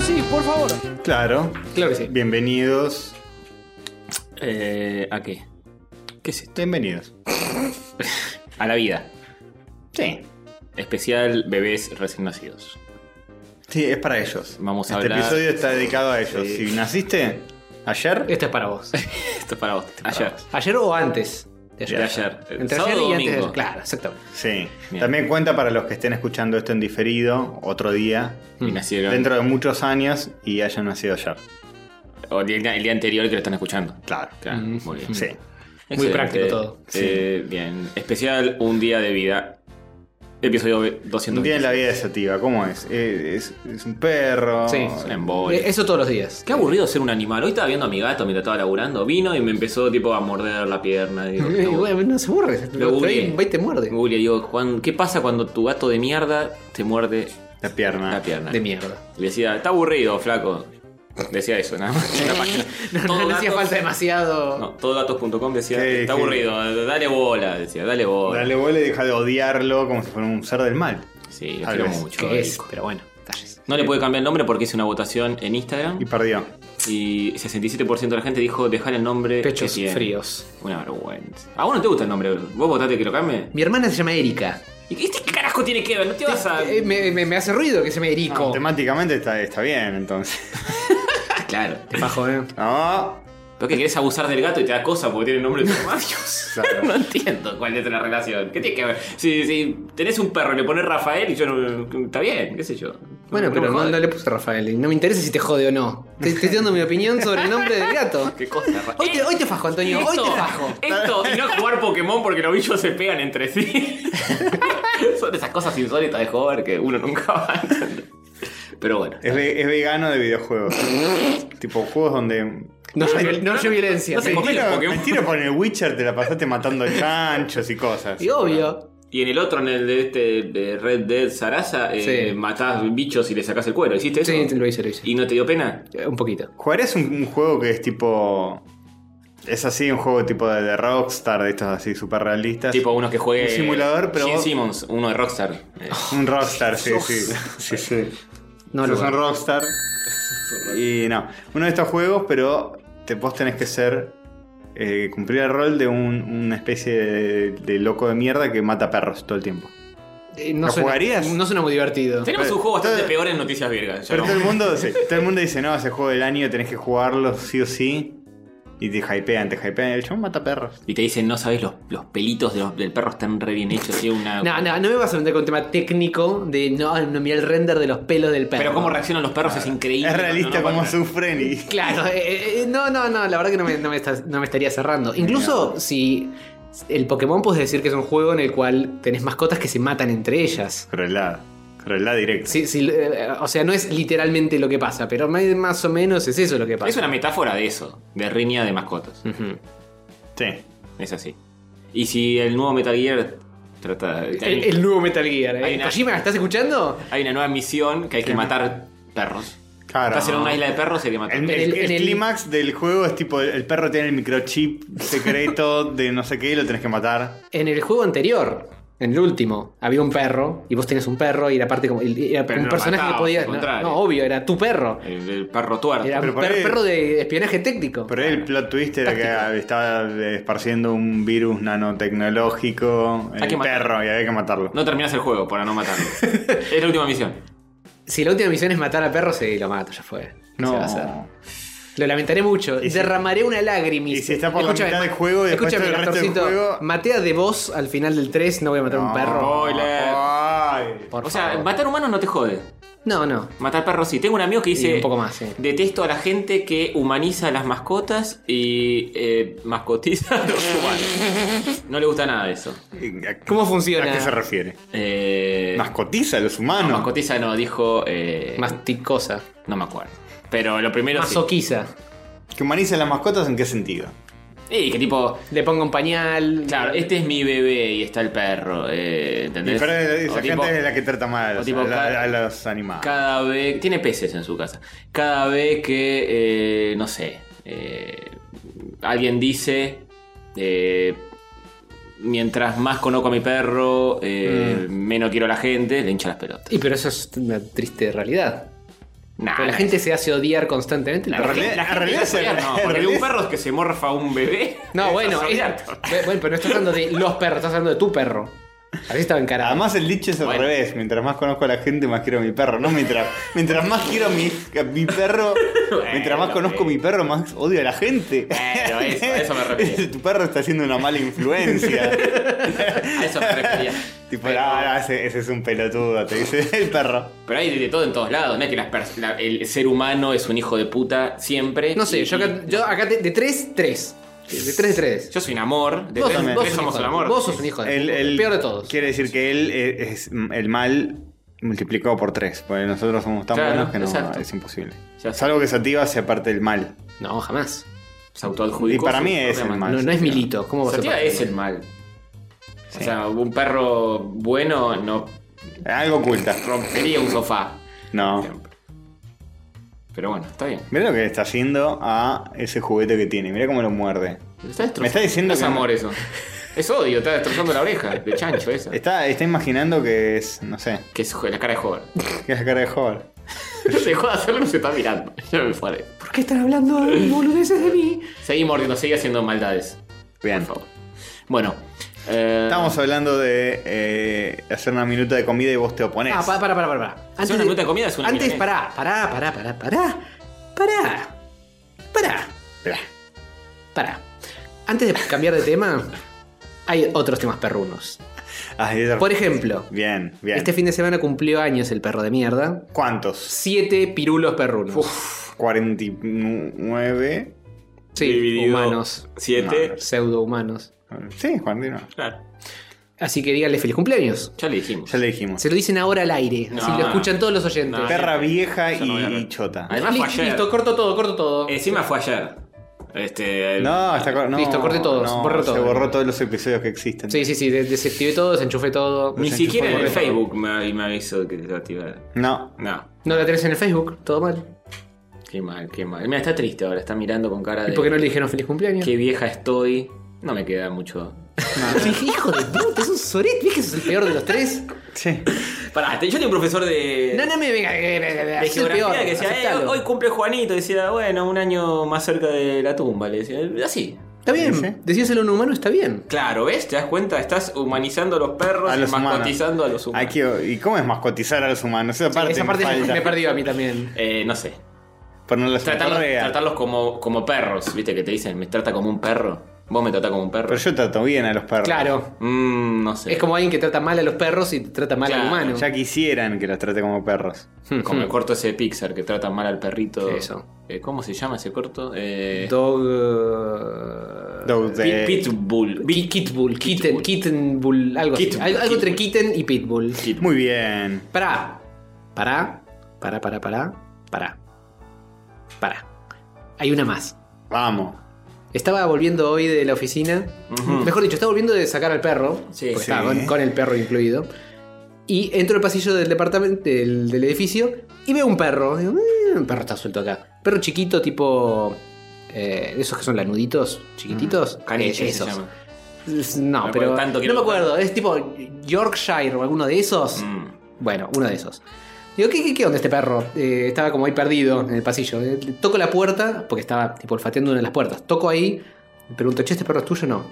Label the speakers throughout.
Speaker 1: sí, por favor.
Speaker 2: Claro.
Speaker 1: Claro que sí.
Speaker 2: Bienvenidos.
Speaker 1: Eh, ¿A qué? ¿Qué es esto?
Speaker 2: Bienvenidos.
Speaker 1: A la vida.
Speaker 2: Sí.
Speaker 1: Especial bebés recién nacidos.
Speaker 2: Sí, es para ellos.
Speaker 1: Vamos a
Speaker 2: este
Speaker 1: hablar-
Speaker 2: episodio está dedicado a ellos.
Speaker 1: Sí. Eh,
Speaker 2: Si naciste ayer,
Speaker 3: Este es para vos.
Speaker 1: Esto es para vos. Ayer.
Speaker 3: ¿Ayer o antes? De
Speaker 1: De ayer.
Speaker 3: Entre
Speaker 1: Sábado
Speaker 3: ayer
Speaker 1: o
Speaker 3: y
Speaker 1: domingo.
Speaker 3: antes. de- Claro, exactamente.
Speaker 2: sí.
Speaker 1: Bien.
Speaker 2: También cuenta para los que estén escuchando esto en diferido, otro día,
Speaker 1: Y nacieron.
Speaker 2: dentro de muchos años y hayan nacido ayer.
Speaker 1: O el día, el día anterior que lo están escuchando.
Speaker 2: Claro.
Speaker 1: Claro,
Speaker 3: Mm.
Speaker 1: muy bien.
Speaker 2: Sí.
Speaker 1: Excelente.
Speaker 3: práctico todo.
Speaker 1: Eh, Bien. Especial Un Día de Vida. Episodio
Speaker 2: Un día en
Speaker 1: 200.
Speaker 2: la vida de Sativa, ¿cómo es? Eh, Es, es un perro.
Speaker 3: Sí.
Speaker 1: Un embole.
Speaker 3: Eh, Eso todos los días.
Speaker 1: Qué aburrido ser un animal. Hoy estaba viendo a mi gato mientras estaba laburando. Vino y me empezó tipo a morder la pierna. Digo,
Speaker 3: Eh, bueno, no se aburre.
Speaker 1: Lo
Speaker 3: Por ahí
Speaker 1: googleé.
Speaker 3: Va y te muerde.
Speaker 1: Julia, digo, Juan, ¿qué pasa cuando tu gato de mierda te muerde
Speaker 2: La pierna.
Speaker 1: la pierna?
Speaker 3: De mierda.
Speaker 1: Y decía, está aburrido, flaco. Decía eso, nada más. En la página.
Speaker 3: No,
Speaker 1: Todo
Speaker 3: no hacía
Speaker 1: gatos-
Speaker 3: falta demasiado.
Speaker 1: No, tododatos.com decía,
Speaker 2: Sí,
Speaker 1: está
Speaker 2: sí.
Speaker 1: aburrido, dale bola, decía, dale bola.
Speaker 2: Dale vuelo y deja de odiarlo como si fuera un ser del mal.
Speaker 1: Sí, lo
Speaker 2: Tal
Speaker 1: quiero
Speaker 2: vez.
Speaker 1: mucho.
Speaker 3: Que es,
Speaker 1: Eric.
Speaker 3: pero bueno, detalles.
Speaker 1: No le pude cambiar el nombre porque hice una votación en Instagram
Speaker 2: Y perdió.
Speaker 1: y 67% de la gente dijo dejar el nombre. que
Speaker 3: Pechos
Speaker 1: tiene".
Speaker 3: fríos.
Speaker 1: Una vergüenza. ¿A vos no te gusta el nombre? ¿Vos votaste que lo cambie?
Speaker 3: Mi hermana se llama Erika.
Speaker 1: ¿Y qué este qué carajo tiene que ver? No te vas a.
Speaker 3: Eh, me, me- me hace ruido que se me Erico.
Speaker 2: Temáticamente está, está bien, entonces.
Speaker 1: Ah, claro.
Speaker 3: Te bajo, eh.
Speaker 2: No.
Speaker 1: ¿Pero que querés abusar del gato y te da cosa porque tiene el nombre de tu mamá? Dios,
Speaker 2: Claro.
Speaker 1: no entiendo cuál es la relación. ¿Qué tiene que ver? Si, si tenés un perro y le pones Rafael y yo no. Está bien, qué sé yo.
Speaker 3: Bueno,
Speaker 1: No me
Speaker 3: pero no,
Speaker 1: jode.
Speaker 3: no le puse Rafael. y No me interesa si te jode o no. Te te estoy dando mi opinión sobre el nombre del gato.
Speaker 1: Qué cosa, Rafael.
Speaker 3: Hoy te, hoy te fajo, Antonio. Hoy te fajo.
Speaker 1: Esto, y no jugar Pokémon porque los bichos se pegan entre sí. Son esas cosas insólitas de jugar que uno nunca va a entender. Pero bueno.
Speaker 2: Es, ve- es vegano de videojuegos. tipo juegos donde.
Speaker 3: No, yo- no, yo violencia.
Speaker 1: No se
Speaker 3: sí.
Speaker 1: come.
Speaker 2: Mentira,
Speaker 1: Pokémon.
Speaker 2: mentira por el Witcher te la pasaste matando chanchos y cosas.
Speaker 3: Y obvio.
Speaker 1: Y en el otro, en el de este de Red Dead Sarasa, eh,
Speaker 3: Sí.
Speaker 1: matás bichos y le sacás el cuero. ¿Hiciste eso?
Speaker 3: Sí, lo hice, lo hice.
Speaker 1: ¿Y no te dio pena?
Speaker 3: Eh, Un poquito.
Speaker 2: ¿Jugarías un, un juego que es tipo. Es así, un juego tipo de, de Rockstar, de estos así super realistas.
Speaker 1: Tipo unos que juegue.
Speaker 2: Un simulador, pero
Speaker 1: Gene
Speaker 2: vos-
Speaker 1: Simmons, uno de Rockstar. Eh,
Speaker 2: Un Rockstar, sí, sí. sí, sí.
Speaker 3: No lo
Speaker 2: Sos un Rockstar. Y no. Uno de estos juegos, pero te, vos tenés que ser. eh, cumplir el rol de un- una especie de, de loco de mierda que mata perros todo el tiempo.
Speaker 3: Eh, no
Speaker 2: ¿Lo
Speaker 3: suena-
Speaker 2: jugarías?
Speaker 3: No suena muy divertido.
Speaker 1: Tenemos
Speaker 2: Pero-
Speaker 1: un juego bastante
Speaker 2: todo-
Speaker 1: peor en Noticias Virgas. ya
Speaker 2: Pero
Speaker 1: vamos.
Speaker 2: todo el mundo, sí, todo el mundo dice, no, ese juego del año tenés que jugarlo sí o sí. Y te hypean, te hypean. El chabón mata perros.
Speaker 1: Y te dicen, no sabes, los, los pelitos de los- del perro están re bien hechos. tiene una...
Speaker 3: No, no, no me vas a meter con un tema técnico de no, ah, no mira el render de los pelos del perro.
Speaker 1: Pero cómo reaccionan los perros es increíble.
Speaker 2: Ah, es
Speaker 1: cuando
Speaker 2: realista
Speaker 1: no
Speaker 2: como
Speaker 1: paran.
Speaker 2: sufren y.
Speaker 3: Claro, eh, eh, no, no, no, la verdad que no me, no me estás- no me estaría cerrando. Incluso si el Pokémon puedes decir que es un juego en el cual tenés mascotas que se matan entre ellas.
Speaker 2: Crueldad. Crueldad directa.
Speaker 3: Sí, sí, eh, o sea, no es literalmente lo que pasa, pero más- más o menos es eso lo que pasa.
Speaker 1: Es una metáfora de eso, de riña de mascotas.
Speaker 3: Ujú.
Speaker 2: Sí.
Speaker 1: Es así. Y si el nuevo Metal Gear trata. Hay,
Speaker 3: el, el nuevo Metal Gear.
Speaker 1: Hay
Speaker 3: ¿eh?
Speaker 1: una-
Speaker 3: Kojima, ¿estás escuchando?
Speaker 1: hay una nueva misión que hay que matar perros.
Speaker 2: Claro.
Speaker 1: Estás en una isla de perros y hay que matar.
Speaker 2: El,
Speaker 3: En el-
Speaker 2: el- el
Speaker 3: en el-
Speaker 2: clímax del juego es tipo: el perro tiene el microchip secreto de no sé qué y lo tenés que matar.
Speaker 3: En el juego anterior, en el último, había un perro y vos tenías un perro y era parte como y era
Speaker 1: Pero
Speaker 3: un
Speaker 1: lo
Speaker 3: personaje
Speaker 1: matabas,
Speaker 3: que podía,
Speaker 1: al
Speaker 3: no,
Speaker 1: contrario.
Speaker 3: no, obvio, era tu perro.
Speaker 1: El, el perro tuerto.
Speaker 3: Era
Speaker 2: Pero
Speaker 3: un
Speaker 2: por
Speaker 3: per-
Speaker 2: ahí-
Speaker 3: perro de espionaje técnico.
Speaker 2: Pero el plot twist era que estaba esparciendo un virus nanotecnológico en
Speaker 1: Hay que
Speaker 2: el
Speaker 1: matarlo.
Speaker 2: perro y había que matarlo.
Speaker 1: No terminas el juego para no matarlo. es la última misión.
Speaker 3: Si la última misión es matar a perros, sí, lo mato, ya fue. ¿Qué se va a hacer? Lo lamentaré mucho.
Speaker 2: Y si-
Speaker 3: Derramaré una lágrima.
Speaker 2: y si está por la mitad del
Speaker 3: ma-
Speaker 2: juego y después
Speaker 3: escúchame,
Speaker 2: todo el resto del
Speaker 3: Castorcito,
Speaker 2: juego-
Speaker 3: Maté a De Vos al final del 3, no voy a matar a un perro.
Speaker 1: Spoiler.
Speaker 2: Ay.
Speaker 3: Por
Speaker 1: o sea,
Speaker 3: favor.
Speaker 1: matar humanos no te jode.
Speaker 3: No, no.
Speaker 1: Matar perros sí. Tengo un amigo que dice.
Speaker 3: Y un poco más, sí.
Speaker 1: Detesto a la gente que humaniza a las mascotas y eh, mascotiza a los humanos. No le gusta nada de eso.
Speaker 2: ¿A-
Speaker 3: ¿Cómo funciona?
Speaker 2: ¿A qué se refiere?
Speaker 1: Eh,
Speaker 2: Mascotiza a los humanos.
Speaker 1: Mascotiza no, dijo. eh,
Speaker 3: Masticosa.
Speaker 1: No me acuerdo. Pero lo primero. sí.
Speaker 3: Masoquiza.
Speaker 2: ¿Que humaniza a las mascotas en qué sentido?
Speaker 1: Sí, que tipo.
Speaker 3: Le pongo un pañal.
Speaker 1: Claro, este es mi bebé y está el perro. eh,
Speaker 2: Y
Speaker 1: ¿Entendés?
Speaker 2: pero
Speaker 1: O
Speaker 2: esa
Speaker 1: tipo,
Speaker 2: gente es la que trata mal a
Speaker 1: o
Speaker 2: los,
Speaker 1: tipo
Speaker 2: a la-
Speaker 1: cada-
Speaker 2: a los animales.
Speaker 1: Cada vez. Tiene peces en su casa. Cada vez que. eh, no sé. eh, alguien dice. eh, mientras más conozco a mi perro,
Speaker 3: Mm.
Speaker 1: eh, menos quiero a la gente, le hincha las pelotas.
Speaker 3: Y pero eso es una triste realidad.
Speaker 1: Nah,
Speaker 3: Pero la
Speaker 1: nah,
Speaker 3: gente se hace odiar constantemente. el
Speaker 1: Ah, La
Speaker 3: perro.
Speaker 2: realidad-
Speaker 1: gente- la
Speaker 2: en
Speaker 1: gente
Speaker 2: realidad
Speaker 1: es odiar,
Speaker 2: se-
Speaker 1: no,
Speaker 2: en
Speaker 1: porque
Speaker 2: realidad
Speaker 1: un
Speaker 2: es-
Speaker 1: perro que se morfa a un bebé.
Speaker 3: No,
Speaker 1: es
Speaker 3: bueno, es-
Speaker 1: odiar.
Speaker 3: ve- bueno, pero no estás hablando de los perros, estás hablando de tu perro. Así estaba encarado.
Speaker 2: Además el dicho es al
Speaker 1: Bueno.
Speaker 2: revés, mientras más conozco a la gente más quiero a mi perro, no mientras mientras más quiero a mi, a mi perro, mientras más
Speaker 1: Bueno,
Speaker 2: conozco a
Speaker 1: sí.
Speaker 2: mi perro más odio a la gente.
Speaker 1: Bueno, eso- a eso me refiero.
Speaker 2: tu perro está siendo una mala influencia.
Speaker 1: A eso me refería.
Speaker 2: tipo,
Speaker 1: Pero-
Speaker 2: "Ah, no, ese, ese es un pelotudo, te dice el perro.
Speaker 1: Pero hay de todo en todos lados, no es que las pers- la- el ser humano es un hijo de puta siempre.
Speaker 3: no sé,
Speaker 1: Y-
Speaker 3: yo acá, yo acá te- de 3, 3. De 3 de 3.
Speaker 1: yo soy un amor, de
Speaker 3: vos
Speaker 1: tres,
Speaker 2: también.
Speaker 1: tres
Speaker 3: sos un
Speaker 1: somos
Speaker 3: hijo
Speaker 1: el
Speaker 3: de-
Speaker 1: amor.
Speaker 3: Vos sos un hijo de
Speaker 2: El, el-
Speaker 3: peor de todos.
Speaker 2: Quiere decir que él eh, es, es el mal multiplicado por tres, porque nosotros somos tan
Speaker 1: Claro,
Speaker 2: buenos que no,
Speaker 1: exacto.
Speaker 2: es imposible.
Speaker 1: Ya sé.
Speaker 2: Salvo que Sativa sea parte del mal.
Speaker 3: No, jamás.
Speaker 1: Se autoadjudicó
Speaker 2: Y para
Speaker 1: su
Speaker 2: mí es
Speaker 1: propia
Speaker 2: el
Speaker 1: maldad.
Speaker 2: mal.
Speaker 3: No, no es Milito. ¿Cómo vas a
Speaker 1: Sativa
Speaker 3: ser?
Speaker 1: es el mal. O
Speaker 2: Sí.
Speaker 1: sea, un perro bueno no
Speaker 2: Algo oculta.
Speaker 1: rompería un sofá.
Speaker 2: No.
Speaker 1: Siempre. Pero bueno, está bien.
Speaker 2: Mira lo que le está haciendo a ese juguete que tiene. Mira cómo lo muerde.
Speaker 1: Pero Está destrozando.
Speaker 2: Me está diciendo
Speaker 1: es
Speaker 2: que-
Speaker 1: amor eso. Es odio, está destrozando la oreja de chancho esa.
Speaker 2: Está, está imaginando que es, no sé,
Speaker 1: Que es la cara de joven.
Speaker 2: que es la cara de joven.
Speaker 1: Dejó de hacerlo y se está mirando. Ya me fue.
Speaker 3: ¿Por qué están hablando de boludeces de mí?
Speaker 1: Seguí mordiendo, seguí haciendo maldades.
Speaker 2: Bien.
Speaker 1: Por favor. Bueno. eh,
Speaker 2: Estamos hablando de eh, hacer una minuta de comida y vos te oponés.
Speaker 3: Ah, para, para, para, para. Antes
Speaker 1: una
Speaker 3: de-
Speaker 1: minuta de comida es una
Speaker 3: Antes, pará,
Speaker 1: milanesa.
Speaker 3: pará, pará, pará, pará. Pará. Pará.
Speaker 2: Esperá.
Speaker 3: Pará. Antes de cambiar de tema, hay otros temas perrunos.
Speaker 2: Ay, es-
Speaker 3: Por ejemplo,
Speaker 2: Bien, bien.
Speaker 3: este fin de semana cumplió años el perro de mierda.
Speaker 2: ¿Cuántos?
Speaker 3: Siete pirulos perrunos.
Speaker 2: 49.
Speaker 3: sí,
Speaker 1: dividido
Speaker 3: humanos.
Speaker 1: Siete.
Speaker 3: Pseudo humanos.
Speaker 2: Sí, 49.
Speaker 1: Claro.
Speaker 3: Así que díganle feliz cumpleaños.
Speaker 1: Ya le dijimos.
Speaker 2: Ya le dijimos.
Speaker 3: Se lo dicen ahora al aire. Así
Speaker 1: No.
Speaker 3: lo escuchan todos los oyentes.
Speaker 1: No.
Speaker 2: Perra vieja
Speaker 1: Yo no voy a
Speaker 2: y
Speaker 1: ver.
Speaker 2: chota.
Speaker 1: Además fue
Speaker 3: Listo,
Speaker 1: ayer.
Speaker 3: listo, corto todo, corto todo.
Speaker 1: Encima fue ayer. Este. el-
Speaker 2: No, está cor- no,
Speaker 3: Eh, Listo, corte todos,
Speaker 2: no,
Speaker 3: borró todo.
Speaker 2: Se borró todos los episodios que existen.
Speaker 3: Sí, sí, sí, de- desactivé todo, desenchufé todo.
Speaker 1: Ni
Speaker 2: Los
Speaker 1: siquiera en el
Speaker 2: enchufó.
Speaker 1: Facebook me, me avisó que lo activara.
Speaker 2: No.
Speaker 1: No.
Speaker 3: No la tenés en el Facebook, todo mal.
Speaker 1: Qué mal, qué mal. Mira, está triste ahora, está mirando con cara
Speaker 3: ¿Y
Speaker 1: de.
Speaker 3: por qué no le dijeron feliz cumpleaños?
Speaker 1: Qué vieja estoy. No me queda mucho.
Speaker 3: Dije, Hijo de puta, es un sorete, ¿viste que sos el peor de los tres?
Speaker 2: Sí.
Speaker 1: Pará, te- yo tenía un profesor de.
Speaker 3: No, no me venga, eh, que- que- que- que-
Speaker 1: de
Speaker 3: sos el
Speaker 1: geografía
Speaker 3: peor.
Speaker 1: que decía, eh,
Speaker 3: aceptalo.
Speaker 1: hoy cumple Juanito. Decía, bueno, un año más cerca de la tumba. Le decía, así.
Speaker 3: Está
Speaker 2: Sí, sí.
Speaker 3: bien, decírselo a un humano está bien.
Speaker 1: Claro, ¿ves? ¿Te das cuenta? Estás humanizando a los perros
Speaker 2: A los
Speaker 1: y
Speaker 2: humanos.
Speaker 1: mascotizando a los humanos.
Speaker 2: Aquí, ¿Y cómo es mascotizar a los humanos? Esa parte,
Speaker 3: Esa
Speaker 2: me
Speaker 3: parte
Speaker 2: falta.
Speaker 3: me perdió a mí también.
Speaker 1: Eh, no sé.
Speaker 2: Ponerlos en
Speaker 1: Tratarlos,
Speaker 2: correa.
Speaker 1: tratarlos como, como perros, ¿viste? Que te dicen, me trata como un perro. Vos me tratás como un perro.
Speaker 2: Pero yo trato bien a los perros.
Speaker 3: Claro.
Speaker 1: Mm, no sé.
Speaker 3: Es como alguien que trata mal a los perros y trata mal al
Speaker 1: Claro,
Speaker 3: humano.
Speaker 2: Ya quisieran que los trate como perros.
Speaker 1: Como el corto ese de Pixar que trata mal al perrito.
Speaker 3: Eso.
Speaker 1: Eh, ¿Cómo se llama ese corto? Eh,
Speaker 3: Dog.
Speaker 2: Dog
Speaker 1: Pit-
Speaker 2: de-
Speaker 1: Pitbull.
Speaker 3: Ki- eh, Kitbull, Kitten, Kittenbull, algo así.
Speaker 1: Kitbull,
Speaker 3: Algo, algo entre
Speaker 1: Kitbull.
Speaker 3: Kitten y Pitbull.
Speaker 1: Pitbull.
Speaker 2: Muy bien.
Speaker 3: Pará. Pará. Pará, pará, pará. Pará. Pará. Hay una más.
Speaker 2: Vamos.
Speaker 3: Estaba volviendo hoy de la oficina.
Speaker 1: Ujú.
Speaker 3: Mejor dicho, estaba volviendo de sacar al perro.
Speaker 1: Sí,
Speaker 3: porque
Speaker 1: sí.
Speaker 3: estaba con, con el perro incluido. Y entro al pasillo del departamento, del, del edificio, y veo un perro. Digo, "Eh, un perro está suelto acá. Perro chiquito, tipo. eh, esos que son lanuditos, chiquititos.
Speaker 1: Caniche
Speaker 3: Eh,
Speaker 1: se
Speaker 3: esos.
Speaker 1: llama.
Speaker 3: Es-
Speaker 1: No
Speaker 3: No,
Speaker 1: me
Speaker 3: pero.
Speaker 1: acuerdo tanto que
Speaker 3: no me
Speaker 1: lo-
Speaker 3: acuerdo. Es tipo Yorkshire o alguno de esos.
Speaker 1: Mm.
Speaker 3: Bueno, uno de esos. Digo, ¿qué, qué, qué onda este perro? Eh, estaba como ahí perdido en el pasillo. Eh, toco la puerta, porque estaba tipo olfateando una de las puertas. Toco ahí, me pregunto, che, ¿este perro es tuyo o no?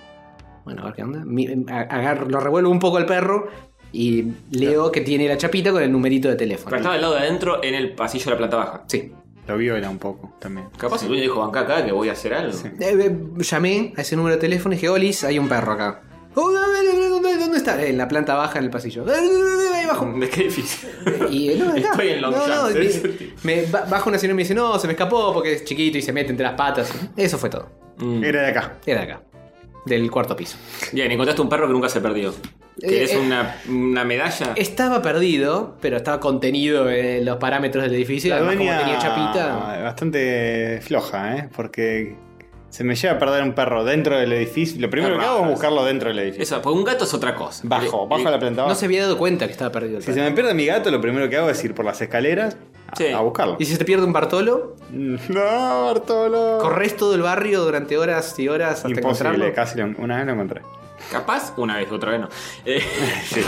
Speaker 3: Bueno, a ver qué onda. Mi- em, a- agarro- lo revuelvo un poco al perro y leo que tiene la chapita con el numerito de
Speaker 1: Pero
Speaker 3: teléfono.
Speaker 1: estaba del lado de adentro en el pasillo de la planta baja.
Speaker 3: Sí.
Speaker 2: Lo viola un poco también.
Speaker 1: Capaz el dueño dijo, banca acá que voy a hacer algo.
Speaker 3: Eh, eh, llamé a ese número de teléfono y dije, Olis, hay un perro acá. "Oh, a ver, a ver, ¿Dónde, dónde está? "Eh, En la planta baja, en el pasillo. "Eh, Ahí bajo.
Speaker 1: ¿De qué edificio?
Speaker 3: Y eh, no, acá.
Speaker 1: Estoy en Long
Speaker 3: no, no,
Speaker 1: Jump.
Speaker 3: me, me ba- baja una señora y me dice, no, se me escapó porque es chiquito y se mete entre las patas. Eso fue todo.
Speaker 1: Mm.
Speaker 2: Era de acá.
Speaker 3: Era de acá. Del cuarto piso.
Speaker 1: Bien, encontraste un perro que nunca se perdió. Que
Speaker 3: Eh,
Speaker 1: es
Speaker 3: eh.
Speaker 1: una, una medalla.
Speaker 3: Estaba perdido, pero estaba contenido en los parámetros del edificio.
Speaker 2: La
Speaker 3: Además, como
Speaker 2: dueña
Speaker 3: tenía chapita.
Speaker 2: bastante floja, ¿eh? Porque se me lleva a perder un perro dentro del edificio. Lo primero que hago es buscarlo dentro del edificio.
Speaker 1: Eso, porque un gato es otra cosa. Eh,
Speaker 2: Bajo, bajo a la planta
Speaker 3: No
Speaker 2: baja.
Speaker 3: se había dado cuenta que estaba perdido. el
Speaker 2: Si se
Speaker 3: perro.
Speaker 2: me pierde mi gato, lo primero que hago es ir por las escaleras a,
Speaker 1: Sí.
Speaker 2: a buscarlo.
Speaker 3: Y si se te pierde un Bartolo,
Speaker 2: No, Bartolo.
Speaker 3: corres todo el barrio durante horas y horas hasta
Speaker 2: Imposible,
Speaker 3: encontrarlo.
Speaker 2: casi lo- una vez lo encontré.
Speaker 1: Capaz, una vez, otra vez no. Eh,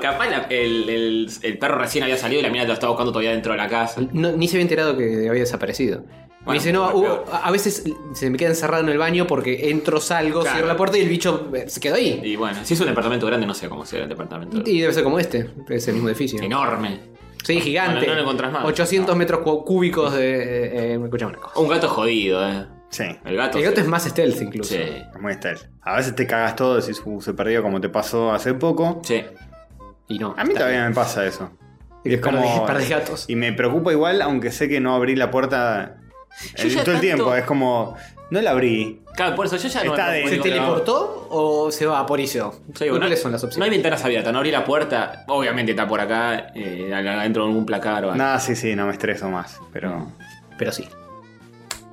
Speaker 1: Capaz la- el, el- el perro recién había salido y la mina lo estaba buscando todavía dentro de la casa.
Speaker 4: No, ni se había enterado que había desaparecido. me
Speaker 1: Bueno,
Speaker 4: dice, no,
Speaker 1: pero-
Speaker 4: hubo- a a veces se me queda encerrado en el baño porque entro, salgo,
Speaker 1: Claro.
Speaker 4: cierro la puerta y el bicho eh, se quedó ahí.
Speaker 1: Y bueno, si es un departamento grande, no sé cómo será el departamento.
Speaker 4: Y debe ser como este, es el mismo edificio.
Speaker 1: Enorme.
Speaker 4: Sí, gigante.
Speaker 1: Bueno, no lo encontrás más.
Speaker 4: 800 metros cu- cúbicos de... eh, eh, escuchame una cosa.
Speaker 1: Un gato jodido, eh.
Speaker 2: Sí.
Speaker 1: El gato.
Speaker 4: El gato
Speaker 1: se-
Speaker 4: es más stealth incluso.
Speaker 1: Sí.
Speaker 2: Es muy stealth. A veces te cagas todo si se perdió como te pasó hace poco.
Speaker 1: Sí.
Speaker 4: Y no.
Speaker 2: A mí también me pasa eso.
Speaker 4: Y perdés- perdés gatos.
Speaker 2: Y me preocupa igual, aunque sé que no abrí la puerta
Speaker 1: Yo
Speaker 2: el-
Speaker 1: ya
Speaker 2: todo el
Speaker 1: tanto-
Speaker 2: tiempo. Es como, no la abrí.
Speaker 1: Claro, por eso yo ya no
Speaker 2: Está de-
Speaker 1: no-
Speaker 4: ¿Se
Speaker 2: Digo,
Speaker 4: teleportó o se va por eso?
Speaker 1: Sí, bueno,
Speaker 4: ¿Cuáles son las
Speaker 1: No hay
Speaker 4: opciones?
Speaker 1: ventanas abiertas, no abrí la puerta. Obviamente está por acá, eh, dentro de algún placar o algo.
Speaker 2: Nada, sí, sí, no me estreso más. Pero,
Speaker 4: Pero sí.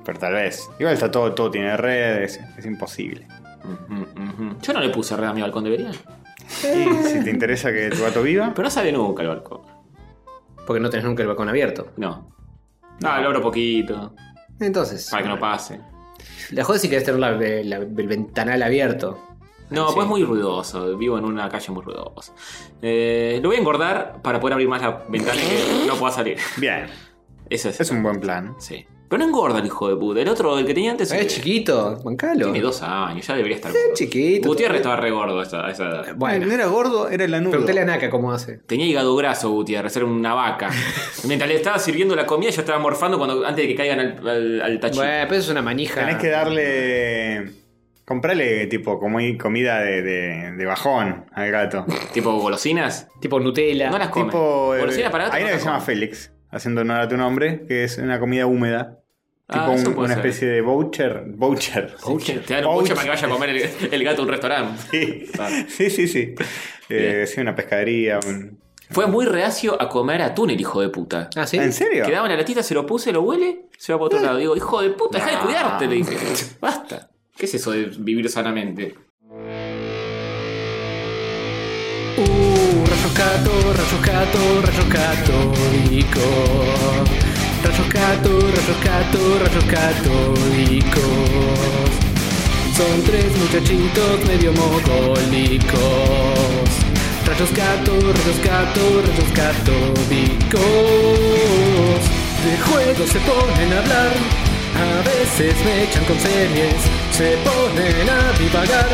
Speaker 2: pero tal vez. Igual está todo, todo tiene redes, es imposible.
Speaker 1: Mm, mm, mm. Yo no le puse red a mi balcón, debería.
Speaker 2: Y si te interesa que tu gato viva,
Speaker 1: Pero no sale nunca el balcón.
Speaker 4: Porque no tenés nunca el balcón abierto.
Speaker 1: No. No, lo abro poquito.
Speaker 4: Entonces,
Speaker 1: Para que no pase.
Speaker 4: la joda si querés tener la- la- el ventanal abierto.
Speaker 1: No,
Speaker 4: Sí.
Speaker 1: pues es muy ruidoso. Vivo en una calle muy ruidosa. Eh, lo voy a engordar para poder abrir más la ventana y que no pueda salir.
Speaker 2: bien.
Speaker 1: Eso es.
Speaker 2: Es un buen plan.
Speaker 1: Sí. Pero no engorda el hijo de puta. El otro, el que tenía antes. eh,
Speaker 4: Es chiquito, bancalo.
Speaker 1: Tiene dos años, ya debería estar.
Speaker 4: Es
Speaker 1: gordo.
Speaker 4: chiquito.
Speaker 1: Gutiérrez estaba re gordo a esa, a esa edad.
Speaker 4: Eh, Bueno,
Speaker 2: No era gordo, era lanudo.
Speaker 4: preguntale a Naka cómo hace.
Speaker 1: Tenía hígado graso Gutiérrez, era una vaca. Mientras le estaba sirviendo la comida, yo estaba morfando cuando, antes de que caigan al, al, al tachito.
Speaker 4: Bueno, pero eso es una manija.
Speaker 2: Tenés que darle. Comprale, tipo, comi- comida de, de- de bajón al gato.
Speaker 1: Tipo golosinas.
Speaker 4: Tipo Nutella.
Speaker 1: No las come.
Speaker 2: tipo. eh,
Speaker 1: golosinas para gato
Speaker 2: hay
Speaker 1: no
Speaker 2: una que
Speaker 1: las
Speaker 2: se llama
Speaker 1: come.
Speaker 2: Félix, haciendo honor a tu nombre, que es una comida húmeda. Tipo
Speaker 1: Ah,
Speaker 2: un-
Speaker 1: eso puede
Speaker 2: una
Speaker 1: ser.
Speaker 2: especie de voucher. Voucher.
Speaker 1: Poucher. Te dan un
Speaker 2: Poucher.
Speaker 1: poucher para que vaya a comer el, el gato a un restaurante.
Speaker 2: Sí,
Speaker 1: Ah.
Speaker 2: sí, sí. sí. Eh, sí, una pescadería. un-
Speaker 1: Fue muy reacio a comer atún el hijo de puta.
Speaker 4: Ah, sí.
Speaker 2: ¿En serio?
Speaker 1: Quedaba en la latita, se lo puse, lo huele, se va para otro lado. Digo, hijo de puta, deja de
Speaker 2: No.
Speaker 1: cuidarte, le dije. Basta. ¿Qué es eso de vivir sanamente?
Speaker 4: Uh, rayos gato, rayos gato, rayos católicos. Rayos gato, rayos gato, rayos católicos. Son tres muchachitos medio mogólicos. Rayos gato, rayos gato, rayos católicos. De juego se ponen a hablar. A veces me echan con series, se ponen a divagar,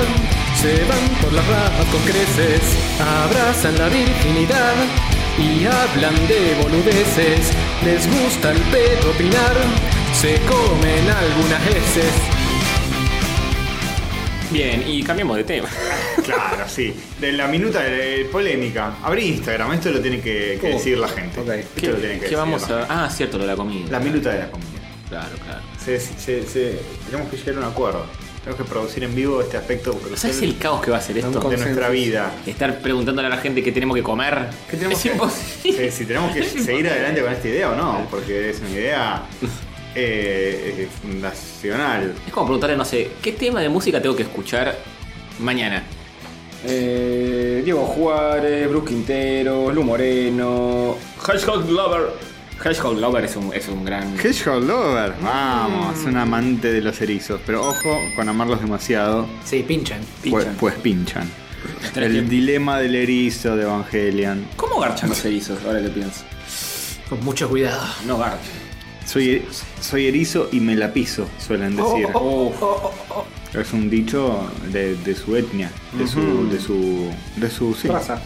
Speaker 4: se van por las ramas con creces, abrazan la virginidad y hablan de boludeces, les gusta el pedo opinar, se comen algunas heces.
Speaker 1: Bien, y cambiamos de tema.
Speaker 2: Claro, sí. De la minuta de polémica. Abrí Instagram, esto lo tiene que, que
Speaker 4: Uh,
Speaker 2: decir la gente.
Speaker 4: ok.
Speaker 2: Esto
Speaker 1: Oh, ¿Qué,
Speaker 2: lo tiene que
Speaker 1: qué
Speaker 2: decir
Speaker 1: vamos
Speaker 2: la gente.
Speaker 1: a.? Ah, cierto, lo de la comida.
Speaker 2: La minuta de la comida.
Speaker 1: Claro, claro.
Speaker 2: Se- se- se- tenemos que llegar a un acuerdo. Tenemos que producir en vivo este aspecto
Speaker 1: ¿No
Speaker 2: crucial
Speaker 1: sabes el caos que va a ser
Speaker 2: de
Speaker 1: esto?
Speaker 4: Vamos
Speaker 2: nuestra vida.
Speaker 1: Estar preguntándole a la gente qué tenemos que comer.
Speaker 2: ¿Qué tenemos
Speaker 1: es
Speaker 2: que-
Speaker 1: imposible.
Speaker 2: Sí, si tenemos que seguir adelante con esta idea o no, porque es una idea eh, eh, fundacional.
Speaker 1: Es como preguntarle, no sé, ¿qué tema de música tengo que escuchar mañana?
Speaker 3: Diego Juárez, Bruce Quintero, Lu Moreno.
Speaker 1: Hedgehog Lover. Hedgehog Lover es un, es un gran.
Speaker 2: Hedgehog Lover. Vamos, un amante de los erizos. Pero ojo con amarlos demasiado,
Speaker 4: Sí, pinchan.
Speaker 1: Pinchan.
Speaker 2: Pues, pues pinchan.
Speaker 1: Tenés
Speaker 2: El
Speaker 1: que-
Speaker 2: dilema del erizo de Evangelion.
Speaker 1: ¿Cómo garchan los erizos? Ahora que pienso.
Speaker 4: Con mucho cuidado.
Speaker 1: No garchan.
Speaker 2: Soy, soy erizo y me la piso, suelen
Speaker 1: Oh,
Speaker 2: decir. Es un dicho de, de su etnia, de su. de su. de su. sí.
Speaker 3: Raza.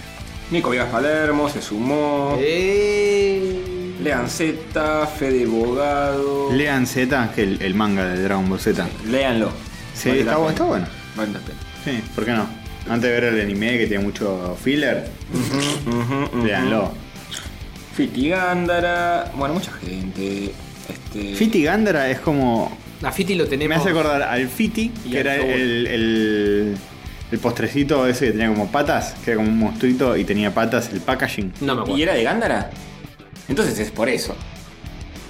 Speaker 3: Nico Viegas Palermo se sumó.
Speaker 2: Eh.
Speaker 3: Lean Z, Fede Bogado.
Speaker 2: Lean Z, que el, el manga de Dragon Ball Z.
Speaker 3: Leanlo.
Speaker 2: Sí, está, bu- está bueno.
Speaker 3: Vale la pena.
Speaker 2: Sí, ¿por qué no? Antes de ver el anime que tiene mucho filler, leanlo.
Speaker 3: Fiti Gándara. Bueno, mucha gente. Este.
Speaker 2: Fiti Gandara es como.
Speaker 4: A Fiti lo
Speaker 2: Me
Speaker 4: tenemos.
Speaker 2: hace acordar al Fiti,
Speaker 3: Y
Speaker 2: que
Speaker 3: al
Speaker 2: era
Speaker 3: Soul.
Speaker 2: el, el, el postrecito ese que tenía como patas, que era como un monstruito y tenía patas, el packaging.
Speaker 4: No me
Speaker 1: ¿Y
Speaker 4: acuerdo.
Speaker 1: era de Gándara? Entonces es por eso.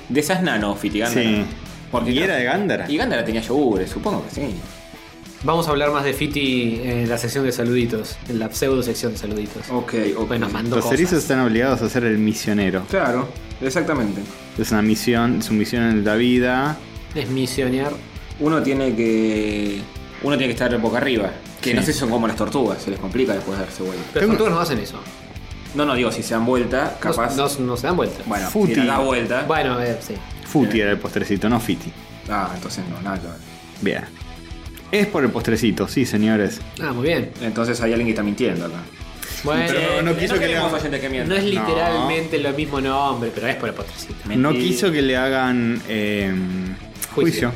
Speaker 1: De esas nano, Fiti Gándara.
Speaker 2: Sí.
Speaker 1: Porque
Speaker 2: ¿Y
Speaker 1: creo-
Speaker 2: era de Gandara?
Speaker 1: Y Gándara tenía yogures, supongo que sí.
Speaker 4: Vamos a hablar más de Fiti en la sección de saluditos, en la pseudo sección de saluditos.
Speaker 2: Oh.
Speaker 3: Ok, ok.
Speaker 4: Bueno, mandó
Speaker 2: Los
Speaker 4: cosas.
Speaker 2: erizos están obligados a ser el misionero.
Speaker 3: Claro, exactamente.
Speaker 2: Es una misión, su misión en la vida.
Speaker 4: Es misionear.
Speaker 3: Uno tiene que.
Speaker 1: Uno tiene que estar boca arriba. Que
Speaker 2: Sí.
Speaker 1: no sé si son como las tortugas, se les complica después darse vuelta.
Speaker 3: Pero
Speaker 2: Tengo-
Speaker 3: las tortugas no hacen eso.
Speaker 1: No, no, digo, si se dan vuelta,
Speaker 3: No-
Speaker 1: capaz.
Speaker 3: No, no se dan vuelta.
Speaker 1: bueno,
Speaker 2: Fútil.
Speaker 1: si la da vuelta.
Speaker 3: Bueno, eh, sí.
Speaker 2: Futi era el postrecito, no Fiti.
Speaker 1: Ah, entonces no, nada que ver.
Speaker 2: Bien. Es por el postrecito, sí, señores.
Speaker 3: Ah, muy bien.
Speaker 1: Entonces hay alguien que está mintiendo acá.
Speaker 3: Bueno,
Speaker 2: Pero no
Speaker 3: eh,
Speaker 2: quiso que le
Speaker 1: queremos
Speaker 2: hagan-
Speaker 1: oyentes que
Speaker 3: no
Speaker 1: mienten.
Speaker 3: es literalmente lo mismo nombre, pero es por el potrecito.
Speaker 2: No
Speaker 1: Mentira.
Speaker 2: quiso que le hagan eh,
Speaker 3: Juicio.
Speaker 2: juicio.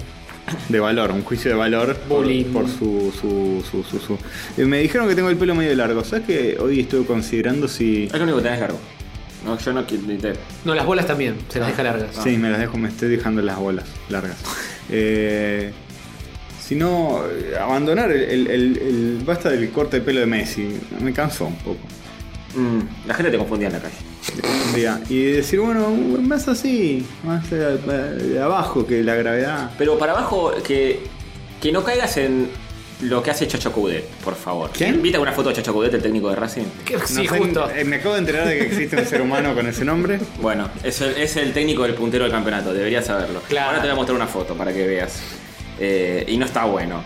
Speaker 2: de valor, un juicio de valor por-
Speaker 3: Bullying.
Speaker 2: por, su, su, su, su, su- Eh, Me dijeron que tengo el pelo medio largo. ¿Sabes que hoy estuve considerando si.
Speaker 1: Es lo único que tenés largo. No, yo no quiero. te-
Speaker 3: No, las bolas también, se las deja largas.
Speaker 2: Ah. Sí, me las dejo, me estoy dejando las bolas largas. Eh, si no, eh, abandonar el, el- el- el- Basta del corte de pelo de Messi. Me cansó un poco.
Speaker 1: Mm, la gente te confundía en la calle.
Speaker 2: Un día. Y decir, bueno, más así, más eh, de abajo que la gravedad.
Speaker 1: Pero para abajo, que, que no caigas en lo que hace Chacho Coudet, por favor.
Speaker 2: ¿Quién?
Speaker 1: Invita una foto de Chacho Coudet, el técnico de Racing.
Speaker 3: Que-
Speaker 2: No
Speaker 3: sí,
Speaker 2: sé,
Speaker 3: justo.
Speaker 2: eh, me acabo de enterar de que existe un ser humano con ese nombre.
Speaker 1: Bueno, es el, es el técnico del puntero del campeonato, deberías saberlo.
Speaker 3: Claro.
Speaker 1: Ahora te voy a mostrar una foto para que veas. Eh, y no está bueno.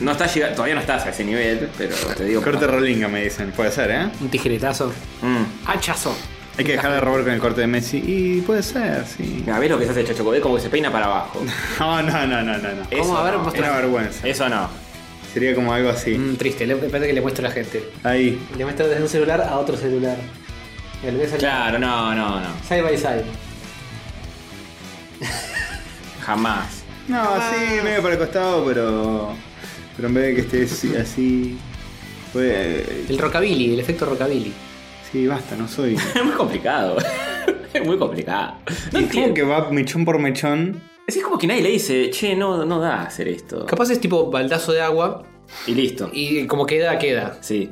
Speaker 1: No está llega- todavía no estás a ese nivel, pero te digo.
Speaker 2: Corte Rolinga me dicen, puede ser, ¿eh?
Speaker 3: Un tijeretazo.
Speaker 1: Mm.
Speaker 3: Hachazo.
Speaker 2: Hay que dejar de robar con el corte de Messi. Y puede ser, sí.
Speaker 1: Mira, ¿ves lo que se hace Chacho Coudet? Como que se peina para abajo.
Speaker 2: No, no, no, no, no. no.
Speaker 1: Eso
Speaker 3: ¿Cómo? A ver,
Speaker 1: no,
Speaker 2: Es una
Speaker 3: mostrar.
Speaker 2: vergüenza.
Speaker 1: Eso no.
Speaker 2: Sería como algo así.
Speaker 3: Mm, triste, le, espérate que le muestro a la gente.
Speaker 2: Ahí.
Speaker 3: Le muestro desde un celular a otro celular. Me lo voy a salir
Speaker 1: Claro, no, no, no.
Speaker 3: side by side.
Speaker 1: Jamás.
Speaker 2: No, sí, medio para el costado, pero. Pero en vez de que esté así. así puede-
Speaker 3: El rockabilly, el efecto rockabilly.
Speaker 2: Sí, basta, no soy.
Speaker 1: Es muy complicado. es muy complicado. No
Speaker 2: y como
Speaker 1: entiendo.
Speaker 2: que va mechón por mechón.
Speaker 1: Es como que nadie le dice, che, no, no da hacer esto.
Speaker 3: Capaz es tipo baldazo de agua
Speaker 1: Y listo.
Speaker 3: y Ah, como queda, queda.
Speaker 1: Sí.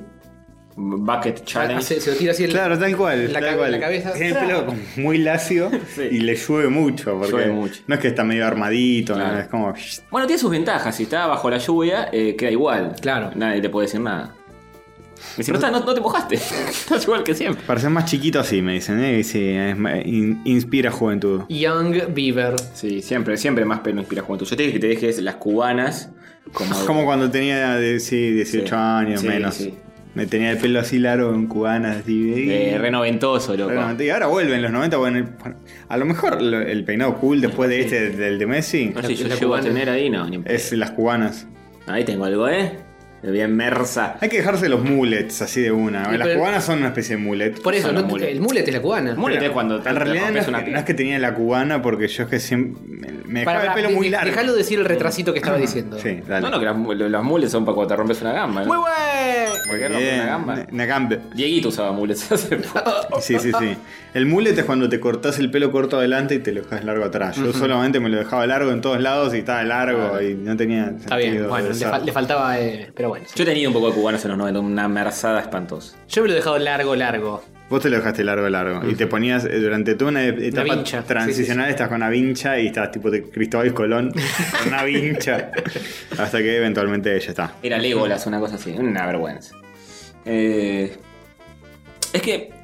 Speaker 1: Bucket Challenge.
Speaker 3: Se, se lo tira así el.
Speaker 2: Claro, tal cual.
Speaker 3: La
Speaker 2: tal
Speaker 3: cabe-
Speaker 2: cual.
Speaker 3: la cabeza.
Speaker 2: Tiene el pelo como muy lacio y le llueve mucho. Porque
Speaker 1: Llueve mucho.
Speaker 2: No es que está medio armadito, no,
Speaker 1: Claro.
Speaker 2: es como.
Speaker 1: Bueno, tiene sus ventajas. Si está bajo la lluvia, eh, queda igual.
Speaker 3: Claro.
Speaker 1: Nadie te puede decir nada. Me dice, no, está- no, no te mojaste. Estás igual que siempre.
Speaker 2: Para ser más chiquito así, me dicen, ¿eh? Sí, es ma- in- inspira juventud.
Speaker 3: Young Beaver.
Speaker 1: Sí, siempre, siempre más pelo inspira juventud. Yo te dije que te dejes las cubanas como.
Speaker 2: Como cuando tenía de- sí, 18
Speaker 1: Sí.
Speaker 2: años,
Speaker 1: Sí,
Speaker 2: menos.
Speaker 1: sí.
Speaker 2: Me tenía el pelo así largo en cubanas, así.
Speaker 1: eh, renoventoso, loco.
Speaker 2: Realmente, Y ahora vuelven los 90. Bueno, el- a lo mejor lo- el peinado cool después de este, del de Messi,
Speaker 1: No sé si yo
Speaker 3: La
Speaker 1: llego a
Speaker 3: cubana.
Speaker 1: tener ahí, no. ni-
Speaker 2: es las cubanas.
Speaker 1: Ahí tengo algo, ¿eh? Bien mersa.
Speaker 2: Hay que dejarse los mulets así de una.
Speaker 3: Y
Speaker 2: Las
Speaker 3: pero-
Speaker 2: cubanas son una especie de mulet.
Speaker 3: Por eso,
Speaker 1: Son los
Speaker 3: no-
Speaker 1: mullet.
Speaker 3: el mullet es la cubana.
Speaker 1: Mullet
Speaker 2: Pero
Speaker 1: es cuando te-
Speaker 2: en
Speaker 1: te
Speaker 2: realidad no
Speaker 1: rompes
Speaker 2: es,
Speaker 1: una
Speaker 2: que, no
Speaker 1: pierna.
Speaker 2: es que tenía la cubana porque yo es que siempre me- me dejaba
Speaker 3: Para,
Speaker 2: el
Speaker 3: para,
Speaker 2: pelo
Speaker 3: de-
Speaker 2: muy
Speaker 3: de-
Speaker 2: largo.
Speaker 3: Dejalo decir el retrasito que estaba diciendo.
Speaker 2: Sí, dale.
Speaker 1: No, no, que las, mu- las mules son para cuando te rompes una gamba. ¿no?
Speaker 3: ¡Muy bueno!
Speaker 1: Porque
Speaker 2: Bien,
Speaker 1: rompes una gamba.
Speaker 2: una gamba.
Speaker 1: Dieguito usaba mules hace poco.
Speaker 2: Sí, sí, sí. El mullet es cuando te cortás el pelo corto adelante y te lo dejas largo atrás. Yo solamente me lo dejaba largo en todos lados y estaba largo y no tenía
Speaker 3: Está bien,
Speaker 2: sentido
Speaker 3: bueno,
Speaker 2: de
Speaker 3: le,
Speaker 2: usar.
Speaker 3: fal- le faltaba. eh, pero bueno.
Speaker 1: Yo he tenido un poco de cubanos en los 90, una merzada espantosa.
Speaker 3: Yo me lo he dejado largo, largo.
Speaker 2: Vos te lo dejaste largo, largo. Y te ponías eh, durante toda una e- etapa
Speaker 3: vincha.
Speaker 2: transicional, estás con una vincha y estás tipo de Cristóbal Colón con una vincha. Hasta que eventualmente ya está.
Speaker 1: Era Legolas, una cosa así, una vergüenza. Eh, es que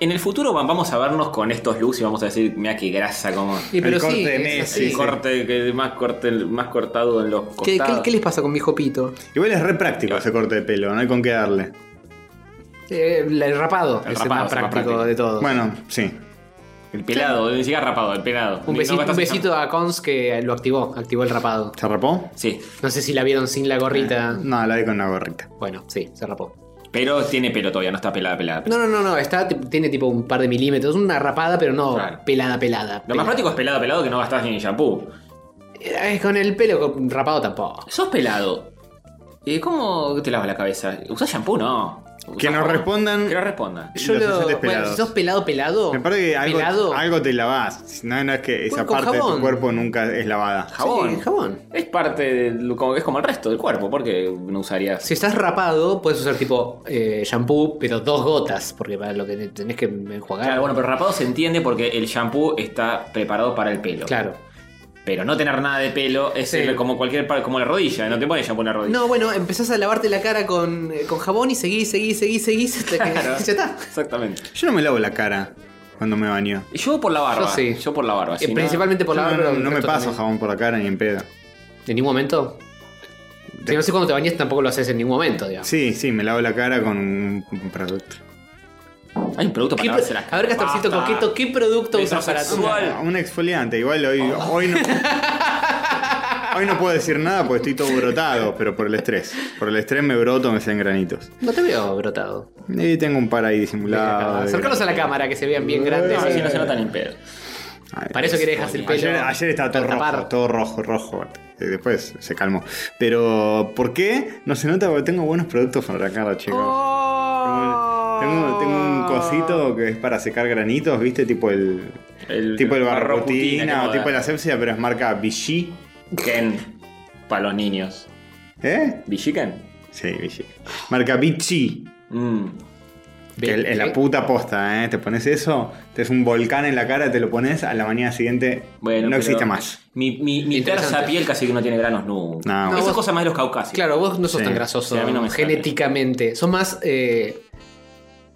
Speaker 1: en el futuro va- vamos a vernos con estos looks y vamos a decir, mira qué grasa, como
Speaker 3: Y pero
Speaker 2: corte
Speaker 3: sí,
Speaker 2: de
Speaker 3: es
Speaker 2: Messi,
Speaker 3: así.
Speaker 1: el
Speaker 2: sí.
Speaker 1: corte que más corte, más cortado en los
Speaker 3: ¿Qué, qué,
Speaker 1: costados.
Speaker 3: qué les pasa con mi jopito?
Speaker 2: Igual es re práctico ese corte de pelo, no hay con qué darle.
Speaker 3: Eh, el rapado
Speaker 1: El
Speaker 3: es el más
Speaker 1: rapado es el más
Speaker 3: práctico,
Speaker 1: práctico.
Speaker 3: de todo.
Speaker 2: Bueno, sí.
Speaker 1: El pelado, ni siquiera rapado, el pelado.
Speaker 3: un
Speaker 1: Ni-
Speaker 3: besito,
Speaker 1: no
Speaker 3: un
Speaker 1: gastas-
Speaker 3: besito a Cons que lo activó, activó el rapado.
Speaker 2: ¿Se rapó?
Speaker 1: Sí,
Speaker 3: No sé si la vieron sin la gorrita.
Speaker 2: No, la vi con una gorrita.
Speaker 3: Bueno, sí, se rapó.
Speaker 1: pero tiene pelo todavía, no está pelada, pelada.
Speaker 3: No, no, no, no, está, t- tiene tipo un par de milímetros, una rapada, pero no
Speaker 1: Claro.
Speaker 3: pelada, pelada.
Speaker 1: Lo más práctico es pelado, pelado, que no gastas ni shampoo.
Speaker 3: Eh, con el pelo con- rapado tampoco.
Speaker 1: Sos pelado. ¿Y cómo te lavas la cabeza? ¿Usás shampoo? No. ¿Usás
Speaker 2: Que nos
Speaker 1: jabón?
Speaker 2: respondan.
Speaker 1: Que nos respondan.
Speaker 2: Y
Speaker 3: Yo
Speaker 2: los
Speaker 3: lo.
Speaker 2: oyentes
Speaker 3: Bueno,
Speaker 2: pelados.
Speaker 3: si sos pelado, pelado.
Speaker 2: Me parece que algo,
Speaker 3: pelado,
Speaker 2: algo te lavás. No, no es que esa
Speaker 3: Con- con
Speaker 2: parte de tu
Speaker 3: jabón.
Speaker 2: cuerpo nunca es lavada.
Speaker 1: Jabón.
Speaker 3: Sí, jabón.
Speaker 1: Es parte del- como- es como el resto del cuerpo, porque no usarías.
Speaker 3: Si estás rapado, puedes usar tipo eh, shampoo, pero dos gotas, porque para lo que tenés que enjuagar.
Speaker 1: Claro, bueno, pero rapado se entiende porque el shampoo está preparado para el pelo.
Speaker 3: Claro.
Speaker 1: Pero no tener nada de pelo es
Speaker 3: Sí.
Speaker 1: el- como cualquier par- como la rodilla, no te pones shampoo en la rodilla.
Speaker 3: No, bueno, empezás a lavarte la cara con, eh, con jabón y seguís, seguís, seguís, seguís hasta que
Speaker 1: Claro.
Speaker 3: ya está.
Speaker 1: Exactamente.
Speaker 2: Yo no me lavo la cara cuando me baño.
Speaker 1: Yo por la barba.
Speaker 3: Yo sí.
Speaker 1: Yo por la barba.
Speaker 3: Eh,
Speaker 1: Ah, si no-
Speaker 3: principalmente por la
Speaker 2: No,
Speaker 3: barba.
Speaker 2: no, no
Speaker 3: el
Speaker 2: me
Speaker 3: resto
Speaker 2: paso
Speaker 3: también.
Speaker 2: jabón por la cara ni en pedo.
Speaker 3: ¿En ningún momento? Si no sé cuando te bañes tampoco lo haces en ningún momento, digamos.
Speaker 2: Sí, sí, me lavo la cara con un un producto.
Speaker 1: Hay un producto para
Speaker 3: ¿Qué
Speaker 1: lavarse
Speaker 3: pro-
Speaker 1: las
Speaker 3: a ver, Castorcito
Speaker 1: Basta.
Speaker 3: Coqueto, ¿qué producto
Speaker 1: Beso
Speaker 3: usas para tu
Speaker 1: sexual.
Speaker 3: cara?
Speaker 2: Ah, Un exfoliante, igual hoy,
Speaker 3: Oh.
Speaker 2: hoy no. Hoy no puedo decir nada porque estoy todo brotado, pero por el estrés. Por el estrés me broto, me salen granitos.
Speaker 3: No te veo brotado.
Speaker 2: Y tengo un par ahí disimulado. de
Speaker 3: Acercalos a la
Speaker 2: granitos.
Speaker 3: cámara que se vean bien
Speaker 1: No,
Speaker 3: grandes.
Speaker 1: así no se nota ni en pedo.
Speaker 2: Ay,
Speaker 3: Para eso que dejas el pelo.
Speaker 2: Ayer, ayer estaba todo
Speaker 3: para tapar.
Speaker 2: rojo, todo rojo, rojo. Eh, Después se calmó. Pero, ¿por qué? No se nota porque tengo buenos productos para la cara, chicos.
Speaker 3: Oh.
Speaker 2: Tengo, tengo un cosito que es para secar granitos, ¿viste? Tipo el. Tipo el barrocutina o tipo la asepsia, pero es marca Vichy.
Speaker 1: Ken. Para los niños.
Speaker 2: ¿Eh?
Speaker 1: ¿Villican?
Speaker 2: Sí, Vichy. Marca Vichy.
Speaker 1: Mm.
Speaker 2: Que el- es la puta posta, ¿eh? Te pones eso, te es un volcán en la cara, te lo pones, a la mañana siguiente
Speaker 1: Bueno,
Speaker 2: no
Speaker 1: pero
Speaker 2: existe más.
Speaker 1: Mi, mi, mi
Speaker 3: Interesante.
Speaker 1: terza piel casi que no tiene granos nunca.
Speaker 2: No,
Speaker 1: Esa
Speaker 3: vos-
Speaker 1: cosa más de los caucásicos.
Speaker 3: Claro, vos no sos
Speaker 2: Sí.
Speaker 3: tan grasoso
Speaker 1: Sí, a mí no me sale.
Speaker 3: genéticamente. Sos más eh,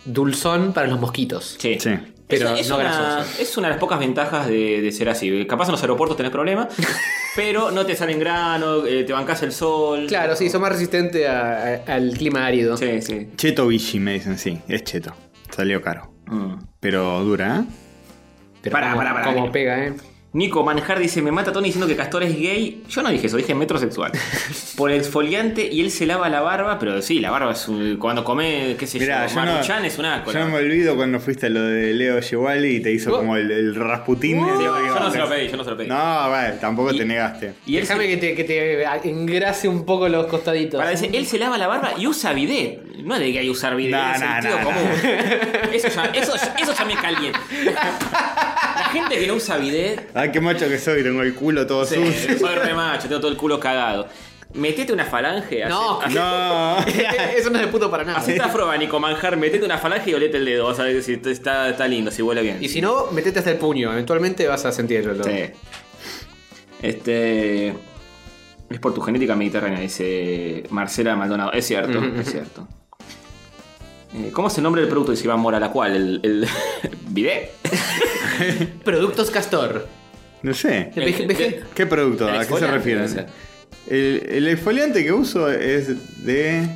Speaker 3: dulzón para los mosquitos.
Speaker 1: Sí.
Speaker 2: Sí.
Speaker 3: Pero
Speaker 1: es, es
Speaker 3: no
Speaker 1: una,
Speaker 3: grasoso.
Speaker 1: es una de las pocas ventajas de, de ser así. Capaz en los aeropuertos tenés problemas, pero no te salen granos, eh, te bancas el sol.
Speaker 3: Claro, sí, sos más resistente a- a- al clima árido.
Speaker 1: Sí, sí.
Speaker 2: Cheto Vichy, me dicen, sí, es cheto. Salió caro.
Speaker 1: Mm.
Speaker 2: Pero dura, ¿eh?
Speaker 3: Pero
Speaker 1: Pará,
Speaker 3: como,
Speaker 1: pará, pará.
Speaker 3: como pega, ¿eh?
Speaker 1: Nico Manjar dice: Me mata Tony diciendo que Castor es gay. Yo no dije eso, dije metrosexual. Por el exfoliante y él se lava la barba, pero sí, la barba es un- cuando come, qué sé
Speaker 2: Mirá,
Speaker 1: yo,
Speaker 2: yo no-
Speaker 1: Maruchan es una Uh.
Speaker 2: Yo no me olvido cuando fuiste a lo de Leo Yewali y te hizo
Speaker 3: Oh.
Speaker 2: como el, el Rasputín.
Speaker 1: Sí,
Speaker 2: Digo,
Speaker 1: yo no se lo
Speaker 2: te-
Speaker 1: pedí, yo no se lo pedí.
Speaker 2: No, vale, tampoco te negaste.
Speaker 1: Y él
Speaker 3: Déjame
Speaker 1: se,
Speaker 3: que te, que te engrase un poco los costaditos.
Speaker 1: para decir, él se lava la barba y usa bidet. No es de gay usar bidet,
Speaker 2: No,
Speaker 1: es
Speaker 2: no,
Speaker 1: sentido
Speaker 2: no,
Speaker 1: común. Eso, ya, eso, ya- eso ya me calienta. La gente que no usa bidet
Speaker 2: Ay, qué macho que soy, tengo el culo todo
Speaker 1: Sí,
Speaker 2: sucio.
Speaker 1: soy re macho, tengo todo el culo cagado. Metete una falange.
Speaker 3: No,
Speaker 2: No.
Speaker 3: eso no es de puto para nada.
Speaker 1: Hacete hacete afroba, Nico Manjar, metete una falange y olete el dedo. Vas a ver si te- está, está lindo, si huele bien.
Speaker 3: Y si no, metete hasta el puño. Eventualmente vas a sentir el olor.
Speaker 1: Sí. Este. Es por tu genética mediterránea, dice Marcela Maldonado. Es cierto,
Speaker 3: Ujú,
Speaker 1: es cierto. Eh, ¿Cómo es el nombre del producto? Dice Iván Mora, la cual, el. el ¿Bidet?
Speaker 3: Productos Castor.
Speaker 2: No sé.
Speaker 3: El veje-
Speaker 1: El-
Speaker 3: veje-
Speaker 2: ¿Qué producto?
Speaker 1: El
Speaker 2: ¿A qué se
Speaker 1: exfoliante,
Speaker 2: refieren?
Speaker 1: o sea.
Speaker 2: El, el exfoliante que uso es de.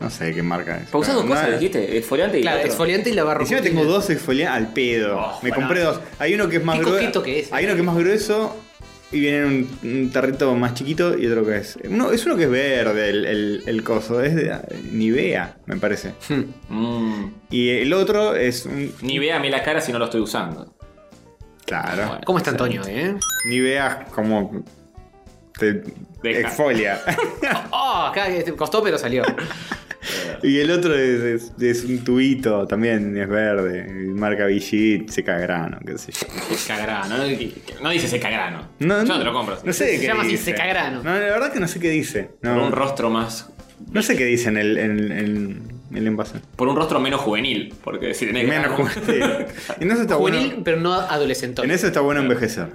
Speaker 2: No sé qué marca es.
Speaker 1: Pausá dos
Speaker 2: No,
Speaker 1: cosas,
Speaker 2: no-
Speaker 1: dijiste. Exfoliante y.
Speaker 3: Claro,
Speaker 1: otro.
Speaker 3: exfoliante y la barro.
Speaker 2: Encima tengo dos exfoliantes al pedo.
Speaker 1: Oh,
Speaker 2: Me
Speaker 1: bueno.
Speaker 2: compré dos. Hay uno que es más
Speaker 3: Qué
Speaker 2: grueso.
Speaker 3: coqueto que es.
Speaker 2: Hay uno que es más grueso y viene en un, un tarrito más chiquito y otro que es. Uno, es uno que es verde el, el- el coso. Es de Nivea, me parece.
Speaker 3: Hmm.
Speaker 1: Mm,
Speaker 2: Y el otro es un.
Speaker 1: ni véame la cara si no lo estoy usando.
Speaker 2: Claro.
Speaker 1: Bueno.
Speaker 3: ¿Cómo está Antonio, eh?
Speaker 2: Nivea como. Te
Speaker 1: Deja.
Speaker 2: exfolia.
Speaker 3: Oh, acá este, costó pero salió.
Speaker 2: Y el otro es, es- es un tubito, también es verde, marca Vichy, seca grano, qué sé yo.
Speaker 1: Secagrano, no, no dice secagrano.
Speaker 2: No,
Speaker 1: Yo no te lo compro.
Speaker 2: No sé
Speaker 3: Se
Speaker 2: qué
Speaker 3: llama así,
Speaker 2: dice.
Speaker 3: seca grano.
Speaker 2: No, la verdad que no sé qué dice.
Speaker 1: Por
Speaker 2: No,
Speaker 1: un rostro más.
Speaker 2: no sé qué dice en el, en- en- en el envase.
Speaker 1: Por un rostro menos juvenil. Porque si tenés
Speaker 2: Menos
Speaker 1: grano-
Speaker 2: juvenil. En eso está
Speaker 3: Juvenil,
Speaker 2: bueno.
Speaker 3: pero no adolescente.
Speaker 2: En eso está bueno envejecer.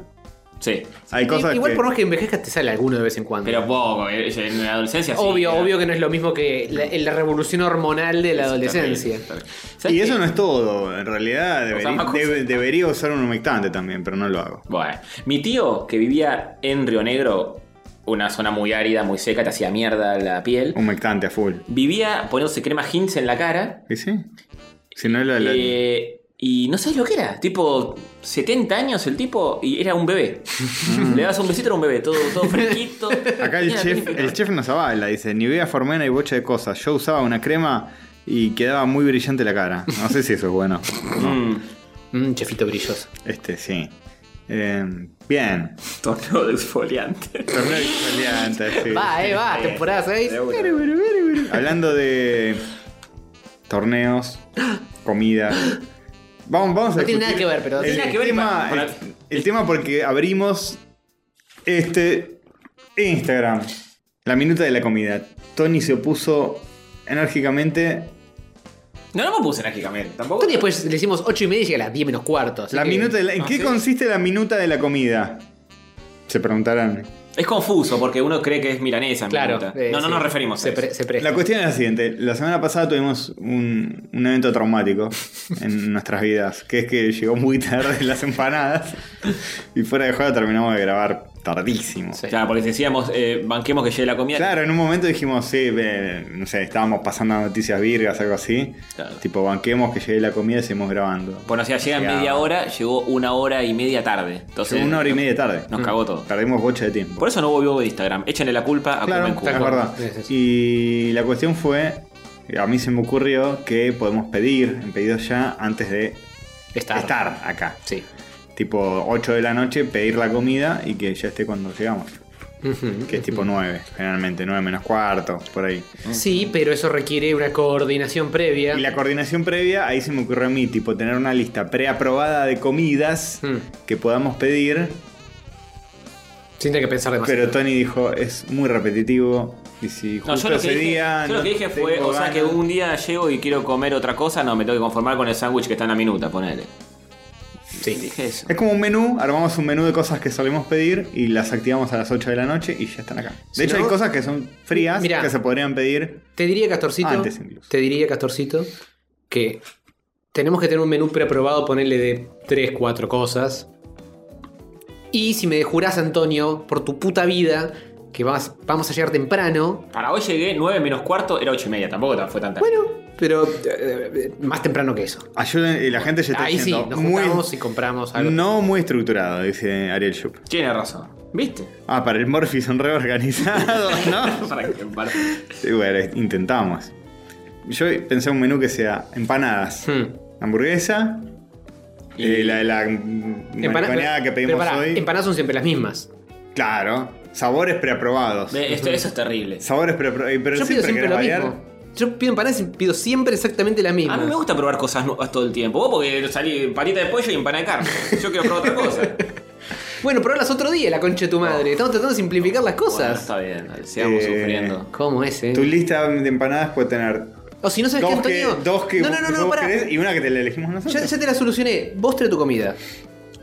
Speaker 1: Sí.
Speaker 2: Hay cosas
Speaker 3: Igual
Speaker 2: que-
Speaker 3: por más que envejezcas te sale alguno de vez en cuando.
Speaker 1: Pero poco. eh, En la adolescencia sí,
Speaker 3: obvio,
Speaker 1: era-
Speaker 3: obvio que no es lo mismo que la, la revolución hormonal de la
Speaker 1: es
Speaker 3: adolescencia.
Speaker 1: terrible, terrible. ¿Sabes
Speaker 2: Y eso
Speaker 1: qué?
Speaker 2: no es todo. En realidad
Speaker 1: sea,
Speaker 2: deberí-
Speaker 1: más cosas.
Speaker 2: debe- debería usar un humectante también, pero no lo hago.
Speaker 1: Bueno. Mi tío, que vivía en Río Negro, una zona muy árida, muy seca, te hacía mierda la piel.
Speaker 2: Humectante a full.
Speaker 1: Vivía poniéndose crema Hinz en la cara.
Speaker 2: ¿Y sí? Si no la- la-
Speaker 1: Eh, y no sabes lo que era. Tipo, 70 años el tipo y era un bebé. Le das un besito, era un bebé, todo, todo fresquito.
Speaker 2: Mm. Acá el
Speaker 1: Era
Speaker 2: chef,
Speaker 1: magnífico.
Speaker 2: el chef nos avala, dice, Nivea Formena y bocha de cosas. Yo usaba una crema y quedaba muy brillante la cara. No sé si eso es bueno.
Speaker 1: Mm,
Speaker 3: Mm, chefito brilloso.
Speaker 2: Este, sí. Eh, bien.
Speaker 1: torneo de exfoliante.
Speaker 2: Torneo exfoliante, sí.
Speaker 3: Va, eh, va,
Speaker 1: sí,
Speaker 3: temporada 6.
Speaker 1: de una.
Speaker 2: Hablando de torneos, comida. Vamos, vamos a
Speaker 3: No tiene nada
Speaker 2: discutir
Speaker 3: que ver, pero-
Speaker 2: El,
Speaker 3: Tiene
Speaker 1: nada que ver
Speaker 2: tema,
Speaker 1: para-
Speaker 2: el- el tema porque abrimos este Instagram. La minuta de la comida. Tony se opuso enérgicamente
Speaker 1: No, no me puse enérgicamente, tampoco.
Speaker 3: Tony después le hicimos 8 y media y llega a las 10 menos cuarto. así
Speaker 2: La
Speaker 3: que-
Speaker 2: minuta de la- ¿En
Speaker 1: Ah,
Speaker 2: qué
Speaker 1: ¿sí?
Speaker 2: consiste la minuta de la comida? Se preguntarán.
Speaker 1: Es confuso porque uno cree que es milanesa. en
Speaker 3: Claro.
Speaker 1: minuta.
Speaker 3: eh,
Speaker 1: no, no
Speaker 3: sí.
Speaker 1: nos referimos a
Speaker 3: Se,
Speaker 1: eso.
Speaker 3: pre- se
Speaker 1: Este.
Speaker 3: presta.
Speaker 2: La cuestión es la siguiente. La semana pasada tuvimos un, un evento traumático en nuestras vidas, que es que llegó muy tarde las empanadas y fuera de juego terminamos de grabar tardísimo.
Speaker 3: Sí.
Speaker 1: Claro, porque decíamos, eh, banquemos que llegue la comida.
Speaker 2: Claro, en un momento dijimos, sí, ve, no sé, estábamos pasando noticias virgas, algo así.
Speaker 1: Claro.
Speaker 2: Tipo, banquemos que llegue la comida y seguimos grabando.
Speaker 1: Bueno, o sea, llega en
Speaker 2: Llegaba.
Speaker 1: media hora, llegó una hora y media tarde. Entonces,
Speaker 2: Llegó una hora y media tarde.
Speaker 1: Nos cagó todo.
Speaker 2: Perdimos bocha de tiempo.
Speaker 1: Por eso no volvió de Instagram. Échenle la culpa a
Speaker 2: Claro,
Speaker 1: Kuma en Cuba.
Speaker 2: es verdad.
Speaker 3: Sí, sí,
Speaker 2: Y la cuestión fue, a mí se me ocurrió que podemos pedir, en pedido ya, antes de
Speaker 3: Estar.
Speaker 2: estar acá.
Speaker 3: Sí.
Speaker 2: Tipo 8 de la noche, pedir la comida y que ya esté cuando llegamos. Que es tipo 9, generalmente, 9 menos cuarto, por ahí.
Speaker 3: Sí, pero eso requiere una coordinación previa.
Speaker 2: Y la coordinación previa, ahí se me ocurrió a mí, tipo tener una lista preaprobada de comidas
Speaker 1: Hmm.
Speaker 3: Mm.
Speaker 2: que podamos pedir.
Speaker 3: Sin tener que pensar demasiado.
Speaker 2: Pero Tony dijo, es muy repetitivo. Y si
Speaker 1: No, yo
Speaker 2: justo
Speaker 1: lo, que
Speaker 2: ese
Speaker 1: dije,
Speaker 2: día.
Speaker 1: yo lo
Speaker 2: no
Speaker 1: que dije fue,
Speaker 2: tengo
Speaker 1: o sea,
Speaker 2: ganas-
Speaker 1: que un día llego y quiero comer otra cosa, no, me tengo que conformar con el sándwich que está en la minuta, ponele.
Speaker 3: Sí.
Speaker 1: Dije eso.
Speaker 2: Es como un menú, armamos un menú de cosas que solemos pedir y las activamos a las 8 de la noche y ya están acá. De
Speaker 3: Si
Speaker 2: hecho,
Speaker 3: no-
Speaker 2: hay cosas que son frías
Speaker 3: Mirá.
Speaker 2: que se podrían pedir.
Speaker 3: Te diría, Castorcito.
Speaker 2: Antes incluso.
Speaker 3: Te diría, Castorcito, que tenemos que tener un menú preaprobado, ponerle de 3, 4 cosas. Y si me jurás, Antonio, por tu puta vida, que vas, vamos a llegar temprano.
Speaker 1: Para hoy llegué 9 menos cuarto, era 8 y media, tampoco tan- fue tan tarde.
Speaker 3: Bueno, pero eh, eh, más temprano que eso.
Speaker 2: Ayuden, y eh, la gente se está
Speaker 3: Ahí sí,
Speaker 2: diciendo
Speaker 3: nos
Speaker 2: muy,
Speaker 3: juntamos y compramos algo.
Speaker 2: No muy estructurado, dice Ariel Schupp.
Speaker 1: Tiene razón. ¿Viste?
Speaker 2: Ah, para el Morphy son reorganizados, ¿no?
Speaker 1: Para que- para-
Speaker 2: Sí, bueno, intentamos. Yo pensé un menú que sea empanadas,
Speaker 3: Hmm.
Speaker 2: hamburguesa,
Speaker 1: Y-
Speaker 2: eh, la, la
Speaker 3: Empana-
Speaker 2: mariconeada que pedimos
Speaker 3: pero pará,
Speaker 2: hoy.
Speaker 3: Empanadas son siempre las mismas.
Speaker 2: Claro, sabores preaprobados.
Speaker 1: Ve, esto- eso es terrible.
Speaker 2: Sabores preaprobados. Pero
Speaker 3: Yo pido
Speaker 2: siempre
Speaker 3: siempre
Speaker 2: querés
Speaker 3: lo
Speaker 2: variar.
Speaker 3: mismo. Yo pido empanadas y pido siempre exactamente las
Speaker 1: A
Speaker 3: mismas.
Speaker 1: mí me gusta probar cosas nuevas todo el tiempo. Vos porque salí patita de pollo y empanada de carne. Yo quiero probar otra cosa.
Speaker 3: Bueno, probarlas otro día, la concha de tu madre. Estamos tratando de simplificar las
Speaker 1: Bueno,
Speaker 3: cosas.
Speaker 1: está bien, sigamos
Speaker 2: Eh,
Speaker 1: sufriendo.
Speaker 3: ¿Cómo es, eh?
Speaker 2: Tu lista de empanadas puede tener
Speaker 3: O si no sabes qué,
Speaker 2: dos que,
Speaker 3: Antonio.
Speaker 2: dos que
Speaker 3: no, no,
Speaker 2: vos-
Speaker 3: no, no,
Speaker 2: vos
Speaker 3: pará.
Speaker 2: querés y una que te la elegimos nosotros.
Speaker 3: Ya, ya te la solucioné. Vos trae tu comida.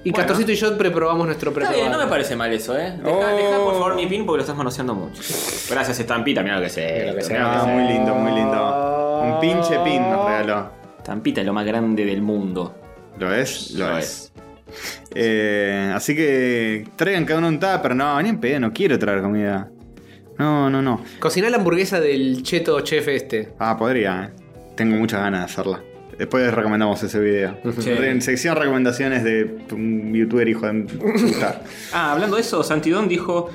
Speaker 3: Y
Speaker 1: Bueno.
Speaker 3: Castorcito y yo preprobamos nuestro
Speaker 1: Está bien, no me
Speaker 3: preprobado.
Speaker 1: parece mal eso, ¿eh? Deja,
Speaker 2: Oh.
Speaker 1: deja, por favor mi pin porque lo estás manoseando mucho. Gracias, estampita, mira lo que sé.
Speaker 3: Mirá lo que es
Speaker 2: Ah, muy lindo, muy lindo. Un pinche pin nos regaló.
Speaker 1: Estampita es lo más grande del mundo.
Speaker 2: ¿Lo es? Lo,
Speaker 1: Lo
Speaker 2: es. Eh, así que traigan cada uno un tupper. No, ni en pedo, no quiero traer comida. No, no, no.
Speaker 3: Cocinar la hamburguesa del cheto chef este.
Speaker 2: Ah, podría, eh. Tengo muchas ganas de hacerla. Después les recomendamos ese video.
Speaker 1: Sí.
Speaker 2: En sección recomendaciones de un youtuber hijo de puta.
Speaker 1: Ah, hablando de eso, Santidón dijo: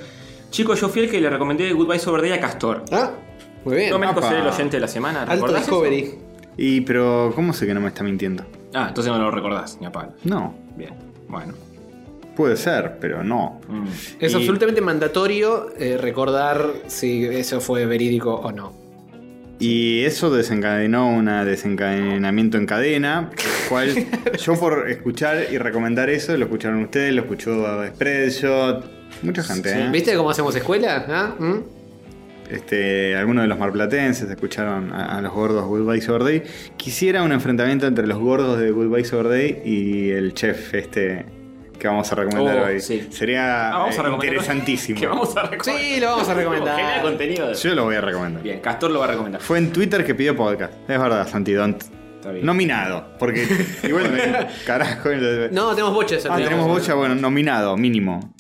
Speaker 1: Chico, yo fui el que le recomendé Goodbye Sober Day a Castor.
Speaker 3: Ah, muy bien.
Speaker 1: No me
Speaker 2: apa.
Speaker 1: ser el oyente de la semana.
Speaker 3: Alto
Speaker 1: ¿recordás eso?
Speaker 3: discovery.
Speaker 2: Y pero, ¿cómo sé que no me está mintiendo?
Speaker 1: Ah, entonces no lo recordás, ni a palo.
Speaker 2: No,
Speaker 1: Bien, bueno.
Speaker 2: puede ser, pero no.
Speaker 1: Mm.
Speaker 3: Es
Speaker 2: Y-
Speaker 3: absolutamente mandatorio eh, recordar si eso fue verídico o no.
Speaker 2: Y eso desencadenó un desencadenamiento en cadena, el cual yo por escuchar y recomendar eso, lo escucharon ustedes, lo escuchó Spreadshot, mucha gente, ¿eh?
Speaker 3: ¿Viste cómo hacemos escuela? ¿Ah? ¿Mm?
Speaker 2: Este, algunos de los marplatenses escucharon a, a los gordos Goodbye Sober Day. Quisiera un enfrentamiento entre los gordos de Goodbye Sober Day y el chef este que vamos a recomendar
Speaker 1: Oh,
Speaker 2: hoy.
Speaker 1: sí.
Speaker 2: Sería
Speaker 1: Ah, vamos a
Speaker 2: eh,
Speaker 1: recomendar.
Speaker 2: interesantísimo.
Speaker 1: Que vamos a recomendar.
Speaker 3: Sí, lo vamos a recomendar.
Speaker 1: Genera contenido. de-
Speaker 2: Yo lo voy a recomendar.
Speaker 1: Bien, Castor lo va a recomendar.
Speaker 2: Fue en Twitter que pidió podcast. Es verdad, Santidón.
Speaker 1: Está bien.
Speaker 2: Nominado. Porque igual carajo. el-
Speaker 3: No, tenemos boches.
Speaker 2: ah, tenemos bocha, bueno, nominado, mínimo.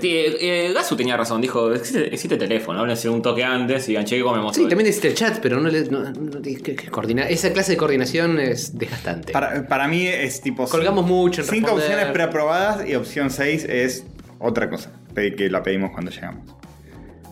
Speaker 1: Sí, eh, eh, Gasu tenía razón, dijo, existe, existe teléfono, háblense un toque antes y digan, che, ¿qué comemos
Speaker 3: Sí,
Speaker 1: hoy?".
Speaker 3: también existe el chat, pero no le. no- no- que- que- que coordina- esa clase de coordinación es desgastante.
Speaker 2: Para, para mí es tipo.
Speaker 3: Colgamos mucho en
Speaker 2: Cinco
Speaker 3: responder.
Speaker 2: opciones preaprobadas y opción 6 es otra cosa. pe- Que la pedimos cuando llegamos.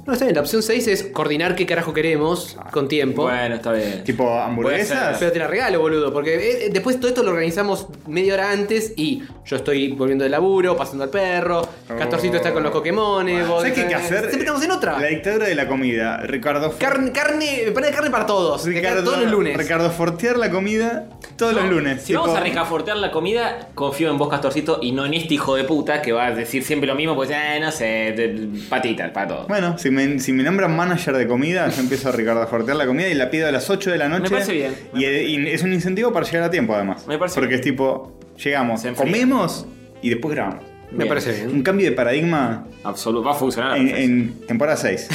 Speaker 3: No, está bien. La opción 6 es coordinar qué carajo queremos con tiempo.
Speaker 1: Bueno, está bien.
Speaker 2: Tipo
Speaker 1: Puede
Speaker 2: hamburguesas.
Speaker 3: Pero te la regalo, boludo, porque eh, eh, después todo esto lo organizamos media hora antes y yo estoy volviendo del laburo, pasando al perro, Castorcito está con los coquemones, vos-
Speaker 2: ¿Sabes qué hay que hacer?
Speaker 3: Siempre estamos en otra.
Speaker 2: La dictadura de la comida. Ricardo. Fo-
Speaker 3: Carne, carne, pan de carne para todos. de acá
Speaker 2: Ricardo-
Speaker 3: todos los lunes.
Speaker 2: Ricardo Fortear la comida todos los lunes.
Speaker 1: Si vamos
Speaker 2: tipo-
Speaker 1: a recafortear la comida, confío en vos, Castorcito, y no en este hijo de puta que va a decir siempre lo mismo, pues, eh, no sé, de- patita, para todo.
Speaker 2: Bueno, si me, si me nombran manager de comida, yo empiezo a Ricardo Fortear la comida y la pido a las 8 de la noche.
Speaker 1: Me parece bien.
Speaker 2: Y, y es un incentivo para llegar a tiempo, además.
Speaker 1: Me parece
Speaker 2: Porque
Speaker 1: bien.
Speaker 2: es tipo, llegamos,
Speaker 1: Se enfría.
Speaker 2: comemos y después grabamos.
Speaker 3: Me parece bien.
Speaker 2: Un cambio de paradigma
Speaker 1: Absoluto, va a funcionar. a la
Speaker 2: en,
Speaker 1: perfección.
Speaker 2: en temporada 6.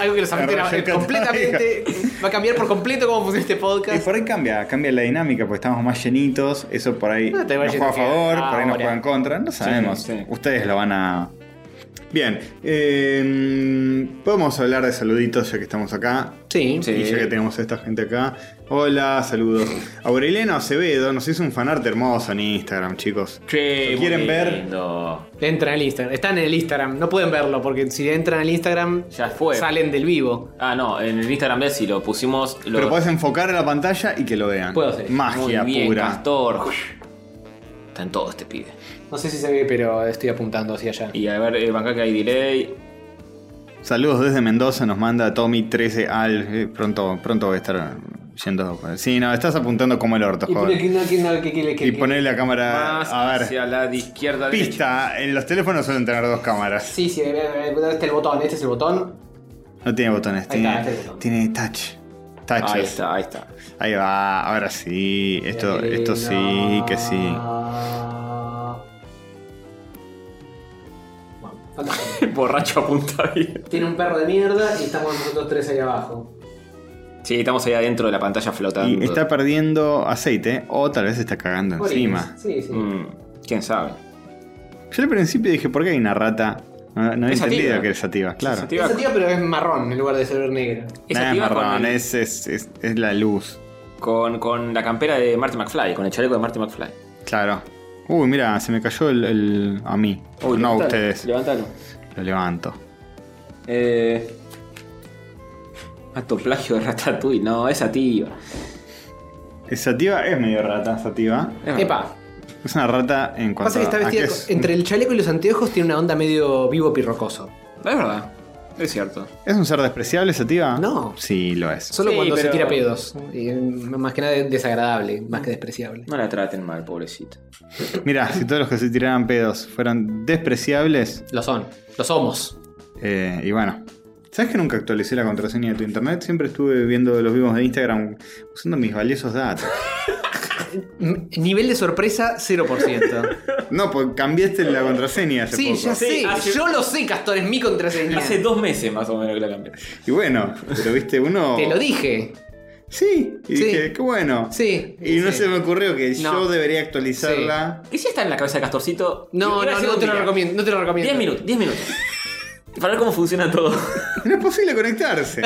Speaker 3: Algo que los
Speaker 2: Arroyo
Speaker 3: afecte
Speaker 2: Católica.
Speaker 3: completamente. Va a cambiar por completo cómo funciona este
Speaker 2: y
Speaker 3: podcast.
Speaker 2: por ahí cambia, cambia la dinámica, porque estamos más llenitos. Eso por ahí
Speaker 3: No te
Speaker 2: nos
Speaker 3: vayas
Speaker 2: juega a
Speaker 3: a quedar
Speaker 2: favor, por ahí nos
Speaker 3: ahora.
Speaker 2: juega en contra. No sabemos.
Speaker 1: sí.
Speaker 2: Ustedes lo van a Bien, eh, podemos hablar de saluditos ya que estamos acá.
Speaker 3: Sí.
Speaker 2: Y ya que tenemos a esta gente acá. Hola, saludos. Aureliano Acevedo nos hizo un fanart hermoso en Instagram, chicos.
Speaker 1: Che,
Speaker 2: ¿Lo
Speaker 1: muy
Speaker 2: quieren ver?
Speaker 1: lindo.
Speaker 3: Entran al Instagram. Están en el Instagram. No pueden verlo porque si entran al Instagram
Speaker 1: Ya fue.
Speaker 3: salen del vivo.
Speaker 1: Ah, no, en el Instagram de si lo pusimos. Lo...
Speaker 2: Pero podés enfocar a la pantalla y que lo vean.
Speaker 3: Puedo hacer eso.
Speaker 1: Muy
Speaker 2: Magia
Speaker 1: bien,
Speaker 2: pura.
Speaker 1: Castor. Está en todo este pibe.
Speaker 3: No sé si se ve, pero estoy apuntando hacia allá.
Speaker 1: Y a ver, eh, acá que hay delay.
Speaker 2: Saludos desde Mendoza, nos manda Tommy 13 al. eh, pronto, pronto voy a estar yendo. Sí, no, estás apuntando como el orto, joven. Y poner la cámara.
Speaker 1: Más
Speaker 2: a ver.
Speaker 1: hacia la de izquierda. derecha.
Speaker 2: Pista, en los teléfonos suelen tener dos cámaras.
Speaker 3: Sí, sí, este es el botón, este es el botón.
Speaker 2: No tiene botones,
Speaker 3: Ahí está,
Speaker 2: tiene,
Speaker 3: este botón.
Speaker 2: tiene touch. Touches.
Speaker 1: Ahí está, ahí está.
Speaker 2: Ahí va, ahora sí. Esto,
Speaker 3: Eh,
Speaker 2: esto sí, que sí.
Speaker 1: Borracho apunta bien.
Speaker 3: Tiene un perro de mierda y estamos nosotros tres ahí abajo.
Speaker 1: Sí, estamos ahí adentro de la pantalla flotando.
Speaker 2: Y está perdiendo aceite, o tal vez está cagando encima.
Speaker 3: Sí, sí.
Speaker 1: Mm, ¿Quién sabe?
Speaker 2: Yo al principio dije, ¿por qué hay una rata? No, no he
Speaker 1: Es
Speaker 2: entendido
Speaker 1: sativa.
Speaker 2: que es sativa, claro.
Speaker 1: sativa.
Speaker 3: Es sativa, pero es marrón en lugar de ser negro.
Speaker 2: No
Speaker 1: Esa
Speaker 2: es
Speaker 1: piba con
Speaker 2: marrón,
Speaker 1: el-
Speaker 2: es, es- es- es la luz.
Speaker 1: Con, con la campera de Marty McFly, con el chaleco de Marty McFly.
Speaker 2: Claro. Uy, mira, se me cayó el, el- a mí.
Speaker 1: Uy,
Speaker 2: no a
Speaker 1: levantalo,
Speaker 2: ustedes.
Speaker 1: Levantalo.
Speaker 2: Lo levanto.
Speaker 1: Eh. Acto plagio de Ratatouille. No, esa tío.
Speaker 2: Es sativa, es medio rata sativa.
Speaker 3: Epa.
Speaker 2: Es una rata en cuanto
Speaker 3: Pasa que está
Speaker 2: a- a
Speaker 3: vestida
Speaker 2: que
Speaker 3: con-
Speaker 2: es,
Speaker 3: entre el chaleco y los anteojos tiene una onda medio vivo pirrocoso.
Speaker 1: Es verdad. Es cierto.
Speaker 2: ¿Es un ser despreciable sativa?
Speaker 3: No.
Speaker 2: Sí, lo es.
Speaker 3: Solo
Speaker 1: Sí,
Speaker 3: cuando se
Speaker 1: pero-
Speaker 3: tira pedos. Y, mm, más que nada desagradable, más que despreciable.
Speaker 1: No la traten mal, pobrecita.
Speaker 2: Mira, si todos los que se tiraran pedos fueran despreciables,
Speaker 3: Lo son. Lo somos.
Speaker 2: eh, y bueno. ¿Sabes que nunca actualicé la contraseña de tu internet? Siempre estuve viendo los vivos de Instagram usando mis valiosos datos.
Speaker 3: M- Mm, Nivel de sorpresa, 0%.
Speaker 2: No, pues porque cambiaste la contraseña hace
Speaker 3: sí,
Speaker 2: poco.
Speaker 3: ya
Speaker 1: Sí,
Speaker 3: sé.
Speaker 1: hace-
Speaker 3: Yo lo sé, Castor, es mi contraseña.
Speaker 1: Hace dos meses más o menos que la cambié.
Speaker 2: Y bueno, pero viste, uno.
Speaker 3: Te lo dije.
Speaker 2: Sí, y
Speaker 3: Sí.
Speaker 2: dije, qué bueno.
Speaker 3: Sí.
Speaker 2: Y no
Speaker 3: sí.
Speaker 2: se me ocurrió que
Speaker 3: No.
Speaker 2: yo debería actualizarla.
Speaker 1: ¿Qué si está en la cabeza de Castorcito?
Speaker 3: No,
Speaker 1: Hubiera
Speaker 3: no,
Speaker 1: sido
Speaker 3: no te lo
Speaker 1: mira,
Speaker 3: recomiendo. No te lo recomiendo.
Speaker 1: 10 minutos, 10 minutos. Para ver cómo funciona todo.
Speaker 2: No es posible conectarse.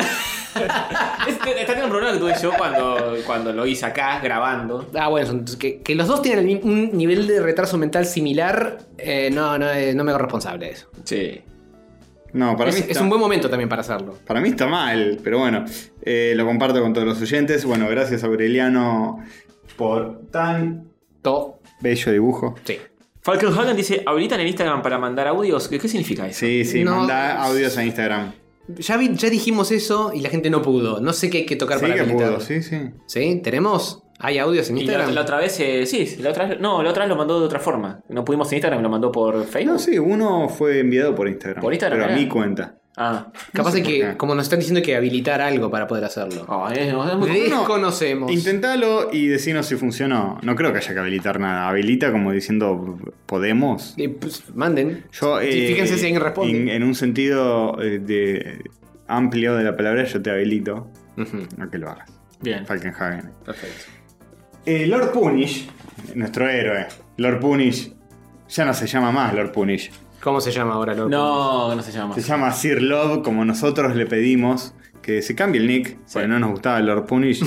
Speaker 1: Este- está teniendo un problema que tuve yo cuando, cuando lo hice acá, grabando.
Speaker 3: Ah, bueno, son- que, que los dos tienen el mi- un nivel de retraso mental similar, eh, no, no, eh, no me hago responsable de eso.
Speaker 1: Sí.
Speaker 2: No, para
Speaker 3: es,
Speaker 2: mí.
Speaker 3: es
Speaker 2: está-
Speaker 3: un buen momento también para hacerlo.
Speaker 2: Para mí está mal, pero bueno, eh, lo comparto con todos los oyentes. Bueno, gracias Aureliano por tan
Speaker 3: To-
Speaker 2: bello dibujo.
Speaker 3: sí.
Speaker 1: Falcon Holland dice, habilitan el Instagram para mandar audios. ¿Qué, qué significa eso?
Speaker 2: Sí, sí,
Speaker 3: No.
Speaker 2: manda audios a Instagram.
Speaker 3: Ya, vi- ya dijimos eso y la gente no pudo. No sé qué hay que tocar
Speaker 2: Sí
Speaker 3: para
Speaker 2: que
Speaker 3: habilitarlo.
Speaker 2: pudo, sí, sí.
Speaker 3: ¿Sí? ¿Tenemos? ¿Hay audios en
Speaker 1: Y la,
Speaker 3: Instagram?
Speaker 1: la otra vez, eh, sí, la otra vez- no, la otra vez lo mandó de otra forma. No pudimos en Instagram, lo mandó por Facebook.
Speaker 2: No, Ah, sí, uno fue enviado por Instagram.
Speaker 1: Por Instagram,
Speaker 2: Pero a
Speaker 1: eh.
Speaker 2: mi cuenta.
Speaker 1: Ah,
Speaker 3: Capaz
Speaker 2: sé
Speaker 3: de
Speaker 2: por
Speaker 3: que,
Speaker 2: qué.
Speaker 3: como nos están diciendo, hay que habilitar algo para poder hacerlo.
Speaker 1: Oh, eh, no, es muy-
Speaker 3: Desconocemos.
Speaker 2: Intentalo y decinos si funcionó. No creo que haya que habilitar nada. Habilita como diciendo podemos.
Speaker 3: Eh, pues, manden.
Speaker 2: Yo,
Speaker 3: Sí,
Speaker 2: eh,
Speaker 3: fíjense si alguien responde.
Speaker 2: En, en un sentido eh, de amplio de la palabra, yo te habilito
Speaker 3: Ujú.
Speaker 2: a que lo hagas.
Speaker 1: Bien,
Speaker 2: Falkenhagen.
Speaker 1: perfecto.
Speaker 2: Eh, Lord Punish, nuestro héroe, Lord Punish, ya no se llama más Lord Punish.
Speaker 3: ¿Cómo se llama ahora, loco?
Speaker 1: No, no se llama.
Speaker 2: Se llama Sir Love, como nosotros le pedimos que se cambie el nick, porque no nos gustaba Lord Punish.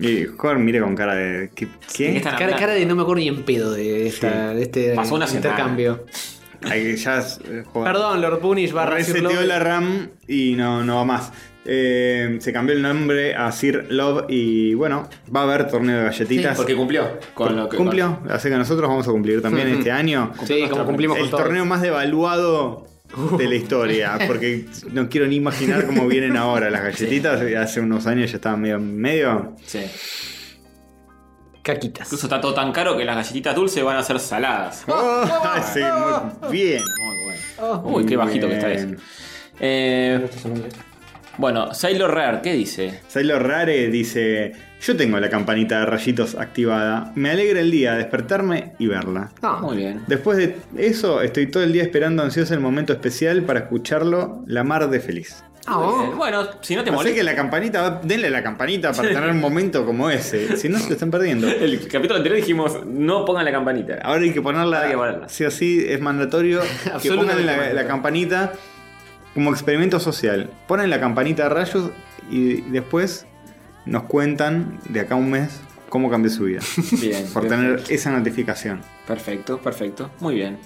Speaker 2: y Jorge mire con cara de. ¿Qué? qué?
Speaker 1: ¿De qué están
Speaker 3: Cara, cara de no me acuerdo ni en pedo de, esta- de este
Speaker 1: Pasó una semana.
Speaker 3: intercambio.
Speaker 2: Ay, que ya es- eh, joder.
Speaker 3: Perdón, Lord Punish barra Sir
Speaker 2: Reseteó
Speaker 3: Love.
Speaker 2: la RAM y no, no va más. Eh, se cambió el nombre a Sir Love y bueno, va a haber torneo de galletitas.
Speaker 1: Porque cumplió con lo que.
Speaker 2: Cumplió, así que nosotros vamos a cumplir también este año.
Speaker 3: Sí, como cumplimos con
Speaker 2: El
Speaker 3: todo.
Speaker 2: torneo más devaluado
Speaker 1: Uh.
Speaker 2: de la historia, porque no quiero ni imaginar cómo vienen ahora las galletitas. Hace unos años ya estaban medio. medio.
Speaker 1: Sí.
Speaker 3: Caquitas.
Speaker 1: Incluso está todo tan caro que las galletitas dulces van a ser saladas. ah,
Speaker 2: Oh, sí, muy bien.
Speaker 1: Muy bueno. Uy, qué bajito que está eso.
Speaker 2: Bien. Este
Speaker 1: Eh, bueno, Sailor Rare, ¿qué dice?
Speaker 2: Sailor Rare dice: Yo tengo la campanita de rayitos activada. Me alegra el día despertarme y verla.
Speaker 3: Ah,
Speaker 1: Muy bien.
Speaker 2: Después de eso, estoy todo el día esperando ansiosa el momento especial para escucharlo, la mar de feliz.
Speaker 3: Ah,
Speaker 1: Muy
Speaker 3: oh.
Speaker 1: bien. Bueno, si no te
Speaker 2: Así
Speaker 1: molesta.
Speaker 2: que la campanita, denle la campanita para tener un momento como ese. Si no, se lo están perdiendo.
Speaker 1: El capítulo anterior dijimos, no pongan la campanita.
Speaker 2: Ahora hay que ponerla.
Speaker 1: Hay que ponerla.
Speaker 2: Sí o sí, es mandatorio. que
Speaker 3: Absolutamente
Speaker 2: pongan la, la
Speaker 3: mandatorio.
Speaker 2: campanita como experimento social. Ponen la campanita de rayos y después nos cuentan de acá a un mes cómo cambió su vida.
Speaker 1: Bien.
Speaker 2: Por tener esa notificación.
Speaker 1: Perfecto, perfecto. Muy bien.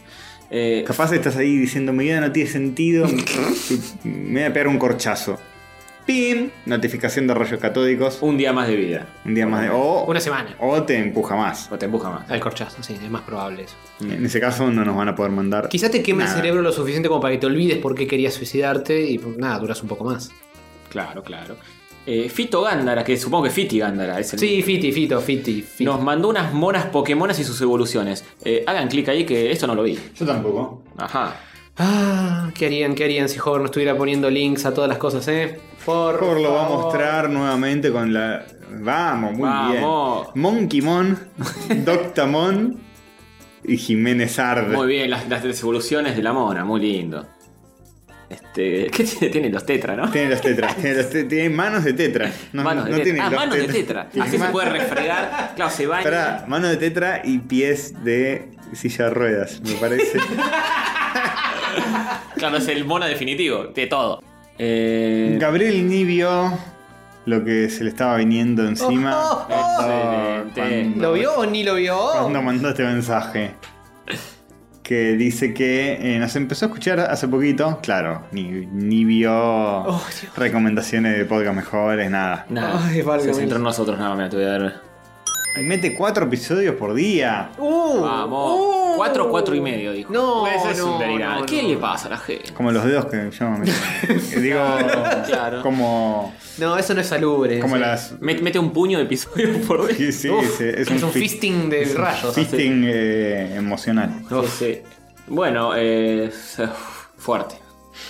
Speaker 1: Eh,
Speaker 2: Capaz estás ahí diciendo, mi vida no tiene sentido. y me voy a pegar un corchazo. ¡Pim! Notificación de rayos catódicos.
Speaker 1: un día más de vida.
Speaker 2: Un día más de. O,
Speaker 3: Una semana.
Speaker 2: o te empuja más.
Speaker 1: O te empuja más.
Speaker 3: Al corchazo, sí, es más probable eso.
Speaker 2: En ese caso no nos van a poder mandar.
Speaker 3: Quizá te queme
Speaker 2: Nada.
Speaker 3: el cerebro lo suficiente como para que te olvides por qué querías suicidarte y pues, nada, duras un poco más.
Speaker 1: Claro, claro. Eh, Fito Gándara, que supongo que Fiti Gándara es el.
Speaker 3: Sí, Fiti, Fito, Fiti, Fiti.
Speaker 1: Nos mandó unas monas Pokémonas y sus evoluciones. Eh, hagan clic ahí que esto no lo vi.
Speaker 2: Yo tampoco.
Speaker 1: Ajá.
Speaker 3: Ah, ¿qué harían, qué harían si Hover no estuviera poniendo links a todas las cosas, eh? Por,
Speaker 2: Por lo va a
Speaker 3: favor.
Speaker 2: mostrar nuevamente con la. Vamos, muy
Speaker 1: Vamos.
Speaker 2: bien. Monkeymon, Doctamon y Jiménez Arde.
Speaker 1: Muy bien, las, las tres evoluciones de la mona, muy lindo. Este. ¿Qué tiene? Tiene los tetra, ¿no?
Speaker 2: Tiene los tetras, tiene, los te- tiene manos de tetra. No,
Speaker 1: manos
Speaker 2: no
Speaker 1: de
Speaker 2: tiene
Speaker 1: tetra. Ah,
Speaker 2: los
Speaker 1: manos de
Speaker 2: tetras.
Speaker 1: tetra.
Speaker 2: Tiene
Speaker 1: Así se
Speaker 2: ma-
Speaker 1: puede refregar. Claro, se baña.
Speaker 2: Pará, mano de tetra y pies de silla de ruedas, me parece.
Speaker 1: Claro, es el mono definitivo de todo. Eh,
Speaker 2: Gabriel ni vio lo que se le estaba viniendo encima.
Speaker 3: Oh, oh,
Speaker 1: oh.
Speaker 2: cuando-
Speaker 1: Excelente.
Speaker 3: ¿Lo vio o ni lo vio?
Speaker 2: cuando mandó este mensaje. Que dice que eh, nos empezó a escuchar hace poquito. Claro, ni, ni vio
Speaker 3: Oh, Dios.
Speaker 2: recomendaciones de podcast mejores, nada.
Speaker 1: nada.
Speaker 3: Ay, válgame.
Speaker 1: se centró en nosotros, nada, me la te voy a dar.
Speaker 2: Y mete cuatro episodios por día.
Speaker 3: Uh,
Speaker 1: Vamos.
Speaker 3: uh.
Speaker 1: cuatro, cuatro y medio, dijo.
Speaker 3: No,
Speaker 1: Pues es
Speaker 3: no,
Speaker 1: un delirante.
Speaker 3: no,
Speaker 1: ¿Qué
Speaker 3: no.
Speaker 1: le pasa a la gente?
Speaker 2: Como los dedos que yo me Digo,
Speaker 1: Claro.
Speaker 2: como,
Speaker 3: No, eso no es salubre.
Speaker 2: como
Speaker 3: sí.
Speaker 2: las.
Speaker 1: Met- Mete un puño de episodio por vez.
Speaker 2: Sí, sí,
Speaker 3: Uf,
Speaker 2: sí,
Speaker 3: es, un
Speaker 2: fi-
Speaker 3: fisting de
Speaker 2: es un
Speaker 3: rayos.
Speaker 2: Fisting eh, emocional.
Speaker 1: Sí, sí. Bueno, eh, uf, fuerte.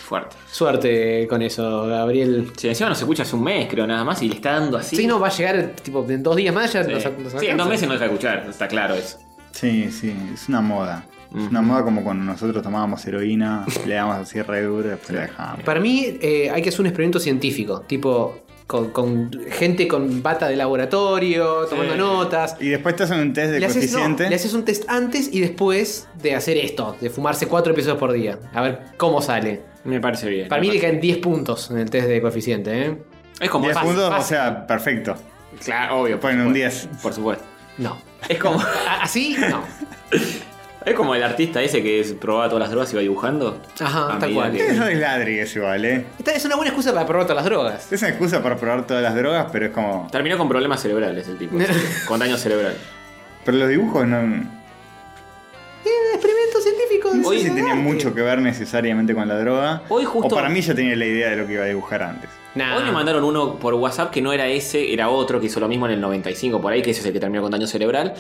Speaker 1: Fuerte.
Speaker 3: Suerte con eso, Gabriel.
Speaker 1: Si encima nos escucha hace un mes, creo, nada más, y le está dando así.
Speaker 3: Sí, no, va a llegar tipo en dos días más ya
Speaker 1: Sí.
Speaker 3: nos ac- nos
Speaker 1: Sí, en
Speaker 3: alcanza.
Speaker 1: dos meses no nos va a escuchar, está claro eso.
Speaker 2: Sí, sí, es una moda. Es una moda como cuando nosotros tomábamos heroína, le damos así re duro y después la dejábamos.
Speaker 3: Para mí eh, hay que hacer un experimento científico, tipo con, con gente con bata de laboratorio, tomando notas.
Speaker 2: Y después te hacen un test de
Speaker 3: Le haces, no,
Speaker 2: coeficiente.
Speaker 3: le haces un test antes y después de hacer esto, de fumarse cuatro episodios por día. A ver cómo sale.
Speaker 1: Me parece bien.
Speaker 3: Para mí
Speaker 1: Me
Speaker 3: le caen 10 puntos en el test de coeficiente, ¿eh?
Speaker 1: parece- es como
Speaker 2: 10
Speaker 1: fácil,
Speaker 2: puntos, o
Speaker 1: fácil.
Speaker 2: sea, perfecto.
Speaker 1: Claro, obvio.
Speaker 3: pues,
Speaker 1: por
Speaker 2: Ponen un
Speaker 1: supuesto.
Speaker 2: 10.
Speaker 1: Por supuesto.
Speaker 3: No.
Speaker 1: Es como,
Speaker 3: A- Así, no.
Speaker 1: es como el artista ese que es- probaba todas las drogas y va dibujando.
Speaker 3: Ajá,
Speaker 1: A
Speaker 3: tal
Speaker 1: medida
Speaker 3: cual.
Speaker 1: que-
Speaker 2: Eso es ladri, es igual, ¿eh?
Speaker 3: Esta es una buena excusa para probar todas las drogas.
Speaker 2: Es una excusa para probar todas las drogas, pero es como.
Speaker 1: Terminó con problemas cerebrales el tipo. así que, con daño cerebral.
Speaker 2: Pero los dibujos no. No
Speaker 3: Eh, Experimentos científicos.
Speaker 2: sé si tenía mucho que ver necesariamente con la droga.
Speaker 1: Hoy justo-
Speaker 2: O para mí ya tenía la idea de lo que iba a dibujar antes.
Speaker 3: Nah.
Speaker 1: Hoy me mandaron uno por WhatsApp que no era ese, era otro que hizo lo mismo en el 95 por ahí, que ese es el que terminó con daño cerebral.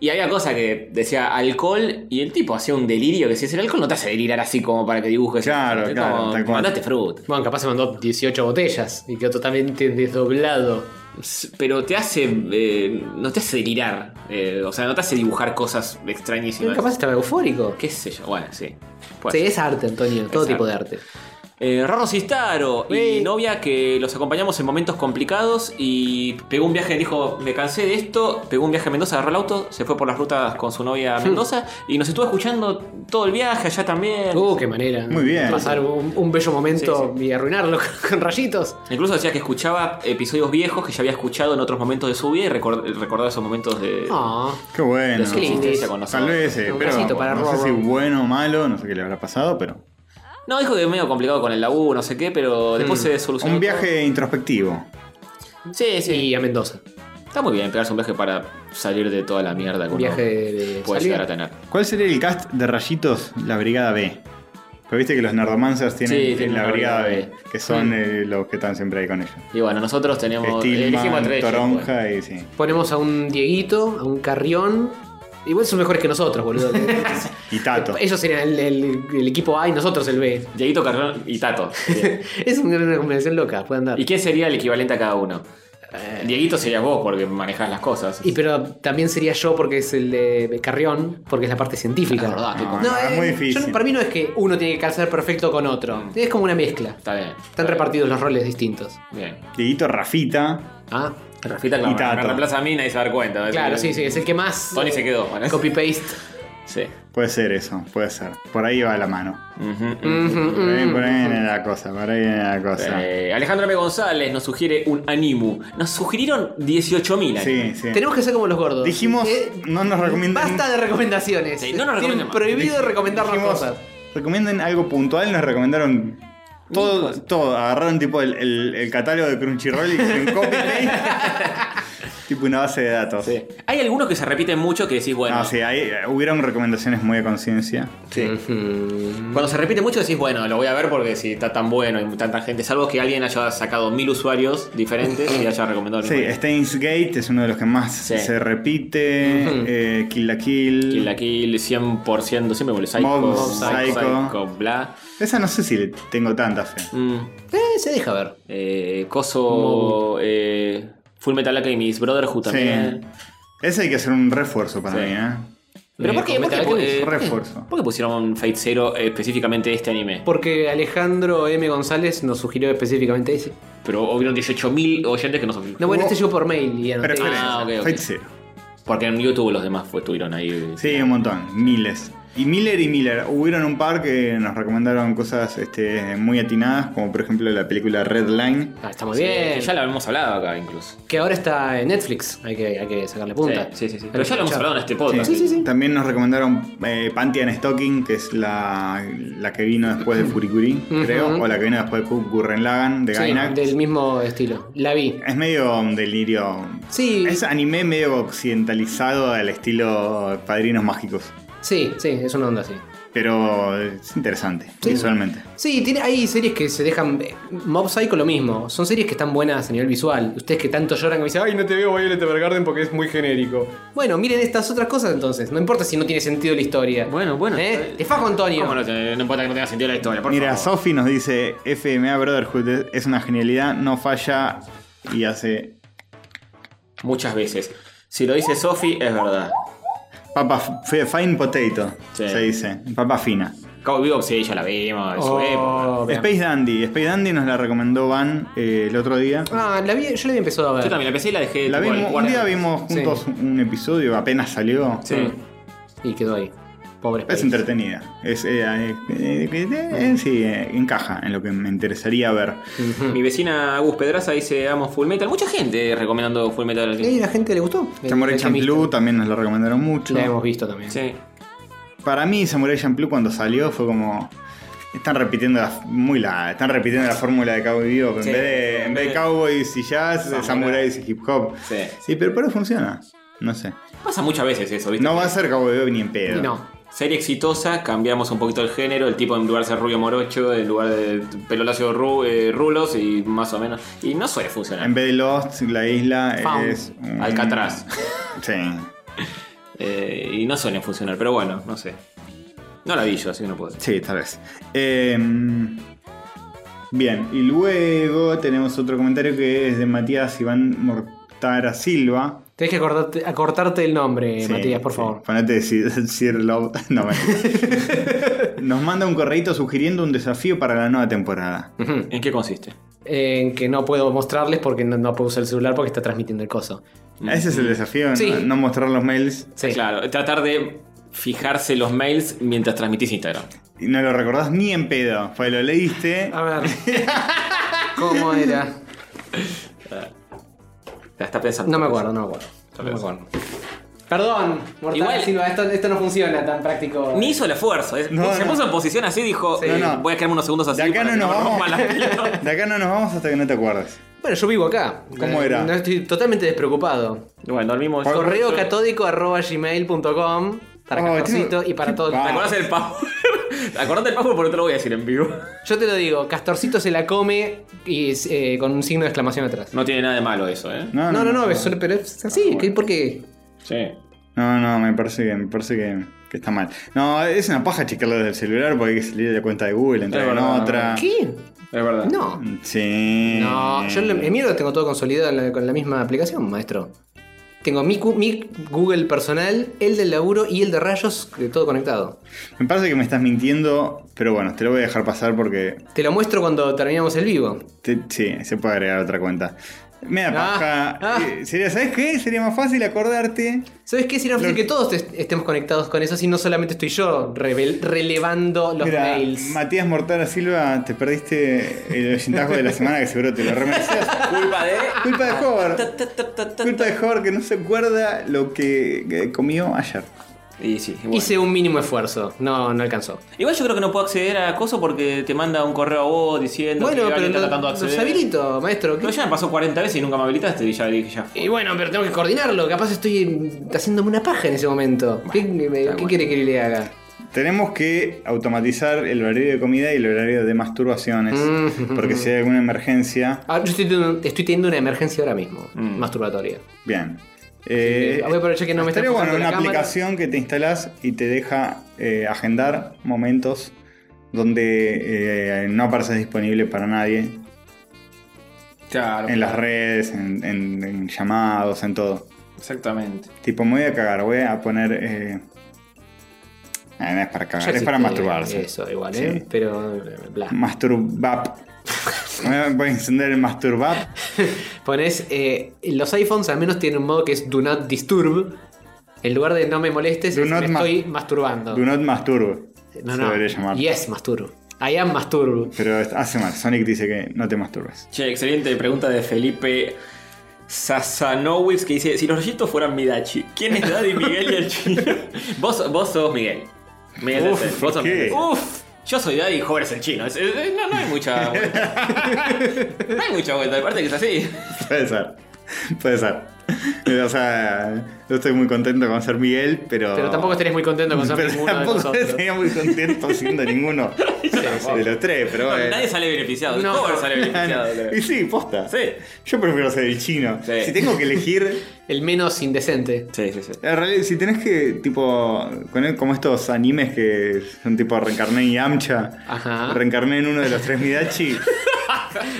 Speaker 1: Y había cosa que decía alcohol y el tipo hacía un delirio que si es el alcohol no te hace delirar así como para que dibujes.
Speaker 2: Claro,
Speaker 1: Es
Speaker 2: claro,
Speaker 1: como,
Speaker 2: tal cual.
Speaker 1: Mandate fruit.
Speaker 3: Bueno, capaz se mandó 18 botellas y quedó totalmente desdoblado.
Speaker 1: Pero te hace. eh, no te hace delirar. eh, o sea, no te hace dibujar cosas extrañísimas.
Speaker 3: Capaz estaba eufórico.
Speaker 1: ¿Qué sé yo? Bueno, sí. Puede
Speaker 3: Sí,
Speaker 1: ser.
Speaker 3: es arte, Antonio. Todo
Speaker 1: Es
Speaker 3: tipo de arte.
Speaker 1: Eh, Rorro Sistaro y
Speaker 3: Wey.
Speaker 1: novia que los acompañamos en momentos complicados y pegó un viaje, dijo, me cansé de esto, pegó un viaje a Mendoza, agarró el auto, se fue por las rutas con su novia a
Speaker 3: Hmm.
Speaker 1: Mendoza y nos estuvo escuchando todo el viaje allá también.
Speaker 3: Uh, qué manera.
Speaker 2: Muy bien.
Speaker 3: Pasar un, un bello momento y arruinarlo con, con rayitos.
Speaker 1: Incluso decía que escuchaba episodios viejos que ya había escuchado en otros momentos de su vida y recor- recordaba esos momentos de...
Speaker 3: Ah,
Speaker 2: Qué bueno.
Speaker 1: de su
Speaker 3: Qué lindo.
Speaker 1: existencia con nosotros.
Speaker 2: Tal vez, eh,
Speaker 3: Un
Speaker 2: pero
Speaker 3: besito para
Speaker 2: no sé si
Speaker 3: Rorro.
Speaker 2: bueno o malo, no sé qué le habrá pasado, pero.
Speaker 1: No, dijo que es medio complicado con el labú, no sé qué, pero
Speaker 3: Hmm.
Speaker 1: después se solucionó.
Speaker 2: Un viaje introspectivo.
Speaker 1: todo. Sí, sí.
Speaker 3: y a Mendoza.
Speaker 1: Está muy bien pegarse un viaje para salir de toda la mierda que
Speaker 3: Un
Speaker 1: uno
Speaker 3: viaje de, de salida.
Speaker 1: puede llegar a tener.
Speaker 2: ¿Cuál sería el cast de rayitos La Brigada B? Pero viste que los Nerdomancers tienen,
Speaker 1: Sí,
Speaker 2: tienen
Speaker 1: tienen
Speaker 2: la
Speaker 1: una
Speaker 2: Brigada
Speaker 1: Brigada Mm.
Speaker 2: B, que son eh, los que están siempre ahí con ellos.
Speaker 1: Y bueno, nosotros tenemos... elegimos a
Speaker 2: Stillman,
Speaker 1: tres, pues. bueno.
Speaker 2: Toronja y sí.
Speaker 3: Ponemos a un Dieguito, a un Carrión. Igual son mejores que nosotros, boludo.
Speaker 2: Y Tato.
Speaker 3: Ellos serían el, el- el equipo A y nosotros el B.
Speaker 1: Dieguito Carrón y Tato. Bien.
Speaker 3: Es una, una combinación loca, pueden dar.
Speaker 1: ¿Y quién sería el equivalente a cada uno? Dieguito serías vos porque manejas las cosas.
Speaker 3: Eh. Y pero también sería yo porque es el de Carrión, porque es la parte científica.
Speaker 1: verdad, qué
Speaker 3: no,
Speaker 2: complicado.
Speaker 3: eh,
Speaker 2: Es Ah, muy
Speaker 3: yo
Speaker 2: difícil.
Speaker 3: no- para mí no es que uno tiene que calzar perfecto con
Speaker 1: Mm.
Speaker 3: otro. Es como una mezcla.
Speaker 1: Está bien.
Speaker 3: Están repartidos los roles distintos.
Speaker 1: Bien.
Speaker 2: Dieguito Rafita.
Speaker 3: Ah,
Speaker 1: Rafita, claro,
Speaker 2: Y Tata.
Speaker 1: me reemplaza a mí y nadie se va a dar cuenta. Va a decir
Speaker 3: claro,
Speaker 1: que-
Speaker 3: sí, sí, es el que más.
Speaker 1: Tony se quedó, ¿vale?
Speaker 3: Copy paste.
Speaker 1: Sí.
Speaker 2: Puede ser eso, puede ser. Por ahí va la mano.
Speaker 1: Ujú, ujú.
Speaker 3: Mm,
Speaker 2: Por
Speaker 1: Mm.
Speaker 2: ahí, por ahí viene la cosa, por ahí viene la cosa.
Speaker 1: Eh, Alejandro M. González nos sugiere un animu. Nos sugirieron 18.000 animu.
Speaker 2: Sí, sí.
Speaker 3: Tenemos que ser como los gordos. Eh,
Speaker 2: Dijimos, no nos recomiendan.
Speaker 3: Basta de recomendaciones.
Speaker 1: Sí, no
Speaker 3: Tienen
Speaker 1: nos recomienden más.
Speaker 3: prohibido
Speaker 2: Dij-
Speaker 3: recomendarnos
Speaker 2: dijimos,
Speaker 3: cosas.
Speaker 2: Recomienden algo puntual, nos recomendaron todo,
Speaker 1: Mil
Speaker 2: todo. Agarraron tipo el, el- el catálogo de Crunchyroll y hicieron copy paste. tipo una base de datos.
Speaker 1: Sí. Hay algunos que se repiten mucho que decís, bueno.
Speaker 2: No, sí, ahí eh, hubieron recomendaciones muy de conciencia.
Speaker 1: sí.
Speaker 3: Hmm.
Speaker 1: Cuando se repite mucho decís, bueno, lo voy a ver porque si está tan bueno y tanta gente. Salvo que alguien haya sacado mil usuarios diferentes y haya recomendado el
Speaker 2: Sí,
Speaker 1: mismo.
Speaker 2: Steins Gate es uno de los que más
Speaker 1: Sí.
Speaker 2: se repite.
Speaker 3: Ujú.
Speaker 2: eh, Kill la Kill.
Speaker 1: Kill la Kill 100%, siempre vuelve Psycho,
Speaker 2: Mob
Speaker 1: Psycho,
Speaker 2: Psycho.
Speaker 1: Psycho, bla.
Speaker 2: Esa no sé si le tengo tanta fe.
Speaker 1: Mm,
Speaker 3: Eh, se deja ver.
Speaker 1: eh, coso. eh, Full Metal Alchemist, Brotherhood también.
Speaker 2: Sí. Ese hay que hacer un refuerzo para
Speaker 1: Sí.
Speaker 2: mí, ¿eh?
Speaker 1: Pero
Speaker 3: Eh,
Speaker 1: ¿por qué?
Speaker 3: Full
Speaker 1: ¿Por qué,
Speaker 3: Metal
Speaker 1: por-
Speaker 3: Alchemist,
Speaker 1: eh,
Speaker 2: Un refuerzo.
Speaker 1: por qué pusieron Fate Zero eh, específicamente este anime?
Speaker 3: Porque Alejandro M. González nos sugirió específicamente ese.
Speaker 1: Pero hubieron 18.000 oyentes que no son.
Speaker 3: No, bueno,
Speaker 2: Hubo-
Speaker 3: este yo por mail y anoté.
Speaker 2: Preferencia.
Speaker 1: Ah, ok, ok.
Speaker 2: Fate Zero.
Speaker 1: Porque en YouTube los demás fue- estuvieron ahí. eh.
Speaker 2: Sí, un montón, miles. Y Miller y Miller. Hubieron un par que nos recomendaron cosas este, muy atinadas, como por ejemplo la película Red Line.
Speaker 3: Ah, está muy
Speaker 1: Sí,
Speaker 3: bien.
Speaker 1: que ya lo hemos hablado acá incluso.
Speaker 3: Que ahora está en Netflix. Hay que, hay que sacarle punta.
Speaker 1: Sí, sí, sí, sí.
Speaker 3: Hay
Speaker 1: Pero
Speaker 3: que
Speaker 1: ya lo hemos
Speaker 3: escuchar.
Speaker 1: hablado en este podcast.
Speaker 3: Sí, sí, sí.
Speaker 2: También nos recomendaron eh, Panty and Stocking, que es la, la que vino después de Furikuri,
Speaker 3: Ujú.
Speaker 2: creo, o la que vino después de Gurren Lagan, de
Speaker 3: Sí,
Speaker 2: Gainax.
Speaker 3: del mismo estilo. La vi.
Speaker 2: Es medio un delirio.
Speaker 3: Sí,
Speaker 2: Es anime medio occidentalizado al estilo Padrinos Mágicos.
Speaker 3: sí, sí, es una onda así.
Speaker 2: Pero es interesante,
Speaker 3: Sí.
Speaker 2: visualmente.
Speaker 3: Sí, tiene, hay series que se dejan. eh, Mob Psycho lo mismo. Son series que están buenas a nivel visual. Ustedes que tanto lloran que me dicen, ay, no te veo Violet Evergarden porque es muy genérico. Bueno, miren estas otras cosas entonces. No importa si no tiene sentido la historia.
Speaker 1: Bueno, bueno.
Speaker 3: ¿Eh? Te fajo, Antonio.
Speaker 1: ¿Cómo no, te- no importa que no tenga sentido la historia, por
Speaker 2: Mira,
Speaker 1: favor.
Speaker 2: Sofi nos dice FMA Brotherhood es una genialidad, no falla y hace
Speaker 1: Muchas veces. Si lo dice Sofi, es verdad.
Speaker 2: papa f- fine potato,
Speaker 1: Sí.
Speaker 2: se dice, papa fina.
Speaker 1: Cowboy Bebop, sí, ya la vimos en su
Speaker 3: Oh,
Speaker 1: época.
Speaker 3: bien.
Speaker 2: Space Dandy, Space Dandy nos la recomendó Van eh, el otro día.
Speaker 3: Ah, la vi, yo la había empezado a ver.
Speaker 1: Yo también la empecé y la dejé.
Speaker 2: La
Speaker 1: tipo,
Speaker 2: vimos,
Speaker 1: al
Speaker 2: un
Speaker 1: cuarto.
Speaker 2: día vimos juntos un episodio, apenas salió.
Speaker 1: Sí.
Speaker 3: Y quedó ahí. Pobre
Speaker 2: Es
Speaker 3: país.
Speaker 2: entretenida. Es, eh, eh, eh, eh, eh, sí, eh, encaja en lo que me interesaría ver.
Speaker 1: Mi vecina Agus Pedraza dice: Amo Full Metal. Mucha gente recomendando Full Metal.
Speaker 3: ¿Y la gente le gustó?
Speaker 2: Samurai
Speaker 3: La
Speaker 2: Champloo también nos lo recomendaron mucho.
Speaker 3: La hemos visto también.
Speaker 1: Sí.
Speaker 2: Para mí, Samurai Champloo cuando salió fue como. Están repitiendo la, muy la, están repitiendo la fórmula de Cowboy Bebop.
Speaker 1: Sí.
Speaker 2: en, vez de, en vez de cowboys y jazz,
Speaker 1: Samurai.
Speaker 2: samuráis y hip hop.
Speaker 1: Sí.
Speaker 2: Sí, pero por ahí funciona. No sé.
Speaker 1: Pasa muchas veces eso, ¿viste?
Speaker 2: No va a ser Cowboy Bebop ni en
Speaker 3: Y
Speaker 2: pedo.
Speaker 3: no.
Speaker 1: Serie exitosa, cambiamos un poquito el género, el tipo en lugar de ser rubio morocho, en lugar de pelo lacio ru- eh, rulos y más o menos. Y no suele funcionar.
Speaker 2: En vez de Lost, la isla
Speaker 3: Found.
Speaker 2: es. un-
Speaker 1: Alcatraz.
Speaker 2: Sí.
Speaker 1: Eh, y no suelen funcionar, pero bueno, no sé. No la vi yo, así que no puedo.
Speaker 2: Sí, tal vez. Eh, bien, y luego tenemos otro comentario que es de Matías Iván Mortara Silva.
Speaker 3: Tenés que acordarte- acortarte el nombre,
Speaker 2: Sí,
Speaker 3: Eh, Matías, por
Speaker 2: sí.
Speaker 3: favor.
Speaker 2: Ponete Sir Sir Love. No, mentira. Nos manda un correíto sugiriendo un desafío para la nueva temporada.
Speaker 3: Ujú.
Speaker 1: ¿En qué consiste?
Speaker 3: En que no puedo mostrarles porque no, no puedo usar el celular porque está transmitiendo el coso.
Speaker 2: Ese es el desafío, ¿no?
Speaker 3: Mm. Sí.
Speaker 2: no, mostrar los mails.
Speaker 3: Sí.
Speaker 1: Claro, tratar de fijarse los mails mientras transmitís Instagram.
Speaker 2: Y no lo recordás ni en pedo. Fue, lo leíste.
Speaker 3: A ver. ¿Cómo era?
Speaker 1: La está pensando.
Speaker 3: No me acuerdo, no me acuerdo. No me acuerdo. Perdón, Mortal
Speaker 1: Igual-
Speaker 3: Silva, esto, esto no funciona tan práctico.
Speaker 1: Ni hizo el esfuerzo. es-
Speaker 2: No,
Speaker 1: se
Speaker 2: no.
Speaker 1: puso en posición así, dijo:
Speaker 3: Sí.
Speaker 1: "Eh,
Speaker 2: No, no.
Speaker 1: Voy a quedarme unos segundos así.
Speaker 2: De acá
Speaker 1: para
Speaker 2: no
Speaker 1: que
Speaker 2: nos
Speaker 1: me
Speaker 2: vamos.
Speaker 1: rompan las pelotas".
Speaker 2: De acá no nos vamos hasta que no te acuerdes.
Speaker 3: Bueno, yo vivo acá.
Speaker 2: ¿Cómo
Speaker 3: Eh,
Speaker 2: era?
Speaker 3: No estoy totalmente despreocupado.
Speaker 1: Bueno, dormimos.
Speaker 3: Correo catódico arroba gmail.com para
Speaker 2: Oh,
Speaker 3: Castorcito
Speaker 2: tiene-
Speaker 3: y para todo el
Speaker 2: ¿Te
Speaker 1: ¿Te acordás del Power? Acordate del Power porque te lo voy a decir en vivo.
Speaker 3: Yo te lo digo, Castorcito se la come y es, eh, con un signo de exclamación atrás.
Speaker 1: No tiene nada de malo eso, ¿eh?
Speaker 3: No, no, no, es- pero es así,
Speaker 2: bueno.
Speaker 3: ¿qué- ¿por qué?
Speaker 1: Sí.
Speaker 2: No, no, me parece que, me parece que, que está mal. No, es una paja checarlo desde el celular porque hay que salir de la cuenta de Google, entrar
Speaker 1: Es
Speaker 2: en
Speaker 1: verdad,
Speaker 2: otra.
Speaker 3: ¿Qué?
Speaker 1: Es verdad.
Speaker 3: No.
Speaker 2: Sí.
Speaker 3: No, yo en mí lo tengo todo consolidado en la- con la misma aplicación, maestro. Tengo mi, cu- mi Google personal, el del laburo y el de rayos, eh, todo conectado.
Speaker 2: Me parece que me estás mintiendo, pero bueno, te lo voy a dejar pasar porque
Speaker 3: Te lo muestro cuando terminamos el vivo.
Speaker 2: Te- sí, se puede agregar otra cuenta. Me da
Speaker 3: Ah,
Speaker 2: paja.
Speaker 3: ah.
Speaker 2: Eh, sería, ¿Sabes qué? Sería más fácil acordarte.
Speaker 3: ¿Sabes qué? Sería fácil que todos est- estemos conectados con eso, si no solamente estoy yo revel- relevando los
Speaker 2: Mira,
Speaker 3: mails.
Speaker 2: Matías Mortara Silva, te perdiste el oyentazgo de la semana que seguro te lo remerecías.
Speaker 1: Culpa de.
Speaker 2: Culpa de Howard.
Speaker 1: Ta, ta, ta, ta, ta.
Speaker 2: Culpa de Howard que no se acuerda lo que que comió ayer.
Speaker 1: Y sí, bueno.
Speaker 3: Hice un mínimo esfuerzo, no, no alcanzó.
Speaker 1: Igual yo creo que no puedo acceder a Coso porque te manda un correo a vos diciendo
Speaker 3: bueno,
Speaker 1: que
Speaker 3: pero
Speaker 1: alguien está
Speaker 3: lo-
Speaker 1: tratando de
Speaker 3: los
Speaker 1: acceder.
Speaker 3: habilito, maestro. ¿qué-
Speaker 1: Pero ya me pasó 40 veces y nunca me habilitaste y ya dije ya. fue.
Speaker 3: Y bueno, pero tengo que coordinarlo, capaz estoy mm, haciéndome una paja en ese momento. ¿Qué, me- qué
Speaker 1: bueno.
Speaker 3: quiere que le haga?
Speaker 2: Tenemos que automatizar el horario de comida y el horario de masturbaciones.
Speaker 3: Mm.
Speaker 2: Porque si hay alguna emergencia.
Speaker 3: Ah, yo estoy teniendo, estoy teniendo una emergencia ahora mismo,
Speaker 2: Mm.
Speaker 3: masturbatoria.
Speaker 2: Bien. Eh,
Speaker 3: voy a aprovechar que no me está
Speaker 2: estaría bueno
Speaker 3: enfocando
Speaker 2: una
Speaker 3: la cámara.
Speaker 2: aplicación que te instalás y te deja eh, agendar momentos donde eh, no apareces disponible para nadie.
Speaker 1: Claro.
Speaker 2: En las redes, en, en- en llamados, en todo.
Speaker 1: Exactamente.
Speaker 2: Tipo, me voy a cagar, voy a poner. eh, ah, no es para
Speaker 3: Ya
Speaker 2: cagar, es
Speaker 3: existe
Speaker 2: para masturbarse.
Speaker 3: Eso, igual,
Speaker 2: Sí.
Speaker 3: ¿eh? Pero, eh, bla.
Speaker 2: Masturbap. Voy- voy a Eh, encender el masturbap.
Speaker 3: Pones, eh, los iPhones al menos tienen un modo que es Do Not Disturb. En lugar de no me molestes,
Speaker 2: Do
Speaker 3: es
Speaker 2: not
Speaker 3: me
Speaker 2: ma-
Speaker 3: estoy masturbando.
Speaker 2: Do not masturb.
Speaker 3: no,
Speaker 2: se
Speaker 3: no.
Speaker 2: debería llamar.
Speaker 3: Yes, masturbo. I am masturbo.
Speaker 2: Pero hace mal. Sonic dice que no te masturbes.
Speaker 1: Che, excelente pregunta de Felipe Sasanowitz que dice: Si los rollitos fueran Midachi, ¿quién es Daddy, Miguel y el chino? vos, vos sos Miguel. Miguel
Speaker 2: Uf,
Speaker 1: es el- vos sos
Speaker 2: ¿qué?
Speaker 1: Miguel. Uf, yo soy Daddy y Hover es el chino. Es- es- no, no hay mucha vuelta. no hay mucha vuelta, aparte que es así.
Speaker 2: Puede ser. Puede ser. O sea, yo estoy muy contento con ser Miguel, pero.
Speaker 3: Pero tampoco estarías muy contento con ser
Speaker 2: Pero
Speaker 3: ninguno de
Speaker 2: tampoco
Speaker 3: nosotros.
Speaker 2: estaría muy contento siendo ninguno de los tres, pero
Speaker 1: No,
Speaker 2: bueno.
Speaker 1: Nadie sale beneficiado.
Speaker 3: No.
Speaker 1: Hover sale beneficiado. boludo.
Speaker 2: Y sí, posta.
Speaker 1: Sí.
Speaker 2: Yo prefiero ser el chino.
Speaker 1: Sí.
Speaker 2: Si tengo que elegir.
Speaker 3: El menos indecente.
Speaker 1: Sí, sí, sí.
Speaker 2: En realidad, si tenés que, tipo, con el- como estos animes que son tipo Reencarné y Amcha,
Speaker 3: Ajá.
Speaker 2: reencarné en uno de los tres Midachi,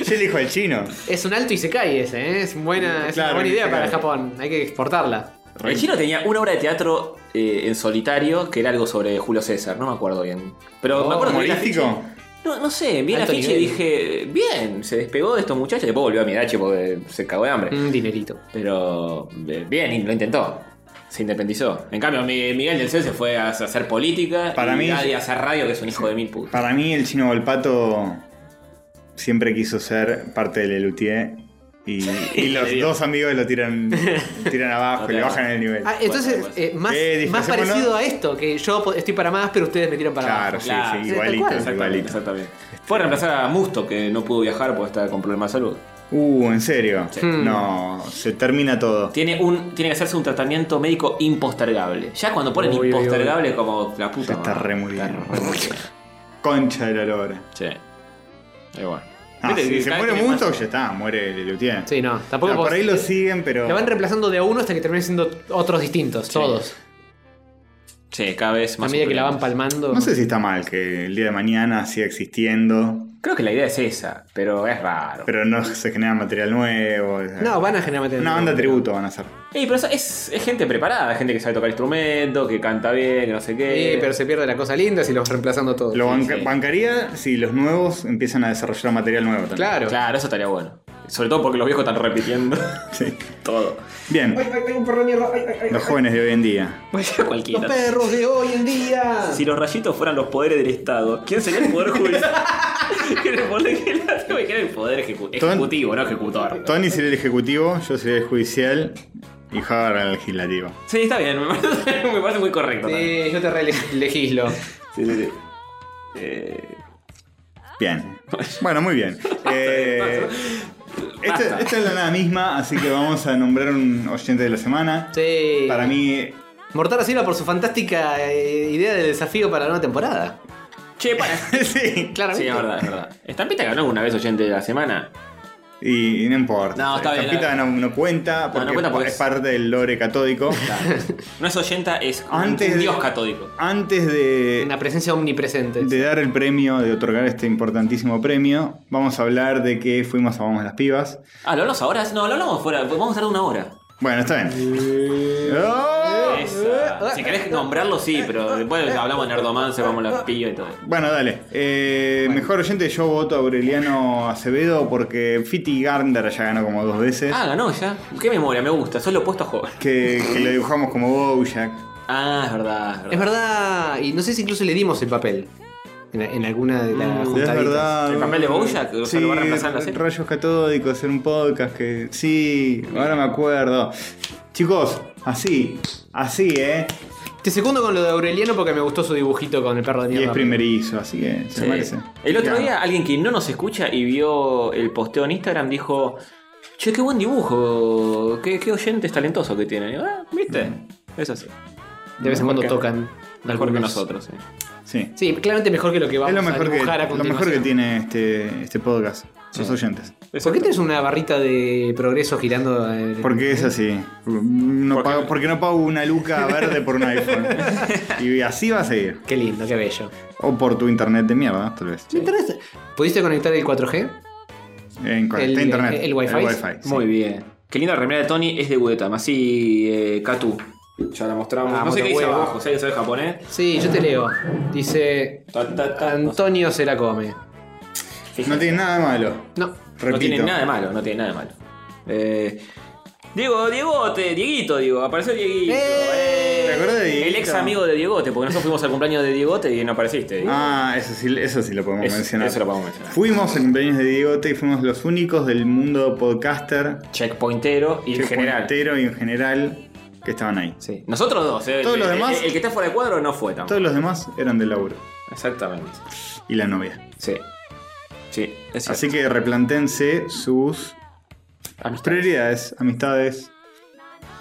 Speaker 2: yo elijo el chino.
Speaker 3: Es un alto y se cae ese, ¿eh? Es, buena, es
Speaker 2: Claro,
Speaker 3: una buena idea
Speaker 2: Isekai.
Speaker 3: para Japón. Hay que exportarla.
Speaker 1: El chino tenía una obra de teatro eh, en solitario que era algo sobre Julio César, no me acuerdo bien. Pero
Speaker 3: Oh,
Speaker 1: me acuerdo que vi la
Speaker 2: ¿Humorístico?
Speaker 1: ficha- No, no sé, vi la
Speaker 3: Alto
Speaker 1: ficha y
Speaker 3: nivel.
Speaker 1: dije, bien, se despegó de estos muchachos y después volvió a Mirache porque se cagó de
Speaker 2: Mm.
Speaker 1: hambre.
Speaker 3: Un dinerito.
Speaker 1: Pero eh, bien, y lo intentó. Se independizó. En cambio, mi- Miguel del C se fue a hacer política
Speaker 2: Para
Speaker 1: y
Speaker 2: mí-
Speaker 1: nadie a hacer radio, que es un hijo de mil putas.
Speaker 2: Para mí el chino Volpato siempre quiso ser parte del Elutier y, y los dos amigos lo tiran, tiran abajo, y
Speaker 1: No te
Speaker 2: le
Speaker 1: hagas.
Speaker 2: bajan el nivel.
Speaker 3: Ah, entonces,
Speaker 1: bueno.
Speaker 3: eh, más,
Speaker 2: Eh,
Speaker 3: más
Speaker 2: disfracémonos.
Speaker 3: parecido a esto, que yo po- estoy para más, pero ustedes me tiran para
Speaker 2: claro,
Speaker 3: abajo.
Speaker 2: sí,
Speaker 1: Claro,
Speaker 2: sí,
Speaker 1: sí,
Speaker 3: tal
Speaker 2: igualito,
Speaker 3: cual.
Speaker 1: Exactamente,
Speaker 2: igualito.
Speaker 1: exactamente. Fue a reemplazar a Musto, que no pudo viajar porque estaba con problemas de salud.
Speaker 2: Uh, en serio.
Speaker 3: Hmm.
Speaker 2: No, se termina todo.
Speaker 1: Tiene, un, tiene que hacerse un tratamiento médico impostergable. Ya cuando ponen
Speaker 3: Uy, uy,
Speaker 1: impostergable, como la puta.
Speaker 2: Ya está
Speaker 1: madre.
Speaker 2: re muy bien.
Speaker 1: Está re muy bien.
Speaker 2: Concha de la lora.
Speaker 1: Sí. Y bueno.
Speaker 2: Ah,
Speaker 1: Viste
Speaker 2: si
Speaker 1: que
Speaker 2: se
Speaker 1: cada
Speaker 2: muere
Speaker 1: vez tiene
Speaker 2: Musto,
Speaker 1: más-
Speaker 2: ya está, muere el Elutier.
Speaker 3: Sí, no, tampoco
Speaker 2: por
Speaker 3: vos-
Speaker 2: ahí lo siguen, pero.
Speaker 3: Lo van reemplazando de a uno hasta que terminen siendo otros distintos, todos.
Speaker 1: Sí, cada vez
Speaker 3: A
Speaker 1: más.
Speaker 3: medida que la van
Speaker 1: suculentos.
Speaker 3: palmando.
Speaker 2: No sé si está mal que el día de mañana siga existiendo,
Speaker 1: Creo que la idea es esa, pero es raro.
Speaker 2: pero no se genera material nuevo. o sea,
Speaker 3: No, van a generar material.
Speaker 2: Una banda tributo van a hacer.
Speaker 1: Ey, pero eso es, es gente preparada, gente que sabe tocar instrumentos, que canta bien, que no sé qué.
Speaker 3: Sí, pero se pierde la cosa linda si los reemplazando todos.
Speaker 2: Lo banca-
Speaker 1: sí.
Speaker 2: bancaría si los nuevos empiezan a desarrollar material nuevo también.
Speaker 3: Claro.
Speaker 1: Claro, eso estaría bueno. Sobre todo porque los viejos están repitiendo
Speaker 2: Sí.
Speaker 1: todo.
Speaker 2: Bien,
Speaker 3: un perro de mierda.
Speaker 2: los jóvenes de hoy en día.
Speaker 1: Pues Cualquiera.
Speaker 3: perros de hoy en día.
Speaker 1: Si los rayitos fueran los poderes del Estado, ¿quién sería el poder judicial? ¿Quién era el poder, quién era el poder ejecu- ejecutivo, no ejecutor?
Speaker 2: Tony sería el ejecutivo, yo sería el judicial y Javier el legislativo.
Speaker 1: Sí, está bien, me parece, me parece muy correcto. también.
Speaker 3: Sí, yo te relegislo.
Speaker 1: Sí, sí, sí. Eh,
Speaker 2: Bien. Bueno, muy bien. Eh, esta, esta es la nada misma, así que vamos a nombrar un oyente de la semana.
Speaker 3: Sí.
Speaker 2: Para mí,
Speaker 3: Mortara Silva por su fantástica eh, idea del desafío para la nueva temporada.
Speaker 1: che, para.
Speaker 2: sí.
Speaker 3: Claramente.
Speaker 1: Sí, es verdad, es verdad. ¿Estampita ganó alguna vez oyente de la semana?
Speaker 2: Y, y no importa.
Speaker 1: No, está
Speaker 2: El
Speaker 1: bien,
Speaker 2: Capita no, no cuenta porque
Speaker 1: no cuenta porque
Speaker 2: es
Speaker 1: es-
Speaker 2: parte del lore catódico.
Speaker 1: No es oyenta, es un-
Speaker 2: Antes
Speaker 1: un
Speaker 2: de-
Speaker 1: dios catódico.
Speaker 2: Antes de,
Speaker 3: Una presencia omnipresente.
Speaker 2: de dar el premio, de otorgar este importantísimo premio, vamos a hablar de que fuimos a Vamos las Pibas.
Speaker 1: Ah, ¿lo hablamos ahora? No, lo hablamos fuera. Vamos a estar una hora.
Speaker 2: Bueno, está bien. ¡Oh!
Speaker 1: Esa. Si querés nombrarlo, sí, pero después hablamos de Nerdomance, vamos a la pilla y todo.
Speaker 2: Bueno, dale. Eh, Mejor oyente, yo voto a Aureliano Acevedo porque Fiti Garnder ya ganó como dos veces.
Speaker 1: Ah, ganó ya. Qué memoria, me gusta. Soy lo opuesto a joven.
Speaker 2: Que, que lo dibujamos como Bojack.
Speaker 1: Ah, es verdad, es verdad.
Speaker 3: Es verdad, y no sé si incluso le dimos el papel en, en alguna de las
Speaker 2: Mm, Es
Speaker 3: juntaditas.
Speaker 2: verdad.
Speaker 1: ¿El papel de Bojack? O sea,
Speaker 2: Sí,
Speaker 1: ¿lo va a reemplazar en la serie?
Speaker 2: Rayos Catódicos, en un podcast que. Sí, ahora me acuerdo. Chicos, así, así, ¿eh?
Speaker 3: Te secundo con lo de Aureliano porque me gustó su dibujito con el perro de
Speaker 2: Y es
Speaker 3: mierda.
Speaker 2: primerizo, así que se
Speaker 1: Sí.
Speaker 2: merece.
Speaker 1: El otro
Speaker 2: Ya.
Speaker 1: día, alguien que no nos escucha y vio el posteo en Instagram dijo: Che, qué buen dibujo. Qué, qué oyentes talentosos que tienen. Y, ah, ¿viste? Es así.
Speaker 3: de vez en cuando
Speaker 1: Mejor que-
Speaker 3: tocan.
Speaker 1: Mejor
Speaker 3: algunos.
Speaker 1: que nosotros. sí.
Speaker 2: Sí.
Speaker 3: Sí, claramente mejor que lo que vamos
Speaker 2: es lo mejor,
Speaker 3: a dibujar a
Speaker 2: que, lo
Speaker 3: continuación.
Speaker 2: mejor que tiene este, este podcast, los oyentes.
Speaker 3: ¿Por qué tienes una barrita de progreso girando? eh,
Speaker 2: Porque es así. No
Speaker 1: Porque-
Speaker 2: pago- porque no pago una luca verde por un iPhone. y así va a seguir.
Speaker 3: Qué lindo, qué bello.
Speaker 2: O por tu internet de mierda, tal vez.
Speaker 3: Internet- ¿Pudiste conectar el 4G?
Speaker 2: En
Speaker 3: El-
Speaker 2: conecté internet.
Speaker 3: el- el Wi-Fi.
Speaker 2: sí.
Speaker 1: Muy bien. Qué linda remera de Tony es de Gudetama. Sí, eh, Katu. Ya la mostramos.
Speaker 3: Ah,
Speaker 1: no sé qué dice
Speaker 3: huevo.
Speaker 1: abajo, si alguien sabe japonés.
Speaker 3: Sí, yo te leo. Dice.
Speaker 1: Ta, ta, ta. No,
Speaker 3: Antonio se la come.
Speaker 1: fíjate.
Speaker 2: No tiene nada de malo.
Speaker 3: No.
Speaker 2: Repito.
Speaker 1: No tiene nada de malo, no tiene nada de malo. Eh, Diego, Diegote, Dieguito, digo, apareció Dieguito.
Speaker 3: ¡Eh!
Speaker 1: eh.
Speaker 2: ¿Te acuerdas de
Speaker 1: El
Speaker 2: Dieguito?
Speaker 1: ex amigo de Diegote, porque nosotros fuimos al cumpleaños de Diegote y no apareciste. Diego.
Speaker 2: Ah, eso sí, eso sí lo podemos
Speaker 1: Eso-
Speaker 2: mencionar.
Speaker 1: eso lo podemos mencionar.
Speaker 2: Fuimos al cumpleaños de Diegote y fuimos los únicos del mundo podcaster,
Speaker 1: Checkpointero y en general.
Speaker 2: entero y en general, que estaban ahí.
Speaker 1: Sí. Nosotros dos, eh.
Speaker 2: Todos
Speaker 1: el,
Speaker 2: los
Speaker 1: el-
Speaker 2: demás-
Speaker 1: El, que está fuera de cuadro no fue tampoco.
Speaker 2: Todos los demás eran del laburo
Speaker 1: Exactamente.
Speaker 2: y la novia.
Speaker 1: Sí. Sí, es Ah,
Speaker 2: Así que replantense sus prioridades, amistades.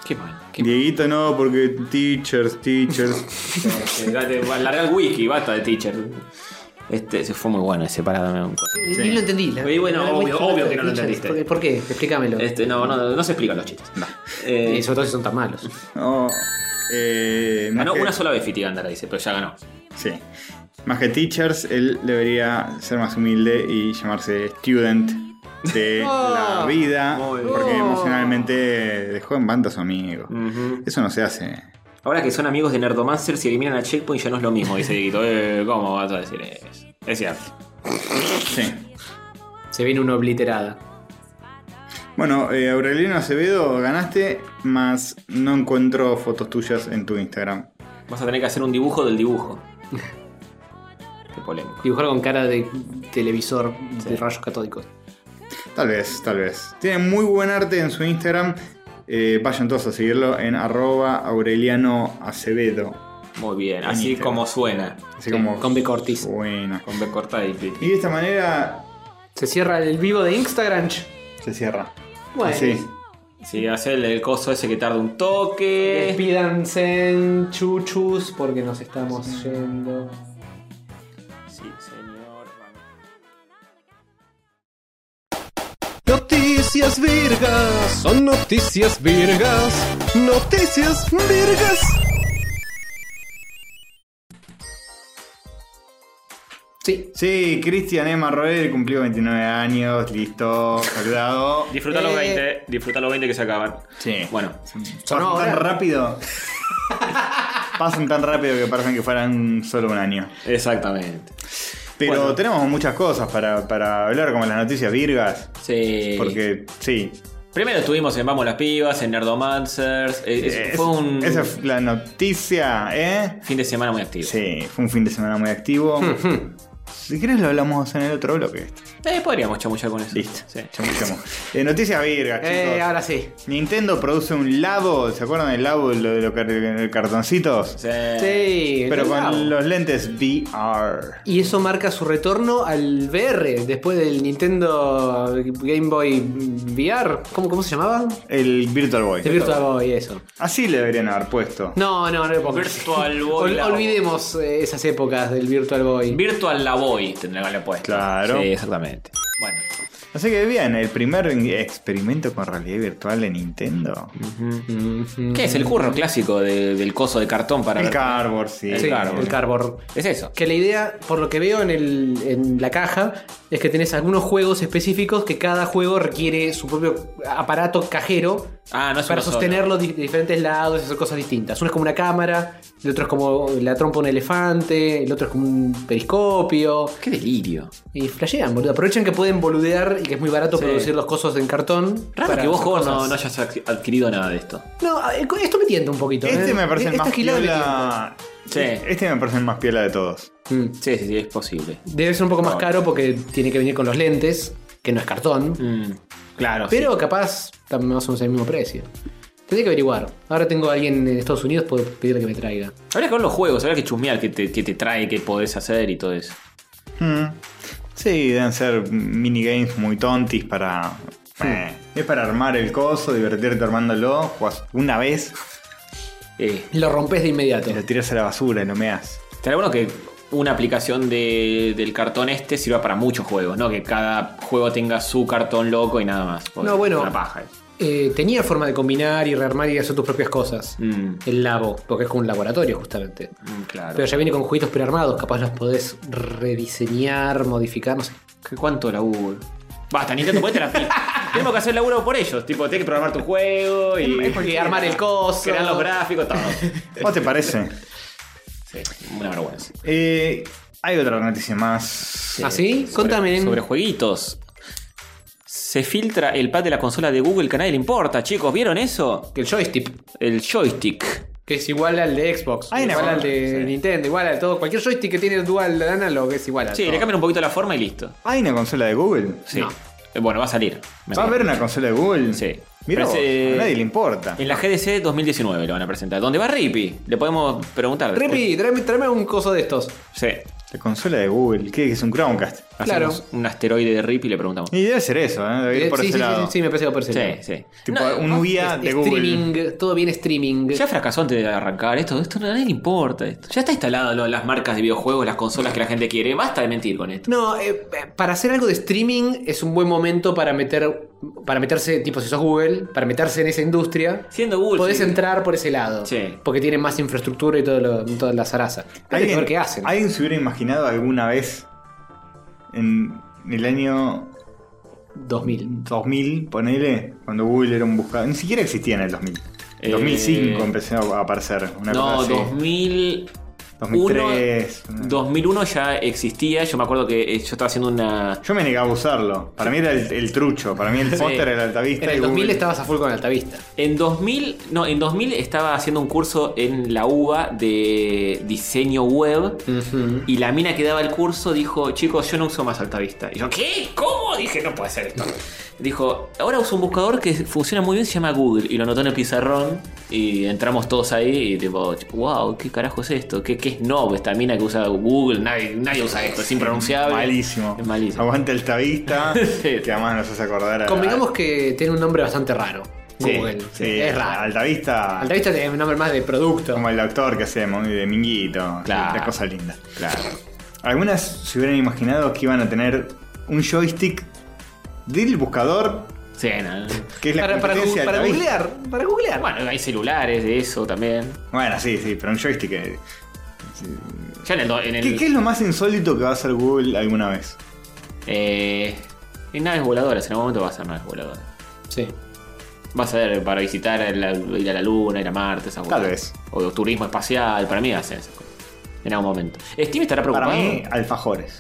Speaker 1: Qué mal. Qué
Speaker 2: Dieguito no, porque teachers, teachers.
Speaker 1: Eh, date, va, Larga el wiki, basta de teacher. Este se fue muy bueno ese parado. un coso.
Speaker 3: Ni lo entendí. la-
Speaker 1: Y bueno,
Speaker 3: la- la-
Speaker 1: obvio-
Speaker 3: la-
Speaker 1: obvio que no lo
Speaker 3: ¿Por qué?
Speaker 1: entendiste.
Speaker 3: ¿Por qué? Explícamelo.
Speaker 1: Este, no, no, no se explican los chistes. Eh,
Speaker 3: Y sobre todo si son tan malos.
Speaker 2: No, eh, más
Speaker 1: ganó
Speaker 2: que-
Speaker 1: Ah, una sola vez Fiti Gandara, dice, pero ya ganó.
Speaker 2: Sí. Más que teachers, él debería ser más humilde y llamarse student de la vida.
Speaker 1: Oh, Muy bien. Mm.
Speaker 2: Porque
Speaker 3: Oh.
Speaker 2: emocionalmente dejó en banda a su amigo. Eso no se hace.
Speaker 1: Ahora que son amigos de Nerdomancer, si eliminan a Checkpoint ya no es lo mismo, dice Dieguito. Eh, ¿Cómo vas a decir eso? Es cierto.
Speaker 2: Sí.
Speaker 3: Se viene una obliterada.
Speaker 2: Bueno, eh, Aureliano Acevedo, ganaste, más no encuentro fotos tuyas en tu Instagram.
Speaker 1: Vas a tener que hacer un dibujo del dibujo. Qué polémico.
Speaker 3: Dibujar con cara de televisor de rayos catódicos.
Speaker 2: Tal vez, tal vez. Tiene muy buen arte en su Instagram. Eh, vayan todos a seguirlo en arroba Aureliano Acevedo.
Speaker 1: Muy bien, así
Speaker 2: Buenísimo.
Speaker 1: como suena.
Speaker 2: Así como...
Speaker 3: Con B cortis.
Speaker 2: Buena.
Speaker 1: Con B corta y Fiti.
Speaker 2: Y de esta manera
Speaker 3: Se cierra el vivo de Instagram. ch.
Speaker 2: se cierra.
Speaker 3: Bueno.
Speaker 2: Así.
Speaker 1: Sí, hacer el coso ese que tarda un toque.
Speaker 3: Despídanse, chuchus, porque nos estamos yendo.
Speaker 1: Sí, señor.
Speaker 4: Noticias virgas, son noticias virgas, noticias virgas.
Speaker 3: Sí.
Speaker 2: Sí, Cristian Emma Roel cumplió 29 años, listo, saludado.
Speaker 1: Disfruta los
Speaker 3: Eh.
Speaker 1: 20, eh. disfruta los 20 que se acaban.
Speaker 2: Sí.
Speaker 1: Bueno,
Speaker 2: pasan
Speaker 3: ahora?
Speaker 2: tan rápido. pasan tan rápido que parecen que fueran solo un año.
Speaker 1: exactamente.
Speaker 2: Pero
Speaker 1: Bueno.
Speaker 2: tenemos muchas cosas para, para hablar, como las noticias virgas.
Speaker 1: Sí.
Speaker 2: Porque, sí.
Speaker 1: Primero estuvimos en Vamos las Pibas, en Nerdomancers. eh, es-
Speaker 2: Es-
Speaker 1: fue un
Speaker 2: Esa es la noticia, ¿eh?
Speaker 1: fin de semana muy activo.
Speaker 2: Sí, fue un fin de semana muy activo. si querés lo hablamos en el otro bloque.
Speaker 1: Eh, podríamos chamuchar con eso.
Speaker 2: Listo.
Speaker 1: Sí.
Speaker 2: Chamuchemos. Eh, noticias virgas, chicos.
Speaker 3: Eh, ahora sí.
Speaker 2: Nintendo produce un labo, ¿se acuerdan del labo, lo de los car- cartoncitos?
Speaker 1: Sí.
Speaker 3: Sí.
Speaker 2: Eh, Pero
Speaker 3: no
Speaker 2: con
Speaker 3: bravo.
Speaker 2: los lentes VR.
Speaker 3: Y eso marca su retorno al VR, después del Nintendo Game Boy VR. ¿Cómo, cómo se llamaba?
Speaker 2: El Virtual Boy.
Speaker 3: El Virtual Boy, eso.
Speaker 2: Así le deberían haber puesto.
Speaker 3: No, no, no le pongo.
Speaker 1: Virtual Boy.
Speaker 3: Ol-
Speaker 1: la-
Speaker 3: olvidemos eh, esas épocas del Virtual Boy.
Speaker 1: Virtual La Boy tendría que haberle puesto.
Speaker 2: Claro.
Speaker 1: Sí, exactamente. Bueno.
Speaker 2: Así que bien, el primer experimento con realidad virtual de Nintendo.
Speaker 3: Mm,
Speaker 1: ¿Qué es? El curro clásico de- del coso de cartón para
Speaker 2: Mm. El
Speaker 1: ver-
Speaker 2: Cardboard, sí.
Speaker 3: Sí,
Speaker 1: cardboard.
Speaker 3: el cardboard.
Speaker 1: Es eso.
Speaker 3: Que la idea, por lo que veo en, el- en la caja, es que tenés algunos juegos específicos que cada juego requiere su propio aparato cajero
Speaker 1: Ah, no es
Speaker 3: para
Speaker 1: uno solo.
Speaker 3: sostenerlo de diferentes lados y hacer cosas distintas. Uno es como una cámara, el otro es como la trompa de un elefante, el otro es como un periscopio.
Speaker 1: Qué delirio.
Speaker 3: Y flashean, boludo. Aprovechan que pueden boludear y que es muy barato
Speaker 1: Sí.
Speaker 3: producir los cosos en cartón.
Speaker 1: Raro
Speaker 3: para
Speaker 1: que vos,
Speaker 3: hacer
Speaker 1: Hover,
Speaker 3: cosas.
Speaker 1: no, no hayas adqu- adquirido nada de esto.
Speaker 3: No, eh, esto me tienta un poquito.
Speaker 2: Este
Speaker 3: eh.
Speaker 2: me parece el
Speaker 3: Esta
Speaker 2: más
Speaker 3: gilada me
Speaker 2: piola.
Speaker 1: Sí.
Speaker 2: Este me parece el más piola de todos.
Speaker 3: tienta. Mm.
Speaker 1: Sí, sí, sí, es posible.
Speaker 3: Debe ser un poco más caro porque tiene que venir con los lentes, que no es cartón.
Speaker 1: Mm, claro.
Speaker 3: Pero capaz también más o menos el mismo precio. Tendré que averiguar. Ahora tengo a alguien en Estados Unidos, puedo pedirle que me traiga.
Speaker 1: sí. Habría que ver los juegos, habría que chusmear qué te, qué te trae, qué podés hacer y todo eso.
Speaker 2: Mm. Sí, deben ser minigames muy tontis para. Eh, Es para armar el coso, divertirte armándolo. Jugás una vez
Speaker 1: Eh,
Speaker 3: Lo rompes de inmediato.
Speaker 2: y lo tiras a la basura y lo meas.
Speaker 1: estaría bueno que una aplicación de- del cartón este sirva para muchos juegos, ¿no? Que cada juego tenga su cartón loco y nada más. porque
Speaker 3: No, bueno.
Speaker 1: Una paja. eh.
Speaker 3: Eh, tenía forma de combinar y rearmar y hacer tus propias cosas.
Speaker 1: Mm,
Speaker 3: El labo, porque es como un laboratorio justamente.
Speaker 1: mm, claro.
Speaker 3: Pero ya viene con juguitos prearmados, capaz los podés rediseñar, modificar, no sé.
Speaker 1: ¿Qué- ¿Cuánto laburo? Basta, Nintendo, ponete la pila. Tenemos que hacer laburo por ellos. Tipo, tenés que programar tu juego y.
Speaker 3: Y Eh, armar el coso.
Speaker 1: Crear los gráficos, todo.
Speaker 2: ¿Cómo te parece?
Speaker 1: Sí, una vergüenza.
Speaker 2: Eh, hay otra noticia más.
Speaker 3: ¿Ah, sí? Contame.
Speaker 1: Este, Sobre jueguitos. Se filtra el pad de la consola de Google que a nadie le importa, chicos. ¿Vieron eso?
Speaker 3: que El joystick,
Speaker 1: El joystick.
Speaker 3: que es igual al de Xbox,
Speaker 2: Hay una
Speaker 3: igual al
Speaker 2: forma,
Speaker 3: de
Speaker 2: sí.
Speaker 3: Nintendo, igual al todo. Cualquier joystick que tiene dual analog es igual al
Speaker 1: Sí, le cambian un poquito la forma y listo.
Speaker 2: ¿Hay una consola de Google?
Speaker 1: Sí.
Speaker 3: No.
Speaker 1: Eh, Bueno, va a salir.
Speaker 2: ¿Va a haber una consola de Google?
Speaker 1: Sí.
Speaker 2: Mira,
Speaker 1: Pero es, eh,
Speaker 2: a nadie le importa.
Speaker 1: En la GDC 2019 lo van a presentar. ¿Dónde va Rippy? Le podemos preguntar. después.
Speaker 3: Repi, tráeme, tráeme un coso de estos.
Speaker 1: Sí.
Speaker 2: La consola de Google, ¿qué es un Chromecast?
Speaker 3: Claro.
Speaker 1: Hacemos un asteroide de Rippy y le preguntamos.
Speaker 2: Y debe ser eso, ¿eh? Debe ir
Speaker 3: Eh,
Speaker 2: por
Speaker 3: sí,
Speaker 2: ese
Speaker 3: sí,
Speaker 2: lado.
Speaker 3: sí, sí, me parece que va por ese
Speaker 1: Sí,
Speaker 3: lado.
Speaker 1: sí.
Speaker 2: Tipo,
Speaker 1: No,
Speaker 2: un guía
Speaker 3: Es-
Speaker 2: de Google.
Speaker 3: streaming, todo bien streaming.
Speaker 1: Ya fracasó antes de arrancar esto. Esto a nadie le importa. Esto. Ya está instalado lo- las marcas de videojuegos, las consolas que la gente quiere. Basta de mentir con esto.
Speaker 3: No, eh, para hacer algo de streaming es un buen momento para meter para meterse, tipo si sos Google, para meterse en esa industria.
Speaker 1: Siendo Google.
Speaker 3: podés
Speaker 1: sí.
Speaker 3: entrar por ese lado.
Speaker 1: Sí.
Speaker 3: Porque tienen más infraestructura y todo lo- toda la zaraza. Hay que ver qué hacen.
Speaker 2: alguien se hubiera imaginado alguna vez en el año
Speaker 3: 2000.
Speaker 2: 2000, ponele, cuando Google era un buscador? Ni siquiera existía en el 2000. En
Speaker 1: Eh,
Speaker 2: 2005 empezó a aparecer una
Speaker 1: No,
Speaker 2: cosa así.
Speaker 1: 2000.
Speaker 2: 2003.
Speaker 1: 2001 ya existía. Yo me acuerdo que eh, yo estaba haciendo una.
Speaker 2: Yo me negaba a usarlo. Para mí era el, el trucho. Para mí el póster era el altavista.
Speaker 3: En
Speaker 2: y
Speaker 3: el 2000
Speaker 2: Google-
Speaker 3: estabas a full con Altavista.
Speaker 1: En 2000, no, en 2000 estaba haciendo un curso en la UBA de diseño web. Y la mina que daba el curso dijo, chicos, yo no uso más altavista. Y yo, ¿qué? ¿Cómo? Dije, no puede ser esto. Dijo, ahora uso un buscador que funciona muy bien, se llama Google. Y lo anotó en el pizarrón y entramos todos ahí y tipo, wow, ¿qué carajo es esto? ¿Qué, qué es no? Esta mina que usa Google, nadie, nadie usa esto, es impronunciable.
Speaker 2: Malísimo.
Speaker 1: Es malísimo.
Speaker 2: Aguanta el altavista. Que además nos hace acordar a.
Speaker 3: Convengamos que tiene un nombre bastante raro.
Speaker 2: Sí,
Speaker 3: Google.
Speaker 2: sí,
Speaker 3: Es raro.
Speaker 2: Altavista.
Speaker 3: Altavista tiene un nombre más de producto.
Speaker 2: Como el doctor que hacemos, de Minguito.
Speaker 1: Claro.
Speaker 2: La cosa linda. Claro. Algunas se hubieran imaginado que iban a tener un joystick del buscador,
Speaker 1: Sí, no.
Speaker 2: que es la
Speaker 3: Para, para,
Speaker 2: competencia
Speaker 3: gu- para
Speaker 2: de la
Speaker 3: googlear. Para googlear.
Speaker 1: Bueno, hay celulares de eso también.
Speaker 2: vista. Bueno, sí, sí, pero un joystick. eh.
Speaker 1: Ya en el... do- en el-
Speaker 2: ¿Qué, qué es lo más insólito que va a hacer Google alguna vez?
Speaker 1: Eh, en naves voladoras, en algún momento va a ser naves voladoras.
Speaker 3: Sí.
Speaker 1: Va a ser para visitar, la- ir a la Luna, ir a Marte, esas
Speaker 2: Tal
Speaker 1: cosas.
Speaker 2: vez.
Speaker 1: O turismo espacial, para mí hacen esas cosas. En algún momento. ¿Steam estará
Speaker 2: Para
Speaker 1: preocupado?
Speaker 2: mí, alfajores.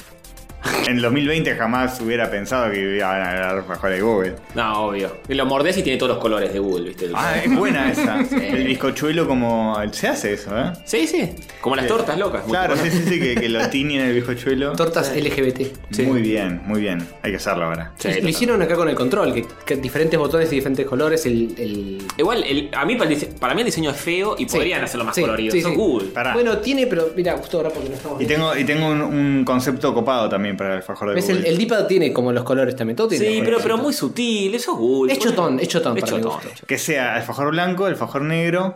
Speaker 2: En el 2020 jamás hubiera pensado que iban a ganar alfajores de Google.
Speaker 1: No, obvio. Lo mordés y tiene todos los colores de Google, ¿viste?
Speaker 2: Ah, es buena esa. El bizcochuelo como... Se hace eso, ¿eh?
Speaker 1: Sí, sí. Como las tortas locas.
Speaker 2: Claro,
Speaker 1: multicolor.
Speaker 2: sí, sí, sí, que, que lo tiñen el bizcochuelo.
Speaker 3: Tortas LGBT.
Speaker 1: Sí.
Speaker 2: Muy bien, muy bien. Hay que hacerlo ahora.
Speaker 1: Sí,
Speaker 3: lo
Speaker 1: total.
Speaker 3: hicieron acá con el control, que, que diferentes botones y diferentes colores, el... el-
Speaker 1: Igual, el- a mí para, el dise- para mí el diseño es feo y
Speaker 3: Sí.
Speaker 1: podrían hacerlo más
Speaker 3: Sí,
Speaker 1: colorido.
Speaker 3: sí,
Speaker 1: Son
Speaker 3: sí.
Speaker 1: Google.
Speaker 2: Pará.
Speaker 3: Bueno, tiene, pero mira, justo ahora porque no estamos...
Speaker 2: Y tengo, y tengo un, un concepto copado también para el alfajor de
Speaker 3: ¿Ves? El,
Speaker 2: Google.
Speaker 3: el D-pad tiene como los colores también, todo tiene...
Speaker 1: Sí, pero, pero
Speaker 3: colorcitos.
Speaker 1: muy sutil. Eso es Google.
Speaker 3: Es chotón, es chotón
Speaker 1: Es
Speaker 3: para mi
Speaker 1: chotón.
Speaker 3: gusto.
Speaker 2: Que sea alfajor blanco, alfajor negro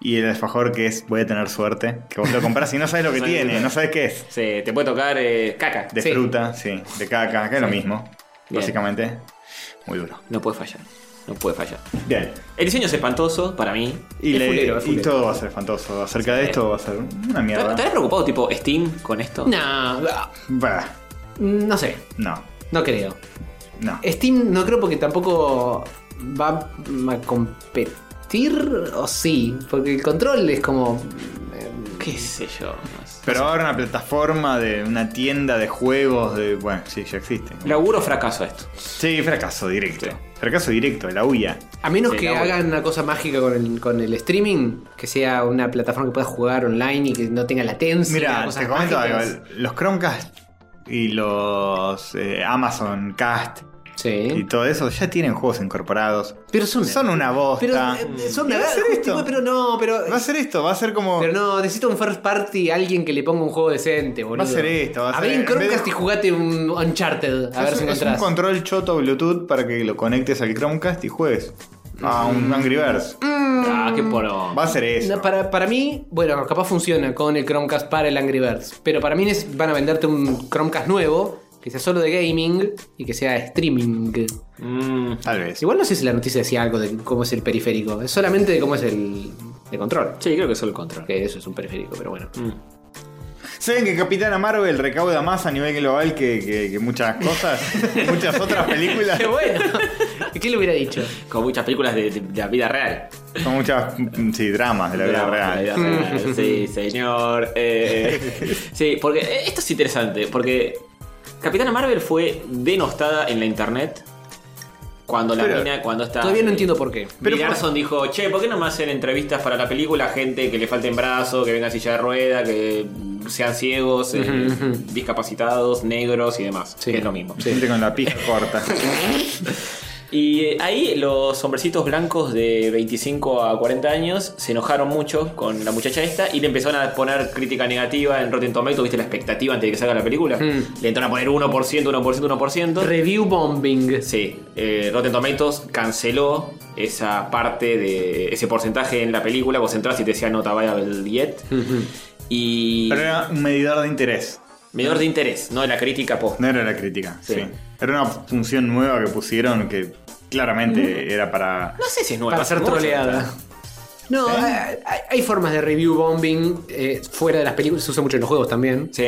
Speaker 2: y el alfajor que es voy a tener suerte. Que vos lo compras y no sabes lo que
Speaker 1: Sí.
Speaker 2: tiene, no sabes qué es.
Speaker 1: Sí, te puede tocar eh, caca.
Speaker 2: De
Speaker 3: Sí.
Speaker 2: fruta, sí, de caca, que es lo mismo.
Speaker 1: Bien.
Speaker 2: básicamente. Muy duro.
Speaker 1: No puede fallar. No puede fallar.
Speaker 2: Bien.
Speaker 1: El diseño es espantoso para mí.
Speaker 2: Y,
Speaker 3: Es
Speaker 2: le-
Speaker 3: fulero, es
Speaker 2: y
Speaker 3: fulero.
Speaker 2: todo va a ser espantoso. Acerca de esto va a ser una mierda.
Speaker 1: ¿Estás preocupado tipo Steam con esto?
Speaker 3: No,
Speaker 2: Bah,
Speaker 3: no sé,
Speaker 2: no,
Speaker 3: no creo.
Speaker 2: no.
Speaker 3: Steam no creo porque tampoco va a competir, o sí, porque el control es como...
Speaker 1: ¿Qué sé yo? No sé.
Speaker 2: Pero ahora una plataforma de una tienda de juegos de. Bueno, sí, ya existe.
Speaker 1: Laburo fracaso esto.
Speaker 2: Sí, fracaso directo. Fracaso directo, la huya.
Speaker 3: A menos
Speaker 1: Sí,
Speaker 3: que
Speaker 1: la-
Speaker 3: hagan una cosa mágica con el, con el streaming, que sea una plataforma que puedas jugar online y que no tenga latencia.
Speaker 2: Mira,
Speaker 3: cosas
Speaker 2: te comento
Speaker 3: mágicas.
Speaker 2: algo. Los Chromecast y los eh, Amazon Cast y
Speaker 3: Sí.
Speaker 2: todo eso ya tienen juegos incorporados.
Speaker 3: Pero son...
Speaker 2: Son una bosta.
Speaker 3: pero, eh, son
Speaker 2: ¿Y
Speaker 3: una-
Speaker 2: va a ser esto?
Speaker 3: Pero no, pero...
Speaker 2: Va a ser esto, va a ser como.
Speaker 3: Pero no, necesito un first party, alguien que le ponga un juego decente, boludo.
Speaker 2: a ser esto, va a
Speaker 3: Abrí
Speaker 2: ser-
Speaker 3: un
Speaker 2: en vez
Speaker 3: Chromecast
Speaker 2: de-
Speaker 3: y jugate un Uncharted, a ver
Speaker 2: es,
Speaker 3: si
Speaker 2: un- es un
Speaker 3: encontrás.
Speaker 2: control choto Bluetooth para que lo conectes al Chromecast y juegues a un Angry Birds.
Speaker 1: Ah, qué poro.
Speaker 2: Va a ser eso.
Speaker 3: Mm. No, para, para mí, bueno, capaz funciona con el Chromecast para el Angry Birds. Pero para mí es- van a venderte un Chromecast nuevo, que sea solo de gaming y que sea streaming.
Speaker 1: Mm,
Speaker 2: Tal vez.
Speaker 3: Igual no sé si la noticia decía algo de cómo es el periférico, es solamente de cómo es el de control.
Speaker 1: sí, creo que es el control.
Speaker 3: Que eso es un periférico, pero bueno.
Speaker 2: ¿Saben que Capitana Marvel recauda más a nivel global que, que- que muchas cosas? muchas otras películas.
Speaker 3: bueno, ¿qué le hubiera dicho?
Speaker 1: Con muchas películas de, de- de la vida real.
Speaker 2: Son muchas mm, sí, dramas de la vida
Speaker 1: Dramas de
Speaker 2: real.
Speaker 1: la vida
Speaker 3: Mm.
Speaker 1: real. Sí, señor. Eh, sí, porque eh, esto es interesante. Porque Capitana Marvel fue denostada en la internet cuando la
Speaker 2: Pero-
Speaker 1: mina, cuando está.
Speaker 3: Todavía no entiendo por qué.
Speaker 2: Pero
Speaker 1: Pero
Speaker 2: por-
Speaker 1: dijo, che, ¿por qué no me hacen entrevistas para la película a gente que le falten brazos, que venga en silla de rueda, que sean ciegos, eh, discapacitados, negros y demás?
Speaker 3: Sí.
Speaker 1: Que es lo mismo.
Speaker 2: Gente con la pija corta.
Speaker 1: Y eh, ahí los hombrecitos blancos de 25 a 40 años se enojaron mucho con la muchacha esta y le empezaron a poner crítica negativa en Rotten Tomatoes, viste la expectativa antes de que salga la película.
Speaker 3: Mm.
Speaker 1: Le entraron a poner 1%, 1%, 1%.
Speaker 3: Review bombing.
Speaker 1: Sí, eh, Rotten Tomatoes canceló esa parte de ese porcentaje en la película. Vos entras y te decía nota variable yet. Y.
Speaker 2: Pero era un medidor de interés.
Speaker 1: Menor de interés, no de la crítica post.
Speaker 2: No era la crítica. Sí.
Speaker 1: Sí.
Speaker 2: Era una función nueva que pusieron que claramente era para.
Speaker 1: No sé si es nueva.
Speaker 3: Para ser
Speaker 1: ¿Cómo se
Speaker 3: troleada. No,
Speaker 2: ¿Sí?
Speaker 3: hay, hay- hay formas de review bombing eh, fuera de las películas. Se usa mucho en los juegos también.
Speaker 1: Sí.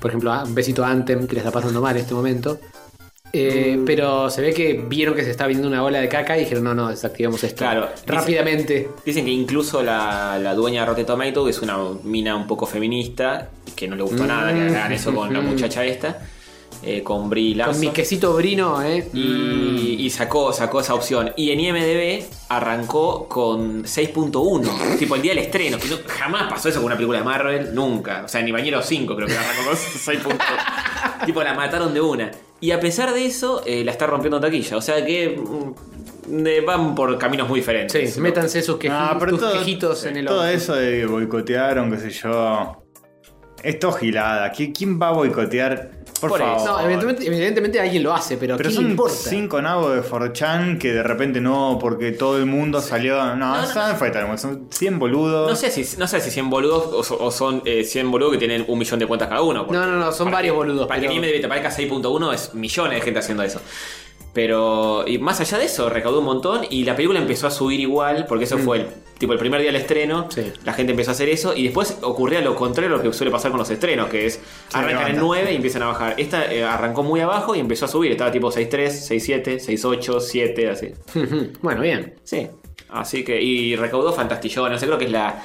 Speaker 3: Por ejemplo, ah, un besito a Anthem, que le está pasando mal en este momento. Eh,
Speaker 1: Mm.
Speaker 3: Pero se ve que vieron que se está viendo una ola de caca y dijeron, no, no, desactivamos esto.
Speaker 1: Claro.
Speaker 3: Rápidamente.
Speaker 1: Dicen que incluso la, la dueña de Rotten Tomatoes es una mina un poco feminista, que no le gustó
Speaker 3: Mm.
Speaker 1: nada que hagan eso con la muchacha esta, eh, con Brie
Speaker 3: Con
Speaker 1: Larson.
Speaker 3: mi quesito brino, ¿eh?
Speaker 1: y, y sacó, sacó esa opción. Y en IMDB arrancó con 6.1, tipo el día del estreno. que no- jamás pasó eso con una película de Marvel, nunca. O sea, ni Bañero 5 creo que arrancó con 6.1. tipo, la mataron de una. Y a pesar de eso, eh, la está rompiendo taquilla. O sea que mm, eh, van por caminos muy diferentes.
Speaker 3: Sí,
Speaker 1: ¿no?
Speaker 3: métanse sus, queji-
Speaker 2: Ah, pero
Speaker 3: sus
Speaker 2: todo-
Speaker 3: quejitos en el
Speaker 2: Todo
Speaker 3: ojo.
Speaker 2: eso de que boicotearon, qué sé yo. Esto es gilada. ¿Qui- ¿Quién va a boicotear? Por,
Speaker 1: Por eso.
Speaker 2: favor.
Speaker 3: No, evidentemente, evidentemente alguien lo hace, pero,
Speaker 2: Pero
Speaker 3: ¿qué le
Speaker 2: son
Speaker 3: importa?
Speaker 2: cinco nabos de Forchan que de repente no, porque todo el mundo salió. No, no, fue tal, son 100 boludos.
Speaker 1: No sé si, no sé si 100 boludos o, so- o son eh, 100 boludos que tienen un millón de cuentas cada uno. porque
Speaker 3: No, no, no, son
Speaker 1: para
Speaker 3: varios
Speaker 1: que-
Speaker 3: boludos,
Speaker 1: Para
Speaker 3: pero-
Speaker 1: que IMDb te parezca 6.1 es millones de gente haciendo eso. Pero y más allá de eso, recaudó un montón y la película empezó a subir igual, porque eso fue el, tipo el primer día del estreno,
Speaker 3: Mm. Sí.
Speaker 1: la gente empezó a hacer eso y después ocurría lo contrario a lo que suele pasar con los estrenos, que es arrancan en
Speaker 2: levanta.
Speaker 1: 9 y empiezan a bajar. Esta eh, arrancó muy abajo y empezó a subir, estaba tipo 6.3, 6.7, 6.8, 7, así.
Speaker 3: bueno, bien.
Speaker 1: Sí. Así que, y recaudó fantastillón. No sé, creo que es la.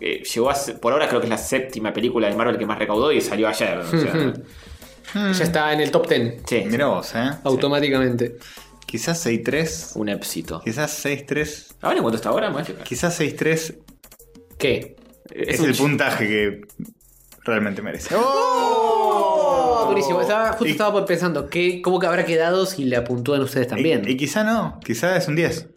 Speaker 1: eh, llegó a, ser- por ahora creo que es la séptima película de Marvel que más recaudó y salió ayer. o sea.
Speaker 2: Mm. Hmm.
Speaker 3: Ya está en el top 10,
Speaker 1: sí.
Speaker 2: Mirá vos, ¿eh?
Speaker 3: automáticamente.
Speaker 2: Quizás 6-3.
Speaker 1: Un éxito.
Speaker 2: Quizás 6-3.
Speaker 1: Ahora en cuanto está ahora, me voy a fijar.
Speaker 2: Quizás 6-3
Speaker 3: ¿Qué?
Speaker 2: es,
Speaker 1: un
Speaker 2: el
Speaker 1: ch-
Speaker 2: puntaje que realmente merece.
Speaker 3: Oh, durísimo. Estaba, justo
Speaker 2: Y-
Speaker 3: estaba pensando, ¿qué, ¿cómo que habrá quedado si le apuntúan ustedes también?
Speaker 2: Y, y quizá no, quizá es un 10.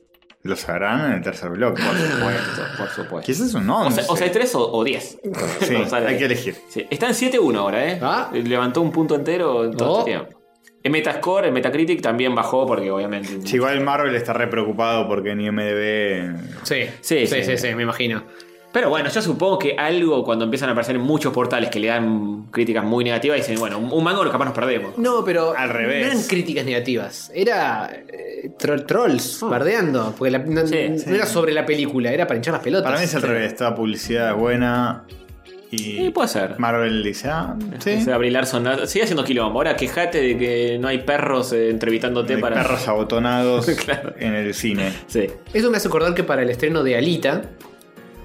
Speaker 2: Lo sabrán en el tercer bloque, por supuesto.
Speaker 1: Por supuesto.
Speaker 2: Quizás es un
Speaker 1: O
Speaker 2: 11.
Speaker 1: sea, o sea, 3 o 10.
Speaker 2: Sí, hay que elegir.
Speaker 1: Está en 7-1 ahora, ¿eh?
Speaker 3: Ah.
Speaker 1: Levantó un punto entero en todo
Speaker 3: Oh.
Speaker 1: este tiempo. En Metascore, en Metacritic también bajó porque obviamente.
Speaker 2: Sí, igual Marvel está re preocupado porque en IMDB.
Speaker 3: Sí, sí,
Speaker 1: Sí,
Speaker 3: sí, sí,
Speaker 1: sí.
Speaker 3: me imagino.
Speaker 1: Pero bueno, yo supongo que algo cuando empiezan a aparecer muchos portales que le dan críticas muy negativas, dicen, bueno, un un mango capaz nos perdemos.
Speaker 3: No, pero.
Speaker 2: Al revés.
Speaker 3: No eran críticas negativas. Era. eh, tro- trolls, bardeando. Porque la- no,
Speaker 1: Sí,
Speaker 3: no
Speaker 1: sí.
Speaker 3: era sobre la película, era para hinchar las pelotas.
Speaker 2: Para mí es al revés, toda publicidad es buena y
Speaker 1: Sí, puede ser.
Speaker 2: Marvel dice, ah, sí,
Speaker 1: O sea, Brie Larson no- sigue haciendo quilombo. Ahora quejate de que no hay perros eh, entrevistándote
Speaker 2: hay
Speaker 1: para.
Speaker 2: perros abotonados
Speaker 1: Claro.
Speaker 2: en el cine.
Speaker 1: Sí.
Speaker 3: Eso me hace acordar que para el estreno de Alita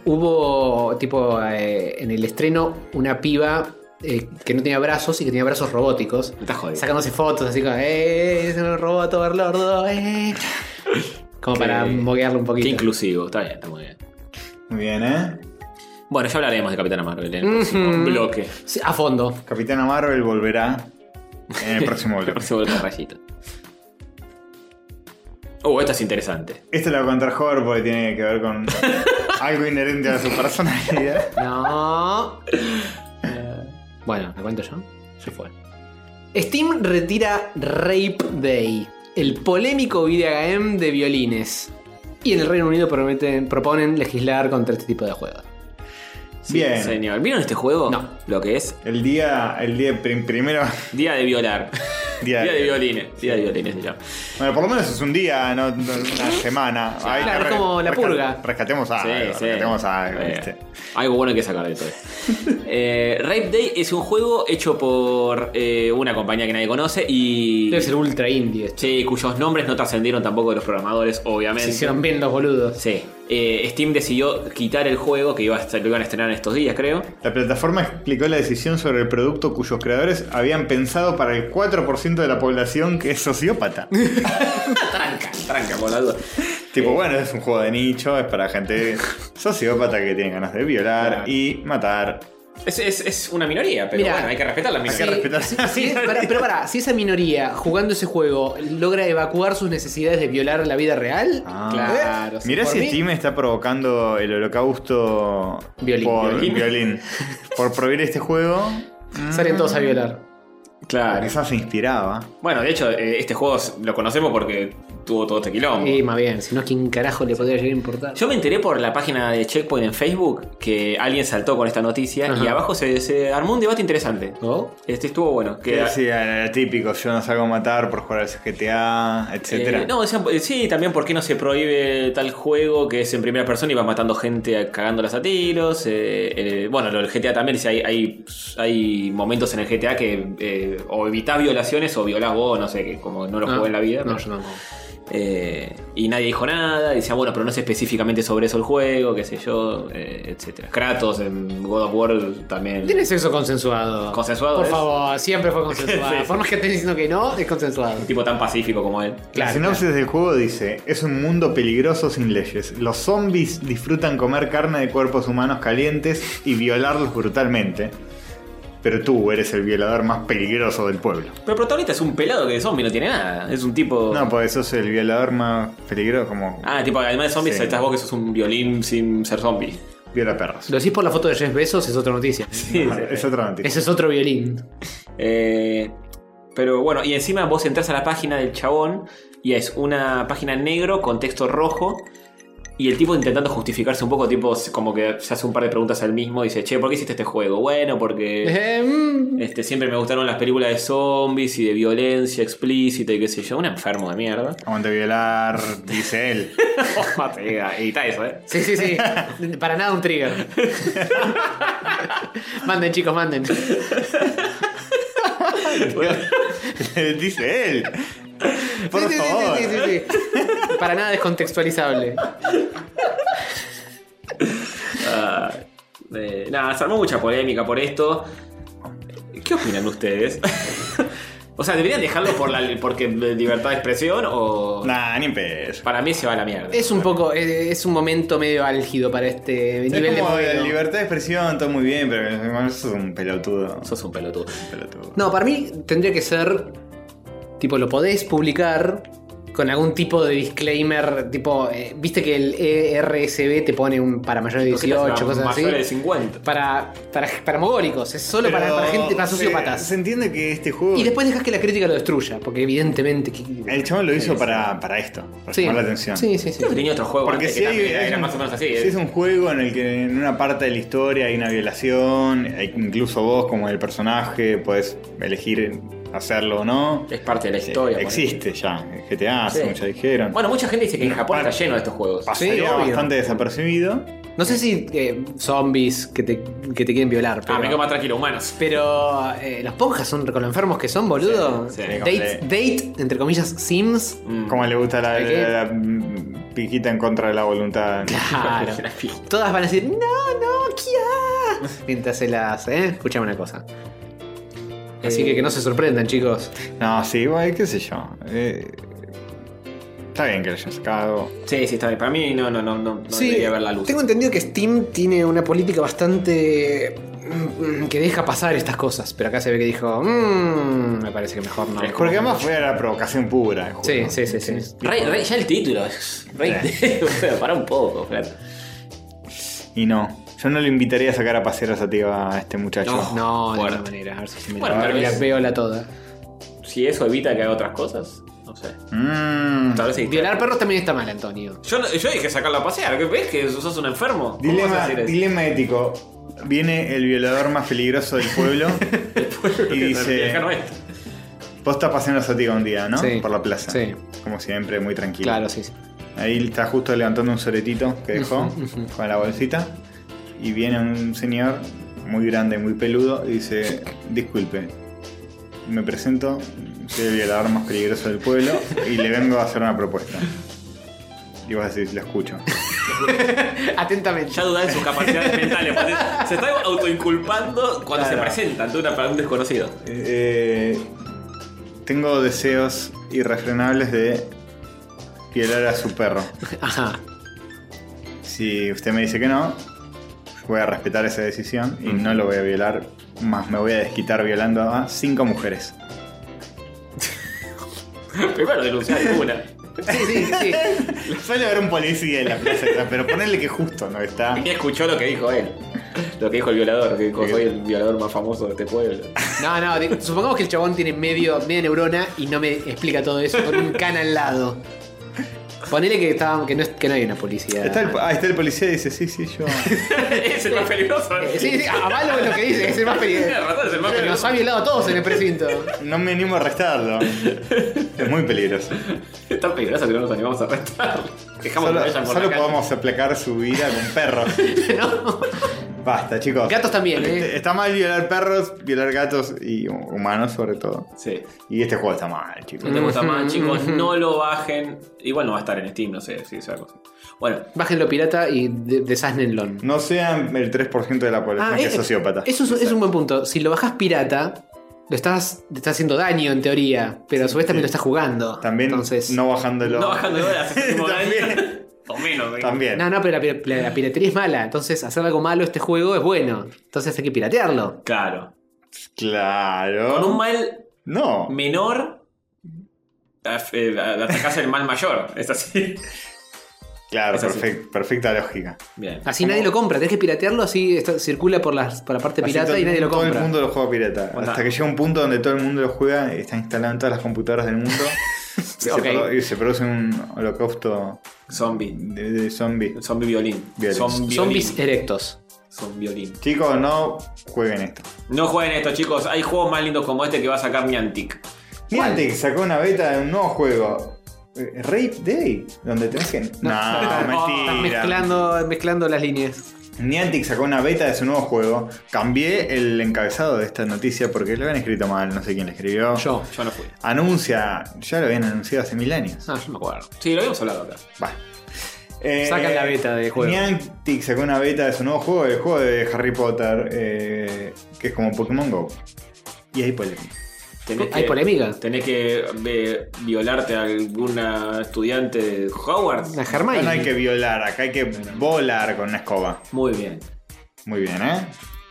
Speaker 3: hubo, tipo, eh, en el estreno una piba eh, que no tenía brazos y que tenía brazos robóticos.
Speaker 1: Me estás jodiendo.
Speaker 3: Sacándose fotos así como, ¡eh! Es un robot overlordo, ¡eh! Como
Speaker 1: Qué-
Speaker 3: para moguearlo un
Speaker 1: Qué
Speaker 3: poquito.
Speaker 1: inclusivo. Está bien, está muy bien.
Speaker 2: Muy bien, ¿eh?
Speaker 1: Bueno, ya hablaremos de Capitana Marvel en el próximo
Speaker 3: Ujú.
Speaker 1: bloque.
Speaker 3: Sí, a fondo.
Speaker 2: Capitana Marvel volverá en el próximo
Speaker 1: El
Speaker 2: bloque.
Speaker 1: próximo bloque de rayito. Oh, esta es interesante.
Speaker 2: Esto lo contrajo porque tiene que ver con algo inherente a su personalidad.
Speaker 3: No. Eh, bueno, ¿me cuento yo? Se fue. Steam retira Rape Day, el polémico videogame de violines. Y en el Reino Unido prometen- proponen legislar contra este tipo de juegos.
Speaker 1: Sí,
Speaker 2: Bien.
Speaker 1: Señor. ¿Vieron este juego?
Speaker 3: No.
Speaker 1: Lo que es
Speaker 2: El día, el día prim- primero,
Speaker 1: Día de Violar.
Speaker 2: Día
Speaker 1: Día,
Speaker 2: de-
Speaker 1: de Violines. Día de Violines se llama.
Speaker 2: bueno, por lo menos es un día, no no una semana. Hay que
Speaker 3: Claro, es como la purga.
Speaker 2: Rescatemos
Speaker 3: Ah,
Speaker 2: algo,
Speaker 1: Sí, sí.
Speaker 2: rescatemos algo,
Speaker 1: Eh,
Speaker 2: ¿viste?
Speaker 1: Algo bueno hay que sacar de todo esto. Eh, Rape Day es un juego hecho por eh, una compañía que nadie conoce y.
Speaker 3: Debe ser ultra indie. esto.
Speaker 1: Sí, cuyos nombres no trascendieron tampoco de los programadores, obviamente.
Speaker 3: Se hicieron bien los boludos.
Speaker 1: Sí. Eh, Steam decidió quitar el juego que iba a, lo iban a estrenar en estos días, creo.
Speaker 2: La plataforma explicó la decisión sobre el producto cuyos creadores habían pensado para el 4% de la población que es sociópata.
Speaker 1: Tranca, tranca, por la duda.
Speaker 2: tipo, bueno, es un juego de nicho, es para gente sociópata que tiene ganas de violar
Speaker 1: Claro.
Speaker 2: y matar.
Speaker 1: Es, es- es una minoría, pero
Speaker 3: Mirá.
Speaker 1: bueno, hay que respetar la minoría.
Speaker 2: que respetar
Speaker 3: Sí,
Speaker 2: la
Speaker 3: sí,
Speaker 2: minoría.
Speaker 3: para- pero para, si esa minoría jugando ese juego logra evacuar sus necesidades de violar la vida real,
Speaker 2: Ah.
Speaker 3: claro. sí,
Speaker 2: Mirá
Speaker 3: por
Speaker 2: si
Speaker 3: mí,
Speaker 2: Steam está provocando el holocausto
Speaker 3: Violín,
Speaker 2: por
Speaker 3: violín.
Speaker 2: violín. por prohibir este juego,
Speaker 3: Salen todos a
Speaker 1: Mm.
Speaker 3: violar.
Speaker 1: Claro.
Speaker 2: quizás se inspiraba.
Speaker 1: Bueno, de hecho, eh, este juego lo conocemos porque tuvo todo este quilombo.
Speaker 3: Y más bien, si no, ¿quién carajo le podría llegar a importar?
Speaker 1: Yo me enteré por la página de Checkpoint en Facebook que alguien saltó con esta noticia y
Speaker 3: Ajá.
Speaker 1: abajo se, se armó un debate interesante.
Speaker 3: ¿No?
Speaker 1: Este estuvo bueno. Que,
Speaker 2: Que decía el típico, yo no salgo a matar por jugar al GTA, etcétera.
Speaker 1: Eh, no, decían, eh, sí, también por qué no se prohíbe tal juego que es en primera persona y vas matando gente cagándolas a tiros. eh, eh, bueno, lo del GTA también, dice, hay, hay, hay momentos en el GTA que eh, o evitás violaciones o violás vos, no sé, que como no lo jugué en la vida.
Speaker 3: Ah, No,
Speaker 1: pero-
Speaker 3: yo no.
Speaker 1: eh, y nadie dijo nada, decía, bueno, pero no sé específicamente sobre eso el juego, qué sé yo, eh, etcétera. Kratos en God of War también.
Speaker 3: Tiene sexo consensuado.
Speaker 1: Consensuado
Speaker 3: Por
Speaker 1: es.
Speaker 3: favor, siempre fue consensuado.
Speaker 1: Sí.
Speaker 3: Por más que estén diciendo que no, es consensuado.
Speaker 1: Un tipo tan pacífico como él.
Speaker 3: Claro,
Speaker 2: la sinopsis del juego dice: Es un mundo peligroso sin leyes. Los zombies disfrutan comer carne de cuerpos humanos calientes y violarlos brutalmente. Pero tú eres el violador más peligroso del pueblo.
Speaker 1: Pero el protagonista es un pelado que de zombie no tiene nada. Es un
Speaker 3: Oh.
Speaker 1: tipo.
Speaker 2: No, pues sos el violador más peligroso, como
Speaker 1: Ah, tipo, además de zombies,
Speaker 2: Sí.
Speaker 1: estás vos que sos un violín sin ser zombie.
Speaker 2: viola perros.
Speaker 3: Lo decís por la foto de Jeff Bezos, es otra noticia.
Speaker 2: Es otra noticia.
Speaker 3: Ese es otro violín.
Speaker 1: Eh, pero bueno, y encima vos entras a la página del chabón y es una página en negro con texto rojo. Y el tipo intentando justificarse un poco, tipo, como que se hace un par de preguntas al mismo y dice, che, ¿por qué hiciste este juego? Bueno, porque
Speaker 3: Eh, mm,
Speaker 1: este, siempre me gustaron las películas de zombies y de violencia explícita y qué sé yo. Un enfermo de mierda.
Speaker 2: Aguante violar, dice él.
Speaker 1: Edita eso, eh.
Speaker 3: sí, sí, sí. Para nada un trigger. manden, chicos, manden.
Speaker 2: dice él. Por
Speaker 3: Sí, sí, sí,
Speaker 2: favor.
Speaker 3: sí, sí, sí. Para nada descontextualizable.
Speaker 1: Ah, eh, nada, se armó mucha polémica por esto. ¿Qué opinan ustedes? o sea, ¿deberían dejarlo por la porque libertad de expresión o.?
Speaker 2: Nah, ni en pedo.
Speaker 1: Para mí se va a la mierda.
Speaker 3: Es un poco, eh, es un momento medio álgido para este nivel
Speaker 2: Es como
Speaker 3: de
Speaker 2: la
Speaker 3: juego.
Speaker 2: libertad de expresión, todo muy bien, pero bueno, eso es un pelotudo.
Speaker 1: Sos un pelotudo.
Speaker 2: un pelotudo.
Speaker 3: No, para mí tendría que ser. Tipo, lo podés publicar, con algún tipo de disclaimer, tipo, eh, viste que el ERSB te pone un para mayor de 18, cosas así.
Speaker 1: Mayores de 50.
Speaker 3: Para, para, para mogólicos, es solo para,
Speaker 2: Pero
Speaker 3: para gente, para
Speaker 2: se-
Speaker 3: sociópatas.
Speaker 2: Se, entiende que este juego.
Speaker 3: Y después dejas que la crítica lo destruya, porque evidentemente. que-
Speaker 2: El chaval lo hizo para, para esto, para
Speaker 3: Sí.
Speaker 2: llamar la atención.
Speaker 3: Sí, sí, sí.
Speaker 1: Creo que tenía otro juego
Speaker 2: Porque
Speaker 1: antes
Speaker 2: si
Speaker 1: que
Speaker 2: hay-
Speaker 1: también era,
Speaker 2: es
Speaker 1: era
Speaker 2: un-
Speaker 1: más o menos así.
Speaker 2: si
Speaker 1: ¿eh?
Speaker 2: es un juego en el que en una parte de la historia hay una violación, hay- incluso vos como el personaje podés elegir hacerlo o no.
Speaker 1: Es parte de la historia.
Speaker 2: Eh,
Speaker 1: bueno.
Speaker 2: Existe ya, el GTA,
Speaker 1: Sí.
Speaker 2: según ya dijeron.
Speaker 1: Bueno, mucha gente dice que en Japón
Speaker 2: Bueno.
Speaker 1: está lleno de estos juegos.
Speaker 2: Pasaría
Speaker 3: obvio.
Speaker 2: bastante desapercibido.
Speaker 3: No sé si eh, zombies que te, que te quieren violar, pero.
Speaker 1: Ah, me quedo más tranquilo, humanos.
Speaker 3: Pero eh, los ponjas son con lo enfermos que son, boludo.
Speaker 1: Sí, sí,
Speaker 3: date, date, entre comillas, Sims.
Speaker 1: Mm.
Speaker 2: Como le gusta la,
Speaker 3: ¿Sabe qué?
Speaker 2: la- la, mm, pijita en contra de la voluntad.
Speaker 3: Claro. Todas van a decir, no, no, Kia. Mientras se las, ¿eh? Escuchame una cosa. Eh, Así que que no se sorprendan, chicos.
Speaker 2: No, sí, igual, qué sé yo. Eh, está bien que lo hayan sacado.
Speaker 1: Sí, sí, está bien. Para mí no, no, no, no, no debería ver la luz.
Speaker 3: tengo entendido que Steam tiene una política bastante. mm, mm, que deja pasar estas cosas. Pero acá se ve que dijo, mmm, me parece que mejor no.
Speaker 2: Porque además fue la provocación pura. el
Speaker 3: Sí,
Speaker 2: juego.
Speaker 3: sí, sí, sí.
Speaker 1: Rey, rey, ya el título es. Rey, o sea, para un poco, claro.
Speaker 2: Y no, yo no le invitaría a sacar a pasear a esa tía a este muchacho.
Speaker 3: No, de
Speaker 1: Oh, Fuerte.
Speaker 3: ninguna manera. A ver si se me
Speaker 1: Bueno,
Speaker 3: la-
Speaker 1: tal
Speaker 3: la
Speaker 1: vez-
Speaker 3: veo la toda.
Speaker 1: Si eso evita que haga otras cosas, no sé.
Speaker 2: Mm.
Speaker 1: Tal vez se distrae.
Speaker 3: Violar perros también está mal, Antonio.
Speaker 1: Yo, no- yo dije sacarla a pasear. ¿qué ¿Ves que sos un enfermo? ¿Cómo vas a
Speaker 2: Dilema,
Speaker 1: hacer eso?
Speaker 2: dilema ético. Viene el violador más peligroso del pueblo y dice:
Speaker 1: Dejarlo esto.
Speaker 2: Vos estás paseando a Sativa un día, ¿no?
Speaker 3: Sí.
Speaker 2: Por la plaza.
Speaker 3: Sí.
Speaker 2: Como siempre, muy tranquilo.
Speaker 3: Claro, sí, sí.
Speaker 2: Ahí está justo levantando un soretito que dejó
Speaker 3: Ujú, ujú.
Speaker 2: con la bolsita. Y viene un señor muy grande, muy peludo, y dice: Disculpe, me presento, soy el violador más peligroso del pueblo y le vengo a hacer una propuesta. Y vos decís: La escucho.
Speaker 3: Atentamente.
Speaker 1: Ya dudaba en sus capacidades mentales. porque Se está autoinculpando cuando se
Speaker 2: Claro.
Speaker 1: presenta ante una, para un desconocido.
Speaker 2: Eh, tengo deseos irrefrenables de violar a su perro.
Speaker 3: Ajá.
Speaker 2: Si usted me dice que no, voy a respetar esa decisión y no lo voy a violar. Más me voy a desquitar violando a cinco mujeres.
Speaker 1: Primero denunciar una.
Speaker 3: Sí, sí, sí.
Speaker 2: Suele haber un policía en la plaza, pero ponerle que justo no está.
Speaker 1: Y escuchó lo que dijo él. Lo que dijo el violador, que dijo, soy el violador más famoso de este pueblo.
Speaker 3: No, no, di- supongamos que el chabón tiene medio, media neurona y no me explica todo eso con un can al lado. Ponele que, estaba, que, no, es- que no hay una policía.
Speaker 2: Está el, ah, está el policía y dice, sí, sí, yo.
Speaker 1: es el más peligroso.
Speaker 3: Eh, Sí, sí, avalo con lo que dice, es el más
Speaker 1: Tiene
Speaker 3: peligroso.
Speaker 1: razón, es el más
Speaker 3: Nos
Speaker 1: peligroso.
Speaker 3: ha violado a todos en el precinto.
Speaker 2: No me animo a arrestarlo. Es muy peligroso.
Speaker 1: Es tan peligroso que no nos animamos a arrestar. Dejamos que
Speaker 2: Solo,
Speaker 1: vayan por
Speaker 2: solo
Speaker 1: la calle.
Speaker 2: podemos aplacar su vida con perros.
Speaker 3: ¿No?
Speaker 2: Basta, chicos.
Speaker 3: Gatos también,
Speaker 2: Este-
Speaker 3: ¿eh?
Speaker 2: Está mal violar perros, violar gatos y hu- humanos sobre todo.
Speaker 1: Sí.
Speaker 2: Y este juego está mal, chicos.
Speaker 1: No te gusta más, chicos, no lo bajen. Igual no va a estar en Steam, no sé si es algo así. Bueno,
Speaker 3: Bájenlo pirata y de- desháznenlo.
Speaker 2: No sean el 3% de la población
Speaker 3: Ah,
Speaker 2: que
Speaker 3: eh,
Speaker 2: es sociópata.
Speaker 3: Eso es, es un buen punto. Si lo bajas pirata, lo estás, te estás haciendo daño en teoría, pero a su vez también lo estás jugando.
Speaker 2: También
Speaker 3: Entonces,
Speaker 2: no bajándolo.
Speaker 1: no bajando de horas. es como
Speaker 2: También.
Speaker 1: O menos. ¿eh?
Speaker 2: También.
Speaker 3: No, no, pero la, pir- la- la piratería es mala. Entonces, hacer algo malo a este juego es bueno. Entonces, hay que piratearlo.
Speaker 1: Claro. Con
Speaker 2: Claro.
Speaker 1: un mal
Speaker 2: No.
Speaker 1: menor, af- eh, atacás el mal mayor. Es así.
Speaker 2: Claro,
Speaker 1: Es así.
Speaker 2: perfect- perfecta lógica.
Speaker 1: Bien.
Speaker 3: Así
Speaker 2: ¿Cómo?
Speaker 3: nadie lo compra. Tenés que piratearlo, así esto circula por, las, por la parte
Speaker 2: Así
Speaker 3: pirata
Speaker 2: todo-
Speaker 3: y nadie lo
Speaker 2: Todo el
Speaker 3: compra.
Speaker 2: mundo lo juega pirata.
Speaker 1: Onda.
Speaker 2: Hasta que llega un punto donde todo el mundo lo juega, está instalado en todas las computadoras del mundo. y, se
Speaker 3: ok.
Speaker 2: produ- y se produce un holocausto
Speaker 1: Zombie.
Speaker 2: de, de zombies.
Speaker 1: Zombie violín.
Speaker 2: Violín.
Speaker 1: Zombie
Speaker 3: Zombies eh.
Speaker 1: violín.
Speaker 3: erectos.
Speaker 1: Zombie violín.
Speaker 2: Chicos, no jueguen esto.
Speaker 1: No jueguen esto, chicos. Hay juegos más lindos como este que va a sacar Niantic.
Speaker 2: Niantic sacó una beta de un nuevo juego. Eh, Rape Day, donde tenés que. No,
Speaker 3: Oh, Estás mezclando, mezclando las líneas.
Speaker 2: Niantic sacó una beta de su nuevo juego. Cambié el encabezado de esta noticia porque lo habían escrito mal, no sé quién lo escribió.
Speaker 3: Yo.
Speaker 1: Yo no fui.
Speaker 2: Anuncia, ya lo habían anunciado hace mil años.
Speaker 3: Ah, yo me acuerdo.
Speaker 1: Sí, lo habíamos hablado acá.
Speaker 2: Va. Eh,
Speaker 3: Sacan la beta del juego.
Speaker 2: Niantic sacó una beta de su nuevo juego, el juego de Harry Potter, eh, que es como Pokémon Go. Y ahí polémica.
Speaker 1: Tenés
Speaker 3: Hay
Speaker 1: que-
Speaker 3: polémica.
Speaker 1: Tenés que eh, violarte a alguna estudiante de Howard.
Speaker 3: La
Speaker 2: Acá
Speaker 3: Hermione.
Speaker 2: no hay que violar, acá hay que volar con una escoba.
Speaker 1: Muy bien.
Speaker 2: Muy bien, ¿eh?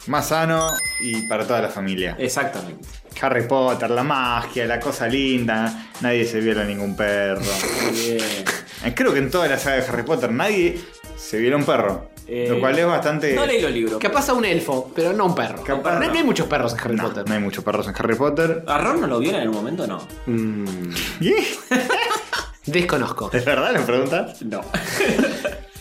Speaker 2: Más sano y para toda la familia.
Speaker 1: Exactamente.
Speaker 2: Harry Potter, la magia, la cosa linda. Nadie se viola a ningún perro. Eh, Creo que en toda la saga de Harry Potter nadie se viola a un perro.
Speaker 5: Eh,
Speaker 2: lo cual es bastante.
Speaker 1: No leí los libros.
Speaker 3: Capaz a un elfo, pero no a un perro.
Speaker 2: Capaz
Speaker 3: no,
Speaker 2: no.
Speaker 3: no hay muchos perros en Harry
Speaker 2: No,
Speaker 3: Potter.
Speaker 2: no hay muchos perros en Harry Potter.
Speaker 1: ¿A Ron no lo vieron en un momento no?
Speaker 2: Mm, ¿y?
Speaker 3: Desconozco.
Speaker 2: ¿Es verdad la pregunta?
Speaker 1: No.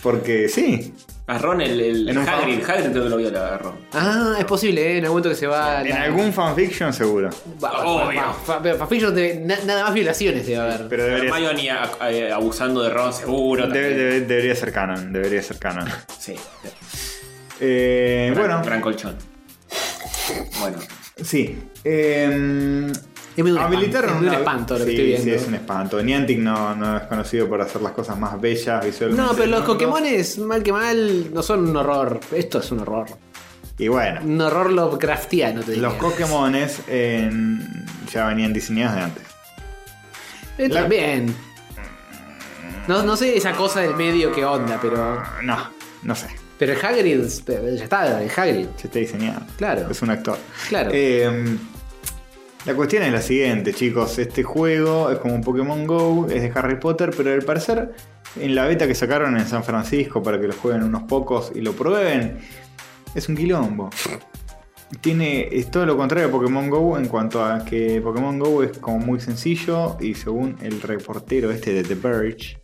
Speaker 2: Porque sí.
Speaker 1: A Ron el, el
Speaker 2: En un
Speaker 1: Hagrid,
Speaker 2: favor.
Speaker 1: Hagrid creo que lo vio a Ron.
Speaker 3: Ah, es posible, ¿eh? En algún momento que se va.
Speaker 2: En
Speaker 3: la-
Speaker 2: algún fanfiction seguro.
Speaker 3: Va- va- va-
Speaker 1: Obvio.
Speaker 3: fa- Pero Fafillo debe- na- nada más violaciones debe haber.
Speaker 2: Pero debería,
Speaker 1: Hermione a- a- eh, abusando de Ron seguro.
Speaker 2: debe-
Speaker 1: también.
Speaker 2: debe- debería ser canon. Debería ser canon.
Speaker 1: Sí.
Speaker 2: Eh,
Speaker 1: Gran-
Speaker 2: bueno,
Speaker 1: Gran colchón. Bueno.
Speaker 2: sí. Eh,
Speaker 3: Es muy un
Speaker 2: habilitaron
Speaker 3: espanto, es muy un
Speaker 2: una-
Speaker 3: espanto lo que
Speaker 2: sí,
Speaker 3: estoy
Speaker 2: Sí,
Speaker 3: viendo.
Speaker 2: es un espanto. Niantic no, no es conocido por hacer las cosas más bellas visualmente.
Speaker 3: No, pero
Speaker 2: del
Speaker 3: los
Speaker 2: mundo.
Speaker 3: Pokémones, mal que mal, no son un horror. Esto es un horror.
Speaker 2: Y bueno.
Speaker 3: Un horror Lovecraftiano, te diría.
Speaker 2: Los Pokémones en- ya venían diseñados de antes.
Speaker 3: Eh,
Speaker 2: la-
Speaker 3: También. No, no sé esa cosa del medio que onda, pero.
Speaker 2: Ah, No, no sé.
Speaker 3: Pero el Hagrid, eh, ya está, el Hagrid.
Speaker 2: Ya está diseñado.
Speaker 3: Claro.
Speaker 2: Es un actor.
Speaker 3: Claro.
Speaker 2: Eh, la cuestión es la siguiente, chicos. Este juego es como un Pokémon Go, es de Harry Potter, pero al parecer en la beta que sacaron en San Francisco para que lo jueguen unos pocos y lo prueben, es un quilombo. Tiene, es todo lo contrario a Pokémon Go en cuanto a que Pokémon Go es como muy sencillo y según el reportero este de The Verge,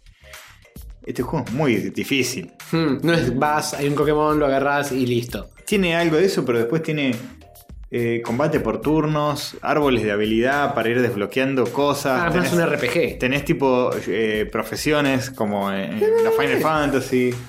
Speaker 2: este juego es muy difícil.
Speaker 3: Hmm, no es vas, hay un Pokémon, lo agarras y listo.
Speaker 2: Tiene algo de eso, pero después tiene eh, combate por turnos, árboles de habilidad para ir desbloqueando cosas.
Speaker 3: Ah,
Speaker 2: tenés,
Speaker 3: es un RPG.
Speaker 2: tenés tipo eh, profesiones como en, en la Final Fantasy.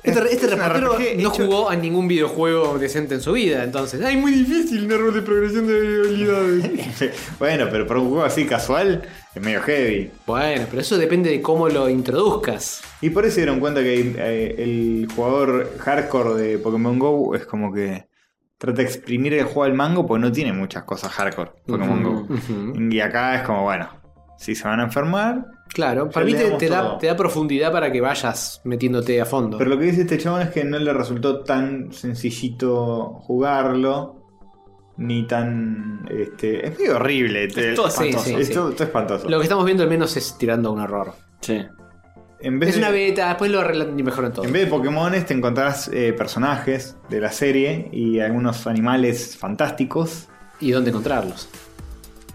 Speaker 3: Este, este
Speaker 2: Es un
Speaker 3: reportero
Speaker 2: RPG
Speaker 3: no
Speaker 2: hecho-
Speaker 3: jugó a ningún videojuego decente en su vida, entonces. ¡Ay, muy difícil un árbol de progresión de habilidades!
Speaker 2: bueno, pero para un juego así casual es medio heavy.
Speaker 3: bueno, pero eso depende de cómo lo introduzcas.
Speaker 2: Y por eso se dieron cuenta que eh, el jugador hardcore de Pokémon Go es como que trata de exprimir el juego al mango porque no tiene muchas cosas hardcore Pokémon Go.
Speaker 3: Ujú.
Speaker 2: Y acá es como, bueno, si se van a enfermar,
Speaker 3: Claro,
Speaker 2: Ya
Speaker 3: para mí
Speaker 2: le
Speaker 3: te,
Speaker 2: damos
Speaker 3: te da,
Speaker 2: todo.
Speaker 3: te da profundidad para que vayas metiéndote a fondo.
Speaker 2: Pero lo que dice este chabón es que no le resultó tan sencillito jugarlo. Ni tan. Este, es medio horrible. te-
Speaker 3: Es todo espantoso. Sí, sí,
Speaker 2: es
Speaker 3: sí.
Speaker 2: todo- todo espantoso.
Speaker 3: Lo que estamos viendo al menos es tirando a un error.
Speaker 5: Sí.
Speaker 2: En, vez
Speaker 3: Es
Speaker 2: de,
Speaker 3: una beta, después lo arreglan y mejoran todo.
Speaker 2: en vez de Pokémones, te encontrás eh, personajes de la serie y algunos animales fantásticos.
Speaker 3: ¿Y dónde encontrarlos?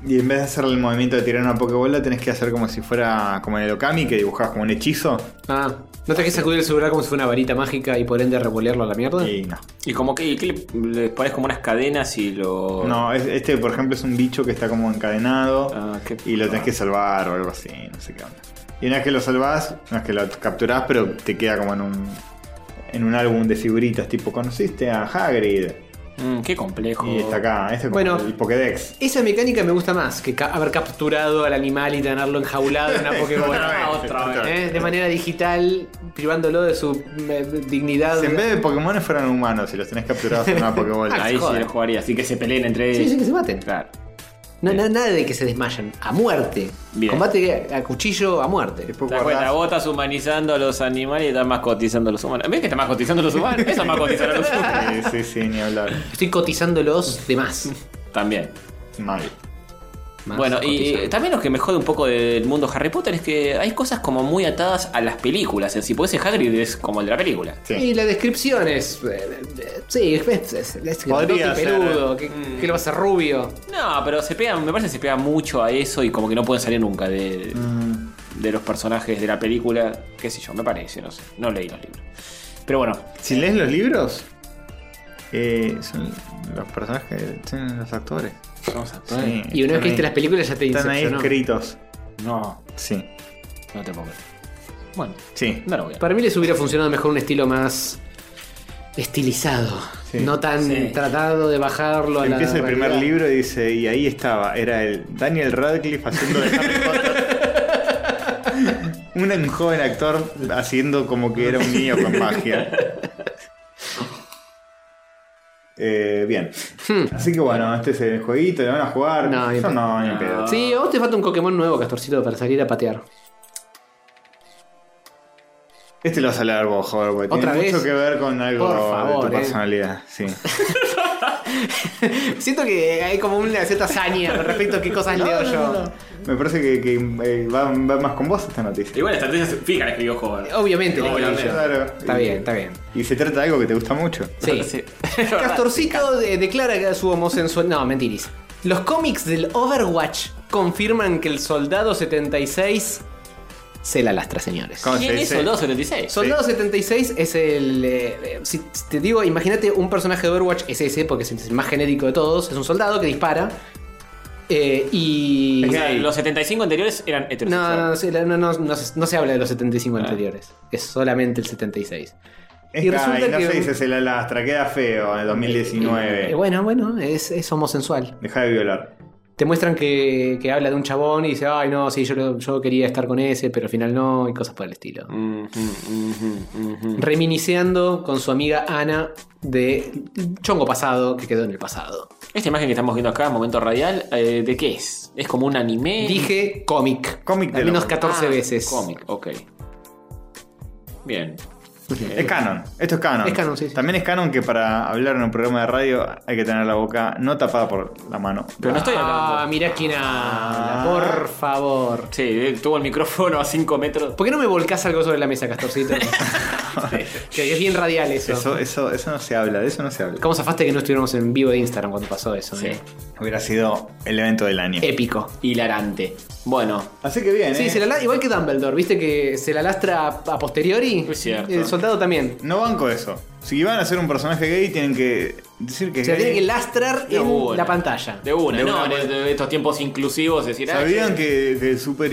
Speaker 2: Y en vez de hacer el movimiento de tirar una Pokébola, tenés que hacer como si fuera como en el Okami, que dibujabas como un hechizo.
Speaker 3: Ah, ¿no te que sacudir el celular como si fuera una varita mágica y por ende revolearlo a la mierda?
Speaker 2: Y no.
Speaker 5: Y como que, y que le, le pones como unas cadenas y lo.
Speaker 2: No, es- este, por ejemplo, es un bicho que está como encadenado.
Speaker 5: Ah, qué-
Speaker 2: Y lo tenés que salvar o algo así, no sé qué onda. Y una vez que lo salvás, no es que lo capturás, pero te queda como en un, en un álbum de figuritas, tipo, conociste a Hagrid
Speaker 5: Mm, qué complejo.
Speaker 2: y está acá, este es como
Speaker 3: Bueno.
Speaker 2: el Pokédex.
Speaker 3: Esa mecánica me gusta más que ca- haber capturado al animal y tenerlo enjaulado en una Pokébola.
Speaker 2: Otra vez,
Speaker 5: otra
Speaker 2: otra
Speaker 3: ¿eh?
Speaker 2: vez.
Speaker 3: De manera digital, privándolo de su eh, dignidad.
Speaker 2: Si en vez de Pokémones fueran humanos, si los tenés capturados en una Pokébola.
Speaker 5: Ahí
Speaker 3: Joder.
Speaker 5: sí lo jugaría, así que se peleen entre
Speaker 3: Sí,
Speaker 5: ellos.
Speaker 3: sí, que se maten.
Speaker 5: Claro.
Speaker 3: No, na- nada de que se desmayan. A muerte.
Speaker 5: Bien.
Speaker 3: Combate a cuchillo a muerte.
Speaker 2: Después
Speaker 5: ¿Te das cuenta?
Speaker 2: guardás-
Speaker 5: Vos estás humanizando a los animales y estás mascotizando a los humanos. ¿Ves que estás mascotizando a los humanos? Eso es mascotizar a los humanos.
Speaker 2: Sí, sí, sí, ni hablar.
Speaker 3: Estoy cotizándolos de más.
Speaker 5: También.
Speaker 2: Mal.
Speaker 3: Más
Speaker 5: bueno, y
Speaker 3: cotizando.
Speaker 5: eh, también lo que me jode un poco del mundo Harry Potter es que hay cosas como muy atadas a las películas en sí. Porque ese Hagrid es como el de la película.
Speaker 2: Sí.
Speaker 3: Y la descripción es. eh, eh, Sí, es, es, es- es
Speaker 2: Podría
Speaker 3: grandote y
Speaker 2: ser, Mm.
Speaker 3: peludo, que, que lo va a hacer rubio.
Speaker 5: No, pero se pega, me parece que se pega mucho a eso y como que no pueden salir nunca de,
Speaker 2: Mm,
Speaker 5: de los personajes de la película. Qué sé yo, me parece, no sé. No leí los libros. Pero bueno,
Speaker 2: Si lees los libros, eh, son los personajes, son los actores.
Speaker 5: vamos a
Speaker 2: Sí,
Speaker 3: Y una vez que
Speaker 2: están
Speaker 3: viste
Speaker 2: ahí.
Speaker 3: las películas ya te
Speaker 2: Están ahí
Speaker 3: incepcionó.
Speaker 2: escritos.
Speaker 5: No,
Speaker 2: Sí,
Speaker 5: no te pongo. Bueno,
Speaker 2: sí.
Speaker 5: no lo voy a.
Speaker 3: Para mí les hubiera funcionado mejor un estilo más estilizado.
Speaker 2: Sí.
Speaker 3: No tan
Speaker 5: Sí.
Speaker 3: tratado de bajarlo a la
Speaker 2: Empieza el primer
Speaker 3: realidad.
Speaker 2: libro y dice, y ahí estaba, era el Daniel Radcliffe haciendo de Harry Potter. un, un joven actor haciendo como que era un niño con magia. Eh, bien. Así que bueno, este es el jueguito, lo van a jugar.
Speaker 3: Hmm. No, ni
Speaker 2: Yo
Speaker 3: pedo.
Speaker 2: no, ni pedo.
Speaker 3: Sí, a vos te falta un Pokémon nuevo, Castorcito, para salir a patear.
Speaker 2: Este lo vas a hablar vos, joder, porque
Speaker 3: ¿Otra
Speaker 2: tiene
Speaker 3: vez?
Speaker 2: mucho que ver con algo
Speaker 3: Por
Speaker 2: de
Speaker 3: favor,
Speaker 2: tu
Speaker 3: eh.
Speaker 2: personalidad. Sí.
Speaker 3: Siento que hay como una cierta hazaña con respecto a qué cosas leo yo.
Speaker 2: Me parece que, que, eh, va, va más con vos esta noticia.
Speaker 1: Igual la estrategia se fija la escribió Hover.
Speaker 3: Obviamente,
Speaker 1: No,
Speaker 3: la escribí
Speaker 1: obviamente.
Speaker 3: yo.
Speaker 2: Claro.
Speaker 3: Está bien, está bien.
Speaker 2: Y se trata de algo que te gusta mucho.
Speaker 3: Sí. Castorcito de- declara su homosexualidad. No, mentiris. Los cómics del Overwatch confirman que el soldado 76 se la lastra, señores.
Speaker 2: ¿Cómo se
Speaker 1: ¿Quién es
Speaker 2: dice?
Speaker 1: Soldado 76?
Speaker 3: Soldado 76 es el. eh, eh, si si te digo, imagínate un personaje de Overwatch, es ese, porque es el más genérico de todos. Es un soldado que dispara. eh, y.
Speaker 1: O sea, los 75 anteriores eran
Speaker 3: No,
Speaker 1: heterosexuales.
Speaker 3: no, no, sí, no, no, no, no se, no se habla de los 75 anteriores. Es solamente el 76.
Speaker 2: Es gay, no se dice se la lastra, queda feo en el 2019.
Speaker 3: Eh, bueno, bueno, es, es homosensual.
Speaker 2: Deja de violar.
Speaker 3: Te muestran que, que habla de un chabón y dice, ay, no, sí, yo, lo- yo quería estar con ese, pero al final no, y cosas por el estilo.
Speaker 1: Mm, mm, mm, mm, mm.
Speaker 3: Reminisceando con su amiga Ana de chongo pasado que quedó en el pasado.
Speaker 1: Esta imagen que estamos viendo acá, momento radial, eh, ¿de qué es? ¿Es como un anime?
Speaker 3: Dije cómic.
Speaker 2: Cómic de
Speaker 3: Al menos
Speaker 2: la-
Speaker 3: 14
Speaker 1: Eh. Ah,
Speaker 3: veces.
Speaker 1: Cómic, ok. Bien.
Speaker 2: Es canon, esto es canon.
Speaker 3: Eh, Es canon, sí, sí.
Speaker 2: También es canon que para hablar en un programa de radio hay que tener la boca no tapada por la mano.
Speaker 1: Pero no estoy
Speaker 3: Ah,
Speaker 1: hablando.
Speaker 3: mirá quién
Speaker 2: Ah.
Speaker 3: habla, por favor.
Speaker 1: Sí, eh, tuvo el micrófono a 5 metros.
Speaker 3: ¿Por qué no me volcás algo sobre la mesa, Castorcito? que es bien radial eso.
Speaker 2: Eso, eso, eso no se habla, de eso no se habla.
Speaker 3: ¿Cómo zafaste que no estuviéramos en vivo de Instagram cuando pasó eso? eh?
Speaker 2: Hubiera sido el evento del año.
Speaker 3: Épico.
Speaker 1: Hilarante. Bueno,
Speaker 2: Así que bien,
Speaker 3: Eh, Sí,
Speaker 2: ¿eh?
Speaker 3: se la la- igual que Dumbledore, viste que se la lastra a, a posteriori.
Speaker 1: Es cierto.
Speaker 3: El soldado también.
Speaker 2: No banco eso. Si van a ser un personaje gay, tienen que decir que es
Speaker 3: Se la
Speaker 2: gay.
Speaker 3: tiene que lastrar
Speaker 1: De
Speaker 3: en
Speaker 1: una.
Speaker 3: la pantalla.
Speaker 1: de una,
Speaker 2: De
Speaker 1: ¿no?
Speaker 2: una,
Speaker 1: en
Speaker 2: pues.
Speaker 1: de estos tiempos inclusivos, decir, ah,
Speaker 2: ¿Sabían que de Super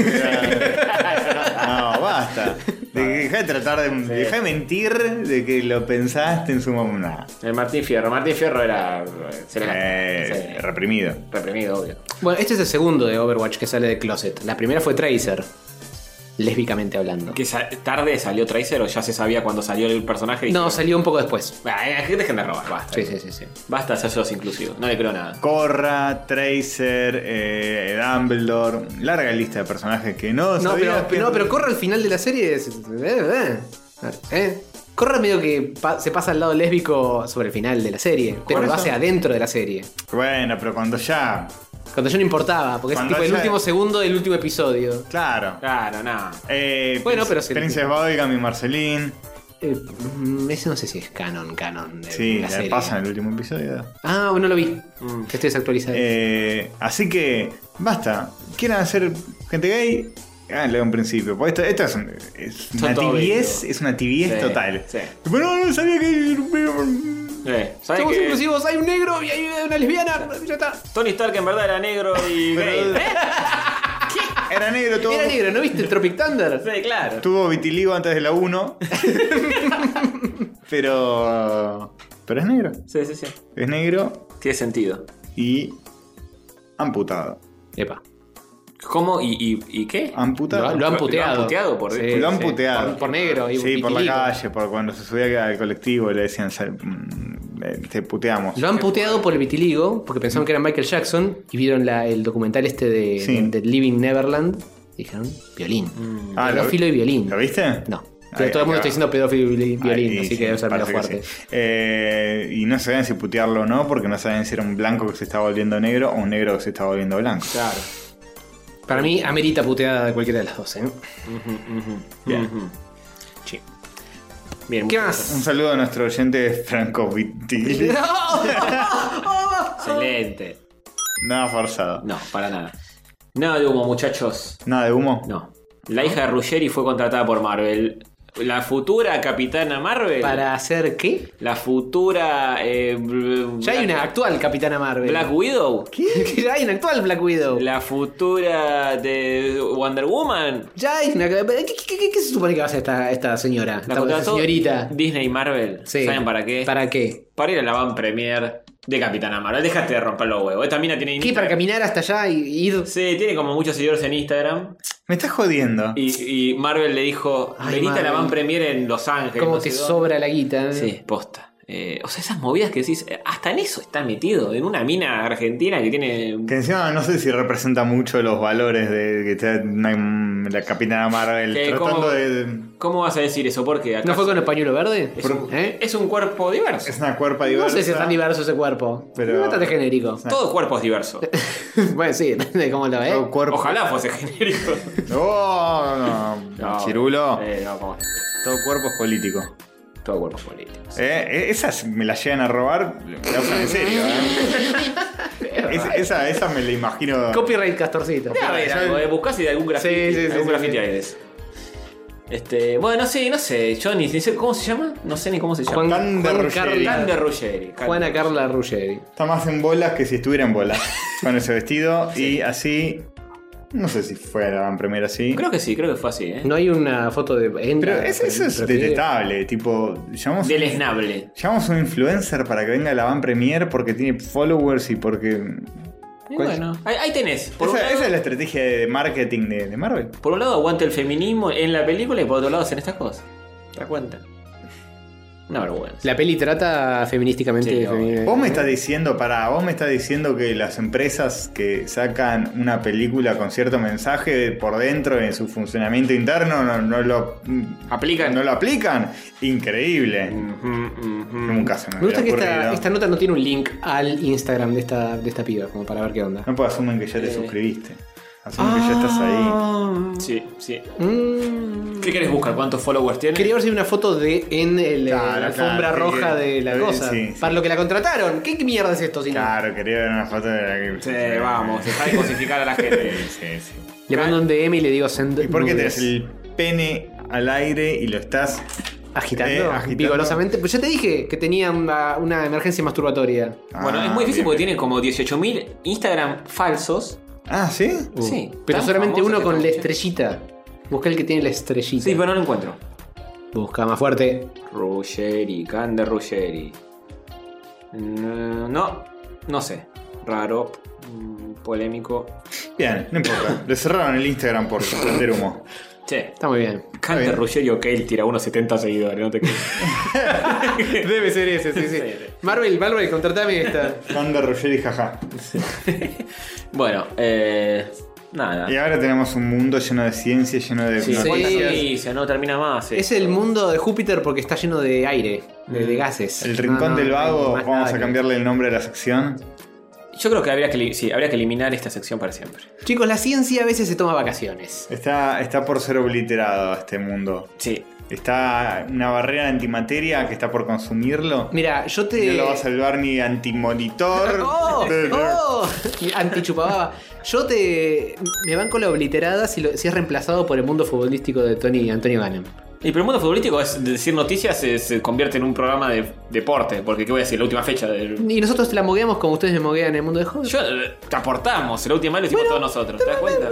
Speaker 2: era- No, basta. De que dejá de tratar de. Dejá de mentir de que lo pensaste en su momento.
Speaker 1: El eh, Martín Fierro. Martín Fierro era. se le-
Speaker 2: Eh,
Speaker 1: se-
Speaker 2: Reprimido.
Speaker 1: reprimido, obvio.
Speaker 3: Bueno, este es el segundo de Overwatch que sale de Closet. La primera fue Tracer, lésbicamente hablando.
Speaker 1: Que sa- tarde salió Tracer o ya se sabía cuando salió el personaje.
Speaker 3: No,
Speaker 1: salió.
Speaker 3: salió un poco después.
Speaker 1: Dejen de eh, robar, basta.
Speaker 3: Sí, sí, sí, sí.
Speaker 1: Basta de ser sos inclusivos. No le creo nada.
Speaker 2: Corra, Tracer, eh, Dumbledore. Larga lista de personajes que no
Speaker 3: No,
Speaker 2: sabías,
Speaker 3: pero, no, pero corre al final de la serie. es- eh, eh, eh. Corre medio que pa- se pasa al lado lésbico sobre el final de la serie, pero lo
Speaker 2: eso?
Speaker 3: hace adentro de la serie.
Speaker 2: Bueno, pero cuando ya.
Speaker 3: Cuando yo no importaba, porque
Speaker 2: Cuando
Speaker 3: es tipo el
Speaker 2: haya-
Speaker 3: último segundo del último episodio.
Speaker 2: Claro.
Speaker 1: Claro, nada.
Speaker 2: Eh,
Speaker 3: Bueno,
Speaker 2: Prin-
Speaker 3: pero se-
Speaker 2: Princess Bubblegum y Marceline.
Speaker 3: Eh, mm, ese no sé si es canon, canon. De
Speaker 2: Sí,
Speaker 3: la
Speaker 2: le
Speaker 3: serie.
Speaker 2: pasa en el último episodio.
Speaker 3: Ah, bueno, lo vi. Que estoy desactualizado.
Speaker 2: Eh, así que basta. Quieran hacer gente gay, háganlo de un principio. Porque esto, esto es, un- es una
Speaker 1: todo
Speaker 2: tibiez,
Speaker 1: gay,
Speaker 2: es una tibiez
Speaker 1: Sí,
Speaker 2: total.
Speaker 1: sí.
Speaker 2: Bueno, no sabía que.
Speaker 1: Eh, ¿sabes
Speaker 3: Somos
Speaker 1: qué?
Speaker 3: inclusivos, hay un negro y hay una lesbiana. Ya está.
Speaker 1: Tony Stark en verdad era negro y
Speaker 2: Pero-
Speaker 1: gay. ¿Eh?
Speaker 2: Era negro todo.
Speaker 3: Era negro, ¿no viste? Tropic Thunder.
Speaker 1: Sí, Eh, claro.
Speaker 2: Tuvo vitiligo antes de la 1. pero. Pero es negro.
Speaker 1: Sí, sí, sí.
Speaker 2: Es negro
Speaker 1: Tiene sentido.
Speaker 2: y. amputado.
Speaker 3: Epa.
Speaker 1: ¿Cómo y, y, y qué?
Speaker 2: Amputado.
Speaker 3: Lo, lo han
Speaker 1: Lo-
Speaker 3: puteado.
Speaker 1: lo han puteado por-
Speaker 2: Lo han puteado.
Speaker 3: Por, por negro. Y
Speaker 2: Sí, por la
Speaker 3: vitiligo.
Speaker 2: calle, por cuando se subía al colectivo le decían, "Sal- mm, eh, te puteamos.
Speaker 3: Lo han puteado por el vitiligo, porque pensaron que era Michael Jackson y vieron la- el documental este de,
Speaker 2: Sí.
Speaker 3: de- de Living Neverland. Dijeron, violín.
Speaker 2: Ah, lo-
Speaker 3: pedófilo y violín.
Speaker 2: ¿Lo viste?
Speaker 3: No.
Speaker 2: Ahí-
Speaker 3: todo el mundo
Speaker 2: ahí va.
Speaker 3: está diciendo pedófilo y violín,
Speaker 2: Ahí,
Speaker 3: así
Speaker 2: sí,
Speaker 3: que debe ser menos
Speaker 2: parece que
Speaker 3: fuerte.
Speaker 2: sí. Eh, y no sabían si putearlo o no, porque no sabían si era un blanco que se estaba volviendo negro o un negro que se estaba volviendo blanco.
Speaker 1: Claro.
Speaker 3: Para mí, amerita puteada de cualquiera de las dos, ¿eh?
Speaker 2: Bien.
Speaker 1: Ujú. Sí. Bien.
Speaker 3: ¿Qué
Speaker 1: muchas
Speaker 3: más?
Speaker 2: Un saludo a nuestro oyente Franco Vitigli.
Speaker 1: gracias. Excelente.
Speaker 2: Nada forzado.
Speaker 1: No, para nada. Nada de humo, muchachos.
Speaker 2: Nada de humo.
Speaker 1: No. La hija de Ruggeri fue contratada por Marvel. La futura capitana Marvel.
Speaker 3: ¿Para hacer qué?
Speaker 1: La futura. eh, bl-
Speaker 3: Ya hay una actual Capitana Marvel.
Speaker 1: Black Widow.
Speaker 3: ¿Qué? ya hay una actual Black Widow.
Speaker 1: La futura de Wonder Woman.
Speaker 3: Ya hay una. ¿Qué, qué, qué- qué se supone que va a hacer esta, esta señora?
Speaker 1: La
Speaker 3: Esta- esta
Speaker 1: contrató
Speaker 3: señorita.
Speaker 1: Disney y Marvel.
Speaker 3: Sí.
Speaker 1: ¿Saben para qué?
Speaker 3: ¿Para qué?
Speaker 1: Para ir a la van premier de Capitana Marvel. Déjate de romper los huevos. Esta mina tiene.
Speaker 3: ¿Qué? ¿Para caminar hasta allá y y ir?
Speaker 1: Sí, tiene como muchos seguidores en Instagram.
Speaker 2: Me estás jodiendo.
Speaker 1: Y, y Marvel le dijo:
Speaker 3: Ay,
Speaker 1: Venite a la
Speaker 3: Marvel.
Speaker 1: van premier en Los Ángeles.
Speaker 3: Como
Speaker 1: no sé
Speaker 3: te
Speaker 1: dónde".
Speaker 3: sobra la guita. ¿eh?
Speaker 1: Sí, posta. Eh, o sea, esas movidas que decís, eh, hasta en eso está metido, en una mina argentina que tiene...
Speaker 2: Que encima no sé si representa mucho los valores de que está una- la la Capitana Marvel
Speaker 1: Que
Speaker 2: tratando
Speaker 1: como-
Speaker 2: de.
Speaker 1: ¿Cómo vas a decir eso? Porque acá
Speaker 3: ¿No fue con el pañuelo verde?
Speaker 1: es, un,
Speaker 3: ¿Eh?
Speaker 1: es un cuerpo diverso.
Speaker 2: Es una cuerpa
Speaker 3: No
Speaker 2: diversa.
Speaker 3: sé si es tan diverso ese cuerpo.
Speaker 2: Pero-
Speaker 3: Es bastante genérico.
Speaker 1: Todo cuerpo es diverso.
Speaker 3: bueno, sí, depende de cómo lo
Speaker 2: Todo
Speaker 3: ve.
Speaker 2: cuerpo.
Speaker 1: Ojalá fuese genérico.
Speaker 2: Oh, no, no,
Speaker 1: No.
Speaker 2: Chirulo.
Speaker 1: Eh, no, ¿cómo es?
Speaker 2: Todo cuerpo es político.
Speaker 1: Todo cuerpo es político.
Speaker 2: Eh, eh, esas me las llegan a robar, me la usan en serio. eh. Es- esa, esa me la imagino.
Speaker 3: Copyright Castorcito.
Speaker 1: A ver,
Speaker 2: ya-
Speaker 1: algo, eh, buscás y de algún graffiti.
Speaker 3: Sí, sí, sí,
Speaker 1: algún
Speaker 3: sí,
Speaker 1: graffiti
Speaker 3: sí.
Speaker 1: hay de eso. Este, bueno, sí, no sé. Yo ni, ni sé cómo se llama. No sé ni cómo se llama.
Speaker 2: Tan de
Speaker 3: Juan
Speaker 2: Ruggeri.
Speaker 1: Can
Speaker 3: Carla,
Speaker 1: de Ruggeri. Can
Speaker 3: Juana
Speaker 1: de-
Speaker 3: Carla Ruggeri.
Speaker 2: Está más en bolas que si estuviera en bolas. con ese vestido y así. No sé si fue la gran primera así.
Speaker 1: Creo que sí, creo que fue así, ¿eh?
Speaker 3: No hay una foto de.
Speaker 2: Pero
Speaker 3: Endra,
Speaker 2: es- eso es
Speaker 3: pero que-
Speaker 2: detestable. Tipo, llamamos,
Speaker 1: Del esnable.
Speaker 2: llamamos a un influencer para que venga a la van premier porque tiene followers y porque.
Speaker 1: Y bueno, ahí, ahí tenés. Por un,
Speaker 2: Esa,
Speaker 1: lado,
Speaker 2: esa es la estrategia de marketing de, de Marvel.
Speaker 1: por un lado aguanta el feminismo en la película y por otro lado hacen estas cosas. ¿Te das cuenta? Una vergüenza.
Speaker 3: La peli trata feminísticamente.
Speaker 1: Sí,
Speaker 3: de femi-
Speaker 2: Vos me estás diciendo, para vos me estás diciendo que las empresas que sacan una película con cierto mensaje por dentro en su funcionamiento interno no, no lo
Speaker 1: Aplican.
Speaker 2: No lo aplican. Increíble. Nunca se me,
Speaker 3: Me gusta que
Speaker 2: hubiera
Speaker 3: esta,
Speaker 2: ocurrido.
Speaker 3: esta nota no tiene un link al Instagram de esta, de esta piba, como para ver qué onda.
Speaker 2: No puedo asumir que ya te
Speaker 1: Eh.
Speaker 2: suscribiste. Asume que ya estás
Speaker 3: Ah,
Speaker 2: ahí.
Speaker 1: Sí, sí.
Speaker 3: Mm.
Speaker 1: ¿Qué querés buscar? ¿Cuántos followers tiene?
Speaker 3: Quería ver si hay una foto de en el-
Speaker 2: Claro,
Speaker 3: la
Speaker 2: claro,
Speaker 3: alfombra
Speaker 2: sí,
Speaker 3: roja
Speaker 2: que-
Speaker 3: de la
Speaker 2: sí,
Speaker 3: cosa.
Speaker 2: sí.
Speaker 3: Para lo que la contrataron. ¿Qué mierda es esto? Si no?
Speaker 2: Claro, quería ver una foto de la que.
Speaker 1: Sí, vamos, deja de cosificar a la gente.
Speaker 2: Sí, sí.
Speaker 3: Le mando un DM y le digo send.
Speaker 2: ¿Y por qué
Speaker 3: nudes.
Speaker 2: tenés el pene al aire y lo estás
Speaker 3: agitando,
Speaker 2: eh, agitando?
Speaker 3: vigorosamente? Pues ya te dije que tenía una, una emergencia masturbatoria.
Speaker 1: bueno,
Speaker 2: Ah,
Speaker 1: es muy difícil
Speaker 2: bien.
Speaker 1: porque tiene como 18.000 Instagram falsos.
Speaker 2: Ah, ¿sí?
Speaker 1: sí.
Speaker 3: Uh, Pero
Speaker 1: tan
Speaker 3: solamente
Speaker 1: famosos
Speaker 3: uno
Speaker 1: que
Speaker 3: con la
Speaker 1: están-
Speaker 3: estrellita. Busca el que tiene la estrellita.
Speaker 1: Sí, pero no lo encuentro.
Speaker 3: Busca más fuerte.
Speaker 1: Ruggeri, Can de Ruggeri. Mm, No, no sé. Raro, mm, polémico.
Speaker 2: Bien, no importa. Le cerraron el Instagram por vender humo.
Speaker 1: Che,
Speaker 3: Está muy bien.
Speaker 1: Can de Ruggeri o Kale tira unos 70 seguidores, no te creas.
Speaker 3: Debe ser ese, sí, sí. Marvel, Marvel, contratame esta.
Speaker 2: Juan de Ruggeri, jaja.
Speaker 1: bueno, eh, nada.
Speaker 2: Y ahora tenemos un mundo lleno de ciencia, lleno de.
Speaker 1: Sí,
Speaker 3: Sí,
Speaker 1: ¿cuántas
Speaker 3: es-
Speaker 1: noticias? no termina más.
Speaker 3: Es
Speaker 1: esto.
Speaker 3: el mundo de Júpiter porque está lleno de aire, de, de gases.
Speaker 2: El
Speaker 3: No,
Speaker 2: rincón
Speaker 3: no,
Speaker 2: del
Speaker 3: no hay
Speaker 2: vago,
Speaker 3: más
Speaker 2: vamos
Speaker 3: nada
Speaker 2: a
Speaker 3: que-
Speaker 2: cambiarle el nombre de la sección.
Speaker 1: Yo creo que habría que, li- sí, habría que eliminar esta sección para siempre.
Speaker 3: Chicos, la ciencia a veces se toma vacaciones.
Speaker 2: Está, está por ser obliterado este mundo.
Speaker 1: Sí.
Speaker 2: Está una barrera de antimateria que está por consumirlo.
Speaker 3: Mira, yo
Speaker 2: Y
Speaker 3: te.
Speaker 2: No lo va a salvar ni antimonitor.
Speaker 3: ¡Oh! ¡Oh! Antichupababa. Yo te. Me banco la obliterada si, lo- si es reemplazado por el mundo futbolístico de Tony Antonio Ganem.
Speaker 1: Y pero el mundo futbolístico es decir noticias se, se convierte en un programa de deporte, porque qué voy a decir, la última fecha del.
Speaker 3: Y nosotros te la mogueamos como ustedes me moguean en el mundo de Hobbit.
Speaker 1: Yo eh, te aportamos, la última vez lo hicimos todos nosotros, ¿te das cuenta?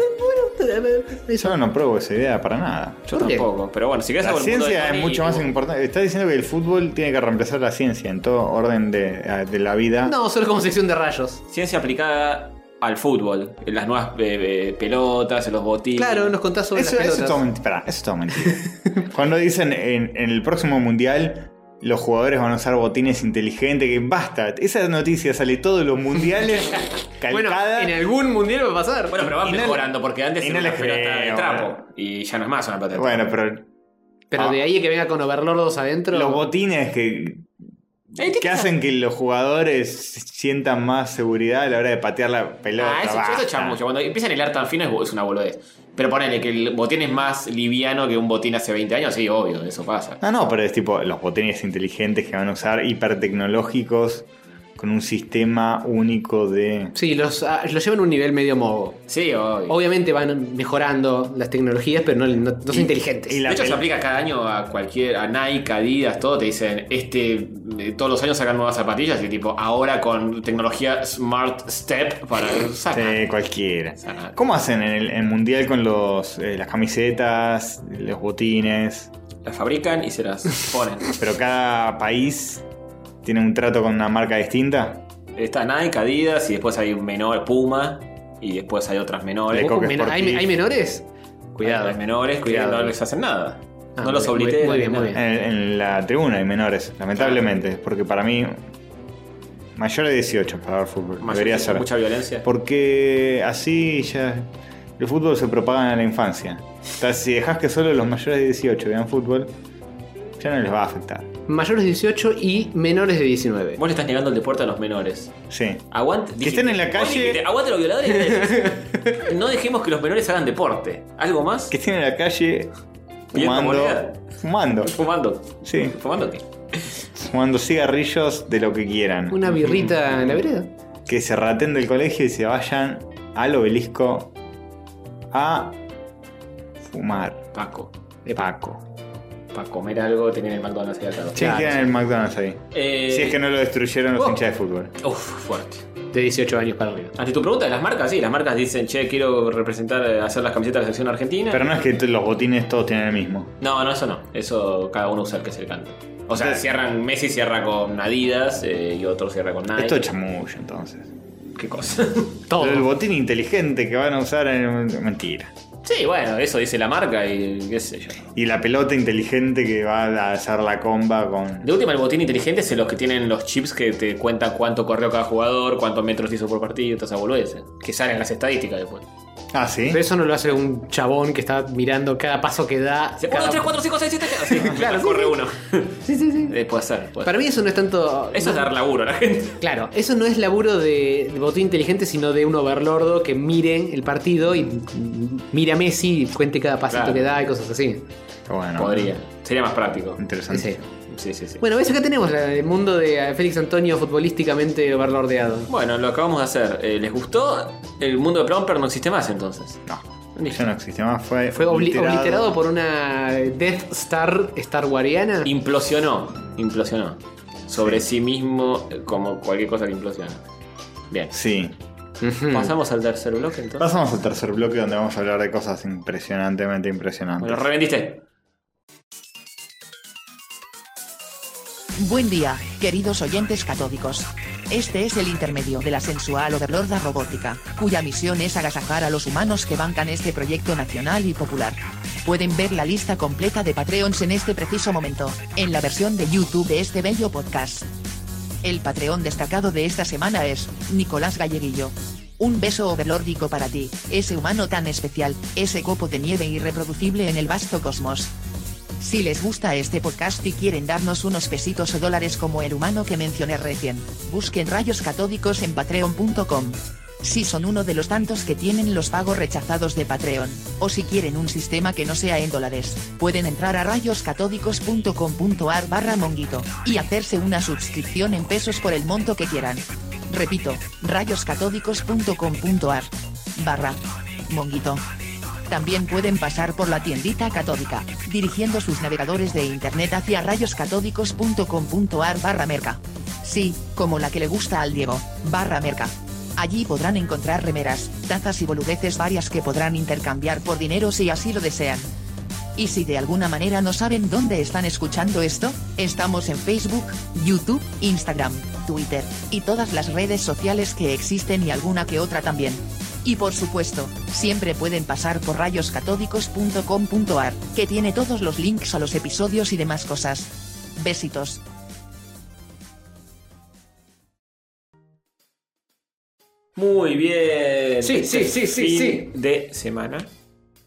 Speaker 2: Yo no pruebo esa idea para nada.
Speaker 1: Yo
Speaker 3: ¿Por qué?
Speaker 1: tampoco, pero bueno, si querés
Speaker 2: La
Speaker 1: hago el mundo
Speaker 2: ciencia
Speaker 1: de
Speaker 2: es
Speaker 1: Tony
Speaker 2: mucho más
Speaker 1: y-
Speaker 2: importante. Está diciendo que el fútbol tiene que reemplazar la ciencia en todo orden de, de la vida.
Speaker 3: No, solo como sección de rayos.
Speaker 1: Ciencia aplicada al fútbol, en las nuevas eh, eh, pelotas, en los botines.
Speaker 3: Claro, nos contás sobre
Speaker 2: Eso,
Speaker 3: las
Speaker 2: eso es todo
Speaker 3: pelotas.
Speaker 2: mentira. pará, eso es todo mentira. Cuando dicen en, en el próximo mundial los jugadores van a usar botines inteligentes, que basta. Esa noticia sale todos los mundiales
Speaker 3: bueno,
Speaker 2: calcada.
Speaker 3: en algún mundial va a pasar.
Speaker 1: Bueno, pero va
Speaker 2: Y no le-
Speaker 1: mejorando, porque antes
Speaker 2: y
Speaker 1: era
Speaker 2: no
Speaker 1: una
Speaker 2: le
Speaker 1: pelota de
Speaker 2: creo,
Speaker 1: trapo.
Speaker 2: bueno.
Speaker 1: Y ya no es más una pelota de
Speaker 2: Bueno,
Speaker 1: trapo.
Speaker 2: pero
Speaker 3: pero
Speaker 2: Ah.
Speaker 3: de ahí a que venga con overlordos adentro.
Speaker 2: los botines que,
Speaker 1: Eh, ¿qué
Speaker 2: que hacen que los jugadores sientan más seguridad a la hora de patear la pelota.
Speaker 1: Ah, eso, eso
Speaker 2: basta.
Speaker 1: es chamucho. Cuando empiezan a hilar tan fino es, bo- es una boludez. Pero ponele que el botín es más liviano que un botín hace 20 años, sí, obvio, eso pasa.
Speaker 2: No, no, pero es tipo los botines inteligentes que van a usar, hipertecnológicos, con un sistema único de.
Speaker 3: Sí, los, ah, los llevan a un nivel medio mogo.
Speaker 1: Sí, obvio.
Speaker 3: Obviamente van mejorando las tecnologías, pero no, no- no son inteligentes.
Speaker 2: y la
Speaker 1: de hecho, se
Speaker 2: pel-
Speaker 1: aplica cada año a cualquier, a Nike, Adidas, todo. Te dicen, este, eh, todos los años sacan nuevas zapatillas y tipo, ahora con tecnología Smart Step para sacar.
Speaker 2: Sí, cualquiera.
Speaker 1: Saca.
Speaker 2: Ah, ¿Cómo hacen en el, en mundial con los, eh, las camisetas, los botines?
Speaker 1: Las fabrican y se las ponen.
Speaker 2: Pero cada país tiene un trato con una marca distinta.
Speaker 1: Está Nike, Adidas y después hay un menor, Puma. Y después hay otras menores.
Speaker 2: Le
Speaker 3: ¿Vos con
Speaker 2: coque
Speaker 3: menor- ¿Hay,
Speaker 2: Sportif.
Speaker 3: hay menores?
Speaker 1: Cuidado. Hay menores que
Speaker 2: Cuidado.
Speaker 1: no les hacen nada.
Speaker 3: Ah,
Speaker 1: no los
Speaker 3: muy bien,
Speaker 1: obliteran.
Speaker 3: muy bien,
Speaker 1: ni
Speaker 3: muy
Speaker 1: nada.
Speaker 2: En, en la tribuna hay menores, lamentablemente. Porque para mí, mayor de 18 para ver fútbol.
Speaker 1: Mayor-
Speaker 2: debería ser.
Speaker 1: Mucha violencia.
Speaker 2: Porque así ya el fútbol se propaga en la infancia. O sea, si dejas que solo los mayores de 18 vean fútbol, ya no les va a afectar.
Speaker 3: Mayores de 18 y menores de 19.
Speaker 1: Vos le estás negando el deporte a los menores.
Speaker 2: Sí.
Speaker 1: Aguante. dijiste-
Speaker 2: estén en la
Speaker 1: vos
Speaker 2: calle.
Speaker 1: dijiste, Aguante los violadores. no dejemos que los menores hagan deporte. ¿Algo más?
Speaker 2: Que estén en la calle
Speaker 1: Pidiendo
Speaker 2: fumando.
Speaker 1: moneda.
Speaker 2: Fumando.
Speaker 1: Fumando.
Speaker 2: Sí.
Speaker 1: ¿Fumando qué?
Speaker 2: Fumando cigarrillos de lo que quieran.
Speaker 3: Una birrita en la vereda.
Speaker 2: Que se raten del colegio y se vayan al obelisco a fumar.
Speaker 1: Paco.
Speaker 2: De Paco.
Speaker 1: Para comer algo tenían el McDonald's ahí al lado.
Speaker 2: Sí, que eran el McDonald's ahí.
Speaker 1: Eh,
Speaker 2: Si es que no lo destruyeron los
Speaker 1: oh.
Speaker 2: hinchas de fútbol.
Speaker 1: Uf, fuerte.
Speaker 3: De 18 años para arriba.
Speaker 1: Ante tu pregunta de las marcas, sí, las marcas dicen, che, quiero representar, eh, hacer las camisetas de la selección argentina.
Speaker 2: Pero no es que t- los botines todos tienen el mismo.
Speaker 1: No, no, eso no. Eso cada uno usa el que se le canta. O sea,
Speaker 2: Entonces-
Speaker 1: cierran, Messi cierra con Adidas eh, y otro cierra con Nike.
Speaker 2: Esto es chamullo, entonces.
Speaker 1: ¿Qué cosa?
Speaker 3: Todo.
Speaker 2: El botín inteligente que van a usar en... Mentira.
Speaker 1: sí, bueno, eso dice la marca y qué sé yo.
Speaker 2: Y la pelota inteligente que va a hacer la comba con...
Speaker 1: De última, el botín inteligente es los que tienen los chips que te cuentan cuánto corrió cada jugador, cuántos metros hizo por partido, todas esas boludeces. eh, Que salen las estadísticas después.
Speaker 2: Ah, ¿sí?
Speaker 3: Pero eso no lo hace un chabón que está mirando cada paso que da.
Speaker 1: Dice,
Speaker 3: cada-
Speaker 1: 1, 2, 3, 4, 5, 6, 7, 8. Sí, claro, corre uno.
Speaker 3: Sí, sí, sí.
Speaker 1: Eh, puede ser, puede
Speaker 3: Para mí eso no es tanto.
Speaker 1: ser. Eso es dar laburo a la gente.
Speaker 3: Claro, eso no es laburo de, de botín inteligente, sino de un overlordo que mire el partido y mm, mire a Messi y cuente cada pasito
Speaker 1: Claro.
Speaker 3: que da y cosas así.
Speaker 2: Bueno.
Speaker 1: Podría. Sería más práctico.
Speaker 2: Interesante.
Speaker 3: Sí.
Speaker 1: Sí, sí, sí.
Speaker 3: Bueno, ves acá tenemos la- el mundo de eh, Félix Antonio futbolísticamente overlordeado.
Speaker 1: Bueno, lo acabamos de hacer. Eh, ¿Les gustó? El mundo de Plumper no existe más entonces.
Speaker 2: No. Ya no existe más. Ah, Fue,
Speaker 3: Fue obli- obliterado. por una Death Star Star Wariana.
Speaker 1: Implosionó. Implosionó. Sobre sí, mismo, eh, como cualquier cosa que implosiona. Bien.
Speaker 2: Sí.
Speaker 3: Mm.
Speaker 1: Pasamos al tercer bloque entonces.
Speaker 2: Pasamos al tercer bloque donde vamos a hablar de cosas impresionantemente impresionantes.
Speaker 1: Bueno, revendiste.
Speaker 6: Buen día, queridos oyentes catódicos. Este es el intermedio de la sensual overlorda robótica, cuya misión es agasajar a los humanos que bancan este proyecto nacional y popular. Pueden ver la lista completa de Patreons en este preciso momento, en la versión de YouTube de este bello podcast. El Patreon destacado de esta semana es, Nicolás Galleguillo. Un beso overlórdico para ti, ese humano tan especial, ese copo de nieve irreproducible en el vasto cosmos. Si les gusta este podcast y quieren darnos unos pesitos o dólares como el humano que mencioné recién, busquen rayos catódicos en patreon.com. Si son uno de los tantos que tienen los pagos rechazados de Patreon, o si quieren un sistema que no sea en dólares, pueden entrar a rayoscatódicos.com.ar barra monguito, y hacerse una suscripción en pesos por el monto que quieran. Repito, rayoscatódicos.com.ar barra monguito. También pueden pasar por la tiendita catódica, dirigiendo sus navegadores de internet hacia rayoscatódicos.com.ar barra merca. Sí, como la que le gusta al Diego, barra merca. Allí podrán encontrar remeras, tazas y boludeces varias que podrán intercambiar por dinero si así lo desean. Y si de alguna manera no saben dónde están escuchando esto, estamos en Facebook, YouTube, Instagram, Twitter, y todas las redes sociales que existen y alguna que otra también. Y por supuesto, siempre pueden pasar por rayoscatódicos.com.ar, que tiene todos los links a los episodios y demás cosas. Besitos.
Speaker 1: Muy bien.
Speaker 3: Sí, sí, sí, sí,
Speaker 1: Fin
Speaker 3: sí.
Speaker 1: De semana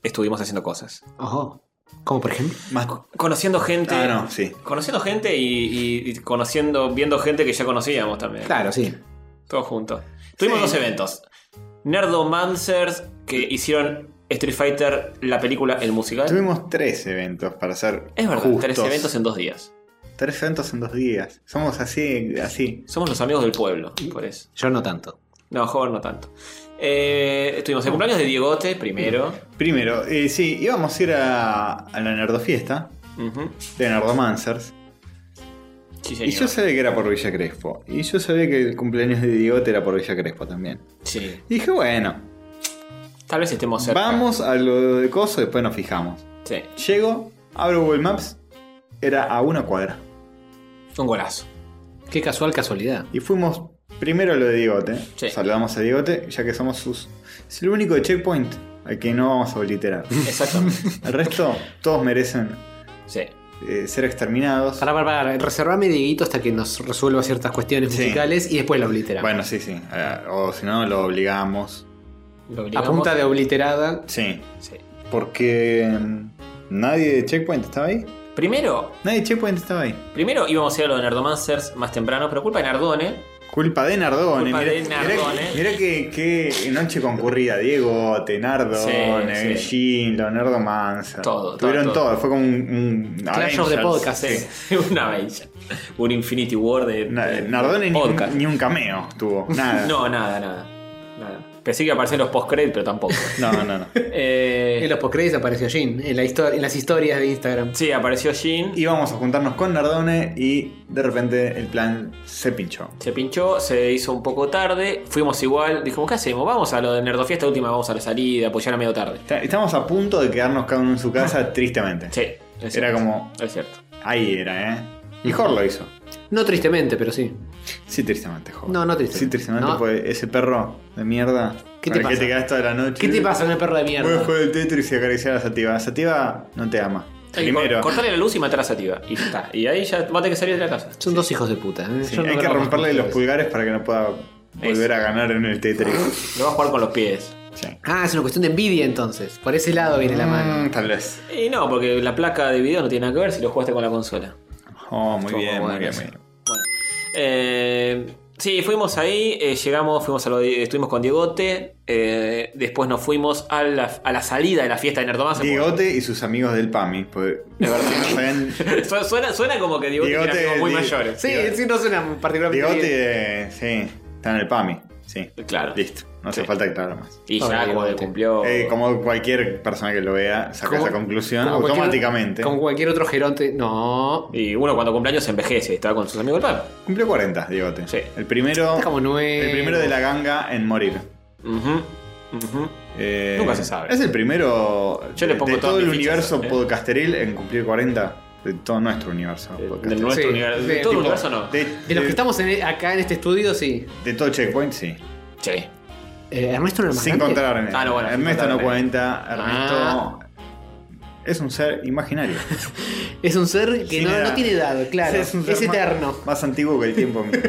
Speaker 1: estuvimos haciendo cosas.
Speaker 3: Ojo. ¿Cómo por ejemplo?
Speaker 2: Más-
Speaker 1: Conociendo gente.
Speaker 2: Ah, no, sí.
Speaker 1: Conociendo gente y, y- y conociendo, viendo gente que ya conocíamos también.
Speaker 3: Claro, sí.
Speaker 1: Todos juntos. Tuvimos dos eventos. Nerdomancers que hicieron Street Fighter, la película, el musical.
Speaker 2: Tuvimos tres eventos para hacer.
Speaker 1: Es verdad, tres
Speaker 2: justos.
Speaker 1: eventos en dos días.
Speaker 2: Tres eventos en dos días. Somos así, así.
Speaker 1: Somos los amigos del pueblo, por eso.
Speaker 3: Yo no tanto.
Speaker 1: No, joven no tanto. Eh, estuvimos el cumpleaños de Diegote primero.
Speaker 2: Primero, eh, sí, íbamos a ir a, a la Nerdofiesta
Speaker 1: Ujú.
Speaker 2: de Nerdomancers.
Speaker 1: Sí,
Speaker 2: Y
Speaker 1: señor.
Speaker 2: yo sabía que era por Villa Crespo. Y yo sabía que el cumpleaños de Diegote era por Villa Crespo también.
Speaker 1: Sí.
Speaker 2: Y dije, bueno,
Speaker 1: Tal vez estemos cerca.
Speaker 2: vamos a lo de coso, después nos fijamos.
Speaker 1: Sí.
Speaker 2: Llego, abro Google Maps, era a una cuadra.
Speaker 1: Un golazo.
Speaker 3: Qué casual casualidad.
Speaker 2: Y fuimos primero a lo de Diegote.
Speaker 1: Sí.
Speaker 2: Saludamos a Diegote, ya que somos sus. Es el único checkpoint al que no vamos a obliterar.
Speaker 1: Exactamente.
Speaker 2: el resto, todos merecen
Speaker 1: sí.
Speaker 2: eh, ser exterminados.
Speaker 3: Para, para, para. Reservame, Dieguito, hasta que nos resuelva ciertas cuestiones
Speaker 2: Sí.
Speaker 3: musicales y después lo obliteramos.
Speaker 2: Bueno, sí, sí. eh, O si no, lo obligamos
Speaker 1: Lo
Speaker 3: A
Speaker 1: obligamos-
Speaker 3: punta de obliterada.
Speaker 2: Sí.
Speaker 1: Sí.
Speaker 2: Porque mm, nadie de Checkpoint estaba ahí.
Speaker 1: Primero,
Speaker 2: Nadie de Checkpoint estaba ahí.
Speaker 1: primero íbamos a ir a lo de Nerdomancers más temprano, pero culpa de Nardone.
Speaker 2: Culpa de Nardone.
Speaker 1: Culpa
Speaker 2: mirá,
Speaker 1: de Nardone.
Speaker 2: mirá- mirá que, que noche concurrida. Diego, Tenardone,
Speaker 1: Sí, sí.
Speaker 2: Gin, Leonardo Manza.
Speaker 1: Todo, todo,
Speaker 2: Tuvieron todo.
Speaker 1: todo.
Speaker 2: Fue como un. un
Speaker 3: Clash of the
Speaker 2: Avengers.
Speaker 3: Podcast.
Speaker 2: Sí.
Speaker 1: Una bella. Un Infinity War de.
Speaker 2: Na-
Speaker 1: de-
Speaker 2: Nardone ni un,
Speaker 1: podcast.
Speaker 2: ni un cameo tuvo. Nada.
Speaker 1: No, nada, nada. nada. Pensé que aparecían los post pero tampoco.
Speaker 2: no, no. no.
Speaker 1: Eh,
Speaker 3: En los postcréditos apareció Jin, en, la histo- en las historias de Instagram.
Speaker 1: sí, apareció Jin.
Speaker 2: Íbamos a juntarnos con Nardone y de repente el plan se pinchó.
Speaker 1: Se pinchó, se hizo un poco tarde. Fuimos igual. Dijimos, ¿qué hacemos? Vamos a lo de Nerdofiesta última, vamos a la salida, pues ya era medio tarde.
Speaker 2: Está- Estamos a punto de quedarnos cada uno en su casa, tristemente.
Speaker 1: Ah. Sí, es
Speaker 2: Era
Speaker 1: cierto.
Speaker 2: como.
Speaker 1: Es cierto.
Speaker 2: Ahí era, ¿eh? Y Hor lo hizo.
Speaker 3: No tristemente, pero sí.
Speaker 2: Sí, tristemente, Hor.
Speaker 3: No, no tristemente.
Speaker 2: Sí, tristemente,
Speaker 3: No.
Speaker 2: porque ese perro de mierda.
Speaker 3: ¿Qué
Speaker 2: con
Speaker 3: te
Speaker 2: el que
Speaker 3: pasa?
Speaker 2: te quedas toda la noche.
Speaker 3: ¿Qué te pasa con el perro de
Speaker 2: Voy a
Speaker 3: mierda?
Speaker 2: jugar el Tetris y acariciar a Sativa. Sativa no te ama.
Speaker 1: Hay que
Speaker 2: Primero.
Speaker 1: cor- Cortarle la luz y matar a Sativa. Y ya está. Y ahí ya va a tener que salir de la casa.
Speaker 3: Son dos hijos de puta. ¿eh?
Speaker 2: Sí,
Speaker 3: Yo no
Speaker 2: hay que
Speaker 3: grabo más
Speaker 2: romperle
Speaker 3: con
Speaker 2: los
Speaker 3: ustedes.
Speaker 2: pulgares para que no pueda volver a ganar en el Tetris.
Speaker 1: Lo va a jugar con los pies.
Speaker 2: Sí.
Speaker 3: Ah, es una cuestión de envidia entonces. Por ese lado viene la mano.
Speaker 2: Mm, tal vez.
Speaker 1: Y no, porque la placa de video no tiene nada que ver si lo jugaste con la consola.
Speaker 2: Oh, muy
Speaker 1: Estuvo
Speaker 2: bien,
Speaker 1: muy
Speaker 2: muy bien,
Speaker 1: bueno
Speaker 2: muy
Speaker 1: eso.
Speaker 2: bien.
Speaker 1: Bueno. Eh, sí, fuimos ahí, eh, llegamos, fuimos a lo de- estuvimos con Diegote, eh, después nos fuimos a la, a la salida de la fiesta de Nerdomás.
Speaker 2: Diegote y sus amigos del PAMI. Porque de verdad no sabían.
Speaker 1: Su- Suena, suena como que Diegote,
Speaker 2: Diegote,
Speaker 1: era como muy
Speaker 2: Di-
Speaker 1: mayores.
Speaker 3: Sí, sí, no suena particularmente. bien.
Speaker 2: Diegote, eh, sí, está en el PAMI. Sí.
Speaker 1: Claro.
Speaker 2: Listo. No hace
Speaker 1: Sí.
Speaker 2: falta aclarar más.
Speaker 1: Y
Speaker 3: Ahora,
Speaker 1: ya como que
Speaker 3: Diegote.
Speaker 1: cumplió.
Speaker 2: Eh, como cualquier persona que lo vea saca
Speaker 3: Como-
Speaker 2: esa conclusión
Speaker 3: como cualquier-
Speaker 2: automáticamente.
Speaker 3: Como cualquier otro geronte. No.
Speaker 1: Y uno cuando cumpleaños se envejece, estaba con sus amigos del pub.
Speaker 2: Cumplió 40, Diegote.
Speaker 1: Sí.
Speaker 2: El primero.
Speaker 3: Está como nuevo.
Speaker 2: El primero de la ganga en morir.
Speaker 1: Ujú, ujú.
Speaker 2: Eh,
Speaker 1: Nunca se sabe.
Speaker 2: Es el primero
Speaker 1: Yo
Speaker 2: de,
Speaker 1: le pongo
Speaker 2: de
Speaker 1: todas
Speaker 2: todo el
Speaker 1: mis fichas,
Speaker 2: universo
Speaker 1: eh.
Speaker 2: podcasteril en cumplir 40. De todo nuestro universo
Speaker 1: Eh,
Speaker 2: podcasteril.
Speaker 1: Del nuestro
Speaker 3: Sí,
Speaker 1: universo. De
Speaker 3: sí,
Speaker 1: todo el
Speaker 3: tipo-
Speaker 1: universo no.
Speaker 2: De,
Speaker 3: De los que estamos en- acá en este estudio, sí.
Speaker 2: de todo Checkpoint, sí.
Speaker 1: Sí.
Speaker 3: Eh, Ernesto no era más
Speaker 2: Sin
Speaker 3: grande?
Speaker 2: contar a Ernesto.
Speaker 1: Ah, no, bueno, sin
Speaker 2: Ernesto
Speaker 1: contar a
Speaker 2: no
Speaker 1: Ernesto.
Speaker 2: cuenta. Ernesto
Speaker 3: Ah.
Speaker 2: es un ser imaginario.
Speaker 3: Es un ser que
Speaker 2: Sin
Speaker 3: no,
Speaker 2: edad.
Speaker 3: no tiene edad, claro.
Speaker 2: Es
Speaker 3: Es,
Speaker 2: un ser más-
Speaker 3: eterno.
Speaker 2: Más, antiguo que el tiempo mismo.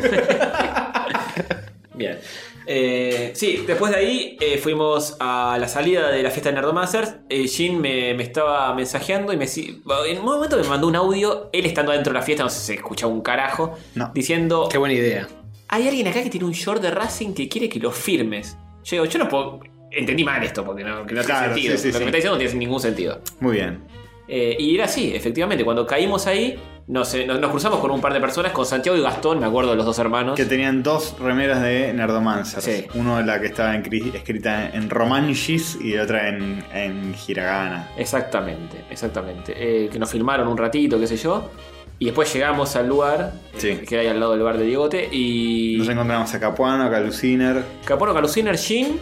Speaker 1: Bien. Eh, sí, después de ahí eh, fuimos a la salida de la fiesta de Nerdomasters. Eh, Jin me, me estaba mensajeando y me si- en un momento me mandó un audio, él estando adentro de la fiesta, no sé si se escuchaba un carajo,
Speaker 2: No.
Speaker 1: diciendo,
Speaker 3: Qué buena idea.
Speaker 1: hay alguien acá que tiene un short de Racing que quiere que lo firmes. Yo digo, yo no puedo... Entendí mal esto porque no, que no
Speaker 2: Claro,
Speaker 1: tiene sentido.
Speaker 2: sí, sí,
Speaker 1: lo que
Speaker 2: sí.
Speaker 1: me está diciendo no tiene ningún sentido.
Speaker 2: Muy bien.
Speaker 1: Eh, y era así, efectivamente. Cuando caímos ahí, nos, eh, nos, nos cruzamos con un par de personas, con Santiago y Gastón, me acuerdo de los dos hermanos.
Speaker 2: Que tenían dos remeras de Nerdomancers.
Speaker 1: Sí.
Speaker 2: Uno la que estaba encri- escrita en romanchis y la otra en, en hiragana.
Speaker 1: Exactamente, exactamente. Eh, que nos filmaron un ratito, qué sé yo. Y después llegamos al lugar,
Speaker 2: Sí.
Speaker 1: eh, que era ahí al lado del bar de Diegote, y...
Speaker 2: Nos encontramos a Capuano, a Caluciner.
Speaker 1: Caporo Caluciner, Jin,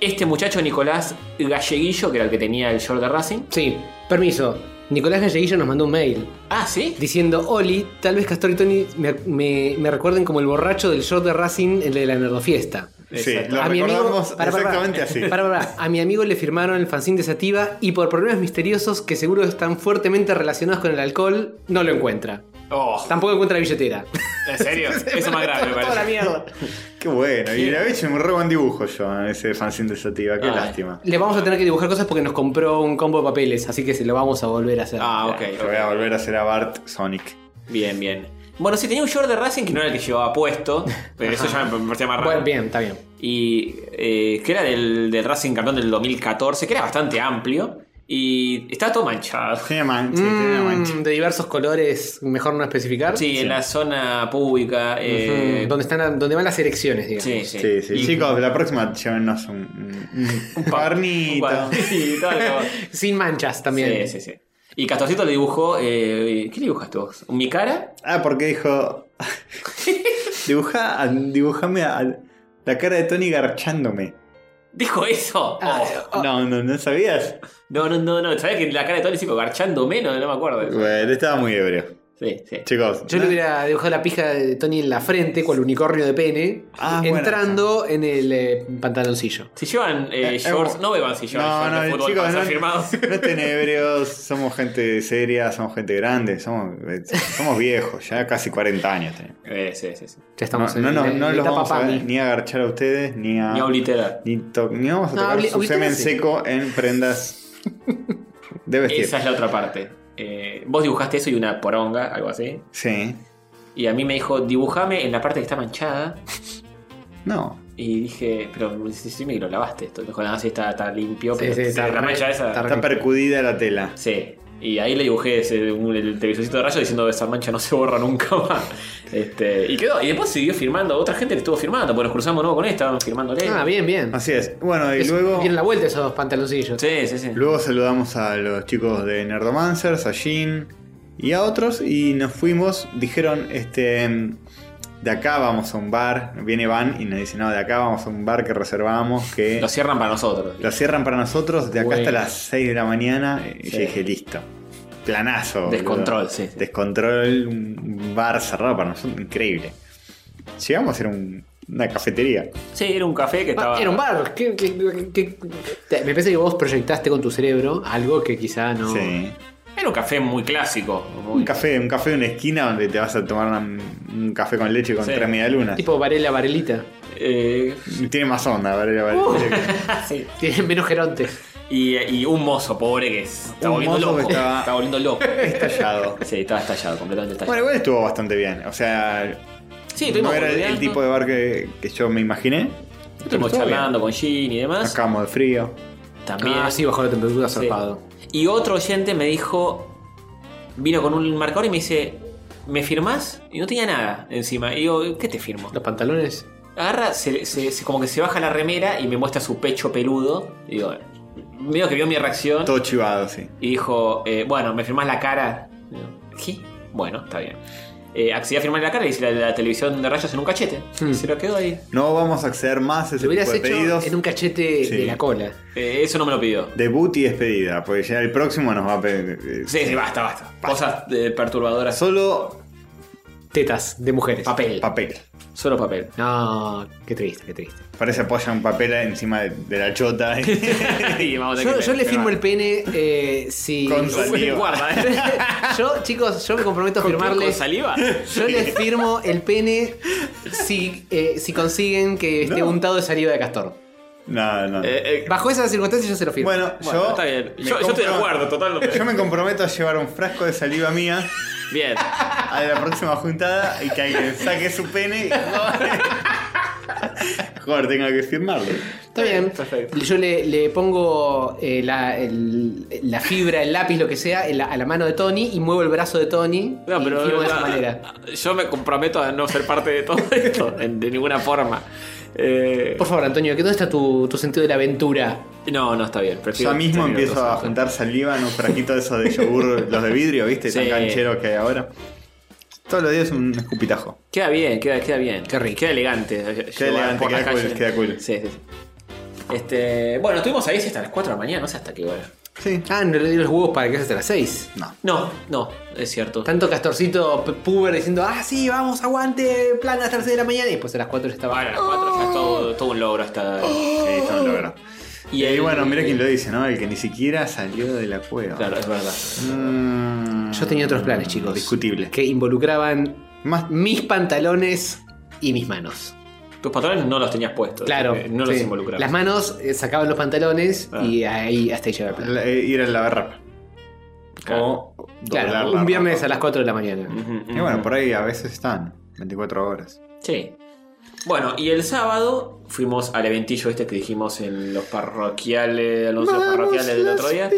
Speaker 1: este muchacho Nicolás Galleguillo, que era el que tenía el short de Racing.
Speaker 3: Sí, permiso. Nicolás Galleguillo nos mandó un mail
Speaker 1: Ah, ¿sí?
Speaker 3: diciendo: Oli, tal vez Castor y Tony me, me- me recuerden como el borracho del short de Racing en la de la Nerdofiesta.
Speaker 2: Sí,
Speaker 1: Exacto.
Speaker 2: lo
Speaker 3: A mi amigo-
Speaker 2: recordamos
Speaker 3: para, para, para.
Speaker 2: exactamente así.
Speaker 3: Para, para, para. A mi amigo le firmaron el fanzine de Sativa y por problemas misteriosos que seguro están fuertemente relacionados con el alcohol, no lo encuentra.
Speaker 1: Oh,
Speaker 3: Tampoco encuentra la billetera.
Speaker 1: ¿en serio? Eso es más grave, me
Speaker 3: Toda la
Speaker 1: parece.
Speaker 3: mierda.
Speaker 2: Qué bueno. Y la vez me re buen dibujo yo en ese fanzine de Sativa. Qué
Speaker 1: Ay.
Speaker 2: lástima.
Speaker 3: Le vamos a tener que dibujar cosas porque nos compró un combo de papeles, así que se lo vamos a volver a hacer.
Speaker 1: Ah,
Speaker 2: Yo voy
Speaker 1: ok.
Speaker 2: a volver a hacer a Bart Sonic.
Speaker 1: Bien, bien. Bueno, sí, tenía un short de Racing que no era el que llevaba puesto, pero eso ya me parecía más raro.
Speaker 3: Bueno, bien, está bien.
Speaker 1: y eh, que era del, del Racing campeón del 2014, que era bastante amplio y estaba todo manchado.
Speaker 2: Tenía man- sí, tenía
Speaker 3: Mm,
Speaker 2: mancha.
Speaker 3: de diversos colores, mejor no especificar.
Speaker 1: Sí, en la zona pública. eh,
Speaker 3: Mm, donde, están, donde van las elecciones, digamos.
Speaker 1: Sí, sí.
Speaker 2: Sí, sí.
Speaker 1: Y-
Speaker 2: Chicos, la próxima llévennos un, un, un
Speaker 1: un
Speaker 2: cuadernito.
Speaker 1: cuadernito, algo.
Speaker 3: Sin manchas también.
Speaker 1: sí, sí, sí. Y Castorcito le dibujó. eh, ¿Qué le dibujaste vos? ¿Mi cara?
Speaker 2: Ah, porque dijo. Dibuja, dibujame a la cara de Tony garchándome.
Speaker 1: ¿Dijo eso?
Speaker 3: Ah,
Speaker 1: Oh.
Speaker 2: No, no, no sabías. Mm.
Speaker 1: No, no, no, no. ¿Sabés que la cara de Tony Sico garchando menos? No me acuerdo.
Speaker 2: Bueno, estaba muy ebrio.
Speaker 1: Sí, sí.
Speaker 2: Chicos,
Speaker 3: Yo
Speaker 2: na-
Speaker 3: le hubiera dibujado la pija de Tony en la frente, con el unicornio de pene,
Speaker 2: Ah, buena
Speaker 3: entrando en el eh, pantaloncillo.
Speaker 1: Si llevan eh,
Speaker 2: Eh, eh,
Speaker 1: shorts,
Speaker 2: bueno.
Speaker 1: no beban si llevan
Speaker 2: no,
Speaker 1: shorts
Speaker 2: no,
Speaker 1: de fútbol
Speaker 2: chicos,
Speaker 1: para ser
Speaker 2: no,
Speaker 1: firmados.
Speaker 2: no estén ebrios, somos gente seria, somos gente grande, somos, eh, somos viejos, ya casi 40 años tenemos.
Speaker 1: Eh, sí, sí, sí.
Speaker 3: Ya estamos
Speaker 2: no,
Speaker 3: en
Speaker 2: no, no,
Speaker 3: en
Speaker 2: no
Speaker 3: la
Speaker 2: los
Speaker 3: etapa
Speaker 2: vamos a ver,
Speaker 3: Pami.
Speaker 2: ni a agarchar a ustedes, ni a.
Speaker 1: Ni a obliterar.
Speaker 2: ni to- ni vamos a
Speaker 3: No,
Speaker 2: tocar
Speaker 3: obli-
Speaker 2: su semen
Speaker 3: obliteración.
Speaker 2: seco en prendas de vestir.
Speaker 1: Esa es la otra parte. Eh, vos dibujaste eso y una poronga, algo así.
Speaker 2: Sí.
Speaker 1: Y a mí me dijo, dibujame en la parte que está manchada.
Speaker 2: No.
Speaker 1: Y dije, pero si sí, me lo lavaste esto. Dijo, no, sí, está, está limpio.
Speaker 3: Sí,
Speaker 1: pero
Speaker 3: sí, está
Speaker 1: la
Speaker 3: re-
Speaker 1: mancha esa.
Speaker 3: está re-
Speaker 2: Está percudida la tela.
Speaker 1: Sí. Y ahí le dibujé ese- un- el televisorcito de rayo diciendo esa mancha no se borra nunca más. Este, y quedó. Y después siguió firmando. Otra gente le estuvo firmando. Pues nos cruzamos de nuevo con él, estaban firmándole.
Speaker 3: Ah, bien, bien.
Speaker 2: Así es. Bueno, y
Speaker 3: Es-
Speaker 2: luego.
Speaker 3: Vienen la vuelta esos dos pantaloncillos.
Speaker 1: Sí, sí, sí.
Speaker 2: Luego saludamos a los chicos de Nerdomancers, a Jin y a otros y nos fuimos. Dijeron, este, de acá vamos a un bar. Viene Van y nos dice, no, de acá vamos a un bar que reservamos, que
Speaker 1: Lo cierran para nosotros.
Speaker 2: lo cierran para nosotros de acá
Speaker 1: Bueno.
Speaker 2: hasta las 6 de la mañana. Y yo
Speaker 1: Sí.
Speaker 2: dije, listo. Planazo. boludo.
Speaker 1: Descontrol, sí.
Speaker 2: Descontrol, un bar cerrado para nosotros, increíble. Llegamos, era un- una cafetería.
Speaker 1: Sí, era un café que
Speaker 3: Ah,
Speaker 1: estaba.
Speaker 3: Era un bar. ¿Qué- qué- qué- qué- te- Me parece que vos proyectaste con tu cerebro algo que quizá no.
Speaker 2: Sí.
Speaker 1: Era un café muy clásico. muy-
Speaker 2: Un café, un café de una esquina donde te vas a tomar una- un café con leche con
Speaker 1: Sí.
Speaker 2: tres medialunas.
Speaker 3: Tipo Varela Varelita.
Speaker 1: Eh,
Speaker 2: Tiene más onda, ¿vale? vale.
Speaker 1: Uh.
Speaker 2: eh,
Speaker 1: sí.
Speaker 3: Tiene menos geronte.
Speaker 1: y, y un mozo pobre que se estaba
Speaker 2: Un
Speaker 1: volviendo
Speaker 2: mozo que
Speaker 1: loco.
Speaker 2: estaba-
Speaker 1: Estaba volviendo loco.
Speaker 2: Estallado.
Speaker 1: Sí, estaba estallado, completamente estallado.
Speaker 2: Bueno, igual estuvo bastante bien. O sea,
Speaker 1: sí,
Speaker 2: no
Speaker 1: estuvimos
Speaker 2: era el,
Speaker 1: boludeando,
Speaker 2: tipo de bar que, que yo me imaginé.
Speaker 1: Estuvimos
Speaker 2: Estuvo
Speaker 1: charlando con Gin y
Speaker 2: bien.
Speaker 1: demás.
Speaker 2: Acabamos de frío.
Speaker 1: También.
Speaker 3: Ah, sí, bajó la temperatura
Speaker 1: Sí.
Speaker 3: zarpado.
Speaker 1: Y otro oyente me dijo. Vino con un marcador y me dice. ¿Me firmás? Y no tenía nada encima. Y digo, ¿qué te firmo?
Speaker 3: Los pantalones.
Speaker 1: Agarra, se, se- se- como que se baja la remera y me muestra su pecho peludo. Y digo, medio que vio mi reacción.
Speaker 2: Todo chivado, sí.
Speaker 1: Y dijo, eh, bueno, ¿me firmás la cara? Digo, ¿Qué? Bueno, está bien. Eh, accedí a firmar la cara y hice la, la televisión de rayos en un cachete.
Speaker 3: Hmm.
Speaker 1: Y se lo quedó ahí.
Speaker 2: No vamos a acceder más a ese
Speaker 3: Lo hubieras
Speaker 2: tipo de
Speaker 3: hecho
Speaker 2: pedidos.
Speaker 3: en un cachete
Speaker 2: Sí.
Speaker 3: de la cola.
Speaker 1: Eh, eso no me lo pidió.
Speaker 2: Debut y despedida, porque ya el próximo nos va a pedir. eh,
Speaker 1: Sí, sí, basta, basta. Cosas eh, perturbadoras.
Speaker 2: Solo
Speaker 3: Tetas de mujeres.
Speaker 1: Papel.
Speaker 2: papel.
Speaker 1: Solo papel.
Speaker 3: No, qué triste, qué triste.
Speaker 2: Parece apoyan papel encima de, de la chota.
Speaker 1: Y vamos a tener
Speaker 3: Yo,
Speaker 1: que-
Speaker 3: yo le
Speaker 1: que
Speaker 3: firmo
Speaker 1: va.
Speaker 3: el pene eh, si.
Speaker 2: Con
Speaker 1: Uy,
Speaker 2: saliva.
Speaker 1: Guarda, ¿eh?
Speaker 3: yo, chicos, yo me comprometo a
Speaker 1: ¿Con
Speaker 3: firmarles.
Speaker 1: saliva? Eh,
Speaker 3: Yo les firmo el pene si, eh, si consiguen que esté
Speaker 2: No.
Speaker 3: untado de saliva de castor.
Speaker 2: no, no.
Speaker 1: Eh, eh,
Speaker 3: Bajo esas circunstancias yo se lo firmo.
Speaker 2: bueno,
Speaker 1: bueno,
Speaker 2: yo.
Speaker 1: está bien.
Speaker 2: me
Speaker 1: Yo, yo estoy de
Speaker 2: compro-
Speaker 1: acuerdo, total. no-
Speaker 2: Yo me comprometo a llevar un frasco de saliva mía
Speaker 1: Bien.
Speaker 2: a la próxima juntada y que alguien saque su pene. Joder, tengo que firmarlo.
Speaker 3: Está bien. Yo le, le pongo eh, la, el- la fibra, el lápiz, lo que sea, en la- a la mano de Tony y muevo el brazo de Tony.
Speaker 1: No,
Speaker 3: y
Speaker 1: pero
Speaker 3: firmo de
Speaker 1: la-
Speaker 3: esa manera.
Speaker 1: yo me comprometo a no ser parte de todo esto, en- de ninguna forma. Eh,
Speaker 3: Por favor, Antonio, ¿qué- ¿dónde está tu, tu sentido de la aventura?
Speaker 1: no, no está bien. prefiero
Speaker 2: Yo mismo
Speaker 1: tener
Speaker 2: empiezo
Speaker 1: otros
Speaker 2: a
Speaker 1: ojos.
Speaker 2: juntar saliva en un frasquito de esos de yogur, los de vidrio, ¿viste?
Speaker 1: Sí.
Speaker 2: Tan canchero que hay ahora. Todos los días un escupitajo.
Speaker 1: Queda bien, queda, queda bien. Qué rico. Queda elegante. eh, Queda
Speaker 2: elegante, queda cool, queda cool.
Speaker 1: Sí, sí, sí. Este, bueno, estuvimos ahí sí, hasta las 4 de la mañana, no sé hasta qué hora.
Speaker 2: Sí.
Speaker 3: Ah, no le di los huevos para que sea hasta las 6.
Speaker 2: No.
Speaker 1: No, no, es cierto.
Speaker 3: Tanto castorcito p- puber diciendo, ah, sí, vamos, aguante, plan hasta las 6 de la mañana. Y después a las 4 ya estaba.
Speaker 1: Bueno, Ah, a las 4 ya es todo, todo un logro hasta.
Speaker 2: Sí, esto no lo logro. Y,
Speaker 1: el-
Speaker 2: bueno, mira quién lo dice, ¿no? El que ni siquiera salió de la cueva.
Speaker 1: Claro, es verdad.
Speaker 2: Mm,
Speaker 3: Yo tenía otros planes, chicos.
Speaker 2: Discutible.
Speaker 3: Que involucraban
Speaker 2: Más
Speaker 3: mis pantalones y mis manos.
Speaker 1: Tus patrones no los tenías puestos.
Speaker 3: Claro.
Speaker 1: eh, No
Speaker 3: sí.
Speaker 1: los Ah. involucrabas.
Speaker 3: Las manos eh, sacaban los pantalones y ahí hasta ahí llegaba el plan.
Speaker 2: la- eh, ir a lavar ropa.
Speaker 1: Claro.
Speaker 2: O
Speaker 3: Claro,
Speaker 2: doblar la Mm.
Speaker 3: un viernes
Speaker 2: ropa.
Speaker 3: a las 4 de la mañana.
Speaker 1: Ujú, ujú.
Speaker 2: Y bueno, por ahí a veces están 24 horas.
Speaker 1: Sí. Bueno, y el sábado fuimos al eventillo este que dijimos en los parroquiales, anuncios parroquiales del otro día.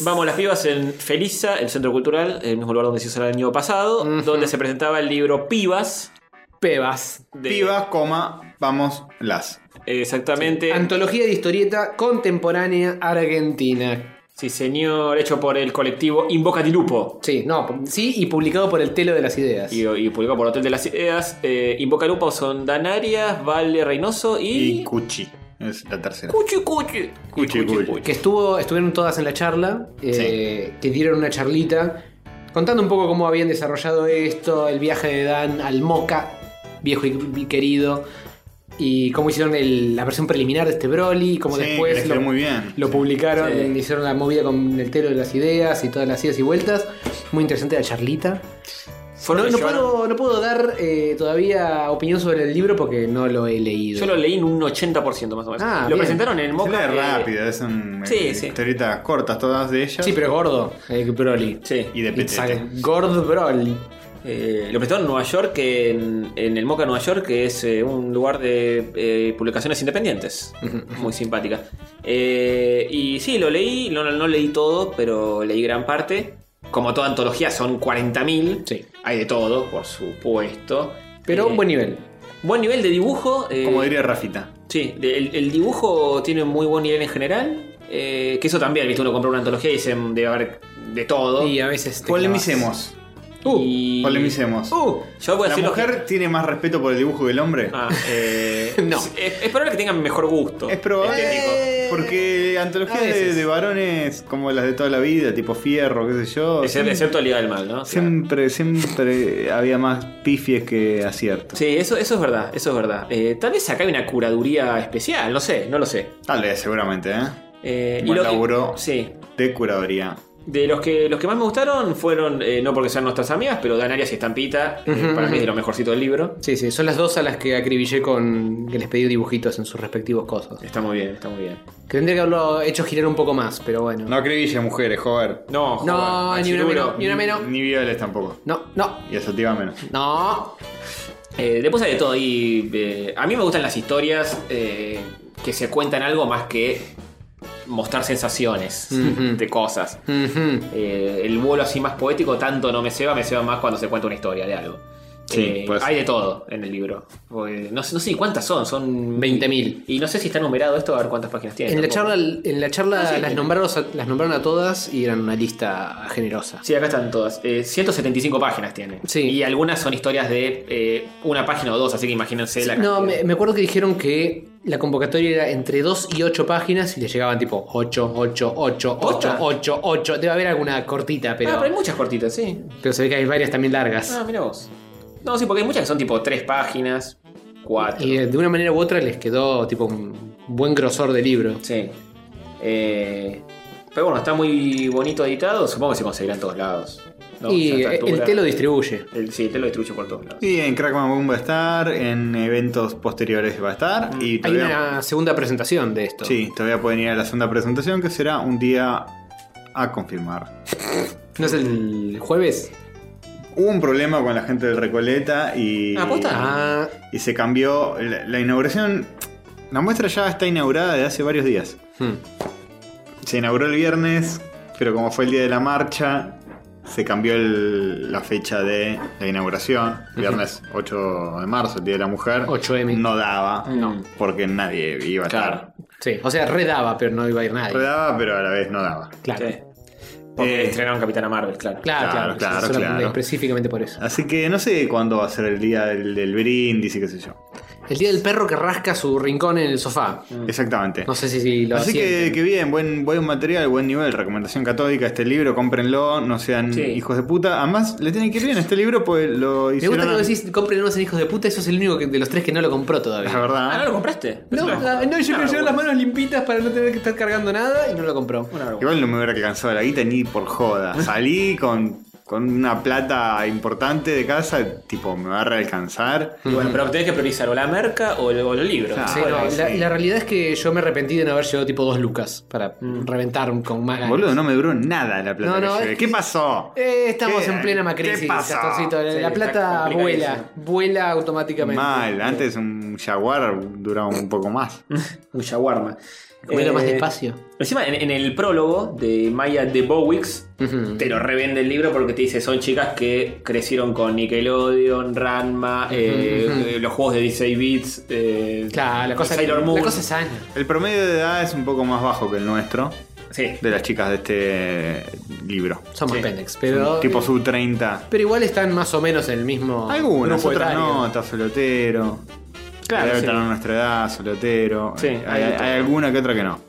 Speaker 1: Vamos las pibas en Feliza, el centro cultural, el mismo lugar donde se hizo el año pasado,
Speaker 3: Ujú.
Speaker 1: donde se presentaba el libro Pibas.
Speaker 3: Pebas.
Speaker 1: de-
Speaker 2: Pibas, coma, vamos las.
Speaker 1: Exactamente.
Speaker 3: Antología de historieta contemporánea argentina.
Speaker 1: Sí, señor, hecho por el colectivo Invoca di Lupo.
Speaker 3: Sí, no, sí, y publicado por el Telo de las Ideas.
Speaker 1: Y, y publicado por Hotel de las Ideas. Eh, Invoca Lupo son Danarias, Vale Reynoso
Speaker 2: Y
Speaker 1: y.
Speaker 2: Cuchi. Es la tercera.
Speaker 1: Cuchi Cuchi.
Speaker 2: Cuchi,
Speaker 1: Y
Speaker 2: cuchi.
Speaker 3: Que estuvo, estuvieron todas en la charla, eh, que dieron una charlita contando un poco cómo habían desarrollado esto, el viaje de Dan al Moca, viejo y querido, y cómo hicieron el- la versión preliminar de este Broly, y cómo
Speaker 2: Sí, que
Speaker 3: después
Speaker 2: les quedó
Speaker 3: lo,
Speaker 2: muy bien.
Speaker 3: lo publicaron,
Speaker 1: Sí.
Speaker 3: hicieron la movida con el telo de las ideas y todas las idas y vueltas. Muy interesante la charlita. No,
Speaker 1: Fueron
Speaker 3: no
Speaker 1: que llevaron-
Speaker 3: puedo, no puedo dar eh, todavía opinión sobre el libro porque no lo he leído.
Speaker 1: Yo lo leí en un 80% más o menos.
Speaker 3: Ah,
Speaker 1: lo
Speaker 3: bien.
Speaker 1: presentaron en el
Speaker 2: Se
Speaker 1: Moca.
Speaker 2: lee
Speaker 1: eh,
Speaker 2: rápida, son
Speaker 1: sí,
Speaker 2: eh,
Speaker 1: sí.
Speaker 2: historietas cortas todas de ellas.
Speaker 3: Sí, pero es gordo, el Broly.
Speaker 1: Sí.
Speaker 2: Y de
Speaker 3: It's a
Speaker 2: petete.
Speaker 3: Gord Broly.
Speaker 1: Eh, lo presentaron en Nueva York, que en, en el Moca Nueva York, que es eh, un lugar de eh, publicaciones independientes. Muy simpática. Eh, y sí, lo leí, no, no leí todo, pero leí gran parte. Como toda antología, son 40.000.
Speaker 3: Sí.
Speaker 1: Hay de todo, por supuesto.
Speaker 3: Pero
Speaker 1: Eh,
Speaker 3: un buen nivel.
Speaker 1: buen nivel de dibujo. eh,
Speaker 2: Como diría Rafita.
Speaker 1: Sí, de- el, el dibujo tiene muy buen nivel en general. eh, que eso también, viste, uno compra una antología y dicen debe haber de todo.
Speaker 3: Y ah, a veces.
Speaker 1: Este,
Speaker 3: te
Speaker 2: Polemicemos.
Speaker 3: clavas. Uh,
Speaker 1: Y-
Speaker 2: Polemicemos.
Speaker 3: uh.
Speaker 1: Yo voy a
Speaker 2: ¿La
Speaker 1: decir lo que-
Speaker 2: mujer tiene más respeto por el dibujo que el hombre?
Speaker 1: Ah, eh,
Speaker 3: No.
Speaker 1: Es, es probable que tengan mejor gusto. Este
Speaker 2: Es probable.
Speaker 1: Estético.
Speaker 2: Porque
Speaker 3: A
Speaker 2: antologías de,
Speaker 3: veces.
Speaker 2: de varones como las de toda la vida, tipo Fierro, qué sé yo.
Speaker 1: Excepto,
Speaker 2: siempre,
Speaker 1: excepto Liga del Mal, ¿no?
Speaker 2: siempre, siempre había más pifies que aciertos.
Speaker 1: Sí, eso, eso es verdad, eso es verdad. Eh, tal vez acá hay una curaduría especial, no sé, no lo sé.
Speaker 2: Tal vez, seguramente, ¿eh?
Speaker 1: Eh,
Speaker 2: Buen
Speaker 1: lo que-
Speaker 2: laburo.
Speaker 1: sí.
Speaker 2: De curadoría.
Speaker 1: De los que, los que más me gustaron fueron, eh, no porque sean nuestras amigas, pero Dan Arias y Estampita. eh,
Speaker 3: Ujú,
Speaker 1: para mí es
Speaker 3: ujú.
Speaker 1: de lo mejorcito del libro.
Speaker 3: Sí, sí, son las dos a las que acribillé con que les pedí dibujitos en sus respectivos cosas.
Speaker 1: Está muy bien, está muy bien.
Speaker 3: Que tendría que haberlo hecho girar un poco más, pero bueno.
Speaker 2: No acribille mujeres, joder.
Speaker 1: No, joder,
Speaker 3: No, ni una
Speaker 1: Machirulo.
Speaker 3: menos, ni una menos.
Speaker 2: Ni violes tampoco.
Speaker 3: No, no,
Speaker 2: Y asertiva menos.
Speaker 3: no.
Speaker 1: Eh, después hay de todo. Y, eh, a mí me gustan las historias eh, que se cuentan algo más que mostrar sensaciones
Speaker 3: Ujú.
Speaker 1: de cosas.
Speaker 3: Ujú.
Speaker 1: Eh, el vuelo así más poético tanto no me ceba, me ceba más cuando se cuenta una historia de algo.
Speaker 2: Sí,
Speaker 1: Eh,
Speaker 2: pues.
Speaker 1: hay de todo en el libro. Eh, no, sé- no sé cuántas son, son
Speaker 3: 20.000.
Speaker 1: Y no sé si está numerado esto, a ver cuántas páginas tiene.
Speaker 3: En la
Speaker 1: tampoco.
Speaker 3: charla, en la charla
Speaker 1: Ah, sí.
Speaker 3: las, nombraron, a- las nombraron a todas y eran una lista generosa.
Speaker 1: Sí, acá están todas. Eh, 175 páginas tiene.
Speaker 3: Sí.
Speaker 1: Y algunas son historias de eh, una página o dos, así que imagínense la
Speaker 3: No,
Speaker 1: cantidad.
Speaker 3: me, me acuerdo que dijeron que la convocatoria era entre 2 y 8 páginas y le llegaban tipo 8, 8, 8, 8,
Speaker 1: ¿Posta?
Speaker 3: 8, 8. Debe haber alguna cortita,
Speaker 1: Ah,
Speaker 3: pero,
Speaker 1: pero hay muchas cortitas, sí.
Speaker 3: pero se ve que hay varias también largas.
Speaker 1: Ah, mira vos. No, sí, porque hay muchas que son tipo tres páginas, cuatro.
Speaker 3: Y eh, de una manera u otra les quedó tipo un buen grosor de libro.
Speaker 1: Sí. Eh, pero bueno, está muy bonito editado. Supongo que se conseguirá en todos lados. ¿no? Ya a
Speaker 3: y
Speaker 1: esta
Speaker 3: eh, el
Speaker 1: altura.
Speaker 3: té lo distribuye.
Speaker 1: El- sí, el té lo distribuye por todos lados.
Speaker 2: Y en Crackman Boom va a estar, en eventos posteriores va a estar. Y
Speaker 3: Mm. Hay
Speaker 2: todavía,
Speaker 3: una segunda presentación de esto.
Speaker 2: Sí, todavía pueden ir a la segunda presentación que será un día a confirmar.
Speaker 3: ¿No es el jueves?
Speaker 2: Hubo un problema con la gente del Recoleta y.
Speaker 1: Ah, ¿posta?
Speaker 3: Ah,
Speaker 2: Y se cambió. La, la inauguración. La muestra ya está inaugurada desde hace varios días.
Speaker 3: hmm.
Speaker 2: Se inauguró el viernes, pero como fue el día de la marcha, se cambió el- la fecha de la inauguración. Viernes 8 de marzo, el día de la mujer.
Speaker 3: 8M.
Speaker 2: No daba.
Speaker 1: No.
Speaker 2: Porque nadie iba a
Speaker 1: Claro.
Speaker 3: sí. O sea, redaba, pero no iba a ir nadie.
Speaker 2: estar. Daba, pero a la vez no daba.
Speaker 3: Claro.
Speaker 1: Sí. Porque
Speaker 2: Eh,
Speaker 1: estrenaron Capitana Marvel, claro.
Speaker 3: Claro,
Speaker 2: Claro,
Speaker 3: claro, sí,
Speaker 2: claro,
Speaker 3: solo-
Speaker 2: claro.
Speaker 3: Específicamente por eso.
Speaker 2: Así que no sé cuándo va a ser el día del, del brindis y qué sé yo.
Speaker 3: El día del perro que rasca su rincón en el sofá.
Speaker 2: Exactamente.
Speaker 3: No sé si, si lo
Speaker 2: Así que,
Speaker 3: sienten.
Speaker 2: que bien, buen, buen material, buen nivel, recomendación católica, este libro, cómprenlo, no sean
Speaker 1: Sí.
Speaker 2: hijos de puta. Además, le tienen que ir bien este libro, pues lo
Speaker 3: Me
Speaker 2: hicieron...
Speaker 3: gusta que vos decís, compren unos en hijos de puta, eso es el único que- de los tres que no lo compró
Speaker 2: La
Speaker 3: todavía.
Speaker 2: verdad.
Speaker 1: Ah, ¿no lo compraste? Ah,
Speaker 3: No, la- no, yo quiero llevar las manos limpitas para no tener que estar cargando nada y no lo compró.
Speaker 1: Una vergüenza.
Speaker 2: Igual no me hubiera cansado la guita ni por joda. Salí con, con una plata importante de casa, tipo, me va a realcanzar.
Speaker 3: Mm.
Speaker 1: Y bueno, pero tenés que priorizar o la merca o el, o el libro.
Speaker 2: Claro.
Speaker 3: Sí,
Speaker 2: bueno,
Speaker 3: no, la,
Speaker 2: sí.
Speaker 3: la realidad es que yo me arrepentí de no haber llevado tipo dos lucas para
Speaker 2: Mm.
Speaker 3: reventar con más ganas.
Speaker 2: Boludo, no me duró nada la plata
Speaker 3: No,
Speaker 2: que
Speaker 3: no,
Speaker 2: llevé.
Speaker 3: es-
Speaker 2: ¿Qué pasó?
Speaker 3: Eh, estamos
Speaker 2: ¿Qué?
Speaker 3: en plena macrisis,
Speaker 2: ¿Qué pasó?
Speaker 3: Castorcito. La-
Speaker 1: Sí,
Speaker 3: la
Speaker 1: está
Speaker 3: plata vuela,
Speaker 1: complicadísimo.
Speaker 3: vuela automáticamente.
Speaker 2: Mal, ¿eh? antes un jaguar duraba un poco más.
Speaker 1: Un shawarma.
Speaker 3: Vuela más
Speaker 1: Eh,
Speaker 3: despacio.
Speaker 1: Encima, en, en el prólogo de Maya de Bowix,
Speaker 3: Ujú.
Speaker 1: te lo revende el libro porque te dice, son chicas que crecieron con Nickelodeon, Ranma, eh, eh, los juegos de 16 bits, eh,
Speaker 3: Claro, la cosa,
Speaker 1: Sailor Moon.
Speaker 3: la cosa es sana.
Speaker 2: El promedio de edad es un poco más bajo que el nuestro,
Speaker 1: Sí.
Speaker 2: de las chicas de este libro.
Speaker 3: Son más
Speaker 1: Sí.
Speaker 3: pendex, pero.
Speaker 2: Tipo sub 30.
Speaker 3: Pero igual están más o menos en el mismo.
Speaker 2: Algunas,
Speaker 3: grupo
Speaker 2: otras
Speaker 3: etario.
Speaker 2: no, está solotero.
Speaker 1: Claro,
Speaker 2: Debe
Speaker 1: sí.
Speaker 2: tener nuestra edad, solotero.
Speaker 1: Sí,
Speaker 2: hay,
Speaker 1: hay de todo.
Speaker 2: hay alguna que otra que no.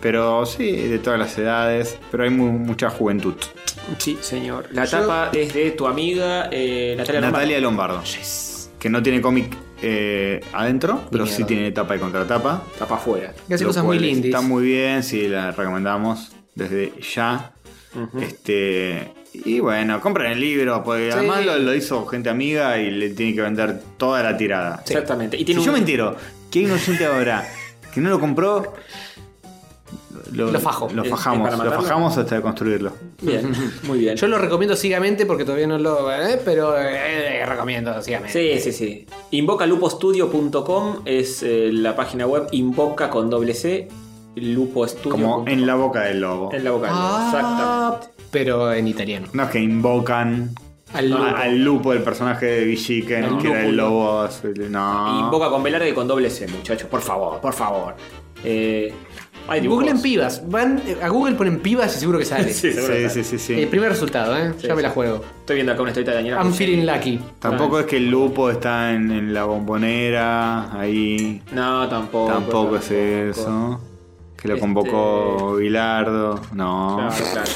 Speaker 2: Pero sí, de todas las edades, pero hay mu- mucha juventud.
Speaker 1: Sí, señor. La tapa es de tu amiga eh, Natalia Lombardo.
Speaker 2: Natalia Lombardo. Que no tiene cómic eh, adentro, pero sí
Speaker 3: mierda.
Speaker 2: tiene tapa y contratapa.
Speaker 1: Tapa afuera.
Speaker 3: Y hace
Speaker 2: lo
Speaker 3: cosas muy
Speaker 2: cual
Speaker 3: lindas.
Speaker 2: Está muy bien, sí, la recomendamos desde ya. Este. Y bueno, compren el libro, porque
Speaker 3: Sí.
Speaker 2: además lo, lo hizo gente amiga y le tiene que vender toda la tirada.
Speaker 1: Exactamente. Y
Speaker 2: Si
Speaker 1: tiene
Speaker 2: yo
Speaker 1: un-
Speaker 2: me entero que hay un oyente ahora que no lo compró, lo,
Speaker 3: Lo fajo.
Speaker 2: Lo
Speaker 1: ¿Es-
Speaker 2: fajamos,
Speaker 1: es para
Speaker 2: lo
Speaker 1: matarlo?
Speaker 2: fajamos hasta construirlo.
Speaker 1: Bien, muy bien.
Speaker 3: Yo lo recomiendo ciegamente porque todavía no lo. eh, pero eh, eh, recomiendo ciegamente.
Speaker 1: Sí, sí, sí. Invocalopostudio.com es eh, la página web Invoca con doble C, lupoestudio.
Speaker 2: Como en la boca del lobo.
Speaker 1: En la boca.
Speaker 3: Ah,
Speaker 1: Exactamente.
Speaker 3: Pero en italiano.
Speaker 2: No es que invocan
Speaker 3: Al
Speaker 2: a-
Speaker 1: Ah,
Speaker 3: lupo.
Speaker 2: al lupo el personaje de Villiquen,
Speaker 1: Al
Speaker 2: que era
Speaker 1: lupo,
Speaker 2: el
Speaker 1: ¿no?
Speaker 2: lobo. azul, No.
Speaker 1: Invoca con B larga y con doble C, muchachos. Por favor, por favor. Eh, hay dibujos.
Speaker 3: Googlen pibas. Van eh, a Google ponen pibas y seguro que sale.
Speaker 1: Sí, seguro
Speaker 2: Sí,
Speaker 1: que sale.
Speaker 2: sí, sí, sí.
Speaker 3: El primer resultado, ¿eh? ya me la juego.
Speaker 1: Estoy viendo acá una historieta de Daniela.
Speaker 3: I'm
Speaker 1: Ruggeri.
Speaker 3: feeling lucky. Ah,
Speaker 2: Tampoco es que el lupo está en, en la bombonera, ahí.
Speaker 1: No, tampoco.
Speaker 2: Tampoco es
Speaker 1: tampoco.
Speaker 2: eso. Que lo
Speaker 1: Este-
Speaker 2: convocó Vilardo. No.
Speaker 1: Claro, claro.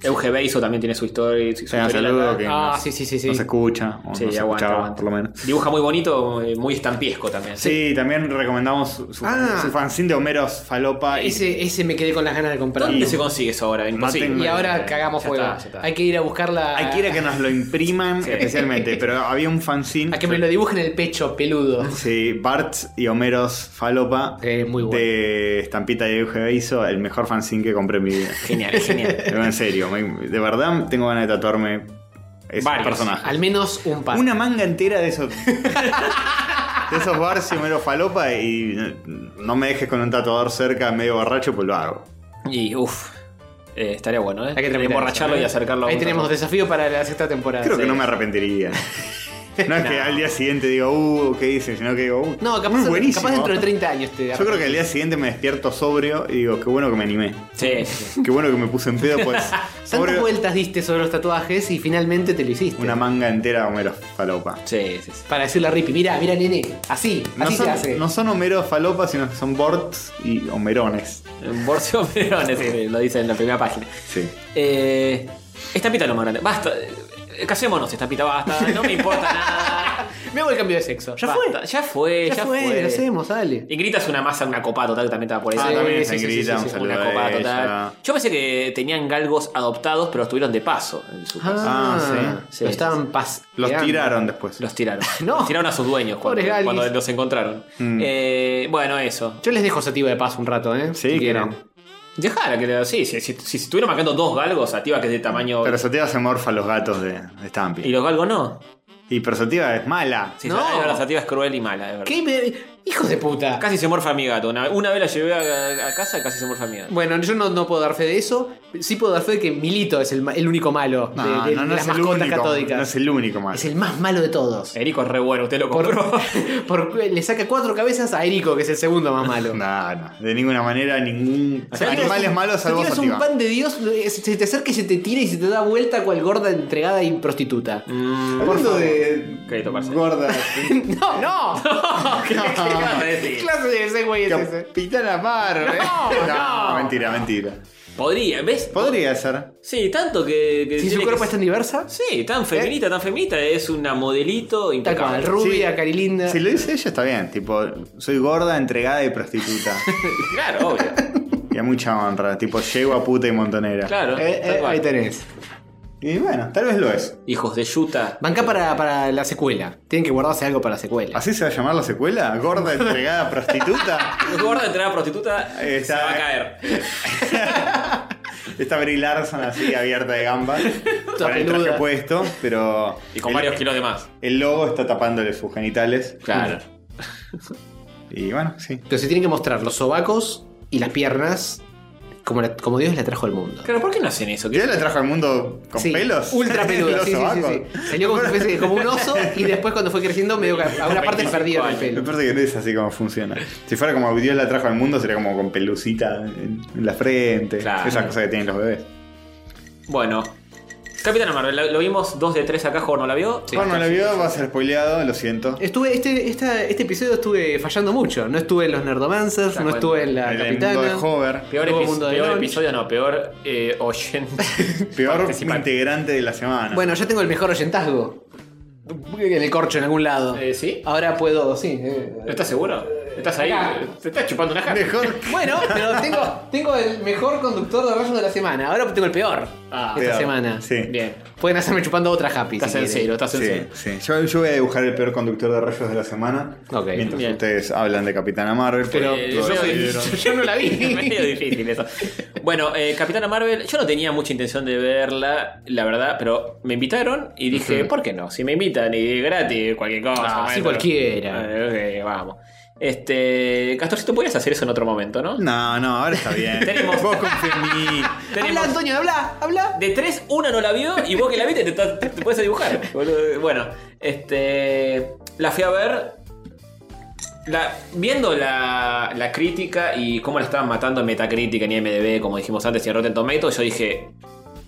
Speaker 1: Euge Beiso también tiene su historia. Su
Speaker 2: Tengan
Speaker 1: historia
Speaker 2: saludo
Speaker 1: larga.
Speaker 2: que
Speaker 3: Ah,
Speaker 2: no,
Speaker 3: sí, sí, sí, sí.
Speaker 2: no se escucha. O
Speaker 1: Sí,
Speaker 2: no se
Speaker 1: aguanta,
Speaker 2: escuchaba,
Speaker 1: aguanta.
Speaker 2: por lo menos.
Speaker 1: Dibuja muy bonito, eh, muy estampiesco también.
Speaker 2: Sí, también recomendamos su, su-
Speaker 3: Ah.
Speaker 2: su fanzine de Homeros Falopa. y-
Speaker 3: Ese, ese me quedé con las ganas de comprar.
Speaker 1: ¿Dónde se consigue eso ahora? Imposible.
Speaker 2: tengo-
Speaker 3: Y ahora cagamos
Speaker 1: Ya
Speaker 3: fuego.
Speaker 1: está, ya está.
Speaker 3: Hay que ir a buscarla.
Speaker 2: Hay que ir a que nos lo impriman especialmente, pero había un fanzine.
Speaker 3: a que me lo dibujen el pecho peludo.
Speaker 2: Sí, Bart y Homeros Falopa
Speaker 3: Eh, muy bueno.
Speaker 2: de Estampita y Euge hizo el mejor fanzine que compré en mi vida.
Speaker 1: Genial, genial.
Speaker 2: Pero en serio, me- de verdad tengo ganas de tatuarme ese
Speaker 1: Varios.
Speaker 2: personaje.
Speaker 3: Al menos un par.
Speaker 2: Una manga entera de esos. de esos bars y Homero Falopa y no me dejes con un tatuador cerca medio borracho, pues lo hago.
Speaker 1: Y uff, estaría bueno, ¿eh?
Speaker 3: Hay que terminar
Speaker 1: Emborracharlo
Speaker 3: eso, ¿eh?
Speaker 1: y acercarlo a
Speaker 3: Ahí
Speaker 1: un
Speaker 3: tenemos
Speaker 1: tatuaje.
Speaker 3: desafío para la sexta temporada.
Speaker 2: Creo que
Speaker 3: Sí.
Speaker 2: no me arrepentiría. No es que
Speaker 1: No.
Speaker 2: al día siguiente digo, uh, ¿qué dicen? Sino que digo, uh,
Speaker 3: No,
Speaker 2: muy
Speaker 3: capaz,
Speaker 2: buenísimo.
Speaker 3: capaz dentro de 30 años te
Speaker 2: Yo creo que al día siguiente me despierto sobrio y digo, qué bueno que me animé.
Speaker 1: Sí, sí, sí.
Speaker 2: Qué bueno que me puse en pedo, pues.
Speaker 3: Tantas
Speaker 2: sobrio,
Speaker 3: vueltas diste sobre los tatuajes y finalmente te lo hiciste.
Speaker 2: una manga entera de Homero Falopa.
Speaker 1: Sí, sí, sí.
Speaker 3: Para decirle a Rippy, mira, mira, nene, así,
Speaker 2: No
Speaker 3: así se
Speaker 2: son,
Speaker 3: hace.
Speaker 2: no son Homero Falopa, sino que son Borts y Homerones.
Speaker 1: En Borcio Merones, sí, lo dice en la primera página.
Speaker 2: Sí.
Speaker 1: Eh, estampita lo más grande. Basta. eh, Casémonos, estampita, basta. No me importa nada.
Speaker 3: Me hago el cambio de sexo. Ya fue.
Speaker 1: Basta, Ya fue,
Speaker 3: Ya,
Speaker 1: ya,
Speaker 3: fue, lo hacemos, dale.
Speaker 1: Ingrita es una masa, una copa total que también estaba por ahí.
Speaker 2: Ah,
Speaker 3: Sí,
Speaker 2: también
Speaker 3: sí,
Speaker 2: se
Speaker 3: sí,
Speaker 2: grita,
Speaker 3: sí, sí,
Speaker 2: un
Speaker 3: sí,
Speaker 2: saludo
Speaker 1: una
Speaker 2: a
Speaker 1: copa
Speaker 2: ella.
Speaker 1: total. Yo pensé que tenían galgos adoptados, pero los tuvieron de paso en
Speaker 3: Ah.
Speaker 1: su casa.
Speaker 2: Ah,
Speaker 1: sí.
Speaker 3: Lo
Speaker 1: Sí,
Speaker 3: estaban pas.
Speaker 2: Los
Speaker 3: tirando.
Speaker 2: tiraron después.
Speaker 1: Los tiraron.
Speaker 3: Ah, No.
Speaker 1: Los tiraron a sus dueños cuando,
Speaker 3: Pobres Mm. galgos.
Speaker 1: cuando los encontraron. Eh, bueno, eso.
Speaker 3: Yo les dejo sativa de paso un rato, ¿eh?
Speaker 2: Sí,
Speaker 3: Si
Speaker 2: claro.
Speaker 3: quieren.
Speaker 1: Dejala que le- sí, sí, sí, si estuvieron marcando dos galgos, activa que es de tamaño.
Speaker 2: Pero Sotiva se morfa a los gatos de, de Stampy.
Speaker 1: Y los galgos no.
Speaker 2: Y Persativa es mala.
Speaker 1: Sí,
Speaker 3: No.
Speaker 1: la- la sativa es cruel y mala, de verdad.
Speaker 3: ¿Qué? me- Hijos de puta.
Speaker 1: Casi se morfa a mi gato. Una, una vez la llevé a, a casa y casi se morfa a mi gato.
Speaker 3: Bueno, yo no, no puedo dar fe de eso. Sí puedo dar fe de que Milito es el, ma- el único malo de, de- de las mascotas catódicas.
Speaker 2: no es el único mal.
Speaker 3: Es el más malo de todos.
Speaker 1: Erico es re bueno, usted lo
Speaker 3: Por-
Speaker 1: Eh, compró.
Speaker 3: por- le saca cuatro cabezas a Erico, que es el segundo más malo.
Speaker 2: No, no, de ninguna manera, ningún
Speaker 3: Si tiras
Speaker 2: animal es
Speaker 3: un-
Speaker 2: malo
Speaker 3: si
Speaker 2: salvo
Speaker 3: tiras un
Speaker 2: Sativa.
Speaker 3: pan de Dios, se te acerca y se te tira y se te da vuelta cual gorda entregada y prostituta.
Speaker 1: Mm,
Speaker 2: Hablando de
Speaker 1: Crédito parcial.
Speaker 2: gorda,
Speaker 3: ¡No, no!
Speaker 1: ¿Qué ibas a decir?
Speaker 3: ¿Qué clase de ese güey es ese?
Speaker 2: Capitana Marvel.
Speaker 3: No, no.
Speaker 2: mentira, mentira.
Speaker 1: Podría, ¿ves?
Speaker 2: Podría ser.
Speaker 1: Sí, tanto que. que
Speaker 3: Si su
Speaker 1: tiene
Speaker 3: cuerpo
Speaker 1: que-
Speaker 3: es tan diversa,
Speaker 1: Sí, tan feminita, tan feminita. Es una modelito
Speaker 3: tal cual,
Speaker 1: impecable.
Speaker 3: rubia,
Speaker 2: Sí.
Speaker 3: carilinda. Eh,
Speaker 2: Si lo dice ella está bien, tipo, soy gorda, entregada y prostituta.
Speaker 1: Claro, obvio.
Speaker 2: y a mucha honra, tipo, llego a puta y montonera.
Speaker 1: Claro.
Speaker 2: Eh,
Speaker 1: tal
Speaker 2: eh,
Speaker 1: cual.
Speaker 3: Ahí tenés.
Speaker 2: y bueno, tal vez lo es.
Speaker 1: Hijos de Yuta.
Speaker 3: Banca para, para la secuela. Tienen que guardarse algo para la secuela.
Speaker 2: ¿Así se va a llamar la secuela? ¿Gorda entregada prostituta?
Speaker 1: Gorda entrada prostituta
Speaker 2: Ahí
Speaker 1: se
Speaker 2: está.
Speaker 1: va a caer.
Speaker 2: Está Brie Larson así, abierta de gamba. con el traje
Speaker 3: peluda.
Speaker 2: puesto, pero.
Speaker 1: Y con
Speaker 2: el,
Speaker 1: varios kilos de más.
Speaker 2: El logo está tapándole sus genitales.
Speaker 1: Claro.
Speaker 3: Mm.
Speaker 2: Y bueno, sí.
Speaker 3: Pero se tienen que mostrar los sobacos y las piernas como, la- como Dios la trajo al mundo.
Speaker 1: Claro, ¿por qué no hacen eso?
Speaker 2: ¿Yo la trajo al mundo con
Speaker 3: Sí,
Speaker 2: pelos?
Speaker 3: Ultra peluda.
Speaker 2: Los
Speaker 3: sí, sí, sí,
Speaker 2: sobacos.
Speaker 3: sí. Salió como, si fuese como un oso y después cuando fue creciendo medio que a una parte
Speaker 1: 25
Speaker 3: perdido el
Speaker 1: años.
Speaker 2: Me
Speaker 3: pelo.
Speaker 2: parece que no es así como funciona. Si fuera como Dios la trajo al mundo, sería como con pelucita en en la frente.
Speaker 1: Claro.
Speaker 2: Esas cosas que tienen los bebés.
Speaker 1: Bueno, Capitana Marvel, la- lo vimos 2 de 3 acá, Jorge no la vio.
Speaker 2: Juan no la vio, va a ser spoileado, lo siento.
Speaker 3: Estuve, este, esta- este episodio estuve fallando mucho. No estuve en los Nerdomancers, no
Speaker 1: cuenta.
Speaker 3: estuve en la
Speaker 2: El del mundo de
Speaker 3: Capitana.
Speaker 2: Hover,
Speaker 1: Peor,
Speaker 3: Nuevo
Speaker 1: epi-
Speaker 3: mundo de
Speaker 1: peor
Speaker 3: Lunch.
Speaker 1: episodio, no, peor eh, oyente.
Speaker 2: peor
Speaker 1: participante.
Speaker 2: integrante de la semana.
Speaker 3: Bueno, ya tengo el mejor oyentazgo. En el corcho, en algún lado.
Speaker 1: Eh, ¿Sí?
Speaker 3: Ahora puedo, sí. eh,
Speaker 1: ¿Estás seguro? ¿Estás ahí? ¿Te estás chupando una jarra?
Speaker 2: mejor
Speaker 3: Bueno, pero tengo, tengo el mejor conductor de rayos de la semana. Ahora tengo el peor.
Speaker 1: Ah,
Speaker 3: esta
Speaker 2: peor.
Speaker 3: semana.
Speaker 2: Sí.
Speaker 1: Bien.
Speaker 3: Pueden hacerme chupando otra happy.
Speaker 1: Estás
Speaker 3: si
Speaker 1: en
Speaker 3: quieren.
Speaker 1: cero, estás en
Speaker 2: Sí,
Speaker 1: cero.
Speaker 2: sí. Yo, yo voy a dibujar el peor conductor de rayos de la semana.
Speaker 3: Ok.
Speaker 2: mientras
Speaker 1: Bien.
Speaker 2: ustedes hablan de Capitana Marvel.
Speaker 3: Pero eh,
Speaker 2: porque
Speaker 1: yo
Speaker 2: lo
Speaker 1: soy-
Speaker 2: decidieron.
Speaker 3: yo no la
Speaker 1: Medio
Speaker 3: vi.
Speaker 1: difícil eso. Bueno, eh, Capitana Marvel, yo no tenía mucha intención de verla, la verdad, pero me invitaron y dije, ¿por qué no? Si me invitan y gratis, cualquier cosa.
Speaker 3: Ah,
Speaker 1: maestro.
Speaker 3: sí, cualquiera.
Speaker 1: Eh, ok, vamos. Este, Castorcito, podrías hacer eso en otro momento, ¿no?
Speaker 2: No, no, ahora está bien.
Speaker 1: Tenemos-
Speaker 2: Vos confía en mí.
Speaker 3: Habla,
Speaker 1: Tenemos
Speaker 3: Antonio, habla, habla.
Speaker 1: de tres, una no la vio y vos que la viste te, te- te puedes dibujar. boludo. Bueno, este, la fui a ver. La- viendo la, la crítica y cómo la estaban matando en Metacritic, en IMDb, como dijimos antes, y en Rotten Tomatoes, yo dije,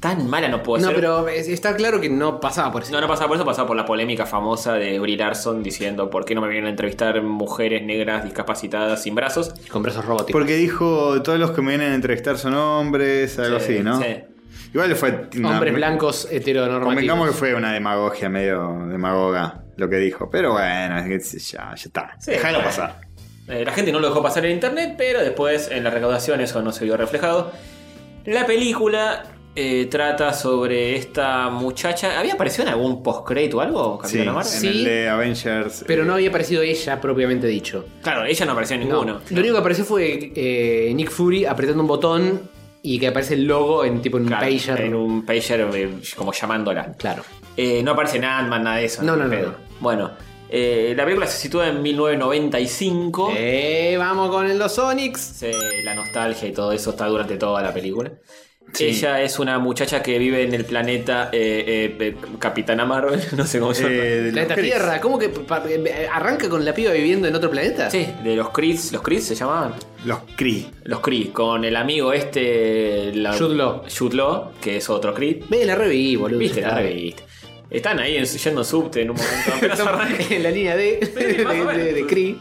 Speaker 1: tan mala no puedo
Speaker 3: No,
Speaker 1: ser.
Speaker 3: pero es- está claro que no pasaba por eso.
Speaker 1: No, no pasaba por eso, pasaba por la polémica famosa de Brie Larson diciendo por qué no me vienen a entrevistar mujeres negras discapacitadas sin brazos.
Speaker 3: Con brazos robóticos.
Speaker 2: Porque dijo: Todos los que me vienen a entrevistar son hombres, algo
Speaker 1: Sí,
Speaker 2: así, ¿no?
Speaker 1: sí.
Speaker 2: Igual fue. una-
Speaker 3: Hombres blancos
Speaker 2: Convengamos que
Speaker 3: heteronormativos.
Speaker 2: fue una demagogia medio demagoga lo que dijo. Pero bueno, es que ya, ya está.
Speaker 1: Sí.
Speaker 2: Déjalo pasar.
Speaker 1: Eh, la gente no lo dejó pasar en internet, pero después en la recaudación eso no se vio reflejado. La película eh, trata sobre esta muchacha. ¿Había aparecido en algún post-crédito o algo,
Speaker 2: Sí,
Speaker 1: Capitana Marvel?
Speaker 2: en
Speaker 3: Sí.
Speaker 2: el de Avengers.
Speaker 3: Pero
Speaker 2: eh,
Speaker 3: no había aparecido ella propiamente dicho.
Speaker 1: Claro, ella no apareció en
Speaker 3: No.
Speaker 1: ninguno.
Speaker 3: Lo único que apareció fue eh, Nick Fury apretando un botón y que aparece el logo en tipo en un
Speaker 1: Claro,
Speaker 3: pager.
Speaker 1: En un pager eh, como llamándola.
Speaker 3: Claro.
Speaker 1: Eh, no aparece en Ant-Man, nada de eso.
Speaker 3: No,
Speaker 1: ni
Speaker 3: no, no,
Speaker 1: pedo.
Speaker 3: no.
Speaker 1: Bueno, eh, la película se sitúa en 1995.
Speaker 3: Eh, vamos con el los Sonics.
Speaker 1: Eh, la nostalgia y todo eso está durante toda la película. Ella es una muchacha que vive en el planeta eh, eh, eh, Capitana Marvel, no sé cómo se llama.
Speaker 2: eh, de
Speaker 3: Planeta
Speaker 2: los Kree.
Speaker 3: Tierra, ¿cómo que pa- eh, arranca con la piba viviendo en otro planeta?
Speaker 1: Sí, de los Creeds, ¿los Creeds se llamaban?
Speaker 2: Los Kree.
Speaker 1: Los Creed, con el amigo este... La,
Speaker 3: Jude Law.
Speaker 1: Jude Law, que es otro Creed.
Speaker 3: Ve, Ah. la reví, boludo.
Speaker 1: Viste, la revista. Están ahí en- yendo en subte en un momento. apenas arranca.
Speaker 3: En la línea D de,
Speaker 1: más o
Speaker 3: de, de,
Speaker 1: menos.
Speaker 3: Kree.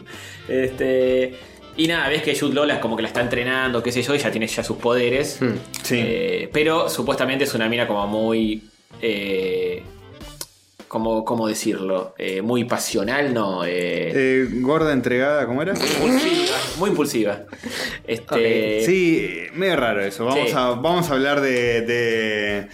Speaker 1: este, y nada, ves que Jude Law la- como que la está entrenando, qué sé yo, y ya tiene ya sus poderes.
Speaker 3: Hmm.
Speaker 2: Sí.
Speaker 1: Eh, pero supuestamente es una mina como muy. eh, ¿cómo, cómo decirlo? Eh, muy pasional, ¿no? Eh,
Speaker 2: Eh, gorda entregada, ¿cómo era?
Speaker 1: Impulsiva. Muy impulsiva. Este,
Speaker 3: Eh.
Speaker 2: Sí, medio raro eso. Vamos,
Speaker 1: Sí.
Speaker 2: a, vamos a hablar de, de-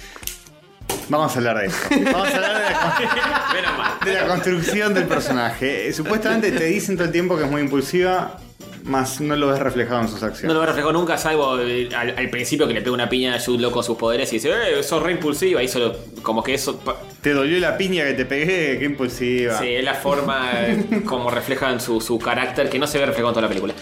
Speaker 2: Vamos a hablar de eso. Vamos a hablar de la,
Speaker 1: menos mal.
Speaker 2: de la construcción del personaje. Eh, Supuestamente te dicen todo el tiempo que es muy impulsiva, más no lo ves reflejado en sus
Speaker 1: No
Speaker 2: acciones.
Speaker 1: lo reflejó nunca, salvo eh, al, al principio que le pega una piña a Jude Law con sus poderes y dice, eh, sos re impulsiva. Y solo, como que eso. pa-
Speaker 2: Te dolió la piña que te pegué, qué impulsiva.
Speaker 1: Sí, es la forma eh, como reflejan su, su carácter, que no se ve reflejado en toda la película.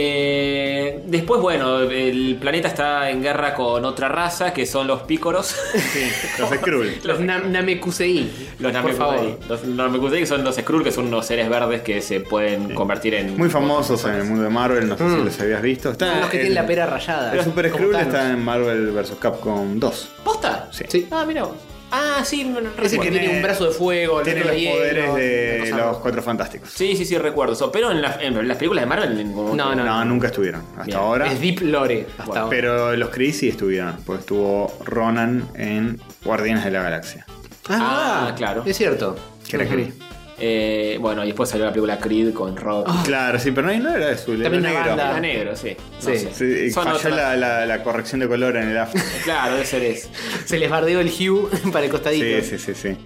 Speaker 1: Eh, después, bueno, el planeta está en guerra con otra raza, que son los pícoros.
Speaker 2: Sí, los Skrull.
Speaker 3: Los Nam- Namekusei.
Speaker 1: Los
Speaker 3: Por favor.
Speaker 1: Namekusei. Los Namekusei son los Skrull, que son unos seres verdes que se pueden convertir en...
Speaker 2: Muy famosos en el mundo de Marvel, no sé si los habías visto. Están
Speaker 3: Son Mm. los que
Speaker 2: en-
Speaker 3: tienen la pera rayada.
Speaker 2: Los Super
Speaker 3: como
Speaker 2: Skrull
Speaker 3: Thanos.
Speaker 2: están en Marvel vs. Capcom 2.
Speaker 1: ¿Posta?
Speaker 2: Sí.
Speaker 3: Sí.
Speaker 1: Ah, mira. vos. Ah, sí, me-
Speaker 3: Ese
Speaker 1: me recuerdo.
Speaker 3: que
Speaker 2: Tiene-
Speaker 3: tiene un brazo de fuego, el
Speaker 2: Tiene
Speaker 3: otro
Speaker 2: los
Speaker 3: de hielo,
Speaker 2: poderes de
Speaker 3: una cosa
Speaker 2: los
Speaker 3: rara.
Speaker 2: Cuatro Fantásticos.
Speaker 1: Sí, sí, sí, recuerdo eso. Pero en, las- en las películas de Marvel... en ningún
Speaker 3: No,
Speaker 1: momento-
Speaker 2: No, nunca estuvieron. Hasta
Speaker 1: Bien.
Speaker 2: ahora.
Speaker 3: Es Deep Lore hasta
Speaker 1: Bueno,
Speaker 3: ahora.
Speaker 2: Pero los Kree sí estuvieron, porque estuvo Ronan en Guardianes de la Galaxia.
Speaker 1: Ah, claro.
Speaker 3: Es cierto.
Speaker 2: Que era
Speaker 3: Ujú.
Speaker 2: Kree.
Speaker 1: Eh, bueno, y después salió la película Creed con Rock.
Speaker 2: Claro, sí, pero no, Ah. no era azul,
Speaker 3: También una
Speaker 2: era negro.
Speaker 3: banda.
Speaker 1: Era negro, sí. No
Speaker 3: Sí.
Speaker 1: sé.
Speaker 2: Sí, y
Speaker 1: Son
Speaker 2: falló
Speaker 1: otras-
Speaker 2: la, la- la corrección de color en el after.
Speaker 1: Claro, debe ser eso.
Speaker 3: Se les bardeó el Hue para el costadito.
Speaker 2: sí, sí, sí, sí.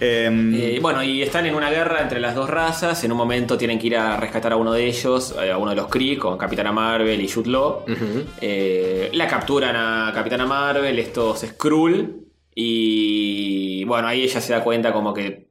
Speaker 2: Em,
Speaker 1: Eh, bueno, y están en una guerra entre las dos razas. En un momento tienen que ir a rescatar a uno de ellos, eh, a uno de los Kree, con Capitana Marvel y Jude Law. Eh, la capturan a Capitana Marvel, estos Skrull. Y bueno, ahí ella se da cuenta como que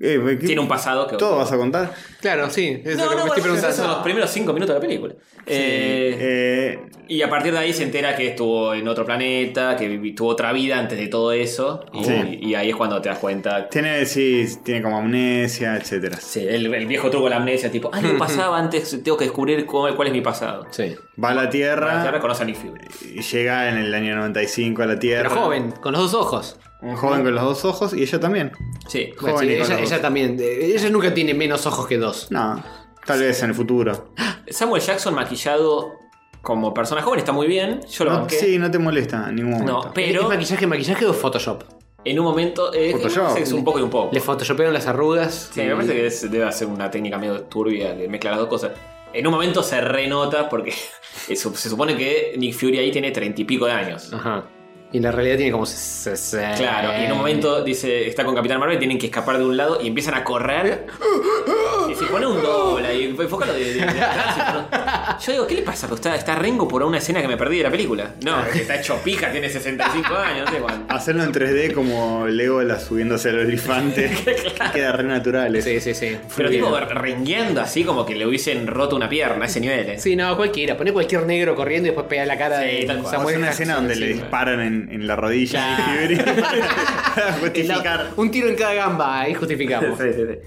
Speaker 2: eh, ¿qué-
Speaker 1: tiene un pasado que...
Speaker 2: ¿Todo vas a contar?
Speaker 3: Claro, sí. Es
Speaker 1: No,
Speaker 3: lo que
Speaker 1: no,
Speaker 3: me estoy
Speaker 1: bueno, esos
Speaker 3: preguntando.
Speaker 1: son los primeros cinco minutos de la película. Eh,
Speaker 2: Eh,
Speaker 1: Y a partir de ahí se entera que estuvo en otro planeta, que vivi- tuvo otra vida antes de todo eso. Y,
Speaker 2: Sí.
Speaker 1: y ahí es cuando te das cuenta.
Speaker 2: tiene, sí, tiene como amnesia, etcétera.
Speaker 1: Sí, el, el viejo truco de la amnesia, tipo, algo pasaba antes, tengo que descubrir cuál, cuál es mi pasado.
Speaker 3: Sí.
Speaker 2: Va a la
Speaker 1: Ahora
Speaker 2: Tierra
Speaker 1: conoce a Nick Fury.
Speaker 2: y llega en el año 95 a la Tierra.
Speaker 3: Pero joven, con los dos ojos.
Speaker 2: Un joven con los dos ojos y ella también.
Speaker 1: Sí.
Speaker 3: Bueno,
Speaker 2: Joven
Speaker 3: sí,
Speaker 2: y con
Speaker 3: ella,
Speaker 2: los-
Speaker 3: ella también. eh, Ella nunca tiene menos ojos que dos.
Speaker 2: No, tal vez en el futuro.
Speaker 1: Samuel Jackson maquillado como persona joven está muy bien. Yo lo
Speaker 2: No,
Speaker 1: banqué.
Speaker 2: Ah, sí, no te molesta en ningún momento.
Speaker 1: No,
Speaker 3: ¿Es
Speaker 1: pero
Speaker 3: maquillaje, maquillaje o Photoshop?
Speaker 1: en un momento. eh,
Speaker 2: Photoshop.
Speaker 1: es un poco y un poco.
Speaker 3: Le photoshopearon las arrugas.
Speaker 1: Sí, me parece que es- debe ser una técnica medio turbia de mezclar las dos cosas. En un momento se renota porque eso- se supone que Nick Fury ahí tiene treinta y pico de años.
Speaker 3: Ajá. Y en la realidad tiene como 60.
Speaker 1: Claro, y en un momento dice, está con Capitán Marvel, tienen que escapar de un lado y empiezan a correr. Y se pone un doble y enfócalo de, de- de atrás. Yo digo, ¿qué le pasa? Está, está rengo por una escena que me perdí de la película. No, es que está hecho pica, tiene 65 años, no sé cuánto.
Speaker 2: Hacerlo en 3D como Legolas subiéndose al elefante. Queda re natural. eso.
Speaker 3: Sí, sí, sí.
Speaker 1: Pero tipo
Speaker 3: Fluido.
Speaker 1: rengueando así como que le hubiesen roto una pierna a ese nivel. ¿eh?
Speaker 3: Sí, no, cualquiera. Poné cualquier negro corriendo y después pega la cara
Speaker 1: Sí,
Speaker 3: de
Speaker 1: tal cual.
Speaker 2: Es
Speaker 3: Samuel
Speaker 2: una
Speaker 3: Jackson
Speaker 2: escena donde le
Speaker 3: encima.
Speaker 2: disparan en, en la rodilla a
Speaker 1: Claro.
Speaker 2: Nick Fury para
Speaker 3: En la-
Speaker 2: justificar.
Speaker 3: un tiro en cada gamba, ahí justificamos.
Speaker 1: Sí, sí, sí.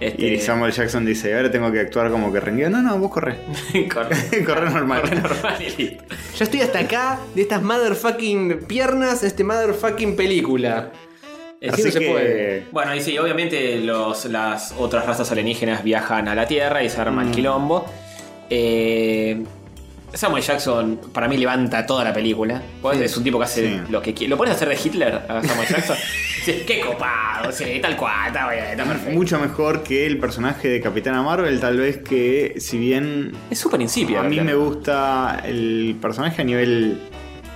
Speaker 1: Este,
Speaker 2: Y Samuel Jackson dice, ahora tengo que actuar como que rengueo. No, no, vos corre.
Speaker 1: corre-
Speaker 2: corre normal.
Speaker 1: corre normal y listo.
Speaker 3: Ya estoy hasta acá de estas motherfucking piernas, este motherfucking película.
Speaker 2: Así
Speaker 3: Así no se
Speaker 2: que-
Speaker 3: puede.
Speaker 1: Bueno, y sí, obviamente los, las otras razas alienígenas viajan a la Tierra y se arma
Speaker 2: Mm.
Speaker 1: el quilombo. Eh, Samuel Jackson, para mí, levanta toda la película. Pues Es un tipo que hace
Speaker 2: Sí.
Speaker 1: lo que quiere. ¿Lo pones a hacer de Hitler a Samuel Jackson? sí, qué copado, sí, tal cual, está, bien,
Speaker 2: Mm.
Speaker 1: está perfecto.
Speaker 2: Mucho mejor que el personaje de Capitana Marvel, tal vez que si bien
Speaker 1: Es súper insípido.
Speaker 2: a mí
Speaker 1: la
Speaker 2: me
Speaker 1: verdad.
Speaker 2: gusta el personaje a nivel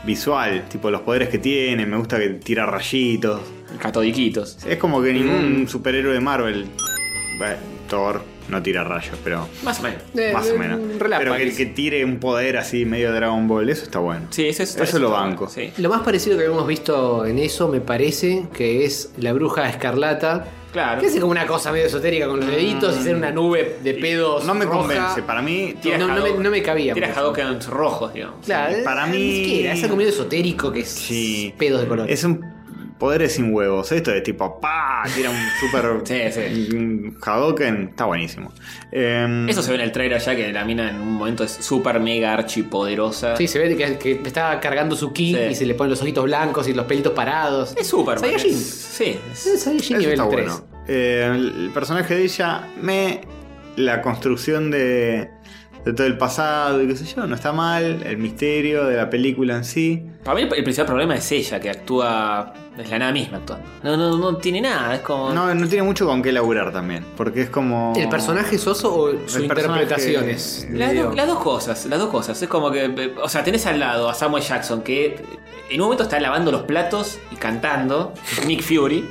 Speaker 2: visual, tipo los poderes que tiene, me gusta que tira rayitos.
Speaker 1: Catodiquitos.
Speaker 2: Es como que ningún
Speaker 1: Mm.
Speaker 2: superhéroe de Marvel, bueno, Thor no tira rayos, pero
Speaker 1: Más o menos.
Speaker 3: Eh,
Speaker 2: más
Speaker 3: eh,
Speaker 2: o menos. Pero
Speaker 3: relámpagos.
Speaker 2: que el que tire un poder así medio Dragon Ball, eso está bueno.
Speaker 1: Sí, eso, es-
Speaker 2: Eso lo banco.
Speaker 1: Sí.
Speaker 3: Lo más parecido que habíamos visto en eso, me parece, que es la bruja escarlata.
Speaker 1: Claro.
Speaker 3: Que hace como una cosa medio esotérica con los deditos y hacer una nube de pedos.
Speaker 2: Mm. No me
Speaker 3: roja.
Speaker 2: convence, para mí
Speaker 1: Tira
Speaker 3: No, no me-
Speaker 1: Hadouken.
Speaker 3: no me cabía
Speaker 1: Tira
Speaker 3: mucho.
Speaker 1: Hadouken rojos, digamos.
Speaker 3: Claro,
Speaker 2: Sí, para mí-
Speaker 3: Ni siquiera, es algo medio esotérico que es
Speaker 2: Sí.
Speaker 3: pedos de color.
Speaker 2: Es un poder sin huevos. Esto de tipo, pa, tira un super.
Speaker 1: Sí, sí.
Speaker 2: un Hadouken, está buenísimo. Em,
Speaker 1: Eso se ve en el trailer ya que la mina en un momento es súper mega archipoderosa.
Speaker 3: Sí, se ve que, que está cargando su ki
Speaker 1: Sí.
Speaker 3: y se le ponen los ojitos blancos y los pelitos parados.
Speaker 1: Es súper.
Speaker 3: Saiyajin.
Speaker 1: Sí.
Speaker 3: Es Saiyajin
Speaker 2: eso
Speaker 3: nivel
Speaker 2: está
Speaker 3: 3.
Speaker 2: bueno. Eh, el personaje de ella, me. La construcción de, de todo el pasado y qué sé yo, no está mal. El misterio de la película en sí.
Speaker 1: Para mí el principal problema es ella, que actúa. Es la nada misma actuando. No, no, no tiene nada, es como.
Speaker 2: No, no tiene mucho con qué laburar también. Porque es como.
Speaker 3: ¿El personaje es oso o sus
Speaker 2: El personaje-
Speaker 3: interpretaciones?
Speaker 1: Las, do- las dos cosas, las dos cosas. Es como que. eh, O sea, tenés al lado a Samuel Jackson que en un momento está lavando los platos y cantando. Nick Fury.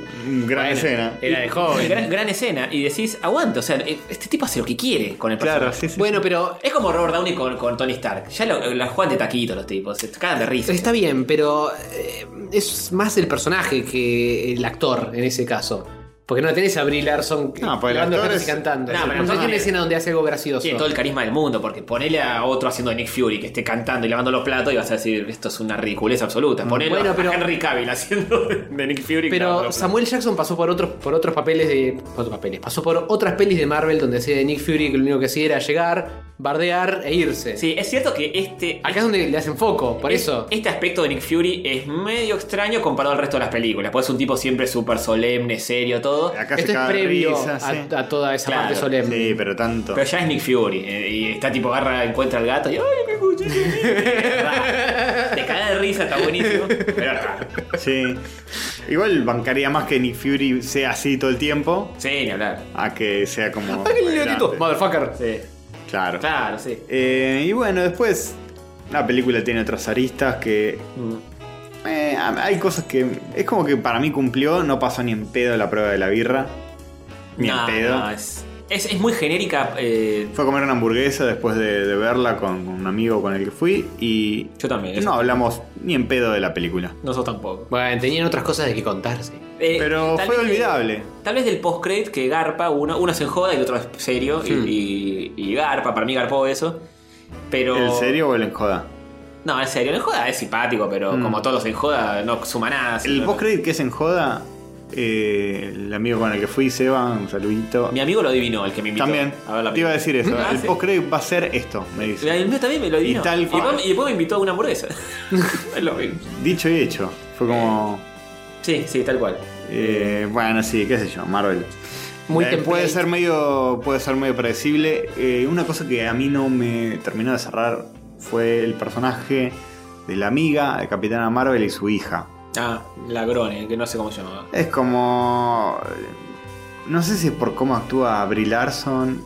Speaker 2: Gran escena.
Speaker 3: Era de
Speaker 1: Gran,
Speaker 3: joven.
Speaker 1: gran escena. Y decís, aguante. O sea, eh, este tipo hace lo que quiere con el
Speaker 2: Claro,
Speaker 1: personaje.
Speaker 2: sí, sí.
Speaker 3: Bueno, pero
Speaker 1: Es como Robert Downey con, con Tony Stark. Ya lo, la juegan de taquito los tipos. Se cagan de risa.
Speaker 3: está bien, pero eh, es más el personaje que el actor en ese caso. Porque no la tenés a Brie Larson
Speaker 2: No, pues el
Speaker 3: levando
Speaker 2: actor
Speaker 3: las manos
Speaker 2: es-
Speaker 3: y cantando.
Speaker 1: No,
Speaker 3: No,
Speaker 1: pero
Speaker 3: pero
Speaker 1: el actor
Speaker 3: tiene
Speaker 2: eh,
Speaker 3: una
Speaker 1: tiene-
Speaker 3: escena donde hace algo gracioso.
Speaker 1: Tiene todo el carisma del mundo, porque ponele a otro haciendo de Nick Fury que esté cantando y lavando los platos y vas a decir, esto es una ridiculez absoluta. Ponele
Speaker 3: Mm, Bueno,
Speaker 1: a
Speaker 3: pero-
Speaker 1: Henry Cavill haciendo de Nick Fury.
Speaker 3: Pero Samuel Jackson pasó por otros, por otros papeles de. por otros papeles. Pasó por otras pelis de Marvel donde hacía de Nick Fury que lo único que hacía era llegar, bardear e irse.
Speaker 1: Sí, es cierto que este...
Speaker 3: Acá es donde le hacen foco, por
Speaker 1: es-
Speaker 3: eso.
Speaker 1: Este aspecto de Nick Fury es medio extraño comparado al resto de las películas. Pues es un tipo siempre súper solemne, serio, todo.
Speaker 2: Acá se
Speaker 3: Esto es
Speaker 2: caga de
Speaker 3: previo
Speaker 2: risa,
Speaker 3: a,
Speaker 2: sí.
Speaker 3: a toda esa
Speaker 1: Claro,
Speaker 3: parte solemne.
Speaker 2: Sí, pero tanto.
Speaker 1: Pero ya es Nick Fury. eh, Y está tipo agarra, encuentra al gato y. ¡Ay, me gusta! Te caga de risa, está buenísimo. Pero ah, es raro.
Speaker 2: Sí. Igual bancaría más que Nick Fury sea así todo el tiempo.
Speaker 1: Sí, ni hablar.
Speaker 2: a que sea como.
Speaker 3: ¡Ay, el
Speaker 2: adelante.
Speaker 3: leonito! ¡Motherfucker!
Speaker 1: Sí.
Speaker 2: Claro.
Speaker 1: Claro, sí.
Speaker 2: Eh, y bueno, después. La película tiene otras aristas que.
Speaker 1: Mm.
Speaker 2: eh, hay cosas que. Es como que para mí cumplió, no pasó ni en pedo la prueba de la birra. Ni
Speaker 1: No,
Speaker 2: en pedo.
Speaker 1: no, es, es- es muy genérica. eh,
Speaker 2: Fue a comer una hamburguesa después de, de verla con un amigo con el que fui y.
Speaker 1: yo también.
Speaker 2: No hablamos ni en pedo de la película.
Speaker 1: Nosotros tampoco.
Speaker 3: Bueno, tenían otras cosas de que contarse.
Speaker 1: Eh,
Speaker 2: Pero
Speaker 1: tal
Speaker 2: fue
Speaker 1: vez-
Speaker 2: olvidable.
Speaker 1: Tal vez del post-credit que garpa, uno, uno se enjoda y el otro es serio. y-
Speaker 2: Hmm.
Speaker 1: Y, y garpa, para mí garpó eso. Pero.
Speaker 2: ¿El serio o el enjoda?
Speaker 1: No, en serio, el enjoda es simpático, pero como todos los enjoda, no suma nada.
Speaker 2: Hmm. El
Speaker 1: sino-
Speaker 2: post credit que es en joda, eh, el amigo con el que fui, Seba, un saludito.
Speaker 1: Mi amigo lo adivinó, el que me invitó.
Speaker 2: También.
Speaker 1: A ver la
Speaker 2: Te iba a
Speaker 1: película.
Speaker 2: decir eso.
Speaker 1: Ah,
Speaker 2: el
Speaker 1: sí.
Speaker 2: post-credit va a ser esto, me dice.
Speaker 1: El mío también me lo adivinó.
Speaker 2: Y tal cual.
Speaker 1: después, y después me invitó a una hamburguesa. Es lo mismo.
Speaker 2: Dicho y hecho. Fue como.
Speaker 1: Sí, sí, tal cual.
Speaker 2: Eh, bueno, sí, qué sé yo, Marvel.
Speaker 3: Muy
Speaker 2: Eh,
Speaker 3: template.
Speaker 2: puede ser medio puede ser medio predecible. Eh, una cosa que a mí no me terminó de cerrar fue el personaje de la amiga de Capitana Marvel y su hija.
Speaker 1: Ah, Lagrone, que no sé cómo se llamaba.
Speaker 2: Es como no sé si es por cómo actúa Brie Larson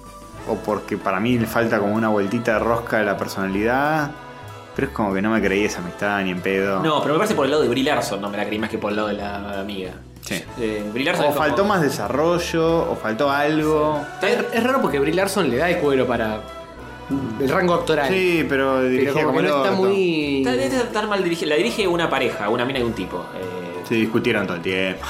Speaker 2: o porque para mí le falta como una vueltita de rosca de la personalidad, pero es como que no me creí esa amistad ni en pedo.
Speaker 1: No, pero me parece por el lado de Brie Larson, no me la creí más que por el lado de la amiga.
Speaker 2: Sí.
Speaker 1: Eh, Brie Larson
Speaker 2: O
Speaker 1: es como-
Speaker 2: faltó más desarrollo, o faltó algo.
Speaker 3: Es, er, es raro porque Brie Larson le da el cuero para el rango actoral.
Speaker 2: Sí, pero dirigía
Speaker 3: pero como, que
Speaker 2: el
Speaker 3: no está
Speaker 2: orto.
Speaker 3: muy.
Speaker 1: Tal vez está mal dirigida. La dirige una pareja, una mina y un tipo. Eh,
Speaker 2: Se discutieron todo el tiempo.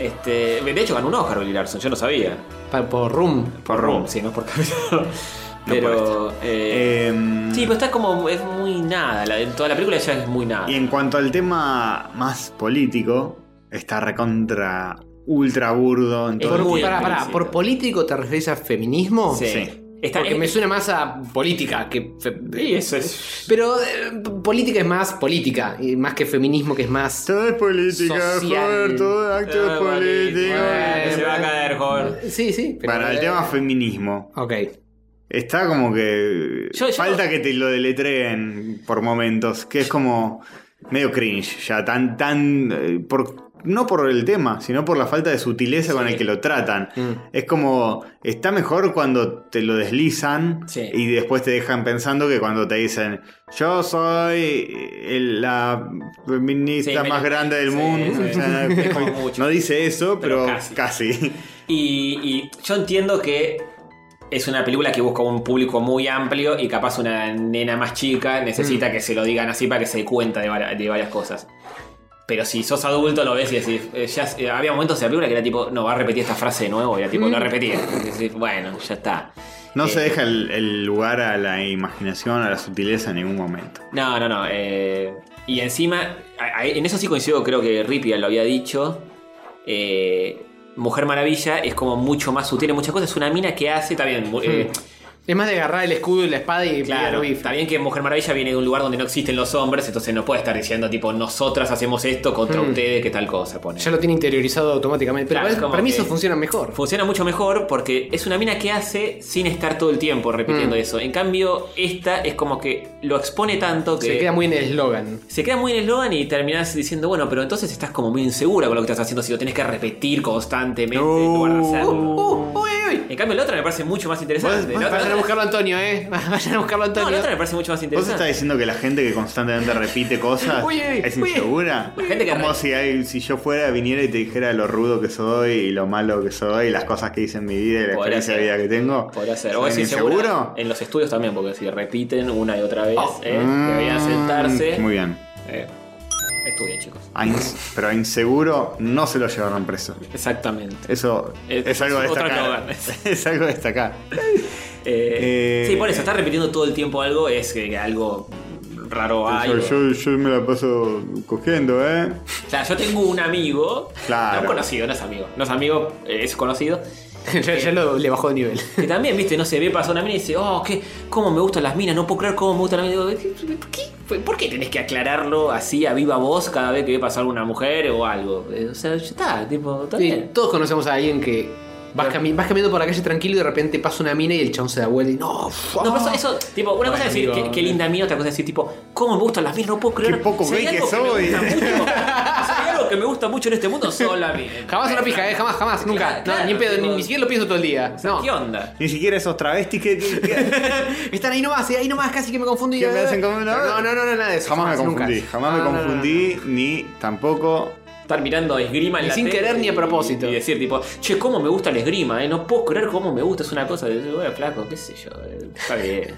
Speaker 1: este, de hecho, ganó un Oscar Brie Larson, yo no sabía.
Speaker 3: pa- por Room.
Speaker 2: Por Room.
Speaker 1: Sí, no por capítulo. pero. eh,
Speaker 2: Em,
Speaker 1: sí, pero está como. Es muy nada. La, en toda la película ya es muy nada.
Speaker 2: Y en cuanto al tema más político, está recontra ultra burdo. en todo
Speaker 1: Es
Speaker 2: el-
Speaker 1: muy
Speaker 3: Pará, pará,
Speaker 1: explícito.
Speaker 3: ¿por político te refieres a feminismo?
Speaker 1: Sí.
Speaker 2: sí.
Speaker 1: Está,
Speaker 3: Porque
Speaker 1: es-
Speaker 3: me suena más a política que. fe-
Speaker 1: sí, eso es.
Speaker 3: Pero eh, política es más política, y más que feminismo, que es más.
Speaker 2: Todo es política,
Speaker 3: Social.
Speaker 2: joder, todo acto es
Speaker 1: Ah,
Speaker 2: político.
Speaker 1: vale, Se va a
Speaker 3: bueno.
Speaker 1: caer, joven.
Speaker 3: Sí, sí. pero- eh,
Speaker 2: Para el tema feminismo,
Speaker 3: Ok.
Speaker 2: está como que.
Speaker 1: Yo- yo-
Speaker 2: falta que te lo deletreen por momentos, que es como medio cringe, ya tan, tan. eh, por, no por el tema, sino por la falta de sutileza con el que lo tratan.
Speaker 3: Mm.
Speaker 2: Es como, está mejor cuando te lo deslizan
Speaker 1: Sí.
Speaker 2: y después te dejan pensando que cuando te dicen, yo soy el- la feminista
Speaker 1: Sí,
Speaker 2: más
Speaker 1: me-
Speaker 2: grande del
Speaker 1: sí,
Speaker 2: mundo.
Speaker 1: sí.
Speaker 2: O sea,
Speaker 1: Es como mucho.
Speaker 2: no dice eso, pero,
Speaker 1: Pero
Speaker 2: casi.
Speaker 1: casi. Y, y yo entiendo que es una película que busca un público muy amplio y capaz una nena más chica necesita que se lo digan así para que se dé cuenta de, vari- de varias cosas. Pero si sos adulto lo ves y decís, eh, ya, eh, había momentos de la película que era tipo, no, va a repetir esta frase de nuevo, y era tipo, no repetía. Y decís, bueno, ya está.
Speaker 2: No
Speaker 1: Eh,
Speaker 2: se deja el, el lugar a la imaginación, a la sutileza en ningún momento.
Speaker 1: No, no, no. eh, y encima, a- a- en eso sí coincido, creo que Ripia lo había dicho. eh, Mujer Maravilla es como mucho más sutil en muchas cosas. Es una mina que hace, está bien. mu- eh,
Speaker 3: Es más de agarrar el escudo y la espada y pegar
Speaker 1: Claro,
Speaker 3: bife.
Speaker 1: está bien que Mujer Maravilla viene de un lugar donde no existen los hombres, entonces no puede estar diciendo, tipo, nosotras hacemos esto contra
Speaker 3: Mm.
Speaker 1: ustedes, que tal cosa, pone.
Speaker 3: Ya lo tiene interiorizado automáticamente. Pero
Speaker 1: Claro,
Speaker 3: para,
Speaker 1: como
Speaker 3: para mí
Speaker 1: que-
Speaker 3: eso funciona mejor.
Speaker 1: Funciona mucho mejor porque es una mina que hace sin estar todo el tiempo repitiendo
Speaker 3: Mm.
Speaker 1: eso. En cambio, esta es como que lo expone tanto que.
Speaker 3: Se queda muy en el eslogan.
Speaker 1: Se queda muy en el eslogan y terminás diciendo, bueno, pero entonces estás como muy insegura con lo que estás haciendo si lo tenés que repetir constantemente en lugar de hacerlo.
Speaker 3: Uh, uy, uy.
Speaker 1: En cambio, la otra me parece mucho más interesante.
Speaker 2: Vos- vos
Speaker 1: La
Speaker 3: Vayan a
Speaker 1: otra-
Speaker 3: buscarlo a Antonio, eh. Vayan a buscarlo a
Speaker 1: no,
Speaker 3: Antonio.
Speaker 1: la otra me parece mucho más
Speaker 2: ¿Vos estás
Speaker 1: interesante.
Speaker 2: diciendo que la gente que constantemente repite cosas
Speaker 3: Uy, uy,
Speaker 2: es
Speaker 3: uy,
Speaker 2: insegura?
Speaker 1: uy. La gente que
Speaker 2: Como
Speaker 1: re-
Speaker 2: si, hay- si yo fuera, viniera y te dijera lo rudo que soy y lo malo que soy y las cosas que hice en mi vida y la
Speaker 1: Podría
Speaker 2: experiencia de vida
Speaker 1: ser.
Speaker 2: que tengo.
Speaker 1: Podría ser. O
Speaker 2: ¿Soy
Speaker 1: es
Speaker 2: un
Speaker 1: insegura
Speaker 2: inseguro?
Speaker 1: En los estudios también, porque si repiten una y otra vez, eh,
Speaker 2: Mm,
Speaker 1: deberían sentarse.
Speaker 2: Muy bien.
Speaker 1: Eh, estudien, chicos.
Speaker 2: A ins- pero a inseguro no se lo llevaron preso.
Speaker 1: Exactamente.
Speaker 2: Eso es,
Speaker 1: Es-
Speaker 2: algo a
Speaker 1: otro
Speaker 2: destacar. Es algo a destacar.
Speaker 1: Eh,
Speaker 2: Eh,
Speaker 1: sí, por eso, estar repitiendo todo el tiempo algo es que, que algo raro hay.
Speaker 2: Yo,
Speaker 1: o-
Speaker 2: yo- yo me la paso cogiendo, ¿eh?
Speaker 1: O sea, yo tengo un amigo,
Speaker 2: Claro.
Speaker 1: no un conocido, no es amigo, no es amigo, eh, es conocido,
Speaker 3: ya ya lo, le bajó de nivel.
Speaker 1: que también, viste, no sé, ve pasar una mina y dice, oh, qué, cómo me gustan las minas, no puedo creer cómo me gustan las minas. Digo, ¿Qué? ¿Por- ¿Por qué tenés que aclararlo así a viva voz cada vez que ve pasar una mujer o algo? Eh, O sea, ya está, tipo, está
Speaker 3: Sí,
Speaker 1: bien.
Speaker 3: todos conocemos a alguien que vas, cami- vas caminando por la calle tranquilo y de repente pasa una mina y el chabón se da vuelta y no, fu-
Speaker 1: No, pero eso, eso, tipo, una cosa es decir,
Speaker 3: amigo.
Speaker 1: qué, qué linda mina, otra cosa es decir, tipo, cómo me gustan las minas, no puedo creer.
Speaker 2: Qué poco
Speaker 1: Si hay
Speaker 2: gay que
Speaker 1: algo me
Speaker 2: soy.
Speaker 1: gusta mucho, si hay algo que me gusta mucho en este mundo, son las minas.
Speaker 3: Jamás una pija, eh, jamás, jamás, nunca. No,
Speaker 1: Claro,
Speaker 3: ni en pedo, ni,
Speaker 1: tipo,
Speaker 3: ni siquiera lo pienso todo el día. No.
Speaker 1: ¿Qué onda?
Speaker 2: Ni siquiera esos travestis que. que-
Speaker 3: Están ahí nomás, eh, ahí nomás casi que me confundo y
Speaker 2: ¿Qué me hacen comer una
Speaker 3: Pero No,
Speaker 2: vez?
Speaker 3: no, no, no, nada de eso.
Speaker 2: jamás me
Speaker 3: nunca.
Speaker 2: confundí. Jamás me
Speaker 3: No, no, no, no.
Speaker 2: confundí, ni tampoco.
Speaker 1: Estar mirando esgrima en
Speaker 3: Y
Speaker 1: la
Speaker 3: sin
Speaker 1: tele
Speaker 3: querer ni a
Speaker 1: y-
Speaker 3: propósito.
Speaker 1: Y, decir, tipo, che, cómo me gusta la esgrima, eh. No puedo creer cómo me gusta. Es una cosa de, bueno, flaco, qué sé yo. eh, Está bien.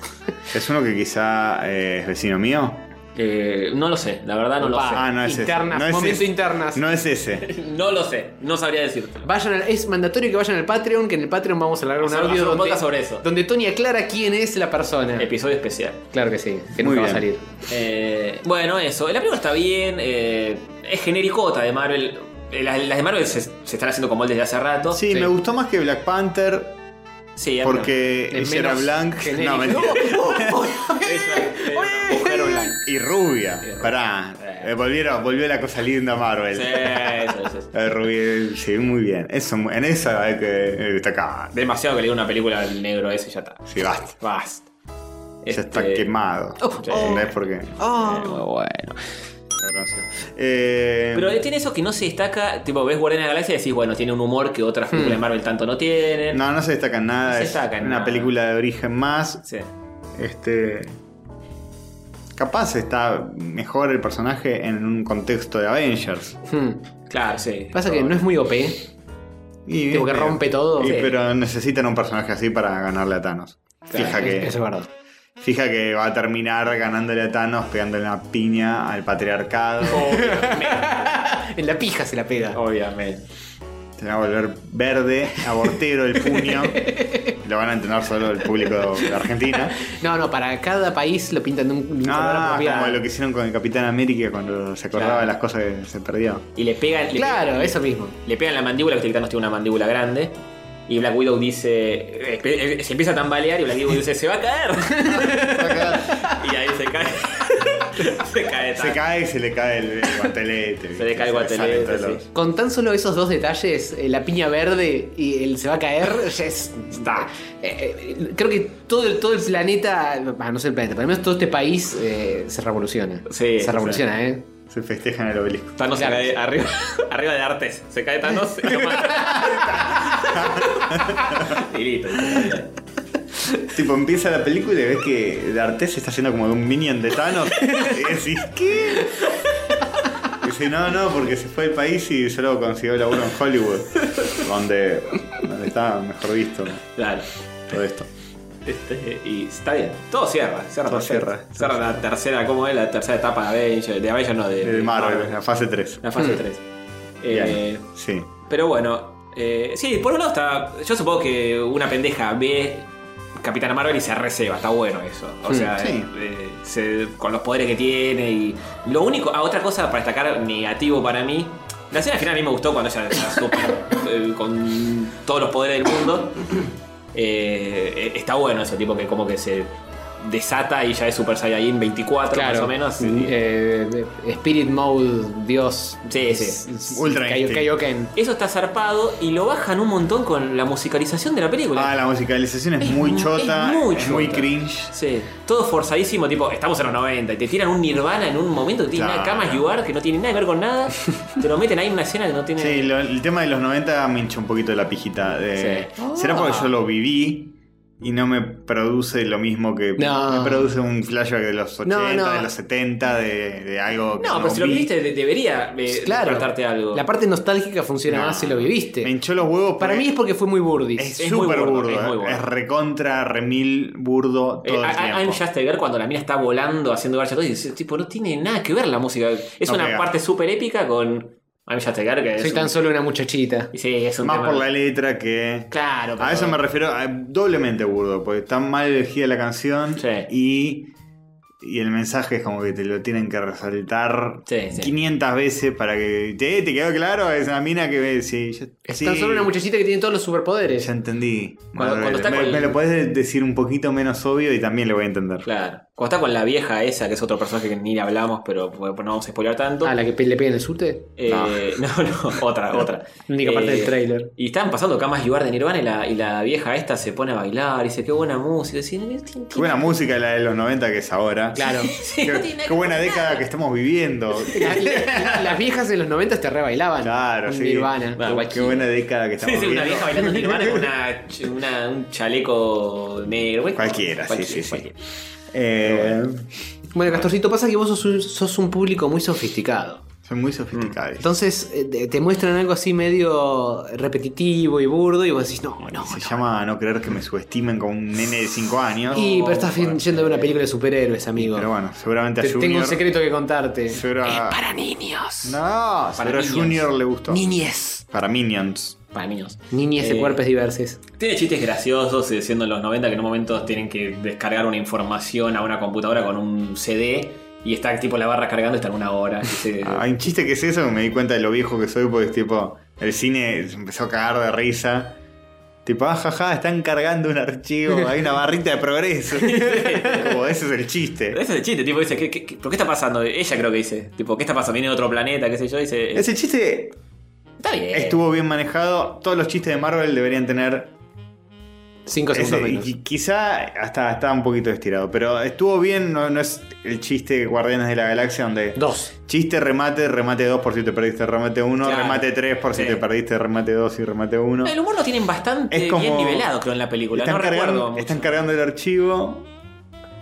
Speaker 2: Es uno que quizá eh, es vecino mío.
Speaker 1: Eh, no lo sé, la verdad no lo
Speaker 3: Opa.
Speaker 2: Ah, no es
Speaker 3: Internas,
Speaker 2: ese. No es
Speaker 3: momento
Speaker 2: ese.
Speaker 3: internas.
Speaker 2: No es ese.
Speaker 1: sé. No lo sé, no sabría decirte.
Speaker 3: Vayan al- es mandatorio que vayan al Patreon, que en el Patreon vamos a largar un
Speaker 1: Hacer-
Speaker 3: audio
Speaker 1: hacer un
Speaker 3: donde,
Speaker 1: podcast sobre eso.
Speaker 3: donde Tony aclara quién es la persona.
Speaker 1: Episodio especial.
Speaker 3: Claro que sí, que
Speaker 2: Muy
Speaker 3: nunca va a
Speaker 2: bien.
Speaker 3: salir.
Speaker 1: Eh, bueno, eso. La película está bien. eh, es genericota de Marvel. Eh, Las, las de Marvel se, se están haciendo como él desde hace rato.
Speaker 2: Sí,
Speaker 3: Sí.
Speaker 2: me gustó más que Black Panther
Speaker 1: Sí, a mí
Speaker 2: porque
Speaker 3: Es
Speaker 2: ella era
Speaker 3: menos
Speaker 2: blanca.
Speaker 3: genérico.
Speaker 2: No, mentira.
Speaker 1: no. Es una- es una mujer blanca.
Speaker 2: Y rubia.
Speaker 1: rubia.
Speaker 2: Pará.
Speaker 1: Eh,
Speaker 2: Eh, volvieron, volvió la cosa linda Marvel.
Speaker 1: Sí, sí, sí, sí.
Speaker 2: Eh, Rubí, sí, muy bien. Eso, en esa hay que destacar.
Speaker 1: Demasiado que le dio una película al negro ese y ya está.
Speaker 2: Sí, basta.
Speaker 1: Basta.
Speaker 2: Ya está
Speaker 1: Este,
Speaker 2: quemado.
Speaker 1: Oh, oh.
Speaker 2: ¿Entendés por qué?
Speaker 1: eh, muy bueno.
Speaker 2: Gracias. Eh,
Speaker 1: Pero tiene eso que no se destaca, tipo, ves Guardianes de la Galaxia y decís, bueno, tiene un humor que otras películas de Marvel tanto no tienen.
Speaker 2: no, no se destaca en nada.
Speaker 1: No se
Speaker 2: es
Speaker 1: destaca en
Speaker 2: una
Speaker 1: nada.
Speaker 2: película de origen más.
Speaker 1: Sí.
Speaker 2: Este. Capaz está mejor el personaje en un contexto de Avengers.
Speaker 3: Hmm.
Speaker 1: Claro, sí.
Speaker 3: Pasa que no es muy OP.
Speaker 2: Y,
Speaker 3: Tipo que rompe todo.
Speaker 2: y-
Speaker 3: Sí.
Speaker 2: Pero necesitan un personaje así para ganarle a Thanos. Fija que.
Speaker 3: Eso es verdad.
Speaker 2: Fija que va a terminar ganándole a Thanos, pegándole una piña al patriarcado.
Speaker 3: Oh. En la pija se la pega.
Speaker 1: Obviamente.
Speaker 2: Se va a volver verde, abortero el puño. Lo van a entender solo el público de Argentina.
Speaker 3: No, no, para cada país lo pintan de un de una
Speaker 2: Ah,
Speaker 3: propia-
Speaker 2: como lo que hicieron con el Capitán América cuando se acordaba
Speaker 1: Claro.
Speaker 2: de las cosas que se perdió.
Speaker 1: Y le pegan. le
Speaker 3: Claro,
Speaker 1: pegan-
Speaker 3: eso mismo.
Speaker 1: Le pegan la mandíbula, que el Thanos tiene una mandíbula grande. Y Black Widow dice. eh, eh, Se empieza a tambalear y Black Widow dice: ¡Se va a caer! y ahí se cae. se cae
Speaker 2: Se cae y se le cae el el guantelete. ¿viste?
Speaker 1: le cae el
Speaker 2: le salen
Speaker 1: guantelete,
Speaker 2: todos
Speaker 1: sí.
Speaker 2: los-
Speaker 3: Con tan solo esos dos detalles, eh, la piña verde y el se va a caer, ya es- está. Eh, eh, creo que todo, el- todo el planeta, bah, no sé el planeta, pero al menos todo este país eh, se revoluciona.
Speaker 1: Sí,
Speaker 3: se revoluciona, ¿eh?
Speaker 2: Se festejan el obelisco.
Speaker 1: Thanos se cae arriba, arriba de Artes. Se cae Thanos y lo mata. y listo.
Speaker 2: Tipo, empieza la película y ves que D'Artes está haciendo como de un minion de Thanos. y decís, ¿qué? Y dice, no, no, porque se fue del país y solo consiguió laburo en Hollywood. Donde, donde está mejor visto
Speaker 1: Claro.
Speaker 2: todo esto.
Speaker 1: Este, y está bien. Todo cierra. Cierra,
Speaker 2: Todo
Speaker 1: perfecto.
Speaker 2: cierra.
Speaker 1: Cierra la tercera, ¿cómo es? La tercera etapa de Avengers. De Avengers no, de,
Speaker 2: El Marvel, la fase 3.
Speaker 1: La fase 3. Eh,
Speaker 2: Bien. Sí.
Speaker 1: Pero bueno, eh, sí, por un lado está. Yo supongo que una pendeja ve Capitana Marvel y se receba, está bueno eso. O sea,
Speaker 2: sí.
Speaker 1: eh, eh, se- con los poderes que tiene y. Lo único, ah, otra cosa para destacar negativo para mí. La escena final a mí me gustó cuando ella está súper, eh, con todos los poderes del mundo. Eh, eh, está bueno eso, tipo que como que se desata y ya es Super Saiyajin 24 más o menos.
Speaker 3: Mm,
Speaker 1: Y-
Speaker 3: eh, eh, Spirit Mode, Dios.
Speaker 1: Sí, sí.
Speaker 3: S-
Speaker 2: Ultra
Speaker 3: Kaio-
Speaker 2: instinto.
Speaker 3: Kaioken.
Speaker 1: Eso está zarpado y lo bajan un montón con la musicalización de la película.
Speaker 2: Ah, la musicalización es,
Speaker 1: Es
Speaker 2: muy
Speaker 1: mu- es
Speaker 2: chota, es muy,
Speaker 1: muy chota.
Speaker 2: cringe.
Speaker 1: Sí, todo forzadísimo, tipo, estamos en los 90 y te tiran un Nirvana en un momento que tiene
Speaker 2: Claro.
Speaker 1: nada, camas yugar que no tiene nada que ver con nada, te lo meten ahí en una escena que no tiene.
Speaker 2: Sí, lo- el tema de los 90 me hincha un poquito la pijita. de- ¿Será porque
Speaker 1: Ah.
Speaker 2: yo lo viví? Y no me produce lo mismo que.
Speaker 3: No.
Speaker 2: Me produce un flashback de los
Speaker 3: No,
Speaker 2: 80,
Speaker 3: no.
Speaker 2: de los 70, de, de algo que.
Speaker 1: no, pero si lo
Speaker 2: vi.
Speaker 1: viste, de- debería eh,
Speaker 3: Claro.
Speaker 1: despertarte algo.
Speaker 3: La parte nostálgica funciona
Speaker 2: No.
Speaker 3: más si lo
Speaker 2: Me
Speaker 3: viviste.
Speaker 2: hinchó los huevos.
Speaker 3: Para
Speaker 2: porque
Speaker 3: mí es porque fue muy burdi.
Speaker 2: Es
Speaker 1: es muy
Speaker 2: súper
Speaker 1: burdo,
Speaker 2: burdo. ¿eh?
Speaker 1: es muy burdo.
Speaker 2: Es, recontra, remil, burdo
Speaker 1: Eh,
Speaker 2: todo el
Speaker 1: I- I- I'm
Speaker 2: tiempo.
Speaker 1: Just a Girl, cuando la mina está volando haciendo garcha todo y dices, tipo, no tiene nada que ver la música. Es
Speaker 2: No
Speaker 1: una
Speaker 2: pega.
Speaker 1: parte súper épica con I'm Just a Girl, que es
Speaker 3: Soy
Speaker 1: un-
Speaker 3: tan solo una muchachita.
Speaker 1: Sí, es un
Speaker 2: Más
Speaker 1: tema-
Speaker 2: por la letra que.
Speaker 1: Claro,
Speaker 2: A
Speaker 1: pero-
Speaker 2: eso me refiero a- doblemente burdo, porque está mal elegida la canción
Speaker 1: Sí.
Speaker 2: y, y el mensaje es como que te lo tienen que resaltar
Speaker 1: Sí, sí.
Speaker 2: 500 veces para que te, te quedó claro, es una mina que ve, sí, yo-
Speaker 3: Es
Speaker 2: sí,
Speaker 3: tan solo una muchachita que tiene todos los superpoderes.
Speaker 2: Ya entendí.
Speaker 1: Cuando-
Speaker 2: Marvel.
Speaker 1: cuando está
Speaker 2: me,
Speaker 1: con-
Speaker 2: me lo podés decir un poquito menos obvio y también lo voy a entender.
Speaker 1: Claro. Cuando está con la vieja esa, que es otro personaje que ni le hablamos, pero bueno, no vamos a spoiler tanto.
Speaker 3: Ah, la que pe- le pega en el surte.
Speaker 1: Eh, no. no, otra, otra.
Speaker 3: La única parte
Speaker 1: Eh,
Speaker 3: del tráiler.
Speaker 1: Y estaban pasando camas y bar de Nirvana y la, y la vieja esta se pone a bailar y dice, qué buena música. Y dice, "No, no,
Speaker 2: Qué buena música la de los 90 que es ahora.
Speaker 3: Claro.
Speaker 2: Qué, qué buena década que estamos viviendo.
Speaker 3: La- la- las viejas de los 90 te rebailaban.
Speaker 2: Claro,
Speaker 3: Un
Speaker 2: sí.
Speaker 3: Nirvana.
Speaker 1: Bueno,
Speaker 2: Qué- Qué buena década que
Speaker 1: Sí,
Speaker 2: estamos
Speaker 1: sí,
Speaker 2: viviendo.
Speaker 1: una vieja bailando Nirvana con una, ch- una- un chaleco negro. Bueno,
Speaker 2: Cualquiera, sí, sí, sí.
Speaker 1: cualquiera.
Speaker 2: Eh,
Speaker 3: Bueno, Castorcito, pasa que vos sos un, sos un público muy sofisticado.
Speaker 2: son muy sofisticados.
Speaker 3: Entonces eh, te- te muestran algo así medio repetitivo y burdo y vos decís, no, no,
Speaker 2: Se
Speaker 3: no.
Speaker 2: llama no creer que me subestimen con un nene de 5 años.
Speaker 3: Y pero estás fin- yendo a ver una película de superhéroes, amigo.
Speaker 2: Pero bueno, seguramente a
Speaker 3: Te-
Speaker 2: Junior.
Speaker 3: tengo un secreto Eh, que contarte.
Speaker 2: seguro a-
Speaker 6: Para niños.
Speaker 2: No, seguro a
Speaker 1: niños.
Speaker 2: Junior le gustó.
Speaker 6: Niñez.
Speaker 2: Para Minions.
Speaker 1: Para niños.
Speaker 3: Niñez de
Speaker 1: Eh,
Speaker 3: cuerpos diversos.
Speaker 1: Tiene chistes graciosos, eh, siendo en los 90 que en un momento tienen que descargar una información a una computadora con un CD y está tipo la barra cargando hasta una hora.
Speaker 3: Eh.
Speaker 1: y se-
Speaker 2: Ah, Hay un chiste que es eso, me di cuenta de lo viejo que soy, porque es tipo, el cine se empezó a cagar de risa. Tipo, ah, jaja, están cargando un archivo, hay una barrita de progreso. Como ese es el
Speaker 1: Pero
Speaker 2: chiste.
Speaker 1: ese es el chiste, tipo, dice, ¿qué, qué, qué- pero qué está pasando? Ella creo que dice, tipo, ¿qué está pasando? Viene de otro planeta, qué sé yo, dice.
Speaker 2: Ese chiste
Speaker 1: Está bien.
Speaker 2: estuvo bien manejado. Todos los chistes de Marvel deberían tener
Speaker 3: Cinco
Speaker 2: Ese,
Speaker 3: segundos
Speaker 2: y
Speaker 3: menos.
Speaker 2: qui- quizá hasta está un poquito estirado, pero estuvo bien, no, no es el chiste Guardianes de la Galaxia donde
Speaker 3: Dos.
Speaker 2: chiste, remate, remate 2 por si te perdiste, remate 1,
Speaker 1: Claro.
Speaker 2: remate 3 por si
Speaker 1: Sí.
Speaker 2: te perdiste, remate 2 y remate 1.
Speaker 1: El humor lo tienen bastante
Speaker 2: Es como-
Speaker 1: bien nivelado, creo, en la película.
Speaker 2: Están,
Speaker 1: no recuerdo.
Speaker 2: cargando,
Speaker 1: mucho.
Speaker 2: están cargando el archivo,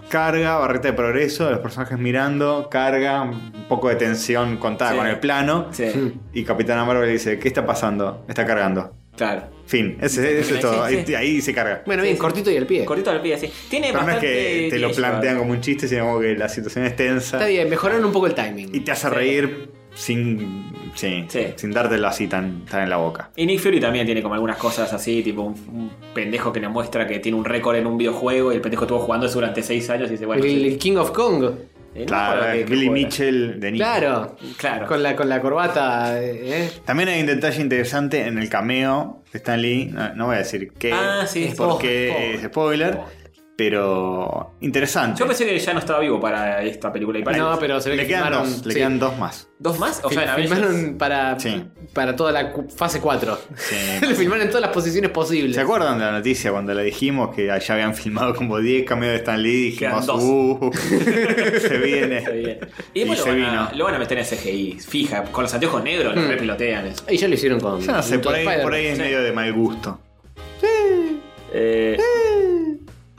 Speaker 2: carga, barrita de progreso, los personajes mirando, carga, un poco de tensión contada
Speaker 1: Sí.
Speaker 2: con el plano.
Speaker 1: Sí,
Speaker 2: Y Capitana Marvel dice, ¿qué está pasando? Está cargando.
Speaker 1: claro.
Speaker 2: Fin, ese, ese es todo.
Speaker 1: Sí, sí.
Speaker 2: Ahí, ahí se carga.
Speaker 3: Bueno,
Speaker 1: Sí,
Speaker 3: bien,
Speaker 1: sí.
Speaker 3: cortito y al pie.
Speaker 1: Cortito al pie, así. Tiene
Speaker 2: Pero no es
Speaker 1: bastante.
Speaker 2: que te lo
Speaker 1: tieso. ¿eh?
Speaker 2: plantean como un chiste, sino como que la situación es tensa
Speaker 3: Está bien, mejoraron un poco el timing.
Speaker 2: y te hace reír sin, sí,
Speaker 1: Sí.
Speaker 2: sin dártelo así tan, tan en la boca.
Speaker 1: Y Nick Fury también tiene como algunas cosas así, tipo un, un pendejo que le muestra que tiene un récord en un videojuego y el pendejo estuvo jugando eso durante seis años y dice, bueno,
Speaker 3: el,
Speaker 1: sí.
Speaker 3: el King of Kong.
Speaker 1: Eh, no
Speaker 2: Claro,
Speaker 1: recuerdo
Speaker 2: eh,
Speaker 1: qué- qué
Speaker 2: Billy
Speaker 1: juego era.
Speaker 2: Mitchell de Nick.
Speaker 3: Claro.
Speaker 1: Claro.
Speaker 3: Con la, con la corbata. ¿eh?
Speaker 2: También hay un detalle interesante en el cameo de Stan Lee. No, no voy a decir qué,
Speaker 1: Ah, sí.
Speaker 2: porque
Speaker 3: Spoiler.
Speaker 2: es spoiler, pero interesante.
Speaker 1: Yo pensé que ya no estaba vivo para esta película y para
Speaker 3: No, pero se ve
Speaker 2: le,
Speaker 3: que
Speaker 2: quedan
Speaker 3: filmaron.
Speaker 2: dos, le
Speaker 3: sí.
Speaker 2: quedan dos más.
Speaker 1: ¿Dos más? O sea, en
Speaker 3: Fil-
Speaker 1: Avengers.
Speaker 3: filmaron para,
Speaker 2: Sí.
Speaker 3: para toda la cu- fase 4.
Speaker 2: Sí.
Speaker 3: Le filmaron en todas las posiciones posibles.
Speaker 2: ¿Se acuerdan de la noticia cuando le dijimos que ya habían filmado como 10 cameos de Stan Lee?
Speaker 1: Quedan
Speaker 2: Dijimos,
Speaker 1: dos.
Speaker 2: "Uh, se
Speaker 1: Está
Speaker 2: viene.
Speaker 1: bien. Y después
Speaker 2: se
Speaker 1: lo, van a,
Speaker 2: vino.
Speaker 1: lo van a meter en CGI, fija, con los anteojos negros,
Speaker 3: Hmm.
Speaker 1: lo repilotean eso.
Speaker 3: Y ya lo hicieron con.
Speaker 2: Yo no sé,
Speaker 3: con
Speaker 2: por ahí,
Speaker 3: Spider-Man.
Speaker 2: por ahí es
Speaker 1: Sí.
Speaker 2: medio de mal gusto.
Speaker 1: Eh,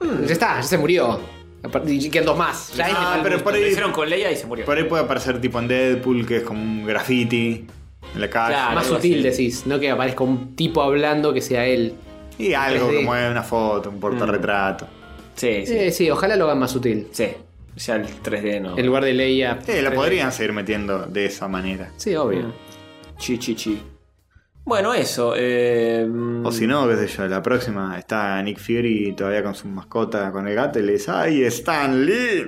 Speaker 3: Mm, Ya está, ya se murió. Aparte- Y quedan dos más. Ya es de
Speaker 2: Ah,
Speaker 3: mal
Speaker 2: pero
Speaker 3: gusto.
Speaker 2: por ahí-
Speaker 1: lo hicieron con Leia y se murió.
Speaker 2: Por ahí puede aparecer tipo en Deadpool, que es como un graffiti en la calle.
Speaker 1: Claro.
Speaker 3: Más
Speaker 1: algo
Speaker 3: sutil
Speaker 1: así.
Speaker 3: decís, no que aparezca un tipo hablando que sea él.
Speaker 2: Y algo
Speaker 3: 3D.
Speaker 2: que mueve una foto, un portarretrato.
Speaker 1: Mm. Sí, sí.
Speaker 3: Eh, sí, ojalá lo hagan más sutil.
Speaker 1: Sí. Ya el 3D no.
Speaker 3: En lugar de Leia.
Speaker 2: Eh, la podrían seguir metiendo de esa manera.
Speaker 3: Sí,
Speaker 2: Mm.
Speaker 3: obvio.
Speaker 1: Chi, chi, chi. Bueno, eso. eh,
Speaker 2: O si no, qué sé yo, la próxima está Nick Fury todavía con su mascota, con el gato, y le dice, ¡ay, Stan Lee!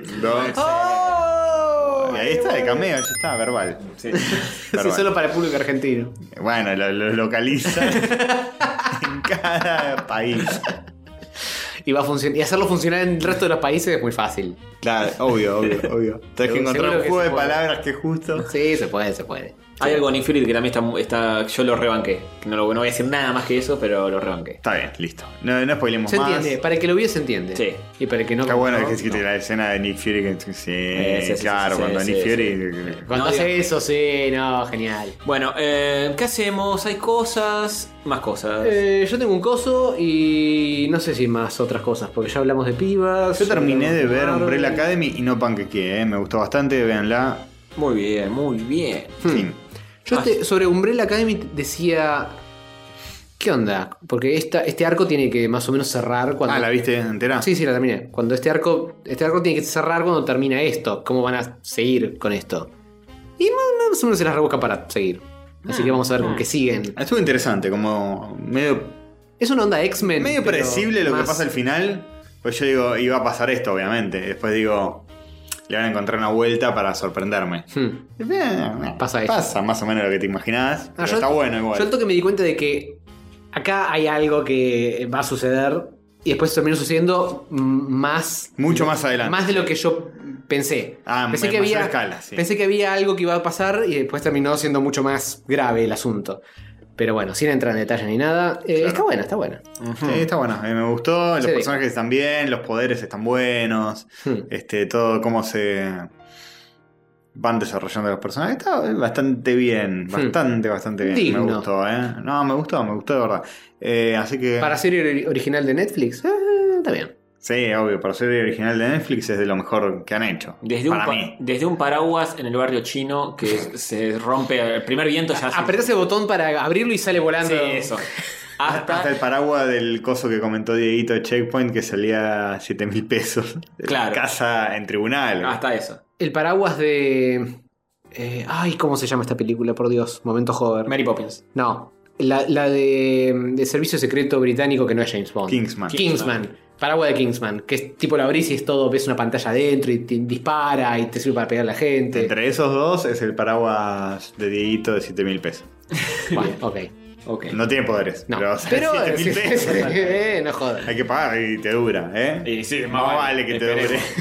Speaker 2: Y ahí está el cameo, ya está, verbal.
Speaker 1: sí.
Speaker 3: Sí,
Speaker 2: Verbal.
Speaker 3: solo para el público argentino.
Speaker 2: Bueno, lo, lo localiza en cada país.
Speaker 3: Y, va a funcionar- y hacerlo funcionar en el resto de los países es muy fácil.
Speaker 2: Claro, obvio, obvio, obvio. Tenés que
Speaker 3: Seguro
Speaker 2: encontrar un
Speaker 3: que
Speaker 2: juego
Speaker 3: se
Speaker 2: de
Speaker 3: puede.
Speaker 2: palabras que justo.
Speaker 3: Sí, se puede, se puede.
Speaker 1: Hay algo en Infinity que también está. está- yo lo rebanqué. No, lo- no voy a decir nada más que eso, pero lo rebanqué.
Speaker 2: Está bien, listo. No, no spoilemos
Speaker 3: Se
Speaker 2: más.
Speaker 3: entiende, para el que lo vio se entiende.
Speaker 1: Sí.
Speaker 3: Y para el que no.
Speaker 2: Está bueno
Speaker 3: no,
Speaker 2: que existe
Speaker 3: no.
Speaker 2: la escena de Nick Fury. Que, sí,
Speaker 1: sí, sí,
Speaker 2: claro,
Speaker 1: sí,
Speaker 2: cuando
Speaker 1: sí,
Speaker 2: Nick
Speaker 1: sí,
Speaker 2: Fury.
Speaker 3: Cuando
Speaker 1: No,
Speaker 3: hace
Speaker 1: digo-
Speaker 3: eso, sí, no, genial.
Speaker 1: Bueno, eh, ¿qué hacemos? Hay cosas. Más cosas.
Speaker 3: Eh, yo tengo un coso y no sé si más otras cosas, porque ya hablamos de pibas.
Speaker 2: Yo terminé de ver
Speaker 3: Marvel.
Speaker 2: Umbrella Academy y no panquequé, eh. me gustó bastante, véanla.
Speaker 1: Muy bien, muy bien.
Speaker 3: Hmm,
Speaker 2: Fin.
Speaker 3: Yo
Speaker 1: Ah,
Speaker 3: este- sobre Umbrella Academy decía. ¿Qué onda? Porque esta, este arco tiene que más o menos cerrar cuando.
Speaker 2: Ah, ¿la viste entera?
Speaker 3: Sí, sí, la terminé. Cuando este arco. Este arco tiene que cerrar cuando termina esto. ¿Cómo van a seguir con esto? Y más más o menos se las rebusca para seguir. Así que vamos a ver con qué siguen.
Speaker 2: Estuvo interesante, como medio,
Speaker 3: Es una onda X-Men.
Speaker 2: medio
Speaker 3: pero
Speaker 2: predecible lo que
Speaker 3: más-
Speaker 2: pasa al final. Pues yo digo, iba a pasar esto, obviamente. Después digo, le van a encontrar una vuelta para sorprenderme.
Speaker 3: Hmm.
Speaker 2: Eh,
Speaker 3: Pasa eso.
Speaker 2: Pasa más o menos lo que te imaginabas.
Speaker 3: Ah,
Speaker 2: pero
Speaker 3: yo-
Speaker 2: está bueno
Speaker 3: Yo al
Speaker 2: igual.
Speaker 3: toque me di cuenta de que acá hay algo que va a suceder y después terminó sucediendo m- más.
Speaker 2: Mucho más adelante.
Speaker 3: Más de lo que yo pensé.
Speaker 2: Ah,
Speaker 3: pensé
Speaker 2: me-
Speaker 3: que
Speaker 2: más
Speaker 3: había
Speaker 2: a escala, sí.
Speaker 3: Pensé que había algo que iba a pasar y después terminó siendo mucho más grave el asunto. Pero bueno, sin entrar en detalle ni nada, eh,
Speaker 2: Claro.
Speaker 3: está buena, está buena.
Speaker 2: Sí, está bueno, eh, me gustó, los
Speaker 3: Sí.
Speaker 2: personajes están bien, los poderes están buenos,
Speaker 3: Hmm.
Speaker 2: este, todo cómo se van desarrollando los personajes, está eh, bastante bien, bastante, bastante bien.
Speaker 3: Hmm. Digno.
Speaker 2: Me gustó, ¿eh? No, me gustó, me gustó de verdad. Eh, así que...
Speaker 3: Para serie ori- original de Netflix, eh, está bien.
Speaker 2: Sí, obvio, para ser original de Netflix es de lo mejor que han hecho.
Speaker 1: Desde un,
Speaker 2: para
Speaker 1: pa-
Speaker 2: mí.
Speaker 1: desde un paraguas en el barrio chino que se rompe el primer viento
Speaker 2: Ah,
Speaker 1: ya se-
Speaker 3: Apretás el botón para abrirlo y sale volando.
Speaker 1: Sí, eso.
Speaker 2: Hasta,
Speaker 1: Hasta,
Speaker 2: el paraguas del coso que comentó Dieguito de Checkpoint que salía 7 mil pesos.
Speaker 1: Claro.
Speaker 2: Casa en tribunal.
Speaker 1: hasta eso.
Speaker 3: El paraguas de. eh, ay, ¿cómo se llama esta película? Por Dios, momento joven.
Speaker 1: Mary Poppins.
Speaker 3: No, la, la de, de Servicio Secreto Británico que no es James Bond.
Speaker 2: Kingsman.
Speaker 3: Kingsman. Paraguas de Kingsman, que es tipo la brisa y es todo, ves una pantalla adentro y te dispara y te sirve para pegar a la gente.
Speaker 2: Entre esos dos es el paraguas de Dieguito de 7 mil pesos.
Speaker 3: Bueno, ok. Ok.
Speaker 2: No tiene poderes.
Speaker 3: No.
Speaker 2: Pero, o sea,
Speaker 3: Pero, eh,
Speaker 2: 7.000
Speaker 3: sí,
Speaker 2: pesos.
Speaker 3: sí, no jodas.
Speaker 2: Hay que pagar y te dura, ¿eh?
Speaker 5: Y sí,
Speaker 2: más vale que te dure.
Speaker 5: esperemos.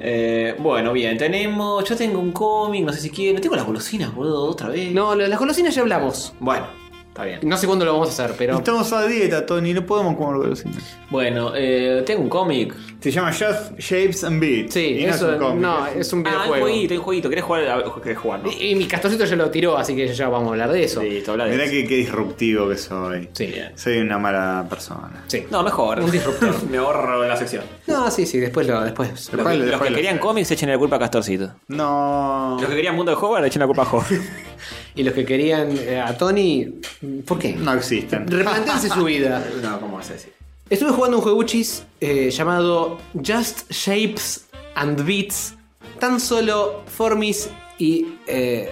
Speaker 5: Eh, bueno, bien, tenemos. Yo tengo un cómic, no sé si quieren. Tengo las golosinas, boludo, otra vez.
Speaker 3: No, lo de las golosinas ya hablamos.
Speaker 5: Bueno, está bien.
Speaker 3: No sé cuándo lo vamos a hacer, pero.
Speaker 2: Estamos a dieta, Tony, no podemos comer golosinas.
Speaker 5: Bueno, eh, tengo un cómic.
Speaker 2: Se llama Just Shapes and Beats.
Speaker 3: Sí,
Speaker 2: Y no
Speaker 3: eso.
Speaker 2: es un cómic,
Speaker 3: No,
Speaker 2: es un-
Speaker 3: es un
Speaker 5: Ah, hay un
Speaker 3: videojuego.
Speaker 5: jueguito, hay un jueguito. ¿Querés jugar? A- ¿Querés jugar, no?
Speaker 3: y, y mi castorcito ya lo tiró, así que ya vamos a hablar de eso.
Speaker 5: Listo, habla de
Speaker 2: Mirá
Speaker 5: eso.
Speaker 2: que, qué disruptivo que soy.
Speaker 3: Sí.
Speaker 5: Bien.
Speaker 2: Soy una mala persona.
Speaker 3: Sí.
Speaker 5: No, mejor.
Speaker 3: Un disruptor.
Speaker 5: Me ahorro la sección.
Speaker 3: No, sí, sí, después lo. Después.
Speaker 5: Los que,
Speaker 2: Dejale,
Speaker 5: los que
Speaker 2: dejale.
Speaker 5: querían cómics echen la culpa a Castorcito.
Speaker 2: No.
Speaker 5: Los que querían Mundo de Howard echen la culpa a Howard.
Speaker 3: Y los que querían eh, a Tony. ¿Por qué?
Speaker 2: No existen.
Speaker 3: Replantense su vida.
Speaker 5: no, ¿cómo vas a decir?
Speaker 3: Estuve jugando un jueguchis eh, llamado Just Shapes and Beats. Tan solo formis y eh,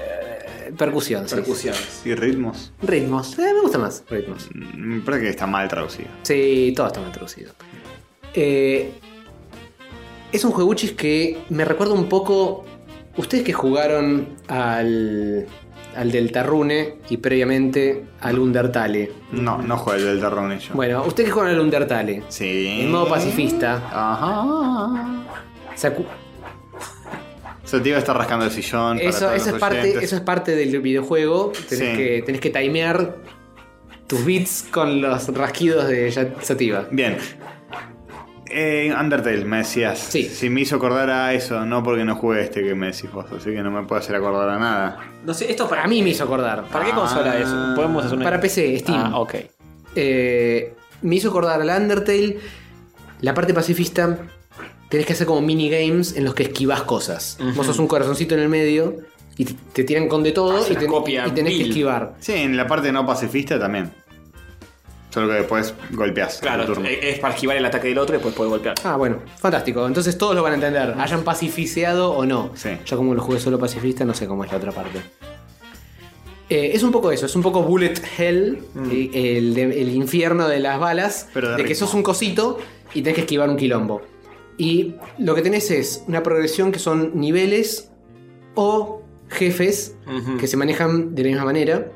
Speaker 3: percusión. sí.
Speaker 5: Percusiones.
Speaker 2: Y ritmos.
Speaker 3: Ritmos. Eh, me gusta más. Ritmos.
Speaker 2: Mm, Me parece que está mal traducido.
Speaker 3: Sí, todo está mal traducido. Eh, es un jueguchis que me recuerda un poco. Ustedes que jugaron al. al Deltarune y previamente al Undertale.
Speaker 2: No, no juega el del Tarronillo.
Speaker 3: Bueno, ustedes que jugaron al Undertale.
Speaker 2: Sí.
Speaker 3: En modo pacifista.
Speaker 2: Ajá.
Speaker 3: ¿se acu-
Speaker 2: Se te iba a estar rascando el sillón. para
Speaker 3: Eso,
Speaker 2: todos
Speaker 3: eso, es
Speaker 2: los
Speaker 3: parte,
Speaker 2: oyentes.
Speaker 3: eso es parte del videojuego. Tenés,
Speaker 2: Sí.
Speaker 3: que, tenés que timear tus beats con los rasquidos de Yat- Sativa.
Speaker 2: Bien. Eh, Undertale, me decías.
Speaker 3: Sí.
Speaker 2: Si me hizo acordar a eso, no porque no jugué este que me decís vos, así que no me puedo hacer acordar a nada.
Speaker 5: No sé, esto
Speaker 3: Para mí me hizo acordar.
Speaker 5: ¿Para qué
Speaker 2: Ah.
Speaker 5: consola es? Podemos hacer una.
Speaker 3: Para PC, Steam.
Speaker 5: Ah, ok.
Speaker 3: Eh, me hizo acordar al Undertale. La parte pacifista, tenés que hacer como minigames en los que esquivas cosas. Vos sos un corazoncito en el medio y te, te tiran con de todo
Speaker 5: Hace
Speaker 3: y,
Speaker 5: Ah, una
Speaker 3: ten-
Speaker 5: copia
Speaker 3: y tenés que
Speaker 5: vil.
Speaker 3: esquivar.
Speaker 2: Sí, en la parte no pacifista también. Solo que después golpeás. en tu
Speaker 5: Claro,
Speaker 2: turno.
Speaker 5: es es para esquivar el ataque del otro y después poder golpear.
Speaker 3: Ah, bueno, fantástico. Entonces todos lo van a entender, hayan pacificiado o no.
Speaker 2: Sí.
Speaker 3: Yo como lo jugué solo pacifista, no sé cómo es la otra parte. Eh, es un poco eso, es un poco bullet hell, eh, el, de- el infierno de las balas,
Speaker 2: Mm. Pero de
Speaker 3: que
Speaker 2: ritmo.
Speaker 3: sos un cosito y tenés que esquivar un quilombo. Y lo que tenés es una progresión que son niveles o jefes
Speaker 5: Ujú.
Speaker 3: que se manejan de la misma manera.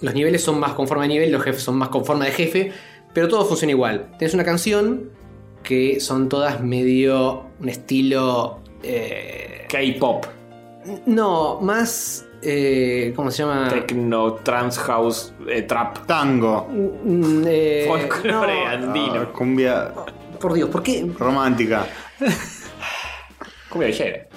Speaker 3: Los niveles son más con forma de nivel, los jefes son más con forma de jefe, pero todo funciona igual. Tenés una canción que son todas medio un estilo... eh,
Speaker 5: K-pop,
Speaker 3: no, más... eh, ¿Cómo se
Speaker 5: Ah.
Speaker 3: llama?
Speaker 5: techno, trance house, eh, trap,
Speaker 2: Tango.
Speaker 3: Mm, eh,
Speaker 5: folclore andino.
Speaker 2: Ah, cumbia
Speaker 3: no, por Dios, ¿por qué?
Speaker 2: romántica.
Speaker 5: ¿Cómo lo ayer?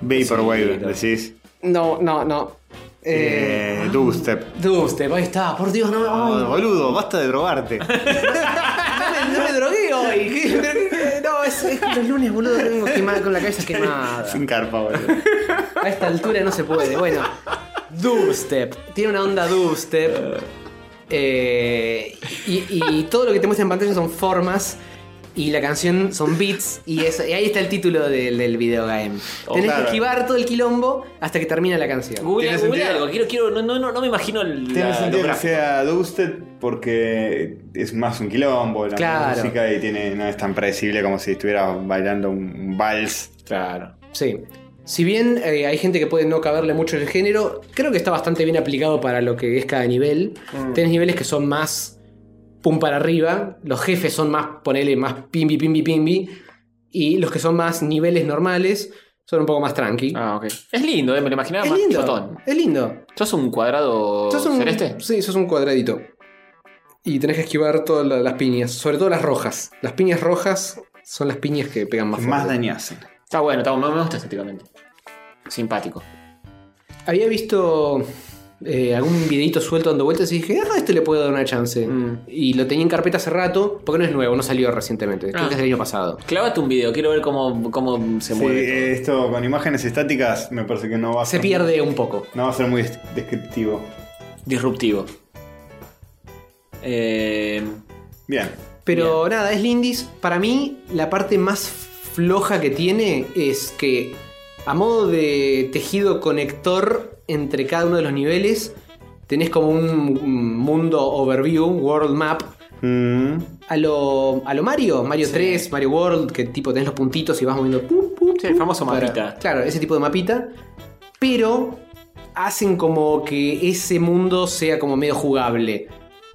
Speaker 2: Vaporwave,
Speaker 5: Sí, no.
Speaker 2: decís.
Speaker 3: No, no, no. Eh,
Speaker 2: Eh, dubstep.
Speaker 3: Dubstep, ahí está, por Dios, no me...
Speaker 2: Oh, boludo, basta de drogarte.
Speaker 3: No me, no me drogué hoy. ¿qué? Pero qué- No, es, es que los lunes, boludo, vengo quemada, con la cabeza quemada.
Speaker 2: Sin carpa, boludo.
Speaker 3: A esta altura no se puede. Bueno, dubstep. Tiene una onda dubstep. Eh, y, y todo lo que te muestra en pantalla son formas. Y la canción son beats. Y, eso- y ahí está el título del, del videogame. Tenés
Speaker 2: claro.
Speaker 3: que esquivar todo el quilombo hasta que termina la canción.
Speaker 5: Google,
Speaker 2: ¿Tiene
Speaker 5: Google
Speaker 2: sentido?
Speaker 5: algo, quiero, quiero, no, no, no, no me imagino el.
Speaker 2: Tiene
Speaker 5: la-
Speaker 2: sentido
Speaker 5: lo
Speaker 2: que
Speaker 5: gráfico.
Speaker 2: sea Dusted porque es más un quilombo la
Speaker 3: Claro.
Speaker 2: música y tiene, no es tan predecible como si estuviera bailando un un vals.
Speaker 5: Claro.
Speaker 3: Sí. Si bien eh, hay gente que puede no caberle mucho el género, creo que está bastante bien aplicado para lo que es cada nivel. Tenés niveles que son más pum para arriba, los jefes son más, ponele, más pimbi, pimbi, pimbi, y los que son más niveles normales son un poco más tranqui.
Speaker 5: Ah, ok. Es lindo, eh, me lo imaginaba
Speaker 3: es
Speaker 5: más
Speaker 3: lindo.
Speaker 5: chotón.
Speaker 3: Es lindo.
Speaker 5: ¿Sos un cuadrado
Speaker 3: Sos un,
Speaker 5: celeste?
Speaker 3: Sí, sos un cuadradito. Y tenés que esquivar todas la- las piñas, sobre todo las rojas. Las piñas rojas son las piñas que pegan más
Speaker 2: Más,
Speaker 3: fuerte.
Speaker 2: dañasen.
Speaker 5: Está bueno, está bueno, me gusta estéticamente. Simpático.
Speaker 3: Había visto eh, algún videito suelto dando vueltas y dije, ah, este le puedo dar una chance.
Speaker 5: Mm.
Speaker 3: Y lo tenía en carpeta hace rato, porque no es nuevo, no salió recientemente, creo
Speaker 5: Ah.
Speaker 3: que es del año pasado.
Speaker 5: Clávate un video, quiero ver cómo, cómo se
Speaker 2: Sí,
Speaker 5: mueve.
Speaker 2: eh, esto con imágenes estáticas me parece que no va a
Speaker 3: Se
Speaker 2: ser.
Speaker 3: pierde un poco.
Speaker 2: No va a ser muy des- descriptivo.
Speaker 5: Disruptivo. Eh,
Speaker 2: Bien.
Speaker 3: Pero nada, es Lindis. Para mí, la parte más floja que tiene es que, a modo de tejido conector entre cada uno de los niveles, tenés como un mundo overview, world map,
Speaker 2: Mm.
Speaker 3: a lo, a lo Mario, Mario 3, Mario World, que tipo tenés los puntitos y vas moviendo. pum, pum,
Speaker 5: Sí,
Speaker 3: pum,
Speaker 5: el famoso
Speaker 3: para-
Speaker 5: mapita.
Speaker 3: Claro, ese tipo de mapita. Pero hacen como que ese mundo sea como medio jugable.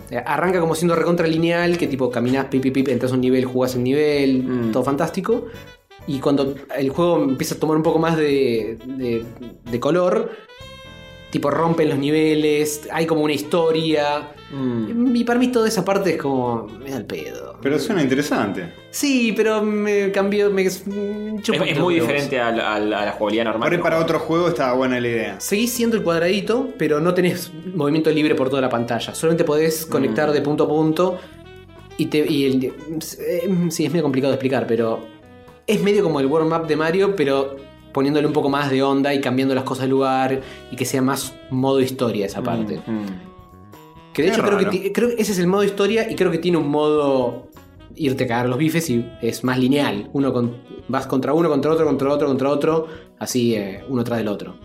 Speaker 3: Eh, Arranca como siendo recontra lineal, que tipo caminás, pip, pip, pip, entras a un nivel, jugás un nivel,
Speaker 5: Mm.
Speaker 3: todo fantástico. Y cuando el juego empieza a tomar un poco más de, de- de color, tipo rompen los niveles, hay como una historia.
Speaker 5: mm.
Speaker 1: Mm.
Speaker 3: Y para mí toda esa parte es como. me da el pedo.
Speaker 2: Pero suena interesante.
Speaker 3: Sí, pero me cambió. Me, mm, es,
Speaker 1: Es, es muy diferente al- al- a, la jugabilidad normal.
Speaker 2: Por ahí para otro juego estaba buena la idea.
Speaker 3: Seguís siendo el cuadradito, pero no tenés movimiento libre por toda la pantalla. Solamente podés
Speaker 1: Mm.
Speaker 3: conectar de punto a punto. Y, te, y el, eh, sí, es medio complicado de explicar, pero es medio como el warm up de Mario, pero poniéndole un poco más de onda y cambiando las cosas de lugar y que sea más modo historia
Speaker 1: Mm.
Speaker 3: esa parte.
Speaker 2: Mm.
Speaker 3: Que de
Speaker 2: Qué
Speaker 3: hecho creo que,
Speaker 2: raro.
Speaker 3: ti- creo que ese es el modo historia y creo que tiene un modo irte a cagar los bifes y es más lineal. Uno con- vas contra uno, contra otro, contra otro, contra otro, así eh, uno tras del otro.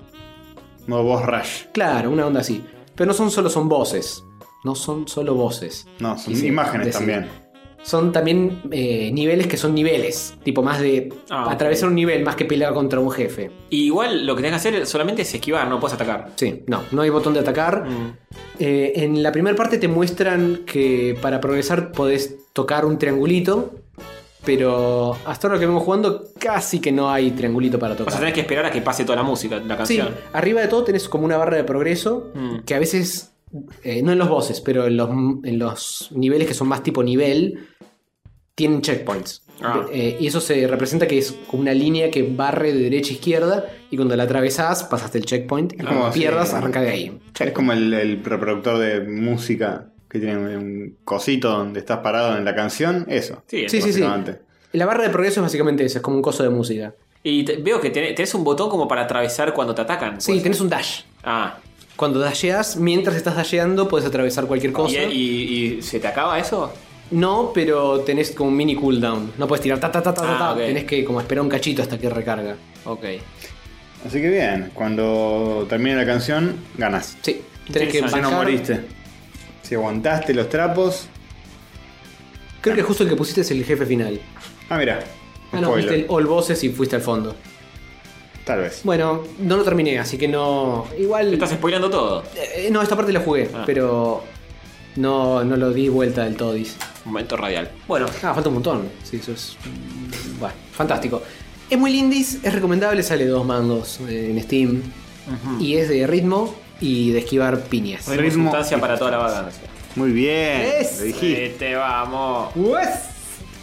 Speaker 2: Modo boss rush.
Speaker 3: Claro, una onda así. Pero no son solo son voces. No son solo voces.
Speaker 2: No, son
Speaker 3: Sí, sí,
Speaker 2: imágenes
Speaker 3: decir.
Speaker 2: también.
Speaker 3: Son también eh, niveles que son niveles. Tipo más de
Speaker 1: Ah,
Speaker 3: atravesar un nivel más que pelear contra un jefe.
Speaker 1: Y igual lo que tenés que hacer solamente es esquivar, no puedes atacar.
Speaker 3: Sí, no, no hay botón de atacar.
Speaker 2: Mm.
Speaker 3: Eh, en la primera parte te muestran que para progresar podés tocar un triangulito. Pero hasta ahora lo que vemos jugando casi que no hay triangulito para
Speaker 1: O
Speaker 3: tocar.
Speaker 1: sea, tenés que esperar a que pase toda la música, la
Speaker 3: Sí,
Speaker 1: canción.
Speaker 3: arriba de todo tenés como una barra de progreso
Speaker 1: Mm.
Speaker 3: que a veces, eh, no en los bosses, pero en los, en los niveles que son más tipo nivel, tienen checkpoints.
Speaker 1: Ah.
Speaker 3: Eh, y eso se representa que es como una línea que barre de derecha a izquierda y cuando la atravesás pasaste el checkpoint y
Speaker 2: Ah,
Speaker 3: cuando
Speaker 2: sí.
Speaker 3: pierdas arranca de ahí.
Speaker 2: Es como el, el reproductor de música que tiene un cosito donde estás parado en la canción. Eso.
Speaker 1: Sí,
Speaker 3: Sí, sí, sí.
Speaker 2: básicamente.
Speaker 3: La barra de progreso es básicamente eso, es como un coso de música.
Speaker 1: Y te- veo que tenés, tenés un botón como para atravesar cuando te atacan.
Speaker 3: Sí,
Speaker 1: pues.
Speaker 3: tenés un dash.
Speaker 1: Ah,
Speaker 3: Cuando dasheas, mientras estás dasheando, puedes atravesar cualquier
Speaker 1: ¿Y,
Speaker 3: cosa.
Speaker 1: y- y se te acaba eso?
Speaker 3: No, pero tenés como un mini cooldown. No puedes tirar ta ta ta ta
Speaker 1: Ah,
Speaker 3: ta, ta.
Speaker 1: ok.
Speaker 3: Tenés que como esperar un cachito hasta que recarga.
Speaker 1: Ok.
Speaker 2: Así que bien, cuando termine la canción, ganas.
Speaker 3: Sí, tenés que
Speaker 1: Interesante.
Speaker 2: Si
Speaker 3: bajar.
Speaker 2: no moriste. Si aguantaste los trapos.
Speaker 3: Creo que justo el que pusiste es el jefe final.
Speaker 2: Ah, mira.
Speaker 3: Ah, no,
Speaker 2: spoiler.
Speaker 3: fuiste el all bosses y fuiste al fondo.
Speaker 2: Tal vez.
Speaker 3: Bueno, no lo terminé, así que no. Igual.
Speaker 1: Estás spoilando todo.
Speaker 3: Eh, no, esta parte la jugué,
Speaker 1: Ah.
Speaker 3: pero no, no lo di vuelta del todis.
Speaker 1: Momento radial. Bueno,
Speaker 3: Ah, falta un montón. Sí, eso es. mm, Bueno, fantástico. Es muy lindis, es recomendable, sale dos mangos eh, en Steam. Y es de ritmo y de esquivar piñas.
Speaker 2: Ritmo.
Speaker 1: sustancia para toda la vacancia.
Speaker 2: Muy bien.
Speaker 3: Es-
Speaker 2: Lo dijiste.
Speaker 1: Sí, te vamos.
Speaker 3: Ues.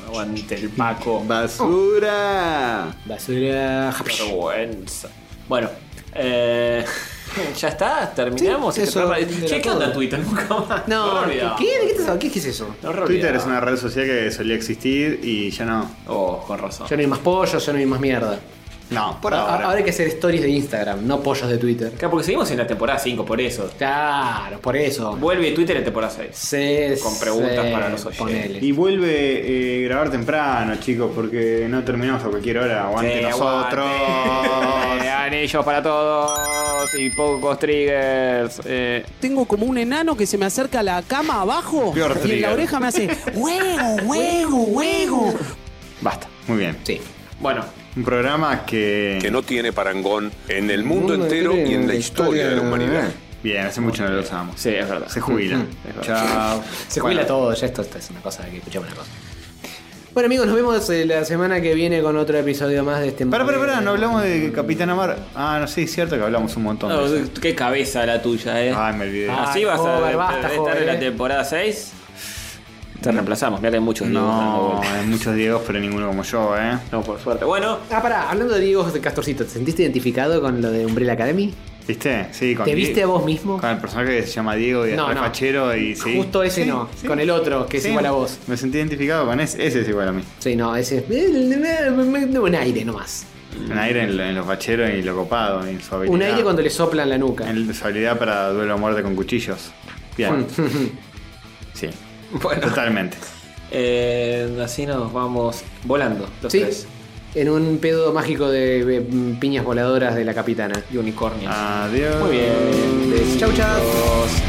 Speaker 1: Aguante el Paco.
Speaker 2: Basura.
Speaker 3: Basura.
Speaker 1: Qué vergüenza. Bueno, eh, ya está, terminamos.
Speaker 3: Sí,
Speaker 1: Este
Speaker 3: eso,
Speaker 1: programa-
Speaker 3: era
Speaker 1: Che, ¿qué
Speaker 3: todo.
Speaker 1: onda en Twitter? Nunca más.
Speaker 3: No,
Speaker 1: Me
Speaker 3: ¿qué,
Speaker 1: olvidaba.
Speaker 3: ¿qué? ¿De qué, te- qué- qué es eso?
Speaker 1: No me
Speaker 2: Twitter
Speaker 1: olvidaba.
Speaker 2: es una red social que solía existir y ya no.
Speaker 1: Oh, con razón.
Speaker 3: Ya no hay más pollos, ya no hay más mierda.
Speaker 2: No, por
Speaker 3: Ah, Ahora,
Speaker 2: ahora.
Speaker 3: ahora hay que hacer stories de Instagram, no pollos de Twitter.
Speaker 1: Claro, porque seguimos en la temporada 5, por eso.
Speaker 3: Claro, por eso.
Speaker 1: Vuelve Twitter en temporada 6.
Speaker 3: Se-
Speaker 1: Con preguntas
Speaker 3: se-
Speaker 1: para los oyentes.
Speaker 3: ponele.
Speaker 2: Y vuelve eh, grabar temprano, chicos, porque no terminamos a cualquier hora. Aguante nosotros.
Speaker 1: Anillos para todos y pocos triggers. Eh.
Speaker 7: Tengo como un enano que se me acerca a la cama abajo
Speaker 2: Peor
Speaker 7: y en
Speaker 2: trigger.
Speaker 7: la oreja me hace huevo, huevo, huevo.
Speaker 1: Basta.
Speaker 2: Muy bien.
Speaker 3: Sí.
Speaker 1: Bueno,
Speaker 2: Un programa que.
Speaker 8: que no tiene parangón en el mundo,
Speaker 3: mundo
Speaker 8: entero
Speaker 3: entero
Speaker 8: y en
Speaker 3: en
Speaker 8: la
Speaker 3: la
Speaker 8: historia de la humanidad.
Speaker 2: Bien, hace mucho no lo usamos.
Speaker 1: sí, es verdad.
Speaker 2: Se jubila. Chao.
Speaker 3: Se jubila todo, ya esto, esto es una cosa que escuchamos una cosa. Bueno amigos, nos vemos eh, la semana que viene con otro episodio más de este...
Speaker 2: Pará, pará, pará, no hablamos de Capitán Amar. Ah, no, sí, es cierto que hablamos un montón. de eso.
Speaker 1: qué cabeza la tuya, eh.
Speaker 2: Ay, me olvidé.
Speaker 3: Ah,
Speaker 1: Así vas
Speaker 3: joven,
Speaker 1: a
Speaker 3: basta,
Speaker 1: estar
Speaker 3: joven,
Speaker 1: en
Speaker 3: eh.
Speaker 1: la temporada 6. Te reemplazamos, mira que hay muchos Diegos dando
Speaker 2: no,
Speaker 1: vueltas.
Speaker 2: hay muchos Diegos, pero ninguno como yo, ¿eh?
Speaker 1: No, por suerte. Bueno,
Speaker 3: Ah, pará, hablando de Diego de Castorcito, ¿te sentiste identificado con lo de Umbrella Academy?
Speaker 2: ¿Viste? Sí, con
Speaker 3: ¿Te
Speaker 2: Die-
Speaker 3: viste a vos mismo?
Speaker 2: Con el personaje que se llama Diego y es
Speaker 3: No,
Speaker 2: re
Speaker 3: no.
Speaker 2: fachero y sí.
Speaker 3: Justo ese
Speaker 2: Sí,
Speaker 3: no,
Speaker 2: sí.
Speaker 3: con el otro, que es
Speaker 2: Sí,
Speaker 3: igual a vos.
Speaker 2: Me sentí identificado con ese. Ese es igual a mí.
Speaker 3: Sí, no, ese es... Un aire nomás.
Speaker 2: Un aire en, lo- en los facheros y lo copado, en su habilidad.
Speaker 3: Un aire cuando le soplan la nuca.
Speaker 2: En su habilidad para duelo a muerte con cuchillos. Bien. sí.
Speaker 1: bueno.
Speaker 2: Totalmente.
Speaker 1: Eh, así nos vamos volando los
Speaker 3: Sí,
Speaker 1: tres.
Speaker 3: en un pedo mágico de, de, mm, piñas voladoras de la capitana.
Speaker 2: Ah.
Speaker 1: Y unicornios.
Speaker 2: Adiós.
Speaker 1: Muy bien.
Speaker 3: Chau, chau.
Speaker 1: Dos.